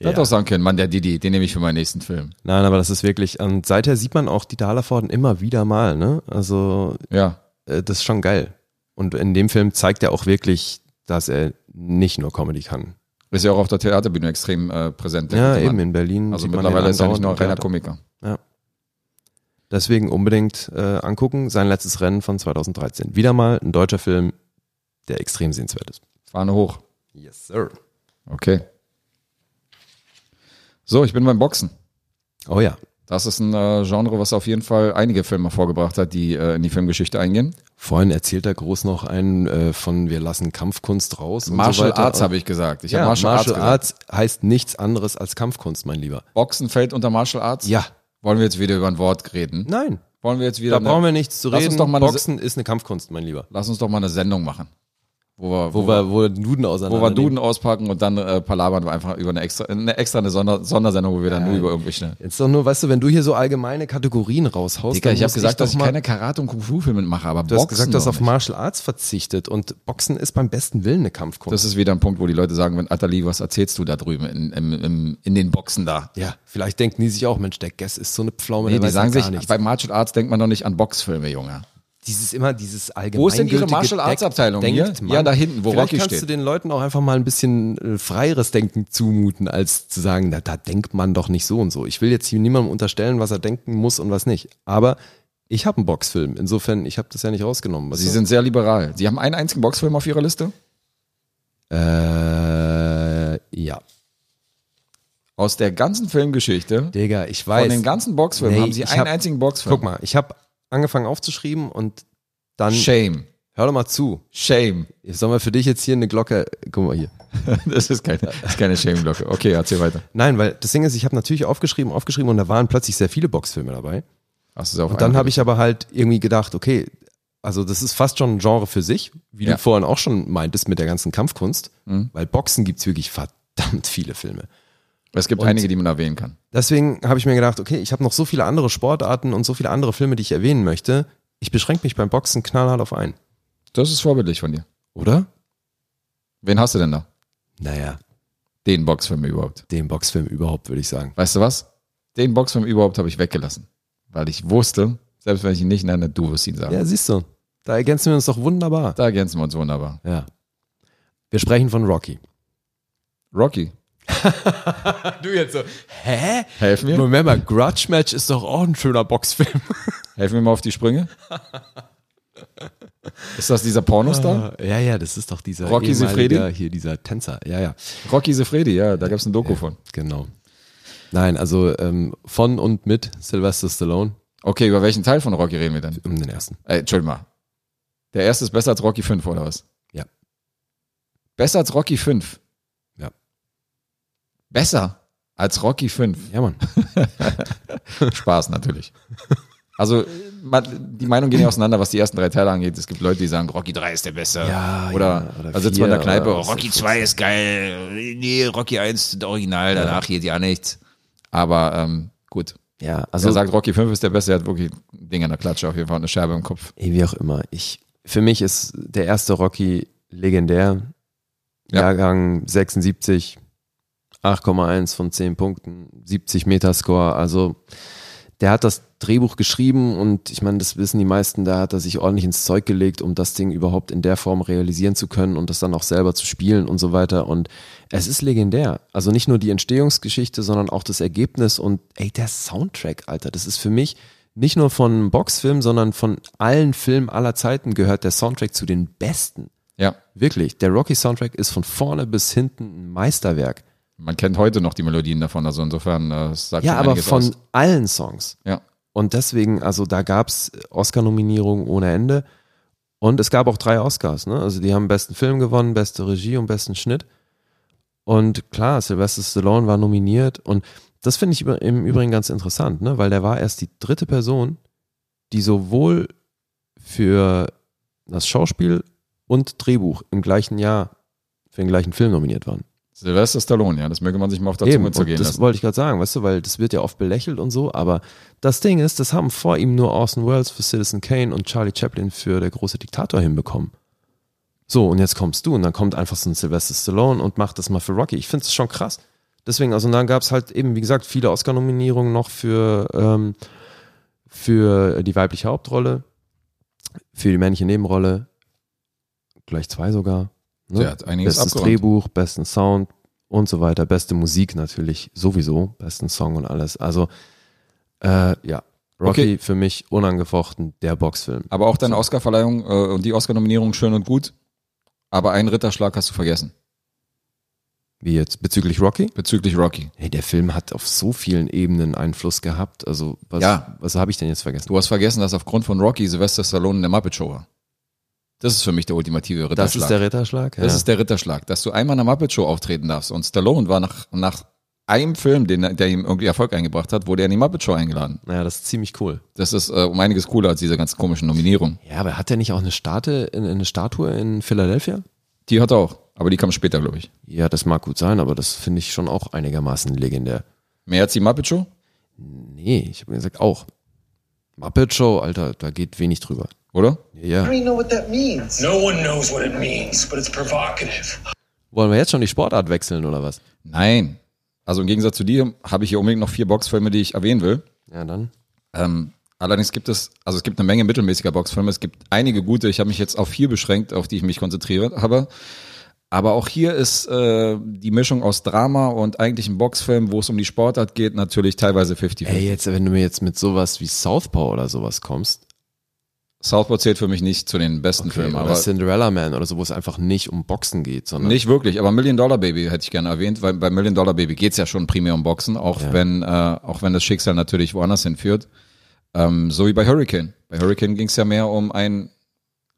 S2: Da hätte
S3: Ja.
S2: auch sagen können, Mann, der Didi, den nehme ich für meinen nächsten Film.
S3: Nein, aber das ist wirklich, und seither sieht man auch die Dahlerforden immer wieder mal, ne? Also,
S2: Ja.
S3: äh, das ist schon geil. Und in dem Film zeigt er auch wirklich, dass er nicht nur Comedy kann.
S2: Ist ja auch auf der Theaterbühne extrem äh, präsent. der
S3: Ja,
S2: gute
S3: eben
S2: Mann.
S3: in Berlin.
S2: Also
S3: sieht man
S2: mittlerweile
S3: den
S2: ist er nicht nur ein
S3: andauernd im
S2: reiner
S3: Theater.
S2: Komiker.
S3: Deswegen unbedingt äh, angucken. Sein letztes Rennen von 2013. Wieder mal ein deutscher Film, der extrem sehenswert ist.
S2: Fahne hoch.
S3: Yes, sir.
S2: Okay. So, ich bin beim Boxen.
S3: Oh ja.
S2: Das ist ein äh, Genre, was auf jeden Fall einige Filme vorgebracht hat, die äh, in die Filmgeschichte eingehen.
S3: Vorhin erzählt er groß noch einen äh, von wir lassen Kampfkunst raus.
S2: Martial
S3: und so
S2: Arts habe ich gesagt. Ich
S3: Ja,
S2: habe
S3: Martial,
S2: Martial, Arts.
S3: Arts, heißt nichts anderes als Kampfkunst, mein Lieber.
S2: Gesagt. Boxen fällt unter Martial Arts.
S3: Ja.
S2: Wollen wir jetzt wieder über ein Wort reden?
S3: Nein.
S2: Wollen wir jetzt wieder
S3: Da
S2: eine-
S3: brauchen wir nichts zu
S2: ne. Lass
S3: reden.
S2: uns doch mal eine
S3: Boxen ist eine Kampfkunst, mein Lieber.
S2: Lass uns doch mal eine Sendung machen. Wo wir,
S3: Wo wir, wo wir Nuden
S2: wo
S3: auseinander.
S2: wir Duden auspacken und dann äh, palabern wir einfach über eine extra eine, extra eine Sonder, Sondersendung, wo wir dann nur über irgendwelche.
S3: Jetzt doch nur, weißt du, wenn du hier so allgemeine Kategorien raushaust,
S2: Digga, ich
S3: muss
S2: habe gesagt,
S3: doch
S2: dass ich
S3: mal-
S2: keine Karate- und Kung-Fu-Filme mache, aber
S3: Du hast gesagt, du hast auf
S2: nicht.
S3: Martial Arts verzichtet und Boxen ist beim besten Willen eine Kampfkunst.
S2: Das ist wieder ein Punkt, wo die Leute sagen, wenn Atali, was erzählst du da drüben in, im, im, in den Boxen da?
S3: ja, vielleicht denken die sich auch, Mensch, der Guess ist so eine Pflaume,
S2: Nee,
S3: der
S2: die
S3: weiß
S2: sagen
S3: gar
S2: sich,
S3: nichts.
S2: bei Martial Arts denkt man doch nicht an Boxfilme, Junge.
S3: Dieses immer, dieses allgemeine.
S2: Wo ist denn ihre Martial Arts Abteilung hier? Ja, da hinten, wo
S3: vielleicht
S2: Rocky
S3: kannst
S2: steht.
S3: du den Leuten auch einfach mal ein bisschen äh, freieres Denken zumuten, als zu sagen, na, da denkt man doch nicht so und so. Ich will jetzt hier niemandem unterstellen, was er denken muss und was nicht. Aber ich habe einen Boxfilm. Insofern, ich habe das ja nicht rausgenommen. Was
S2: Sie sind sehr liberal. Sie haben einen einzigen Boxfilm auf ihrer Liste?
S3: Äh, ja.
S2: Aus der ganzen Filmgeschichte,
S3: Digga, ich weiß.
S2: von den ganzen Boxfilmen,
S3: Nee,
S2: haben sie
S3: ich
S2: einen
S3: hab-
S2: einzigen Boxfilm.
S3: Guck mal, ich habe angefangen aufzuschreiben und dann.
S2: Shame.
S3: Hör doch mal zu.
S2: Shame.
S3: Sollen wir für dich jetzt hier eine Glocke. Guck mal hier.
S2: Das ist keine, das ist keine Shame-Glocke. Okay, erzähl weiter.
S3: Nein, weil das Ding ist, ich habe natürlich aufgeschrieben, aufgeschrieben und da waren plötzlich sehr viele Boxfilme dabei.
S2: Hast du es auf
S3: Und dann habe ich aber halt irgendwie gedacht, okay, also das ist fast schon ein Genre für sich, wie
S2: Ja.
S3: du vorhin auch schon meintest mit der ganzen Kampfkunst, weil Boxen gibt's wirklich verdammt viele Filme.
S2: Es gibt einige, die man erwähnen kann.
S3: Deswegen habe ich mir gedacht, okay, ich habe noch so viele andere Sportarten und so viele andere Filme, die ich erwähnen möchte. Ich beschränke mich beim Boxen knallhart auf einen,
S2: Das ist vorbildlich von dir.
S3: oder?
S2: Wen hast du denn da?
S3: Naja,
S2: Den Boxfilm überhaupt.
S3: den Boxfilm überhaupt, würde ich sagen.
S2: Weißt du was? Den Boxfilm überhaupt habe ich weggelassen. Weil ich wusste, selbst wenn ich ihn nicht nenne, du wirst ihn sagen.
S3: Ja, siehst du, da ergänzen wir uns doch wunderbar.
S2: Da ergänzen wir uns wunderbar.
S3: Ja. Wir sprechen von Rocky.
S2: Rocky,
S3: Du jetzt so, hä?
S2: helf mir.
S3: Moment mal, Grudge Match ist doch auch ein schöner Boxfilm.
S2: Helf mir mal auf die Sprünge. Ist das dieser Pornostar?
S3: Ah, Ja, ja, das ist doch dieser
S2: Rocky
S3: ehemalige-
S2: Siffredi?
S3: hier dieser Tänzer. Ja, ja,
S2: Rocky Sefredi, ja, da gab es ein Doku von.
S3: genau. Nein, also ähm, von und mit Sylvester Stallone
S2: Okay, über welchen Teil von Rocky reden wir denn?
S3: um den ersten.
S2: Ey, Entschuldigung mal. Der erste ist besser als Rocky 5, oder was?
S3: Ja.
S2: Besser als Rocky 5?
S3: Ja.
S2: Besser als Rocky 5?
S3: Ja, Mann.
S2: Spaß natürlich. Also man, die Meinungen gehen ja auseinander, was die ersten drei Teile angeht. Es gibt Leute, die sagen, Rocky 3 ist der beste.
S3: Ja,
S2: oder,
S3: ja, oder
S2: da sitzt man in der
S3: vier,
S2: Kneipe,
S3: oder was
S2: Rocky
S3: der
S2: 2 ist geil. Nee, Rocky 1 ist das Original, danach geht ja nichts. Aber ähm, gut.
S3: Ja,
S2: Also
S3: also
S2: Wer sagt, Rocky 5 ist der beste, der hat wirklich ein Ding an der Klatsche auf jeden Fall, und eine Scherbe im Kopf.
S3: ey, wie auch immer. Ich, für mich ist der erste Rocky legendär.
S2: Ja.
S3: Jahrgang 76, 8,1 von 10 Punkten, 70 Metascore. Also der hat das Drehbuch geschrieben und ich meine, das wissen die meisten, da hat er sich ordentlich ins Zeug gelegt, um das Ding überhaupt in der Form realisieren zu können und das dann auch selber zu spielen und so weiter. Und es ist legendär. Also nicht nur die Entstehungsgeschichte, sondern auch das Ergebnis und ey, der Soundtrack, Alter, das ist für mich nicht nur von Boxfilm, sondern von allen Filmen aller Zeiten gehört der Soundtrack zu den besten.
S2: Ja,
S3: Wirklich, der Rocky-Soundtrack ist von vorne bis hinten ein Meisterwerk.
S2: man kennt heute noch die Melodien davon, also insofern, äh, es sagt
S3: Ja,
S2: schon
S3: aber
S2: einiges
S3: von
S2: aus.
S3: allen Songs.
S2: Ja.
S3: Und deswegen, also da gab's Oscar-Nominierungen ohne Ende. Und es gab auch drei Oscars, ne? Also die haben besten Film gewonnen, beste Regie und besten Schnitt. Und klar, Sylvester Stallone war nominiert. Und das finde ich über- im Übrigen ganz interessant, ne? Weil der war erst die dritte Person, die sowohl für das Schauspiel und Drehbuch im gleichen Jahr für den gleichen Film nominiert waren.
S2: Sylvester Stallone, ja, das möge man sich mal auf der Zunge
S3: und
S2: zu gehen
S3: das
S2: lassen.
S3: wollte ich gerade sagen, weißt du, weil das wird ja oft belächelt und so, aber das Ding ist, das haben vor ihm nur Orson Welles für Citizen Kane und Charlie Chaplin für Der große Diktator hinbekommen. So, und jetzt kommst du und dann kommt einfach so ein Sylvester Stallone und macht das mal für Rocky. Ich finde es schon krass. Deswegen, also und dann gab es halt eben, wie gesagt, viele Oscar-Nominierungen noch für, ähm, für die weibliche Hauptrolle, für die männliche Nebenrolle, gleich zwei sogar. Ne?
S2: Der hat einiges
S3: Bestes
S2: abgeräumt.
S3: Drehbuch, besten Sound und so weiter, beste Musik natürlich sowieso, besten Song und alles. Also äh, ja, Rocky
S2: Okay.
S3: für mich unangefochten der Boxfilm.
S2: Aber auch deine Oscar-Verleihung äh, und die Oscar-Nominierung schön und gut. Aber einen Ritterschlag hast du vergessen.
S3: Wie jetzt bezüglich Rocky?
S2: Bezüglich Rocky.
S3: Hey, der Film hat auf so vielen Ebenen Einfluss gehabt. Also was,
S2: Ja.
S3: was habe ich denn jetzt vergessen?
S2: Du hast vergessen, dass aufgrund von Rocky Sylvester Stallone in der Muppet Show war. Das ist für mich der ultimative Ritterschlag.
S3: Das ist der Ritterschlag.
S2: Das ist der Ritterschlag, dass du einmal in einer Muppet Show auftreten darfst. Und Stallone war nach, nach einem Film, den, er- der ihm irgendwie Erfolg eingebracht hat, wurde er in die Muppet Show eingeladen.
S3: naja, das ist ziemlich cool.
S2: Das ist äh, um einiges cooler als diese ganz komischen Nominierungen.
S3: Ja, aber hat der nicht auch eine, Starte, eine Statue in Philadelphia?
S2: Die hat er auch, aber die kam später, glaube ich.
S3: Ja, das mag gut sein, aber das finde ich schon auch einigermaßen legendär.
S2: Mehr als die Muppet Show?
S3: Nee, ich habe gesagt, auch. Muppet Show, Alter, da geht wenig drüber.
S2: Oder?
S3: Ja.
S5: don't even know what that means.
S6: No one knows what it means, but it's provocative.
S3: Wollen wir jetzt schon die Sportart wechseln oder was?
S2: Nein. Also im Gegensatz zu dir habe ich hier unbedingt noch vier Boxfilme, die ich erwähnen will.
S3: Ja, dann.
S2: Ähm, allerdings gibt es, also es gibt eine Menge mittelmäßiger Boxfilme, es gibt einige gute, ich habe mich jetzt auf vier beschränkt, auf die ich mich konzentriert habe. Aber auch hier ist äh, die Mischung aus Drama und eigentlichen Boxfilm, wo es um die Sportart geht, natürlich teilweise 50-50.
S3: Ey, jetzt, wenn du mir jetzt mit sowas wie Southpaw oder sowas kommst,
S2: Southpaw zählt für mich nicht zu den besten
S3: okay,
S2: Filmen,
S3: oder
S2: aber
S3: Cinderella Man oder so, wo es einfach nicht um Boxen geht, sondern
S2: nicht wirklich. Aber Million Dollar Baby hätte ich gerne erwähnt, weil bei Million Dollar Baby geht's ja schon primär um Boxen, auch wenn äh, auch wenn das Schicksal natürlich woanders hinführt. Ähm, so wie bei Hurricane. Bei Hurricane ging's ja mehr um ein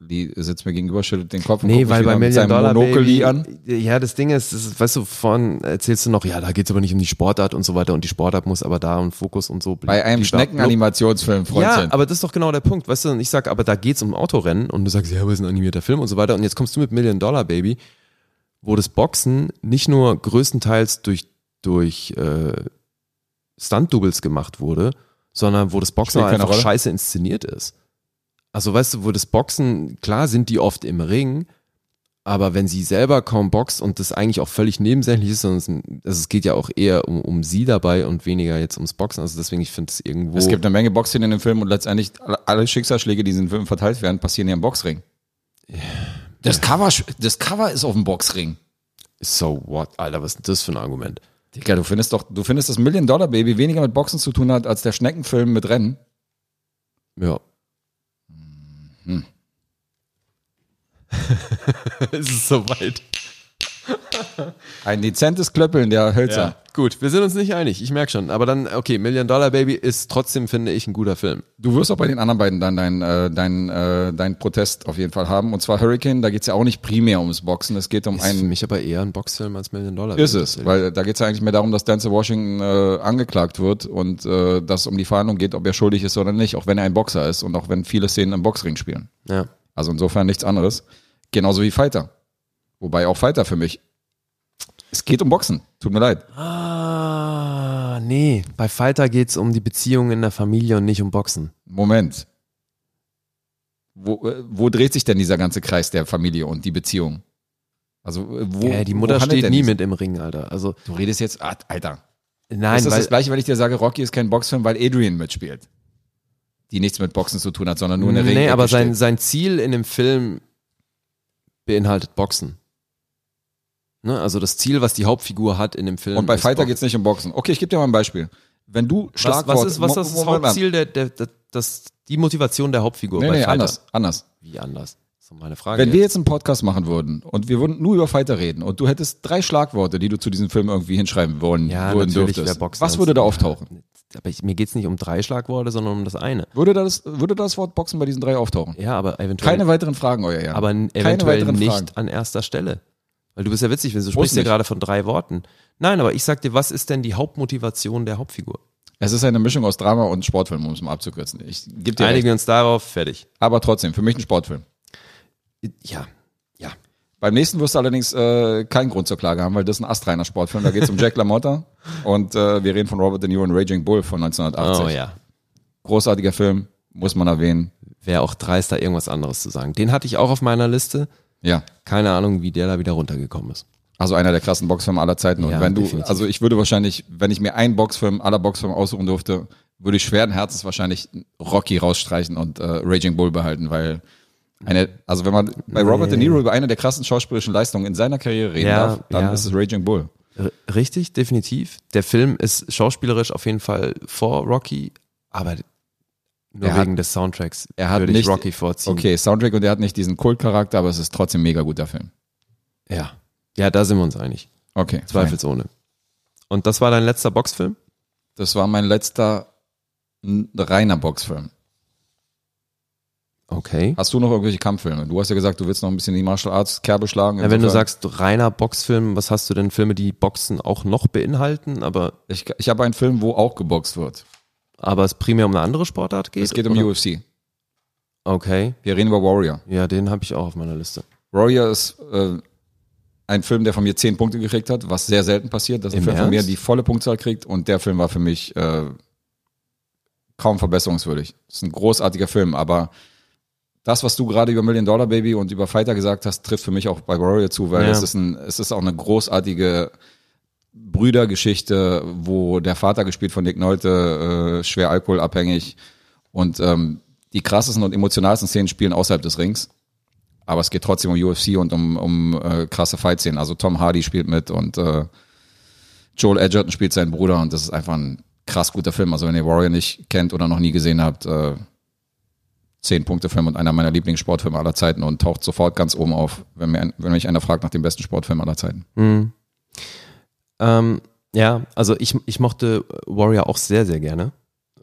S2: Lee sitzt mir gegenüber, schüttelt den Kopf und
S3: Nee,
S2: guckt mich
S3: weil
S2: wieder
S3: bei
S2: mit
S3: Million
S2: seinem
S3: Dollar
S2: Monokel
S3: Baby,
S2: an.
S3: ja, das Ding ist, das ist, weißt du, vorhin erzählst du noch, ja, da geht es aber nicht um die Sportart und so weiter und die Sportart muss aber da und Fokus und so.
S2: Bei einem Schneckenanimationsfilm,
S3: Ja,
S2: Freundchen.
S3: aber das ist doch genau der Punkt, weißt du, und ich sag, aber da geht's um Autorennen und du sagst, ja, aber es ist ein animierter Film und so weiter und jetzt kommst du mit Million Dollar Baby, wo das Boxen nicht nur größtenteils durch, durch äh, Stunt-Doubles gemacht wurde, sondern wo das Boxen
S2: Spielt keine
S3: einfach
S2: Rolle.
S3: scheiße inszeniert ist. Also weißt du, wo das Boxen, klar sind die oft im Ring, aber wenn sie selber kaum boxt und das eigentlich auch völlig nebensächlich ist, sondern es, also es geht ja auch eher um, um sie dabei und weniger jetzt ums Boxen, also deswegen, ich finde es irgendwo...
S2: es gibt eine Menge Boxszenen in dem Film und letztendlich alle- alle Schicksalsschläge, die in diesem Film verteilt werden, passieren ja im Boxring. Das Cover, das Cover ist auf dem Boxring.
S3: So what? Alter, was ist das für ein Argument?
S2: Digga, du findest doch, du findest, dass Million Dollar Baby weniger mit Boxen zu tun hat, als der Schneckenfilm mit Rennen.
S3: Ja. Mhm. es ist soweit.
S2: Ein dezentes Klöppeln der Hölzer.
S3: Gut, wir sind uns nicht einig, ich merke schon. Aber dann, okay, Million Dollar Baby ist trotzdem, finde ich, ein guter Film.
S2: Du wirst auch bei den anderen beiden dann deinen äh, dein, äh, dein Protest auf jeden Fall haben. Und zwar Hurricane, da geht's ja auch nicht primär ums Boxen, es geht um
S3: Ist für
S2: einen.
S3: mich aber eher ein Boxfilm als Million Dollar
S2: Ist es, weil da geht's ja eigentlich mehr darum, dass Denzel Washington äh, angeklagt wird und äh, dass um die Verhandlung geht, ob er schuldig ist oder nicht, auch wenn er ein Boxer ist und auch wenn viele Szenen im Boxring spielen.
S3: ja.
S2: Also insofern nichts anderes. Genauso wie Fighter. Wobei auch Fighter für mich. Es geht um Boxen. Tut mir leid.
S3: Ah, nee. Bei Fighter geht's um die Beziehungen in der Familie und nicht um Boxen.
S2: Moment. Wo, äh, wo dreht sich denn dieser ganze Kreis der Familie und die Beziehung? Also, äh, wo.
S3: ja, die
S2: wo
S3: Mutter
S2: handelt
S3: steht
S2: denn
S3: nie
S2: dies-
S3: mit im Ring, Alter. Also,
S2: Du redest jetzt. ah, Alter.
S3: nein,
S2: ist das
S3: weil,
S2: das Gleiche, wenn ich dir sage, Rocky ist kein Boxfilm, weil Adrian mitspielt? Die nichts mit Boxen zu tun hat, sondern nur eine Ring.
S3: Nee, aber sein, sein Ziel in dem Film beinhaltet Boxen. Ne? Also das Ziel, was die Hauptfigur hat in dem Film.
S2: Und bei
S3: ist
S2: Fighter
S3: Boxen.
S2: geht's nicht um Boxen. Okay, ich gebe dir mal ein Beispiel. Wenn du
S3: was,
S2: Schlagwort.
S3: was ist was das
S2: Mo- Moment mal.
S3: Hauptziel der, der, der das die Motivation der Hauptfigur
S2: Nee,
S3: bei
S2: nee,
S3: Fighter?
S2: anders. Anders.
S3: Wie anders? Das ist doch meine Frage.
S2: Wenn wir jetzt einen Podcast machen würden und wir würden nur über Fighter reden und du hättest drei Schlagworte, die du zu diesem Film irgendwie hinschreiben wollen,
S3: ja,
S2: würden
S3: natürlich
S2: dürftest,
S3: wäre Boxen
S2: was würde da auftauchen?
S3: Ja, aber ich, mir geht's nicht um drei Schlagworte, sondern um das eine.
S2: Würde das, würde das Wort Boxen bei diesen drei auftauchen?
S3: Ja, aber eventuell
S2: Keine weiteren Fragen, euer Herr.
S3: aber n-
S2: Keine
S3: eventuell
S2: weiteren
S3: nicht
S2: Fragen.
S3: an erster Stelle. Weil du bist ja witzig, wenn du sprichst ja
S2: nicht.
S3: gerade von drei Worten. Nein, aber ich sag dir, was ist denn die Hauptmotivation der Hauptfigur?
S2: Es ist eine Mischung aus Drama und Sportfilm, um es mal abzukürzen. Ich gebe dir recht.
S3: Einigen uns darauf, fertig.
S2: Aber trotzdem, für mich ein Sportfilm.
S3: Ja, ja.
S2: Beim nächsten wirst du allerdings äh, keinen Grund zur Klage haben, weil das ist ein astreiner Sportfilm. Da geht es um Jack LaMotta und äh, wir reden von Robert De Niro und Raging Bull von 1980.
S3: Oh ja.
S2: Großartiger Film, muss man erwähnen.
S3: Wäre auch dreist, da irgendwas anderes zu sagen. Den hatte ich auch auf meiner Liste.
S2: Ja.
S3: Keine Ahnung, wie der da wieder runtergekommen ist.
S2: Also einer der krassen Boxfilme aller Zeiten. Und
S3: Ja,
S2: wenn du,
S3: definitiv.
S2: also ich würde wahrscheinlich, wenn ich mir einen Boxfilm aller Boxfilme aussuchen durfte, würde ich schweren Herzens wahrscheinlich Rocky rausstreichen und äh, Raging Bull behalten, weil eine, also wenn man bei Robert De Niro über eine der krassen schauspielerischen Leistungen in seiner Karriere reden
S3: Ja,
S2: darf, dann
S3: ja.
S2: ist es Raging Bull.
S3: R richtig, definitiv. Der Film ist schauspielerisch auf jeden Fall vor Rocky, aber nur
S2: Er hat-
S3: wegen des Soundtracks
S2: er hat
S3: würde
S2: nicht-
S3: ich Rocky vorziehen.
S2: Okay, Soundtrack und er hat nicht diesen Kultcharakter, aber es ist trotzdem ein mega guter Film.
S3: Ja. ja, da sind wir uns einig.
S2: Okay, fein.
S3: Zweifelsohne. Und das war dein letzter Boxfilm?
S2: Das war mein letzter n, reiner Boxfilm.
S3: Okay.
S2: Hast du noch irgendwelche Kampffilme? Du hast ja gesagt, du willst noch ein bisschen die Martial Arts Kerbe schlagen.
S3: Ja, wenn du
S2: Insofern-
S3: sagst, reiner Boxfilm, was hast du denn Filme, die Boxen auch noch beinhalten, aber,
S2: ich, ich habe einen Film, wo auch geboxt wird.
S3: aber es primär um eine andere Sportart geht?
S2: Es geht um
S3: oder?
S2: UFC.
S3: Okay.
S2: Wir reden über Warrior.
S3: Ja, den habe ich auch auf meiner Liste.
S2: Warrior ist äh, ein Film, der von mir zehn Punkte gekriegt hat, was sehr selten passiert, dass ein
S3: Im
S2: Film von mir
S3: Ernst?
S2: die volle Punktzahl kriegt und der Film war für mich äh, kaum verbesserungswürdig. Ist ein großartiger Film, aber das, was du gerade über Million Dollar Baby und über Fighter gesagt hast, trifft für mich auch bei Warrior zu, weil
S3: Ja.
S2: es, ist ein, es ist auch eine großartige Brüdergeschichte, wo der Vater gespielt von Nick Nolte, äh, schwer alkoholabhängig und ähm, die krassesten und emotionalsten Szenen spielen außerhalb des Rings. Aber es geht trotzdem um UFC und um, um äh, krasse Fight-Szenen. Also Tom Hardy spielt mit und äh, Joel Edgerton spielt seinen Bruder und das ist einfach ein krass guter Film. Also wenn ihr Warrior nicht kennt oder noch nie gesehen habt, äh, 10-Punkte-Film und einer meiner Lieblingssportfilme aller Zeiten und taucht sofort ganz oben auf, wenn, mir ein, wenn mich einer fragt nach dem besten Sportfilm aller Zeiten.
S3: Ähm, ja, also ich, ich mochte Warrior auch sehr, sehr gerne.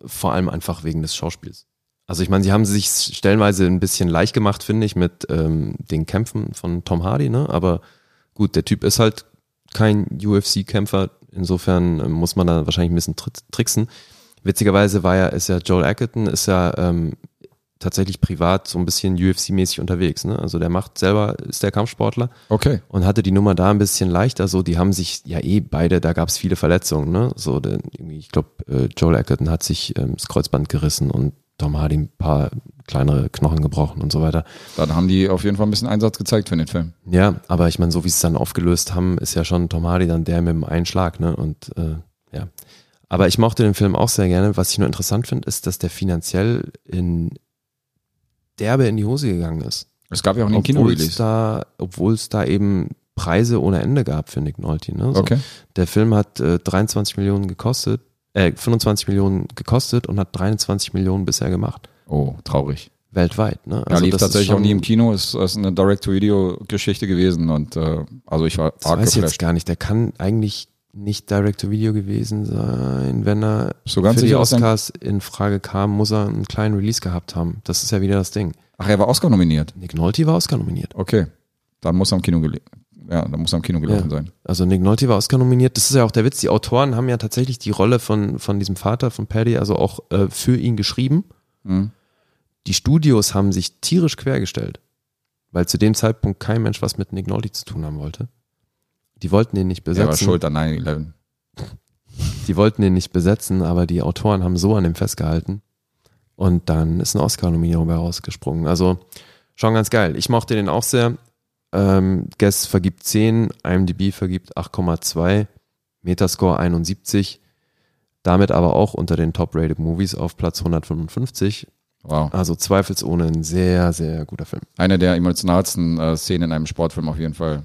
S3: Vor allem einfach wegen des Schauspiels. Also ich meine, sie haben sich stellenweise ein bisschen leicht gemacht, finde ich, mit ähm, den Kämpfen von Tom Hardy, ne? Aber gut, der Typ ist halt kein UFC-Kämpfer, insofern äh, muss man da wahrscheinlich ein bisschen tr- tricksen. Witzigerweise war ja, ist ja Joel Ackerton, ist ja ähm, tatsächlich privat so ein bisschen UFC-mäßig unterwegs, ne? Also der macht selber, ist der Kampfsportler
S2: Okay.
S3: und hatte die Nummer da ein bisschen leichter. So, die haben sich ja eh beide, da gab es viele Verletzungen. Ne? So, denn irgendwie, ich glaube, äh, Joel Ackerton hat sich ähm, das Kreuzband gerissen und Tom Hardy ein paar kleinere Knochen gebrochen und so weiter.
S2: Dann haben die auf jeden Fall ein bisschen Einsatz gezeigt für den Film.
S3: Ja, aber ich meine, so wie sie es dann aufgelöst haben, ist ja schon Tom Hardy dann der mit dem einen Schlag, ne? Und äh, ja. Aber ich mochte den Film auch sehr gerne. Was ich nur interessant finde, ist, dass der finanziell in derbe in die Hose gegangen ist.
S2: Es gab ja auch einen
S3: Obwohl es
S2: Kinorelease.
S3: da, obwohl es da eben Preise ohne Ende gab für Nick Nolte. Ne? So.
S2: Okay.
S3: Der Film hat äh, 23 Millionen gekostet, äh, 25 Millionen gekostet und hat 23 Millionen bisher gemacht.
S2: Oh, traurig.
S3: Weltweit. Ne?
S2: Ja, lief
S3: das ist
S2: tatsächlich auch
S3: schon-
S2: nie im Kino. Es ist eine Direct-to-Video-Geschichte gewesen und äh, also ich war
S3: Das weiß ich jetzt gar nicht. Der kann eigentlich nicht Direct-to-Video gewesen sein. Wenn er
S2: Bist du ganz
S3: für die
S2: sicher, dass er-
S3: Oscars in Frage kam, muss er einen kleinen Release gehabt haben. Das ist ja wieder das Ding.
S2: Ach, er war Oscar nominiert.
S3: Nick Nolte war Oscar nominiert.
S2: Okay. Dann muss er im Kino gele- ja, dann muss er im Kino gelaufen
S3: Ja.
S2: sein.
S3: Also Nick Nolte war Oscar nominiert. Das ist ja auch der Witz. Die Autoren haben ja tatsächlich die Rolle von, von diesem Vater von Paddy also auch äh, für ihn geschrieben.
S2: Mhm.
S3: Die Studios haben sich tierisch quergestellt, weil zu dem Zeitpunkt kein Mensch was mit Nick Nolte zu tun haben wollte. Die wollten ihn nicht
S2: Er war
S3: besetzen.
S2: schuld an 9-11.
S3: Die wollten ihn nicht besetzen, aber die Autoren haben so an ihm festgehalten. Und dann ist eine Oscar-Nominierung bei rausgesprungen. Also schon ganz geil. Ich mochte den auch sehr. Ähm, Guess vergibt 10, IMDb vergibt 8,2, Metascore 71. Damit aber auch unter den Top-Rated Movies auf Platz 155.
S2: Wow.
S3: Also zweifelsohne ein sehr, sehr guter Film.
S2: Eine der emotionalsten äh, Szenen in einem Sportfilm auf jeden Fall.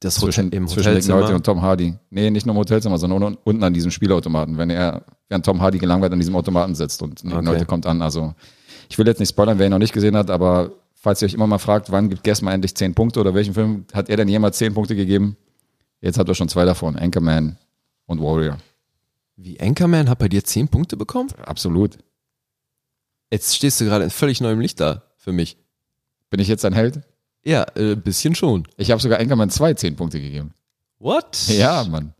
S3: Das
S2: Zwischen,
S3: Hotel, im
S2: zwischen Nick Nolte
S3: Hotelzimmer.
S2: und Tom Hardy. Nee, nicht nur im Hotelzimmer, sondern un- unten an diesem Spielautomaten, wenn er, während Tom Hardy gelangweilt an diesem Automaten sitzt und Nick
S3: Okay.
S2: Nolte kommt an. Also, ich will jetzt nicht spoilern, wer ihn noch nicht gesehen hat, aber falls ihr euch immer mal fragt, wann gibt Guess mal endlich 10 Punkte oder welchen Film hat er denn jemals 10 Punkte gegeben? Jetzt hat er schon zwei davon, Anchorman und Warrior.
S3: Wie Anchorman hat bei dir 10 Punkte bekommen?
S2: Absolut.
S3: Jetzt stehst du gerade in völlig neuem Licht da für mich.
S2: Bin ich jetzt ein Held?
S3: Ja, ein äh, bisschen schon.
S2: Ich habe sogar Anchorman 2 10 Punkte gegeben.
S3: What?
S2: Ja, Mann.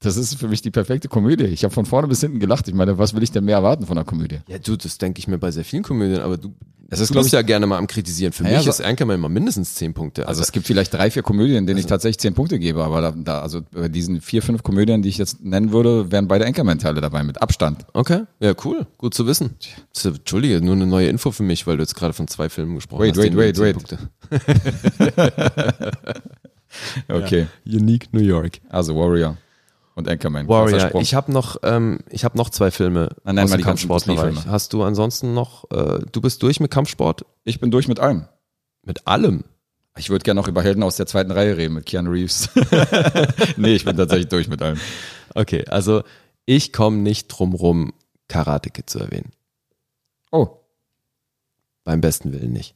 S2: Das ist für mich die perfekte Komödie. Ich habe von vorne bis hinten gelacht. Ich meine, was will ich denn mehr erwarten von einer Komödie?
S3: Ja, du, das denke ich mir bei sehr vielen Komödien, aber du
S2: Es ist,
S3: du
S2: glaube
S3: bist
S2: ich,
S3: ja gerne mal am Kritisieren. Für
S2: Ja, ja,
S3: mich
S2: aber-
S3: ist Anchorman immer mindestens zehn Punkte.
S2: also es gibt vielleicht drei, vier Komödien,
S3: Also
S2: denen ich tatsächlich zehn Punkte gebe, aber da, da also bei diesen vier, fünf Komödien, die ich jetzt nennen würde, wären beide Anchorman-Teile dabei mit Abstand.
S3: Okay, ja, cool. Gut zu wissen. Z- Entschuldige, nur eine neue Info für mich, weil du jetzt gerade von zwei Filmen gesprochen
S2: Wait,
S3: hast.
S2: wait,
S3: denen
S2: wait,
S3: zehn
S2: wait.
S3: Punkte.
S2: Okay,
S3: Unique New York.
S2: also Warrior und Anchorman. Krasser
S3: Warrior.
S2: Sprung.
S3: Ich habe noch, ähm, ich hab noch zwei Filme
S2: Dann nennen
S3: aus
S2: wir
S3: dem
S2: die ganzen
S3: Kampfsportbereich.
S2: Disney-Filme.
S3: Hast du ansonsten noch, äh, du bist durch mit Kampfsport?
S2: ich bin durch mit allem.
S3: Mit allem?
S2: Ich würde gerne noch über Helden aus der zweiten Reihe reden mit Keanu Reeves. nee, ich bin tatsächlich durch mit allem.
S3: Okay, also ich komme nicht drum rum, Karate Kid zu erwähnen.
S2: Oh,
S3: Beim besten Willen nicht.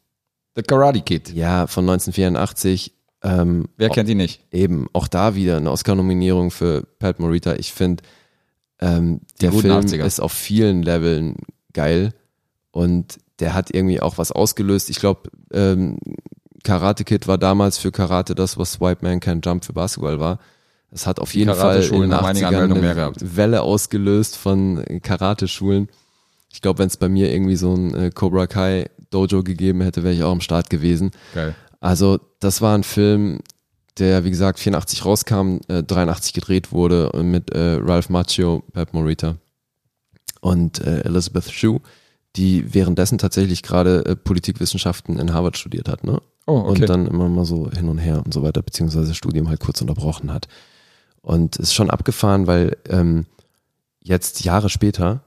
S2: The Karate Kid.
S3: Ja, von 1984. Ähm,
S2: Wer kennt ihn nicht?
S3: Eben, auch da wieder eine Oscar-Nominierung für Pat Morita. Ich finde, ähm, der
S2: guten
S3: Film
S2: 80er.
S3: ist auf vielen Leveln geil und der hat irgendwie auch was ausgelöst. Ich glaube, ähm, Karate Kid war damals für Karate das, was White Man Can Jump für Basketball war. Es hat auf jeden Fall
S2: Karateschulen
S3: in den
S2: haben einige
S3: 80ern
S2: Anmeldungen mehr
S3: eine
S2: gehabt.
S3: Welle ausgelöst von Karateschulen. Ich glaube, wenn es bei mir irgendwie so ein äh, Cobra Kai Dojo gegeben hätte, wäre ich auch am Start gewesen.
S2: Geil.
S3: Also, das war ein Film, der, wie gesagt, 84 rauskam, äh, 83 gedreht wurde und mit äh, Ralph Macchio, Pep Morita und äh, Elizabeth Shue, die währenddessen tatsächlich gerade äh, Politikwissenschaften in Harvard studiert hat, ne?
S2: Oh, okay.
S3: Und dann immer mal so hin und her und so weiter, beziehungsweise das Studium halt kurz unterbrochen hat. Und ist schon abgefahren, weil ähm, jetzt Jahre später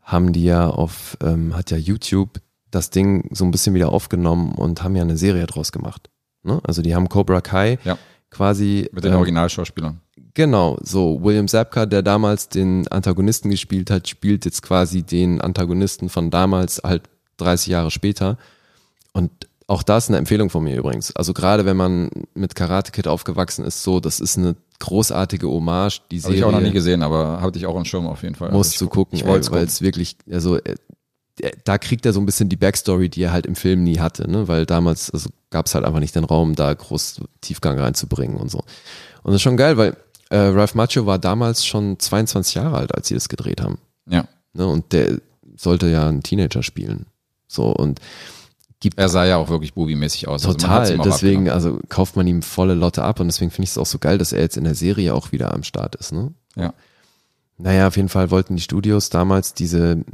S3: haben die ja auf, ähm, hat ja YouTube das Ding so ein bisschen wieder aufgenommen und haben ja eine Serie draus gemacht. Ne? Also die haben Cobra Kai
S2: Ja.
S3: quasi
S2: Mit den
S3: ähm,
S2: Originalschauspielern.
S3: Genau, so William Zabka, der damals den Antagonisten gespielt hat, spielt jetzt quasi den Antagonisten von damals, halt 30 Jahre später. Und auch das ist eine Empfehlung von mir übrigens. Also gerade wenn man mit Karate Kid aufgewachsen ist, so, das ist eine großartige Hommage, die
S2: Habe
S3: Serie
S2: ich auch noch nie gesehen, aber hatte ich auch im Schirm auf jeden Fall. Also
S3: musst
S2: ich,
S3: du gucken,
S2: Ich
S3: ey,
S2: wollte
S3: weil
S2: es
S3: es wirklich, also äh, der- da kriegt er so ein bisschen die Backstory, die er halt im Film nie hatte, ne? weil damals also, gab es halt einfach nicht den Raum, da groß Tiefgang reinzubringen und so. Und das ist schon geil, weil äh, Ralph Macho war damals schon 22 Jahre alt, als sie das gedreht haben.
S2: gucken. Ja.
S3: Ne? Und der sollte ja einen Teenager spielen. So und gibt
S2: Er sah ja auch wirklich bubimäßig aus. Also man hat's
S3: total.
S2: ihm auch
S3: deswegen, also kauft man ihm volle Lotte ab und deswegen finde ich es auch so geil, dass er jetzt in der Serie auch wieder am Start ist. Ne?
S2: abgenommen.
S3: Naja, auf jeden Fall wollten die Studios damals diese,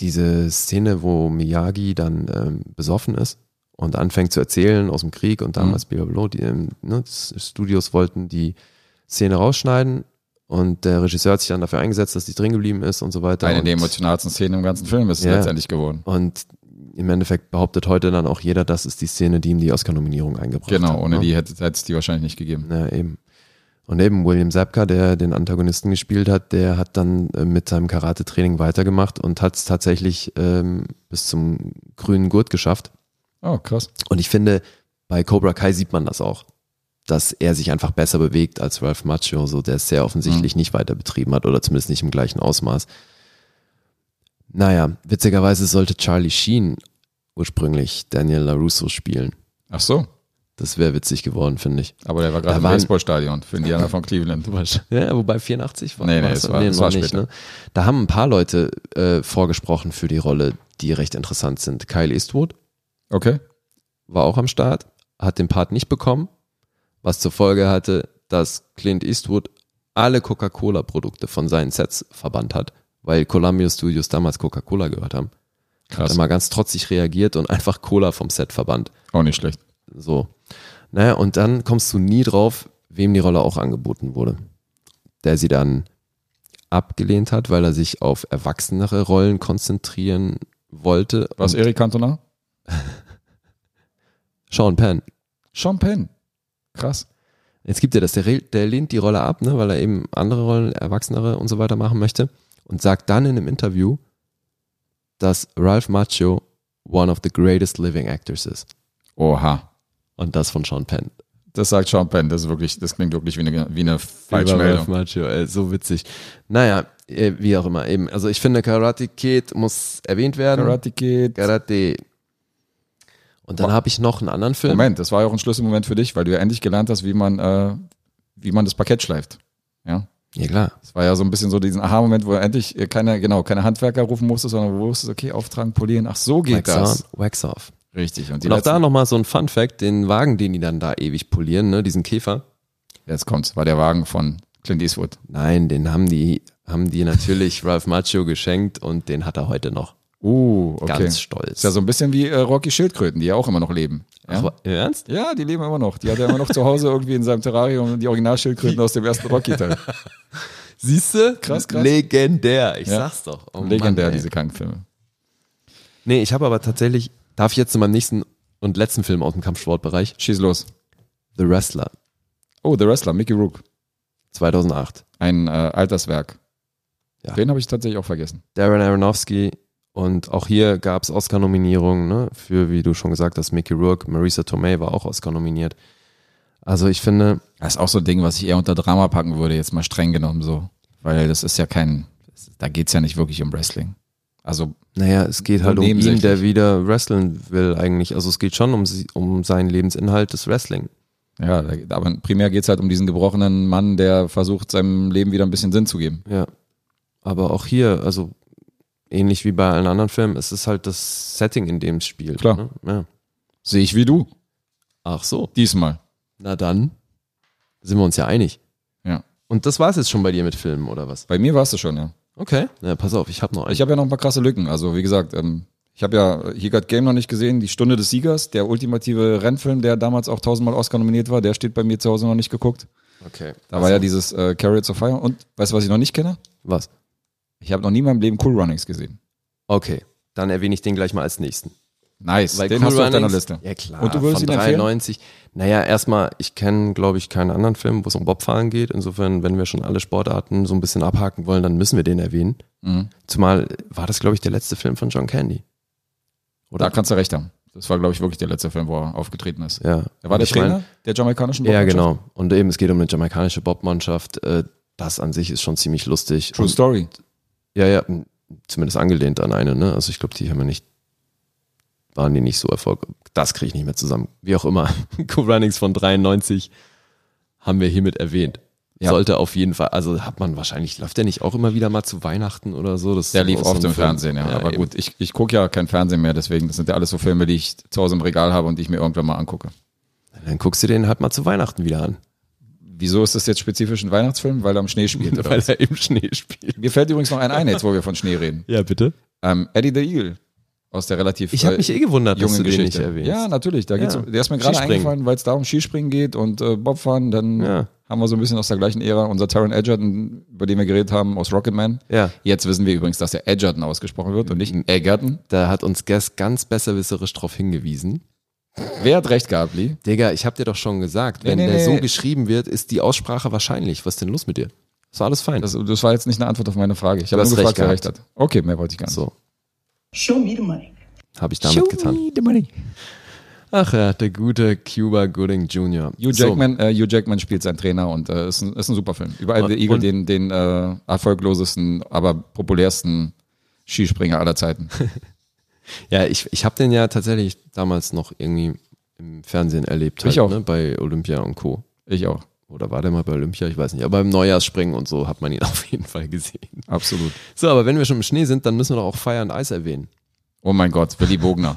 S3: diese Szene, wo Miyagi dann ähm, besoffen ist und anfängt zu erzählen aus dem Krieg und damals
S2: Mhm.
S3: blablabla. Die, ähm, ne, die Studios wollten die Szene rausschneiden und der Regisseur hat sich dann dafür eingesetzt, dass die drin geblieben ist und so
S2: Ja.
S3: weiter.
S2: Eine
S3: und,
S2: der emotionalsten Szenen im ganzen Film ist es
S3: Ja.
S2: letztendlich geworden.
S3: und im Endeffekt behauptet heute dann auch jeder, das ist die Szene, die ihm die Oscar-Nominierung eingebracht hat.
S2: Genau, ohne
S3: ne?
S2: die hätte hätte es die wahrscheinlich nicht gegeben.
S3: Ja, eben. Und eben William Zabka, der den Antagonisten gespielt hat, der hat dann äh, mit seinem Karate-Training weitergemacht und hat es tatsächlich ähm, bis zum grünen Gurt geschafft.
S2: Oh, krass.
S3: Und ich finde, bei Cobra Kai sieht man das auch, dass er sich einfach besser bewegt als Ralph Macchio, so, der es sehr offensichtlich nicht weiter betrieben hat oder zumindest nicht im gleichen Ausmaß. Naja, witzigerweise sollte Charlie Sheen ursprünglich Daniel LaRusso spielen.
S2: Ach so.
S3: Das wäre witzig geworden, finde ich.
S2: Aber der war
S3: Da
S2: gerade im
S3: waren-
S2: Baseballstadion für Indianer von Cleveland.
S3: Ja, wobei 84 war.
S2: Nee, nee,
S3: war's
S2: es
S3: dann?
S2: war- es war später.
S3: ne? Da haben ein paar Leute äh, vorgesprochen für die Rolle, die recht interessant sind. Kyle Eastwood
S2: Okay.
S3: war auch am Start, hat den Part nicht bekommen, was zur Folge hatte, dass Clint Eastwood alle Coca-Cola-Produkte von seinen Sets verbannt hat, weil Columbia Studios damals Coca-Cola gehört haben. Hat er
S2: Krass.
S3: mal ganz trotzig reagiert und einfach Cola vom Set verbannt.
S2: Auch nicht schlecht.
S3: So. Naja, und dann kommst du nie drauf, wem die Rolle auch angeboten wurde. Der sie dann abgelehnt hat, weil er sich auf erwachsenere Rollen konzentrieren wollte.
S2: War es
S3: Und
S2: Eric Cantona?
S3: Sean Penn.
S2: Sean Penn. Krass.
S3: Jetzt gibt er das, der, re- der lehnt die Rolle ab, ne, weil er eben andere Rollen, erwachsenere und so weiter machen möchte und sagt dann in einem Interview, dass Ralph Macchio one of the greatest living actors ist.
S2: Oha.
S3: Und das von Sean Penn.
S2: Das sagt Sean Penn. Das ist wirklich, das klingt wirklich wie eine, wie eine
S3: Über Ralph
S2: Falschmeldung.
S3: Macchio, ey, so witzig. Naja, äh, wie auch immer, eben. Also ich finde, Karate Kid muss erwähnt werden.
S2: Karate Kid.
S3: Karate. Und dann habe ich noch einen anderen Film.
S2: Moment, das war ja auch ein Schlüsselmoment für dich, weil du ja endlich gelernt hast, wie man, äh, wie man das Parkett schleift. Ja?
S3: Ja, klar.
S2: Es war ja so ein bisschen so diesen Aha-Moment, wo endlich äh, keine, genau, keine Handwerker rufen musstest, sondern wo wusstest, okay, auftragen, polieren, ach so geht
S3: Wax
S2: das.
S3: on, wax off.
S2: Richtig. Und, die
S3: Und auch da
S2: letzten-
S3: nochmal so ein Fun Fact, den Wagen, den die dann da ewig polieren, ne, diesen Käfer.
S2: Jetzt kommt's, war der Wagen von Clint Eastwood.
S3: Nein, den haben die, haben die natürlich Ralph Macchio geschenkt und den hat er heute noch.
S2: Uh, okay.
S3: Ganz stolz.
S2: Ist ja so ein bisschen wie äh, Rocky Schildkröten, die ja auch immer noch leben. Ja?
S3: Aber, im Ernst?
S2: ja, die leben immer noch. Die hat er immer noch zu Hause irgendwie in seinem Terrarium die Originalschildkröten aus dem ersten Rocky-Teil.
S3: Siehste?
S2: Krass, krass.
S3: Legendär, ich
S2: Ja.
S3: sag's doch. Oh Mann,
S2: Legendär,
S3: ey.
S2: diese Krankenfilme.
S3: Nee, ich habe aber tatsächlich, darf ich jetzt zu meinem nächsten und letzten Film aus dem Kampfsportbereich?
S2: Schieß los.
S3: The Wrestler,
S2: Oh, The Wrestler, Mickey Rook.
S3: 2008.
S2: Ein äh, Alterswerk.
S3: Ja.
S2: Den habe ich tatsächlich auch vergessen.
S3: Darren Aronofsky und auch hier gab's Oscar-Nominierungen ne? für, wie du schon gesagt hast, Mickey Rourke, Marisa Tomei war auch Oscar-nominiert. Also ich finde,
S2: Das ist auch so ein Ding, was ich eher unter Drama packen würde, jetzt mal streng genommen so. Weil das ist ja kein, da geht's ja nicht wirklich um Wrestling. Also,
S3: Naja, es geht halt um ihn,
S2: Nebensächlich.
S3: der wieder wrestlen will eigentlich. Also es geht schon um, sie- um seinen Lebensinhalt des Wrestling.
S2: ja, da- aber primär geht's halt um diesen gebrochenen Mann, der versucht, seinem Leben wieder ein bisschen Sinn zu geben.
S3: Ja. Aber auch hier, also ähnlich wie bei allen anderen Filmen, es ist halt das Setting, in dem es spielt.
S2: Klar.
S3: Ne? Ja.
S2: Sehe ich wie du.
S3: Ach so.
S2: Diesmal.
S3: Na dann sind wir uns ja einig.
S2: Ja.
S3: Und das war's jetzt schon bei dir mit Filmen, oder was?
S2: Bei mir warst du schon, ja.
S3: Okay. Na, pass auf, ich habe noch einen.
S2: Ich habe ja noch ein paar krasse Lücken. Also, wie gesagt, ähm, ich habe ja He Got Game noch nicht gesehen. Die Stunde des Siegers, der ultimative Rennfilm, der damals auch tausendmal Oscar nominiert war, der steht bei mir zu Hause noch nicht geguckt.
S3: okay.
S2: Da war ja dieses äh, Carrots of Fire. Und weißt du, was ich noch nicht kenne?
S3: Was?
S2: Ich habe noch nie in meinem Leben Cool Runnings gesehen.
S3: Okay. Dann erwähne ich den gleich mal als nächsten.
S2: Nice,
S3: Weil
S2: den
S3: Cool
S2: hast du auf deiner
S3: Runnings-
S2: Liste.
S3: Ja klar.
S2: Und du würdest
S3: von
S2: ihn empfehlen?
S3: 93. Naja, erstmal, ich kenne, glaube ich, keinen anderen Film, wo es um Bobfahren geht. Insofern, wenn wir schon alle Sportarten so ein bisschen abhaken wollen, dann müssen wir den erwähnen.
S2: Mhm.
S3: Zumal war das, glaube ich, der letzte Film von John Candy.
S2: Da kannst du recht haben. Das war, glaube ich, wirklich der letzte Film, wo er aufgetreten ist.
S3: Ja.
S2: Er war der
S3: Ich mein-
S2: Trainer der jamaikanischen
S3: Ja,
S2: Boxmannschaft.
S3: genau. Und eben, es geht um eine jamaikanische Bobmannschaft. Äh, Das an sich ist schon ziemlich lustig.
S2: True
S3: Und-
S2: Story.
S3: Ja, ja, m- zumindest angelehnt an eine, ne? Also ich glaube, die haben ja nicht, waren die nicht so erfolgreich. Das kriege ich nicht mehr zusammen. Wie auch immer, Cool Runnings von 93 haben wir hiermit erwähnt.
S2: Ja.
S3: Sollte auf jeden Fall, also hat man wahrscheinlich, läuft der nicht auch immer wieder mal zu Weihnachten oder so? Das ist
S2: Der lief
S3: auch so
S2: oft
S3: ein
S2: im
S3: Film.
S2: Fernsehen, ja. aber
S3: eben.
S2: gut, ich, ich gucke ja kein Fernsehen mehr, deswegen, das sind ja alles so Filme, die ich zu Hause im Regal habe und die ich mir irgendwann mal angucke.
S3: Dann guckst du den halt mal zu Weihnachten wieder an,
S2: Wieso ist das jetzt spezifisch ein Weihnachtsfilm? Weil er am Schnee spielt, oder?
S3: weil er im Schnee spielt.
S2: Mir fällt übrigens noch ein ein, jetzt wo wir von Schnee reden.
S3: Ja, bitte?
S2: Ähm, Eddie the Eagle aus der relativ äh,
S3: Ich habe mich eh gewundert, dass
S2: jungen
S3: du den nicht
S2: Geschichte.
S3: erwähnst.
S2: ja, natürlich. Da geht's
S3: Ja.
S2: um, der ist mir gerade
S3: Skispringen.
S2: eingefallen, weil es da um Skispringen geht und äh, Bobfahren. Dann
S3: Ja.
S2: haben wir so ein bisschen aus der gleichen Ära unser Taron Edgerton, über den wir geredet haben, aus Rocketman.
S3: Ja.
S2: Jetzt wissen wir übrigens, dass der Edgerton ausgesprochen wird und nicht Edgerton.
S3: Da hat uns Guess ganz besserwisserisch drauf hingewiesen.
S2: Wer hat recht gehabt, Lee?
S3: Digga, ich hab dir doch schon gesagt, wenn
S2: nee,
S3: der
S2: nee,
S3: so
S2: nee.
S3: geschrieben wird, ist die Aussprache wahrscheinlich. Was ist denn los mit dir? Ist doch alles fein.
S2: Das, das war jetzt nicht eine Antwort auf meine Frage. Ich habe
S3: hast
S2: nur gefragt, wer
S3: recht
S2: recht hat. Okay, mehr wollte ich gar nicht.
S3: so,
S4: Show me the money.
S3: habe ich damit getan. Ach ja, der gute Cuba Gooding Jr.
S2: Hugh Jackman, äh, Hugh Jackman spielt sein Trainer und äh, ist, ein, ist ein super Film. Überall
S3: Und-
S2: The Eagle,
S3: und-
S2: den, den äh, erfolglosesten, aber populärsten Skispringer aller Zeiten.
S3: So. Ja, ich, ich habe den ja tatsächlich damals noch irgendwie im Fernsehen erlebt.
S2: Ich auch.
S3: Ne? Bei Olympia und Co.
S2: Ich auch.
S3: Oder war der mal bei Olympia? Ich weiß nicht. Aber im Neujahrsspringen und so hat man ihn auf jeden Fall gesehen.
S2: Absolut.
S3: So, aber wenn wir schon im Schnee sind, dann müssen wir doch auch Fire and Ice erwähnen.
S2: Oh mein Gott, Willy Bogner.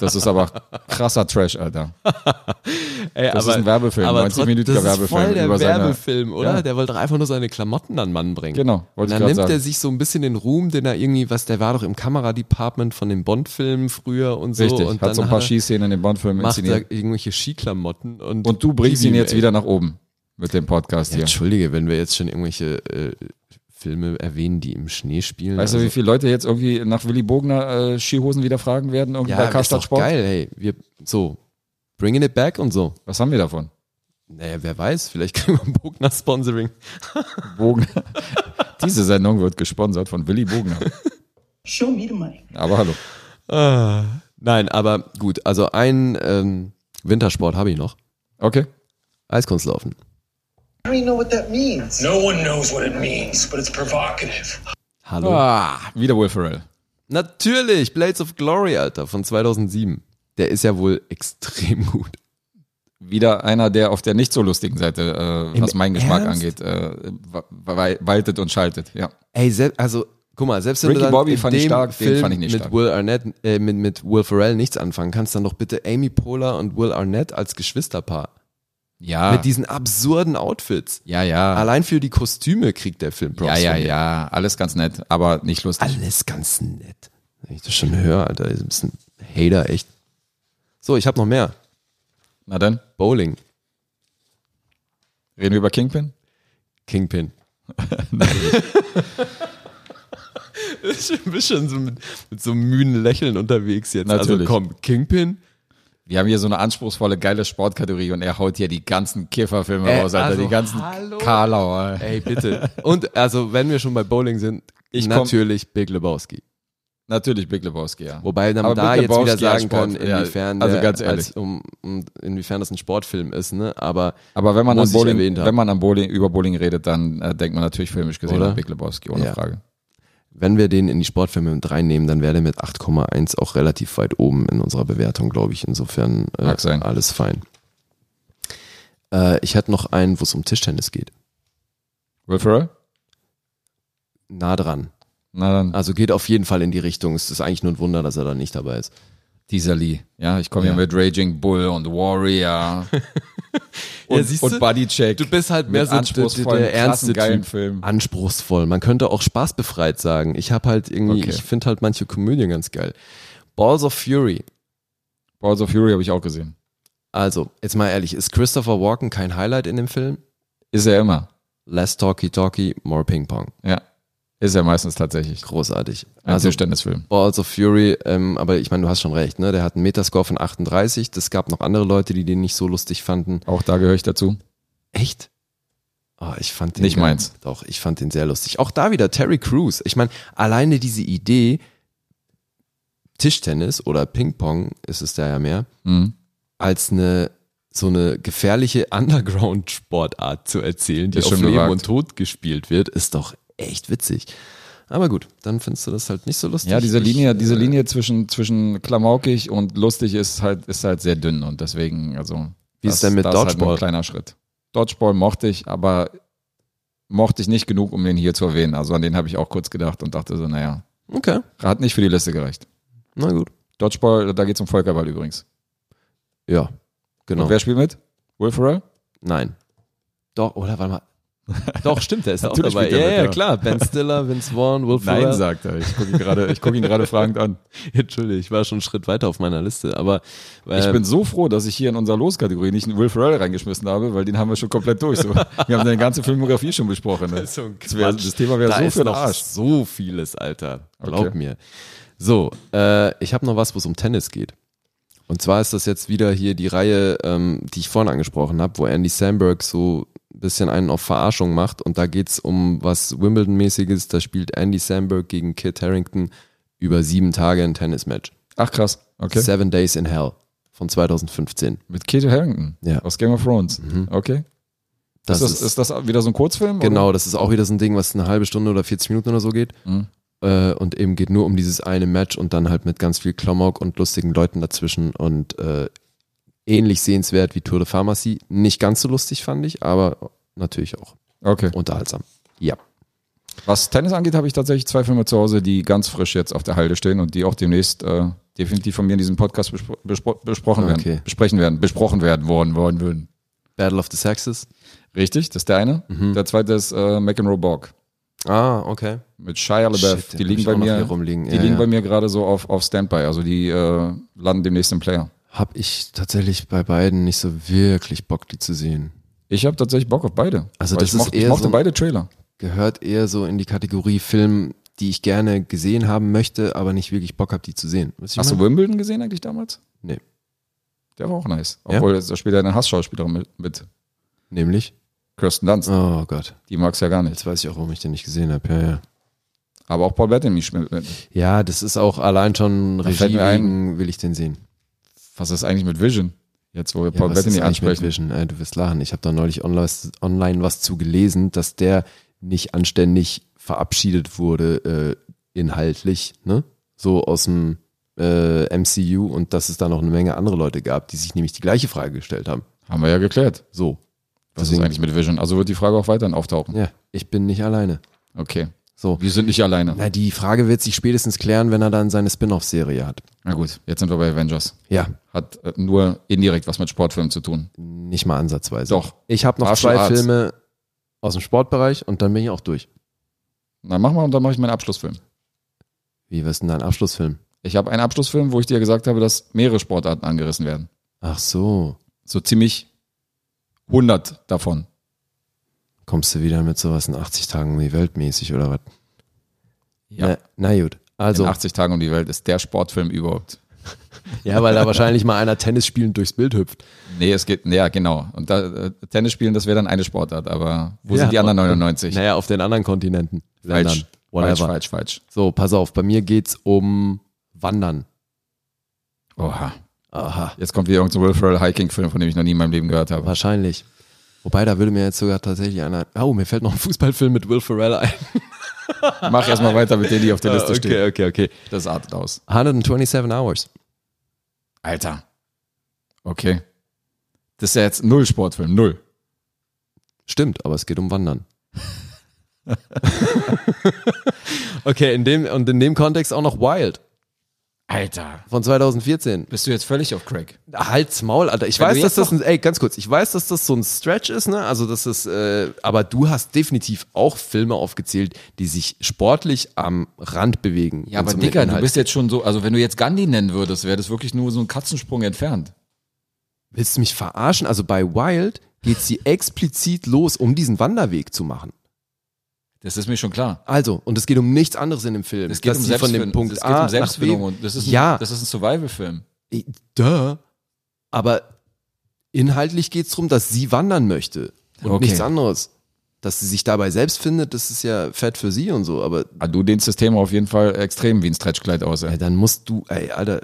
S2: Das ist aber krasser Trash, Alter.
S3: Ey,
S2: Das ist ein Werbefilm,
S3: aber
S2: 90
S3: trotz-
S2: Minuten
S3: das ist
S2: Werbefilm
S3: Voll der
S2: über seine-
S3: Werbefilm, oder?
S2: Ja.
S3: Der wollte doch einfach nur seine Klamotten an Mann bringen.
S2: Genau,
S3: Und
S2: wollte ich
S3: dann
S2: gerade
S3: nimmt
S2: sagen.
S3: er sich so ein bisschen den Ruhm, den er irgendwie, was, der war doch im Kameradepartment von den Bond-Filmen früher und so.
S2: Richtig.
S3: und
S2: hat so ein paar
S3: er-
S2: Skiszenen in den Bond-Filmen
S3: macht
S2: inszeniert.
S3: er irgendwelche Skiklamotten und.
S2: Und du bringst
S3: Gib
S2: ihn
S3: ihm,
S2: jetzt
S3: ey.
S2: wieder nach oben mit dem Podcast
S3: Ja,
S2: hier.
S3: Entschuldige, wenn wir jetzt schon irgendwelche äh, Filme erwähnen, die im Schnee spielen. also
S2: Weißt du, wie viele Leute jetzt irgendwie nach Willy Bogner äh, Skihhosen wieder fragen werden? Irgendwie bei
S3: ja, ist
S2: Karstadt
S3: doch
S2: Sport?
S3: geil, hey. Wir, so, bringing it back und so.
S2: Was haben wir davon?
S3: Naja, wer weiß, vielleicht kriegen wir ein Bogner-Sponsoring.
S2: Bogner. Diese Sendung wird gesponsert von Willy Bogner.
S4: Show me the money.
S2: Aber hallo.
S3: Ah, nein, aber gut, also ein ähm, Wintersport habe ich noch.
S2: Okay.
S3: Eiskunstlaufen.
S6: I don't even know what that means. No one knows what it means, but it's provocative.
S3: Hallo.
S2: Ah, wieder Will Ferrell.
S3: Natürlich, Blades of Glory, Alter, von 2007. Der ist ja wohl extrem gut.
S2: wieder einer, der auf der nicht so lustigen Seite, äh,
S3: Im
S2: was meinen Geschmack angeht,
S3: Ernst?
S2: äh, wa- wa- waltet und schaltet. Ja.
S3: Ey, sel- also guck mal, selbst wenn
S2: Ricky
S3: du dann
S2: Bobby
S3: in
S2: fand
S3: dem
S2: ich stark, den
S3: Film
S2: fand ich nicht
S3: mit
S2: stark.
S3: Will Arnett, äh, mit, mit Will Ferrell nichts anfangen kannst, dann doch bitte Amy Poehler und Will Arnett als Geschwisterpaar.
S2: Ja.
S3: Mit diesen absurden Outfits.
S2: Ah. ja, ja.
S3: Allein für die Kostüme kriegt der Film
S2: Ja,
S3: Props
S2: ja,
S3: von mir. Also-
S2: ja. Alles ganz nett, aber nicht lustig.
S3: Alles ganz nett. Wenn ich das schon höre, Alter, ist ein bisschen Hater, echt. So, ich habe noch mehr.
S2: Na dann,
S3: Bowling,
S2: reden wir über Kingpin?
S3: Kingpin. das ist ein bisschen so mit, mit so einem müden Lächeln unterwegs jetzt. Also
S2: Natürlich.
S3: komm, Kingpin.
S2: Wir haben hier so eine anspruchsvolle, geile Sportkategorie und er haut hier die ganzen Kifferfilme
S3: Äh,
S2: raus, Alter.
S3: also,
S2: die ganzen
S3: hallo?
S2: Karlauer.
S3: Ey, bitte. Und also, wenn wir schon bei Bowling sind,
S2: Ich komm-
S3: natürlich Big Lebowski.
S2: Natürlich Big Lebowski, ja.
S3: Wobei man
S2: Aber
S3: da
S2: Big
S3: jetzt wieder
S2: Lebowski als
S3: sagen kann,
S2: Sport- ja,
S3: inwiefern,
S2: also
S3: der-
S2: ganz ehrlich.
S3: als, um, um, inwiefern das ein Sportfilm ist, ne? Aber
S2: Aber wenn man, an
S3: Muss ich
S2: Bowling,
S3: erwähnt haben.
S2: wenn man an Bowling, über Bowling redet, dann äh, denkt man natürlich filmisch gesehen
S3: Oder?
S2: an Big Lebowski, ohne
S3: Ja.
S2: Frage.
S3: wenn wir den in die Sportfilme mit reinnehmen, dann wäre der mit 8,1 auch relativ weit oben in unserer Bewertung, glaube ich. Insofern äh,
S2: Mag sein.
S3: alles fein. Äh, ich hätte noch einen, wo es um Tischtennis geht.
S2: Will Ferrell?
S3: Nah dran.
S2: Na dann,
S3: Also geht auf jeden Fall in die Richtung. Es ist eigentlich nur ein Wunder, dass er da nicht dabei ist.
S2: dieser Lee. Ja, ich komme
S3: Oh Ja.
S2: hier mit Raging Bull und Warrior und,
S3: siehst du?
S2: und Buddy Check.
S3: Du bist halt mehr
S2: mit
S3: so der-
S2: anspruchsvollen,
S3: der- der ernste
S2: krassen, geilen
S3: Typ.
S2: Film.
S3: Anspruchsvoll. Man könnte auch spaßbefreit sagen. Ich habe halt irgendwie,
S2: Okay.
S3: ich finde halt manche Komödien ganz geil. Balls of Fury.
S2: Balls of Fury habe ich auch gesehen.
S3: Also, jetzt mal ehrlich, ist Christopher Walken kein Highlight in dem Film?
S2: Ist er immer.
S3: Less Talky Talky, more Ping Pong.
S2: Ja. Ist er meistens tatsächlich.
S3: Großartig.
S2: Ein
S3: Also,
S2: Tischtennisfilm.
S3: Balls of Fury, ähm, aber ich meine, du hast schon recht, ne? Der hat einen Metascore von 38. Das gab noch andere Leute, die den nicht so lustig fanden.
S2: Auch da gehöre ich dazu.
S3: Echt? Ah, ich fand den
S2: Nicht
S3: geil.
S2: meins.
S3: Doch, ich fand den sehr lustig. Auch da wieder Terry Crews. Ich meine, alleine diese Idee, Tischtennis oder Ping-Pong ist es da ja mehr,
S2: Mhm.
S3: als eine so eine gefährliche Underground-Sportart zu erzählen, die
S2: Ist
S3: auf
S2: schon
S3: Leben
S2: gewagt.
S3: und Tod gespielt wird, ist doch echt witzig. Aber gut, dann findest du das halt nicht so lustig.
S2: Ja, diese
S3: Ich,
S2: Linie, diese
S3: äh,
S2: Linie zwischen, zwischen klamaukig und lustig ist halt, ist halt sehr dünn und deswegen, also.
S3: Wie ist denn mit
S2: ist halt nur
S3: Dodgeball?
S2: ein kleiner Schritt. Dodgeball mochte ich, aber mochte ich nicht genug, um den hier zu erwähnen. Also an den habe ich auch kurz gedacht und dachte so, naja,
S3: Okay,
S2: hat nicht für die Liste gereicht.
S3: na gut.
S2: Dodgeball, da geht's um Völkerball übrigens.
S3: Ja, genau.
S2: Und wer spielt mit? Will Ferrell?
S3: Nein. Doch, oder warte mal. Doch, stimmt, der ist auch
S2: Natürlich
S3: dabei.
S2: spielt er
S3: Ja,
S2: mit,
S3: ja,
S2: ja.
S3: klar. Ben Stiller, Vince Vaughn, Will Ferrell.
S2: sagt er. Ich gucke ihn gerade, ich gucke ihn gerade fragend an.
S3: Entschuldige, ich war schon einen Schritt weiter auf meiner Liste, aber äh,
S2: Ich bin so froh, dass ich hier in unserer Loskategorie nicht einen Will Ferrell reingeschmissen habe, weil den haben wir schon komplett durch. So. Wir haben seine ganze Filmografie schon besprochen. Ne?
S3: so ein
S2: Das, wär,
S3: Quatsch.
S2: das Thema wäre
S3: da
S2: so
S3: ist
S2: für den
S3: noch
S2: Arsch.
S3: so vieles, Alter. Glaub
S2: Okay.
S3: mir. So, äh, ich habe noch was, wo es um Tennis geht. Und zwar ist das jetzt wieder hier die Reihe, ähm, die ich vorhin angesprochen habe, wo Andy Samberg so ein bisschen einen auf Verarschung macht. Und da geht's um was Wimbledon-mäßiges. Da spielt Andy Samberg gegen Kit Harrington über sieben Tage ein Tennismatch.
S2: Ach krass, okay.
S3: Seven Days in Hell von 2015.
S2: Mit Kate Harrington
S3: Ja. Mhm.
S2: aus Game of Thrones. Okay.
S3: Das
S2: ist, das, ist das wieder so ein Kurzfilm? oder?
S3: Genau, das ist auch wieder so ein Ding, was eine halbe Stunde oder 40 Minuten oder so geht.
S2: Mhm.
S3: Äh, und eben geht nur um dieses eine Match und dann halt mit ganz viel Klamauk und lustigen Leuten dazwischen und äh, ähnlich sehenswert wie Tour de Pharmacy. Nicht ganz so lustig fand ich, aber natürlich auch
S2: Okay.
S3: unterhaltsam. Ja.
S2: Was Tennis angeht, habe ich tatsächlich zwei Filme zu Hause, die ganz frisch jetzt auf der Halde stehen und die auch demnächst äh, definitiv von mir in diesem Podcast bespro bespro besprochen werden.
S3: Okay.
S2: Besprechen werden, besprochen werden worden, worden würden.
S3: Battle of the Sexes.
S2: Richtig, das ist der eine.
S3: Mhm.
S2: Der zweite ist äh, McEnroe Borg
S3: Ah, okay.
S2: mit Shia LaBeouf.
S3: Shit, den
S2: die
S3: hab
S2: liegen
S3: ich
S2: bei
S3: auch noch
S2: mir,
S3: hier rumliegen.
S2: die
S3: Ja,
S2: liegen
S3: ja.
S2: bei mir gerade so auf, auf Standby. Also die äh, landen demnächst im Player.
S3: Hab ich tatsächlich bei beiden nicht so wirklich Bock, die zu sehen.
S2: Ich habe tatsächlich Bock auf beide.
S3: Also
S2: Weil
S3: das
S2: ich,
S3: ist
S2: mochte, ich
S3: eher
S2: mochte
S3: so ein-
S2: beide Trailer.
S3: Gehört eher so in die Kategorie Film, die ich gerne gesehen haben möchte, aber nicht wirklich Bock habe, die zu sehen. Weißt du, was
S2: Hast
S3: ich
S2: du
S3: meine?
S2: Wimbledon gesehen eigentlich damals?
S3: Nee.
S2: Der war auch nice.
S3: Ja?
S2: Obwohl, da spielt ja eine Hassschauspielerin mit, mit
S3: Nämlich?
S2: Kirsten Dunst.
S3: Oh Gott.
S2: Die mag's ja gar nicht.
S3: Jetzt weiß ich auch, warum ich den nicht gesehen habe. Ja, ja.
S2: Aber auch Paul Bettany spielt mit.
S3: ja, das ist auch allein schon
S2: Da fällt
S3: Regie
S2: mir ein-
S3: wegen, will ich den sehen.
S2: Was ist eigentlich mit Vision? Jetzt, wo wir
S3: Ja,
S2: Paul
S3: was ist
S2: Bettany
S3: eigentlich mit
S2: ansprechen.
S3: Vision? Äh, du wirst lachen. Ich habe da neulich online, online was zu gelesen, dass der nicht anständig verabschiedet wurde, äh, inhaltlich, ne? So aus dem äh, MCU und dass es da noch eine Menge andere Leute gab, die sich nämlich die gleiche Frage gestellt haben.
S2: Haben wir ja geklärt.
S3: So.
S2: Was ist
S3: Deswegen-
S2: eigentlich mit Vision? Also wird die Frage auch weiterhin auftauchen.
S3: Ja, ich bin nicht alleine.
S2: Okay.
S3: So.
S2: Wir sind nicht alleine.
S3: Na, die Frage wird sich spätestens klären, wenn er dann seine Spin-off-Serie hat.
S2: Na gut, jetzt sind wir bei Avengers.
S3: Ja,
S2: Hat äh, nur indirekt was mit Sportfilmen zu tun.
S3: nicht mal ansatzweise.
S2: Doch.
S3: Ich habe noch
S2: Martial
S3: zwei
S2: Arts.
S3: Filme aus dem Sportbereich und dann bin ich auch durch.
S2: Na, mach mal und dann mache ich meinen Abschlussfilm.
S3: Wie was ist denn dein Abschlussfilm?
S2: Ich habe einen Abschlussfilm, wo ich dir gesagt habe, dass mehrere Sportarten angerissen werden.
S3: Ach so.
S2: So ziemlich 100 davon.
S3: Kommst du wieder mit sowas in 80 Tagen um die Welt mäßig oder was?
S2: Ja.
S3: Na, na gut.
S2: Also.
S3: Also,
S2: In 80 Tagen um die Welt ist der Sportfilm überhaupt.
S3: ja, weil da wahrscheinlich mal einer Tennis spielend durchs Bild hüpft.
S2: Nee, es geht, ja, genau. Und da, äh, Tennis spielen, das wäre dann eine Sportart, aber wo
S3: Ja.
S2: sind die anderen 99?
S3: Naja, auf den anderen Kontinenten.
S2: falsch.
S3: Ländern, Whatever.
S2: falsch, falsch, falsch.
S3: So, pass auf, bei mir geht's um Wandern.
S2: Oha.
S3: Aha.
S2: Jetzt kommt wieder irgendein Will Ferrell Hiking-Film, von dem ich noch nie in meinem Leben gehört habe.
S3: Wahrscheinlich. Wobei, da würde mir jetzt sogar tatsächlich einer. Oh, mir fällt noch ein Fußballfilm mit Will Ferrell ein. Ah,
S2: Mach erstmal weiter mit denen, die auf der Liste stehen.
S3: okay, okay.
S2: Das artet aus.
S3: 127 Hours.
S2: Alter. Okay. Das ist ja jetzt null Sportfilm, null.
S3: Stimmt, aber es geht um Wandern. okay, in dem, und in dem Kontext auch noch Wild
S2: Alter.
S3: von 2014.
S2: Bist du jetzt völlig auf Craig?
S3: Halt's Maul, Alter. Ich
S2: Wenn
S3: weiß,
S2: du
S3: dass
S2: jetzt
S3: das ein, ey, ganz kurz, ich weiß, dass das so ein Stretch ist, ne? Also, dass das, äh, aber du hast definitiv auch Filme aufgezählt, die sich sportlich am Rand bewegen.
S2: Ja,
S3: Wenn's
S2: aber
S3: um
S2: Dicker,
S3: den
S2: du
S3: Inhalt-
S2: bist jetzt schon so, also wenn du jetzt Gandhi nennen würdest, wäre das wirklich nur so ein Katzensprung entfernt.
S3: Willst du mich verarschen? Also bei Wild geht sie explizit los, um diesen Wanderweg zu machen.
S2: Das ist mir schon klar.
S3: Also, und es geht um nichts anderes in dem Film.
S2: Das geht
S3: dass
S2: um
S3: sie von
S2: Selbstfindung.
S3: dem Punkt
S2: das geht
S3: A
S2: um Selbstfindung.
S3: nach B,
S2: Und das, ist ein,
S3: ja,
S2: das ist ein Survival-Film.
S3: Eh, Duh. Aber inhaltlich geht es darum, dass sie wandern möchte und
S2: Okay.
S3: nichts anderes. Dass sie sich dabei selbst findet, das ist ja fett für sie und so, aber
S2: Ah, Du dehnst das Thema auf jeden Fall extrem wie ein Stretchkleid aus.
S3: ey,
S2: Ey.
S3: dann musst du, ey, Alter,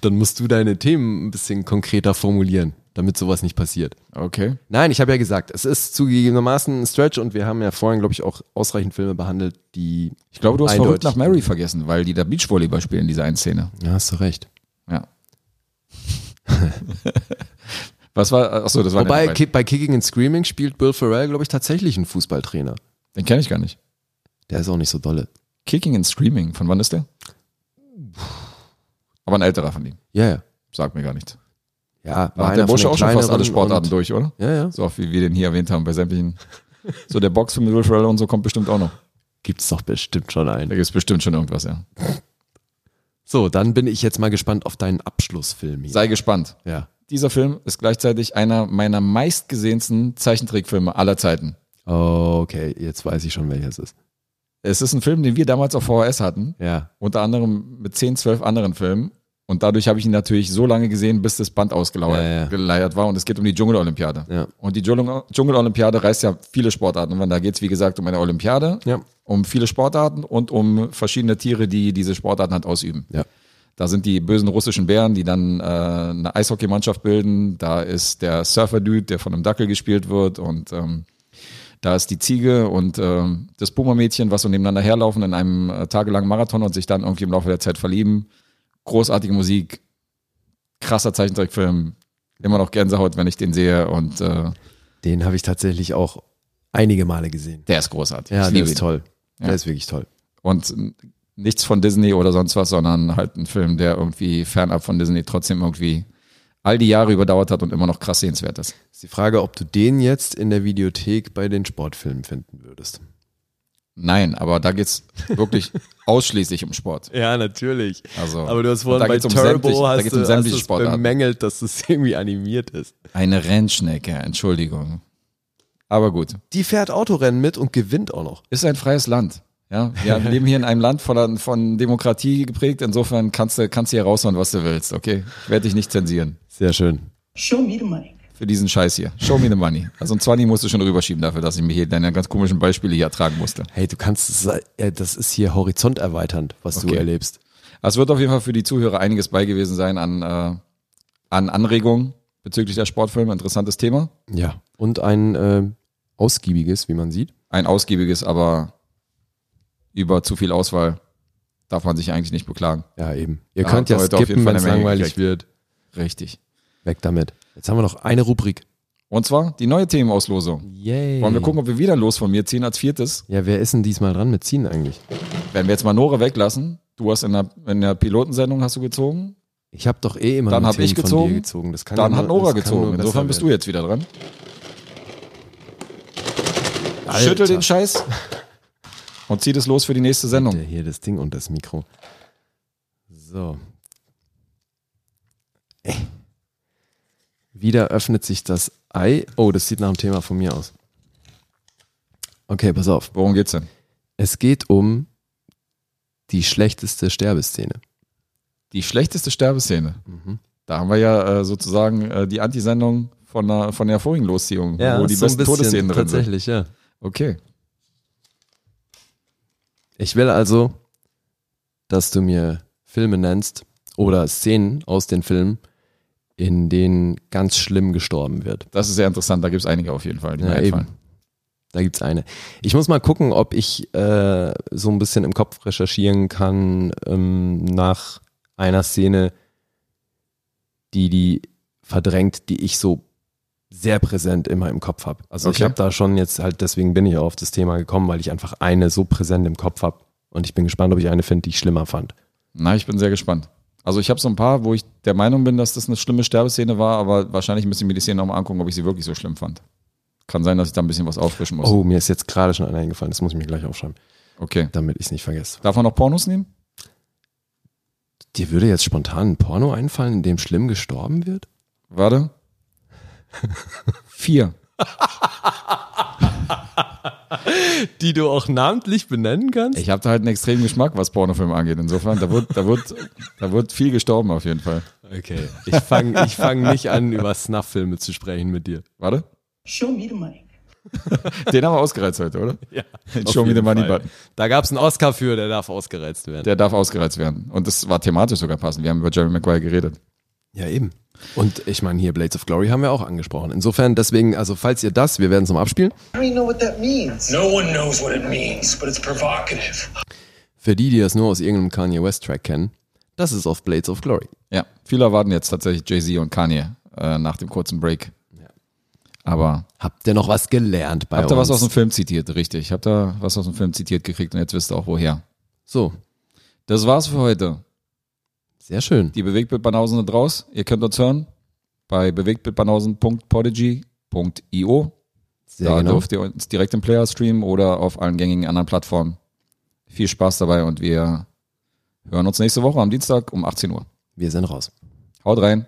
S3: dann musst du deine Themen ein bisschen konkreter formulieren, damit sowas nicht passiert.
S2: Okay.
S3: Nein, ich habe ja gesagt, es ist zugegebenermaßen ein Stretch und wir haben ja vorhin, glaube ich, auch ausreichend Filme behandelt, die.
S2: Ich glaube, du hast verrückt
S3: eindeutig-
S2: nach Mary vergessen, weil die da Beachvolleyball spielen, diese eine Szene.
S3: Ja, hast du recht.
S2: Ja. Was war, achso, das war
S3: Wobei
S2: der-
S3: Ki- bei Kicking and Screaming spielt Will Ferrell, glaube ich, tatsächlich einen Fußballtrainer.
S2: Den kenne ich gar nicht.
S3: Der ist auch nicht so dolle.
S2: Kicking and Screaming, von wann ist der? Aber ein älterer von ihm.
S3: Ja, ja.
S2: Sagt mir gar nichts.
S3: Ja,
S2: Da hat der
S3: einer von
S2: Bursche
S3: den
S2: auch schon fast
S3: kleineren
S2: alle Sportarten
S3: und-
S2: durch, oder?
S3: Ja, ja.
S2: So oft, wie wir den hier erwähnt haben, bei sämtlichen. So der Boxfilm mit Will Ferrell und so kommt bestimmt auch noch.
S3: Gibt's doch bestimmt schon
S2: Da
S3: einen.
S2: gibt es bestimmt schon irgendwas, ja.
S3: So, dann bin ich jetzt mal gespannt auf deinen Abschlussfilm hier.
S2: Sei gespannt.
S3: Ja.
S2: Dieser Film ist gleichzeitig einer meiner meistgesehensten Zeichentrickfilme aller Zeiten.
S3: Okay, jetzt weiß ich schon, welches ist.
S2: Es ist ein Film, den wir damals auf VHS hatten,
S3: Ja.
S2: unter anderem mit 10, 12 anderen Filmen. Und dadurch habe ich ihn natürlich so lange gesehen, bis das Band ausgeleiert
S3: Ja, ja.
S2: geleiert war. Und es geht um die Dschungelolympiade.
S3: Ja.
S2: Und die Dschungel- Dschungelolympiade reißt ja viele Sportarten. Und da geht es, wie gesagt, um eine Olympiade,
S3: Ja.
S2: um viele Sportarten und um verschiedene Tiere, die diese Sportarten halt ausüben.
S3: Ja.
S2: Da sind die bösen russischen Bären, die dann äh, eine Eishockeymannschaft bilden. Da ist der Surfer-Dude, der von einem Dackel gespielt wird. Und ähm, da ist die Ziege und ähm, das Puma-Mädchen, was so nebeneinander herlaufen in einem äh, tagelangen Marathon und sich dann irgendwie im Laufe der Zeit verlieben. Großartige Musik, krasser Zeichentrickfilm. Immer noch Gänsehaut, wenn ich den sehe. Und äh,
S3: Den habe ich tatsächlich auch einige Male gesehen.
S2: der ist großartig.
S3: Ja,
S2: Ich
S3: der
S2: liebe
S3: ist
S2: ihn.
S3: toll.
S2: Ja.
S3: Der ist wirklich toll.
S2: Und äh, nichts von Disney oder sonst was, sondern halt ein Film, der irgendwie fernab von Disney trotzdem irgendwie all die Jahre überdauert hat und immer noch krass sehenswert ist.
S3: Ist die Frage, ob du den jetzt in der Videothek bei den Sportfilmen finden würdest.
S2: Nein, aber da geht's wirklich ausschließlich um Sport.
S3: Ja, natürlich.
S2: Also,
S3: Aber du hast
S2: da
S3: vorhin bei
S2: geht's um sämtlich-
S3: Turbo
S2: da
S3: hast
S2: geht's
S3: du,
S2: um
S3: hast
S2: sämtliche
S3: du's
S2: Sportarten.
S3: bemängelt, dass das irgendwie animiert ist.
S2: Eine Rennschnecke, Entschuldigung. Aber gut,
S3: Die fährt Autorennen mit und gewinnt auch noch.
S2: ist ein freies Land. Ja, wir leben hier in einem Land von, von Demokratie geprägt. Insofern kannst du, kannst du hier raushauen, was du willst, okay? Ich werde dich nicht zensieren
S3: Sehr schön.
S4: Show me the money.
S2: für diesen Scheiß hier. Show me the money. Also ein 20 musst du schon rüberschieben dafür, dass ich mir hier deine ganz komischen Beispiele hier ertragen musste.
S3: Hey, du kannst, es- äh, das ist hier horizonterweiternd, was du
S2: Okay.
S3: erlebst.
S2: Es Also wird auf jeden Fall für die Zuhörer einiges bei gewesen sein an, äh, an Anregungen bezüglich der Sportfilme. Interessantes Thema.
S3: Ja. Und ein äh, ausgiebiges, wie man sieht.
S2: ein ausgiebiges, aber über zu viel Auswahl darf man sich eigentlich nicht beklagen.
S3: Ja, eben. Ihr
S2: Ja,
S3: könnt ja
S2: heute auf jeden
S3: skippen,
S2: Fall
S3: wenn es
S2: eine Menge
S3: langweilig wird.
S2: Richtig.
S3: Weg damit. Jetzt haben wir noch eine Rubrik.
S2: Und zwar die neue Themenauslosung.
S3: Yay.
S2: Wollen wir gucken, ob wir wieder ein Los von mir ziehen als viertes?
S3: Ja, wer ist denn diesmal dran mit Ziehen eigentlich?
S2: Wenn wir jetzt mal Nora weglassen, du hast in der, in der Pilotensendung hast du gezogen,
S3: Ich habe doch eh immer
S2: Dann
S3: nur
S2: hab
S3: Themen
S2: ich
S3: von
S2: gezogen,
S3: dir gezogen. Das kann
S2: dann
S3: ja
S2: hat
S3: nur-
S2: Nora
S3: das kann nur
S2: gezogen.
S3: besser
S2: Insofern bist du
S3: werden.
S2: jetzt wieder dran.
S3: Alter.
S2: Schüttel den Scheiß und zieh das los für die nächste Sendung.
S3: Der hier das Ding und das Mikro. So. Ey. Wieder öffnet sich das Ei. Oh, das sieht nach dem Thema von mir aus. Okay, pass auf.
S2: Worum geht's denn?
S3: Es geht um die schlechteste Sterbeszene.
S2: Die schlechteste Sterbeszene. Da haben wir ja äh, sozusagen äh, die Anti-Sendung von der, von der vorigen Losziehung, wo die besten Todesszenen drin sind.
S3: Tatsächlich, ja.
S2: Okay.
S3: Ich will also, dass du mir Filme nennst oder Szenen aus den Filmen, in denen ganz schlimm gestorben wird.
S2: Das ist sehr interessant. Da gibt's einige auf jeden Fall, die mir
S3: Ja,
S2: einfallen.
S3: eben. Da gibt's eine. Ich muss mal gucken, ob ich äh, so ein bisschen im Kopf recherchieren kann ähm, nach einer Szene, die die verdrängt, die ich so sehr präsent immer im Kopf habe. Also ich
S2: Okay.
S3: habe da schon jetzt halt, deswegen bin ich auch auf das Thema gekommen, weil ich einfach eine so präsent im Kopf habe. Und ich bin gespannt, ob ich eine finde, die ich schlimmer fand.
S2: Na, ich bin sehr gespannt. Also ich habe so ein paar, wo ich der Meinung bin, dass das eine schlimme Sterbeszene war, aber wahrscheinlich müssen wir die Szene nochmal angucken, ob ich sie wirklich so schlimm fand. Kann sein, dass ich da ein bisschen was auffrischen muss.
S3: Oh, mir ist jetzt gerade schon eine eingefallen. Das muss ich mir gleich aufschreiben,
S2: Okay.
S3: damit ich es nicht vergesse.
S2: Darf man noch Pornos nehmen?
S3: Dir würde jetzt spontan ein Porno einfallen, in dem schlimm gestorben wird?
S2: Warte. Vier.
S3: die du auch namentlich benennen kannst?
S2: Ich habe da halt einen extremen Geschmack, was Pornofilme angeht. Insofern, da wird, da wird, da wird viel gestorben auf jeden Fall.
S3: Okay, ich fange ich fang nicht an, über Snuff-Filme zu sprechen mit dir.
S2: Warte.
S4: Show me the money.
S2: Den haben wir ausgereizt heute, oder?
S3: Ja,
S2: auf Show me the
S3: jeden
S2: money
S3: Fall.
S2: button.
S3: Da gab es einen Oscar für, der darf ausgereizt werden.
S2: Der darf ausgereizt werden. Und das war thematisch sogar passend. Wir haben über Jerry Maguire geredet.
S3: ja, eben. Und ich meine, hier Blades of Glory haben wir auch angesprochen. Insofern, deswegen, also falls ihr das, wir werden es mal abspielen.
S6: I don't even know what that means.
S5: No one knows what it means, but it's provocative.
S3: Für die, die das nur aus irgendeinem Kanye West-Track kennen, das ist auf Blades of Glory.
S2: Ja, viele erwarten jetzt tatsächlich Jay-Z und Kanye äh, nach dem kurzen Break. Aber
S3: Habt ihr noch was gelernt bei
S2: habt ihr
S3: uns?
S2: was aus dem Film zitiert, richtig. Habt ihr was aus dem Film zitiert gekriegt und jetzt wisst ihr auch woher.
S3: so,
S2: Das war's für heute.
S3: sehr schön.
S2: Die Bewegtbildbanausen sind raus. Ihr könnt uns hören bei bewegtbildbanausen.podigy.io.
S3: Sehr
S2: Da
S3: genau.
S2: dürft ihr uns direkt im Player streamen oder auf allen gängigen anderen Plattformen. Viel Spaß dabei und wir hören uns nächste Woche am Dienstag um 18 Uhr.
S3: Wir sind raus.
S2: Haut rein.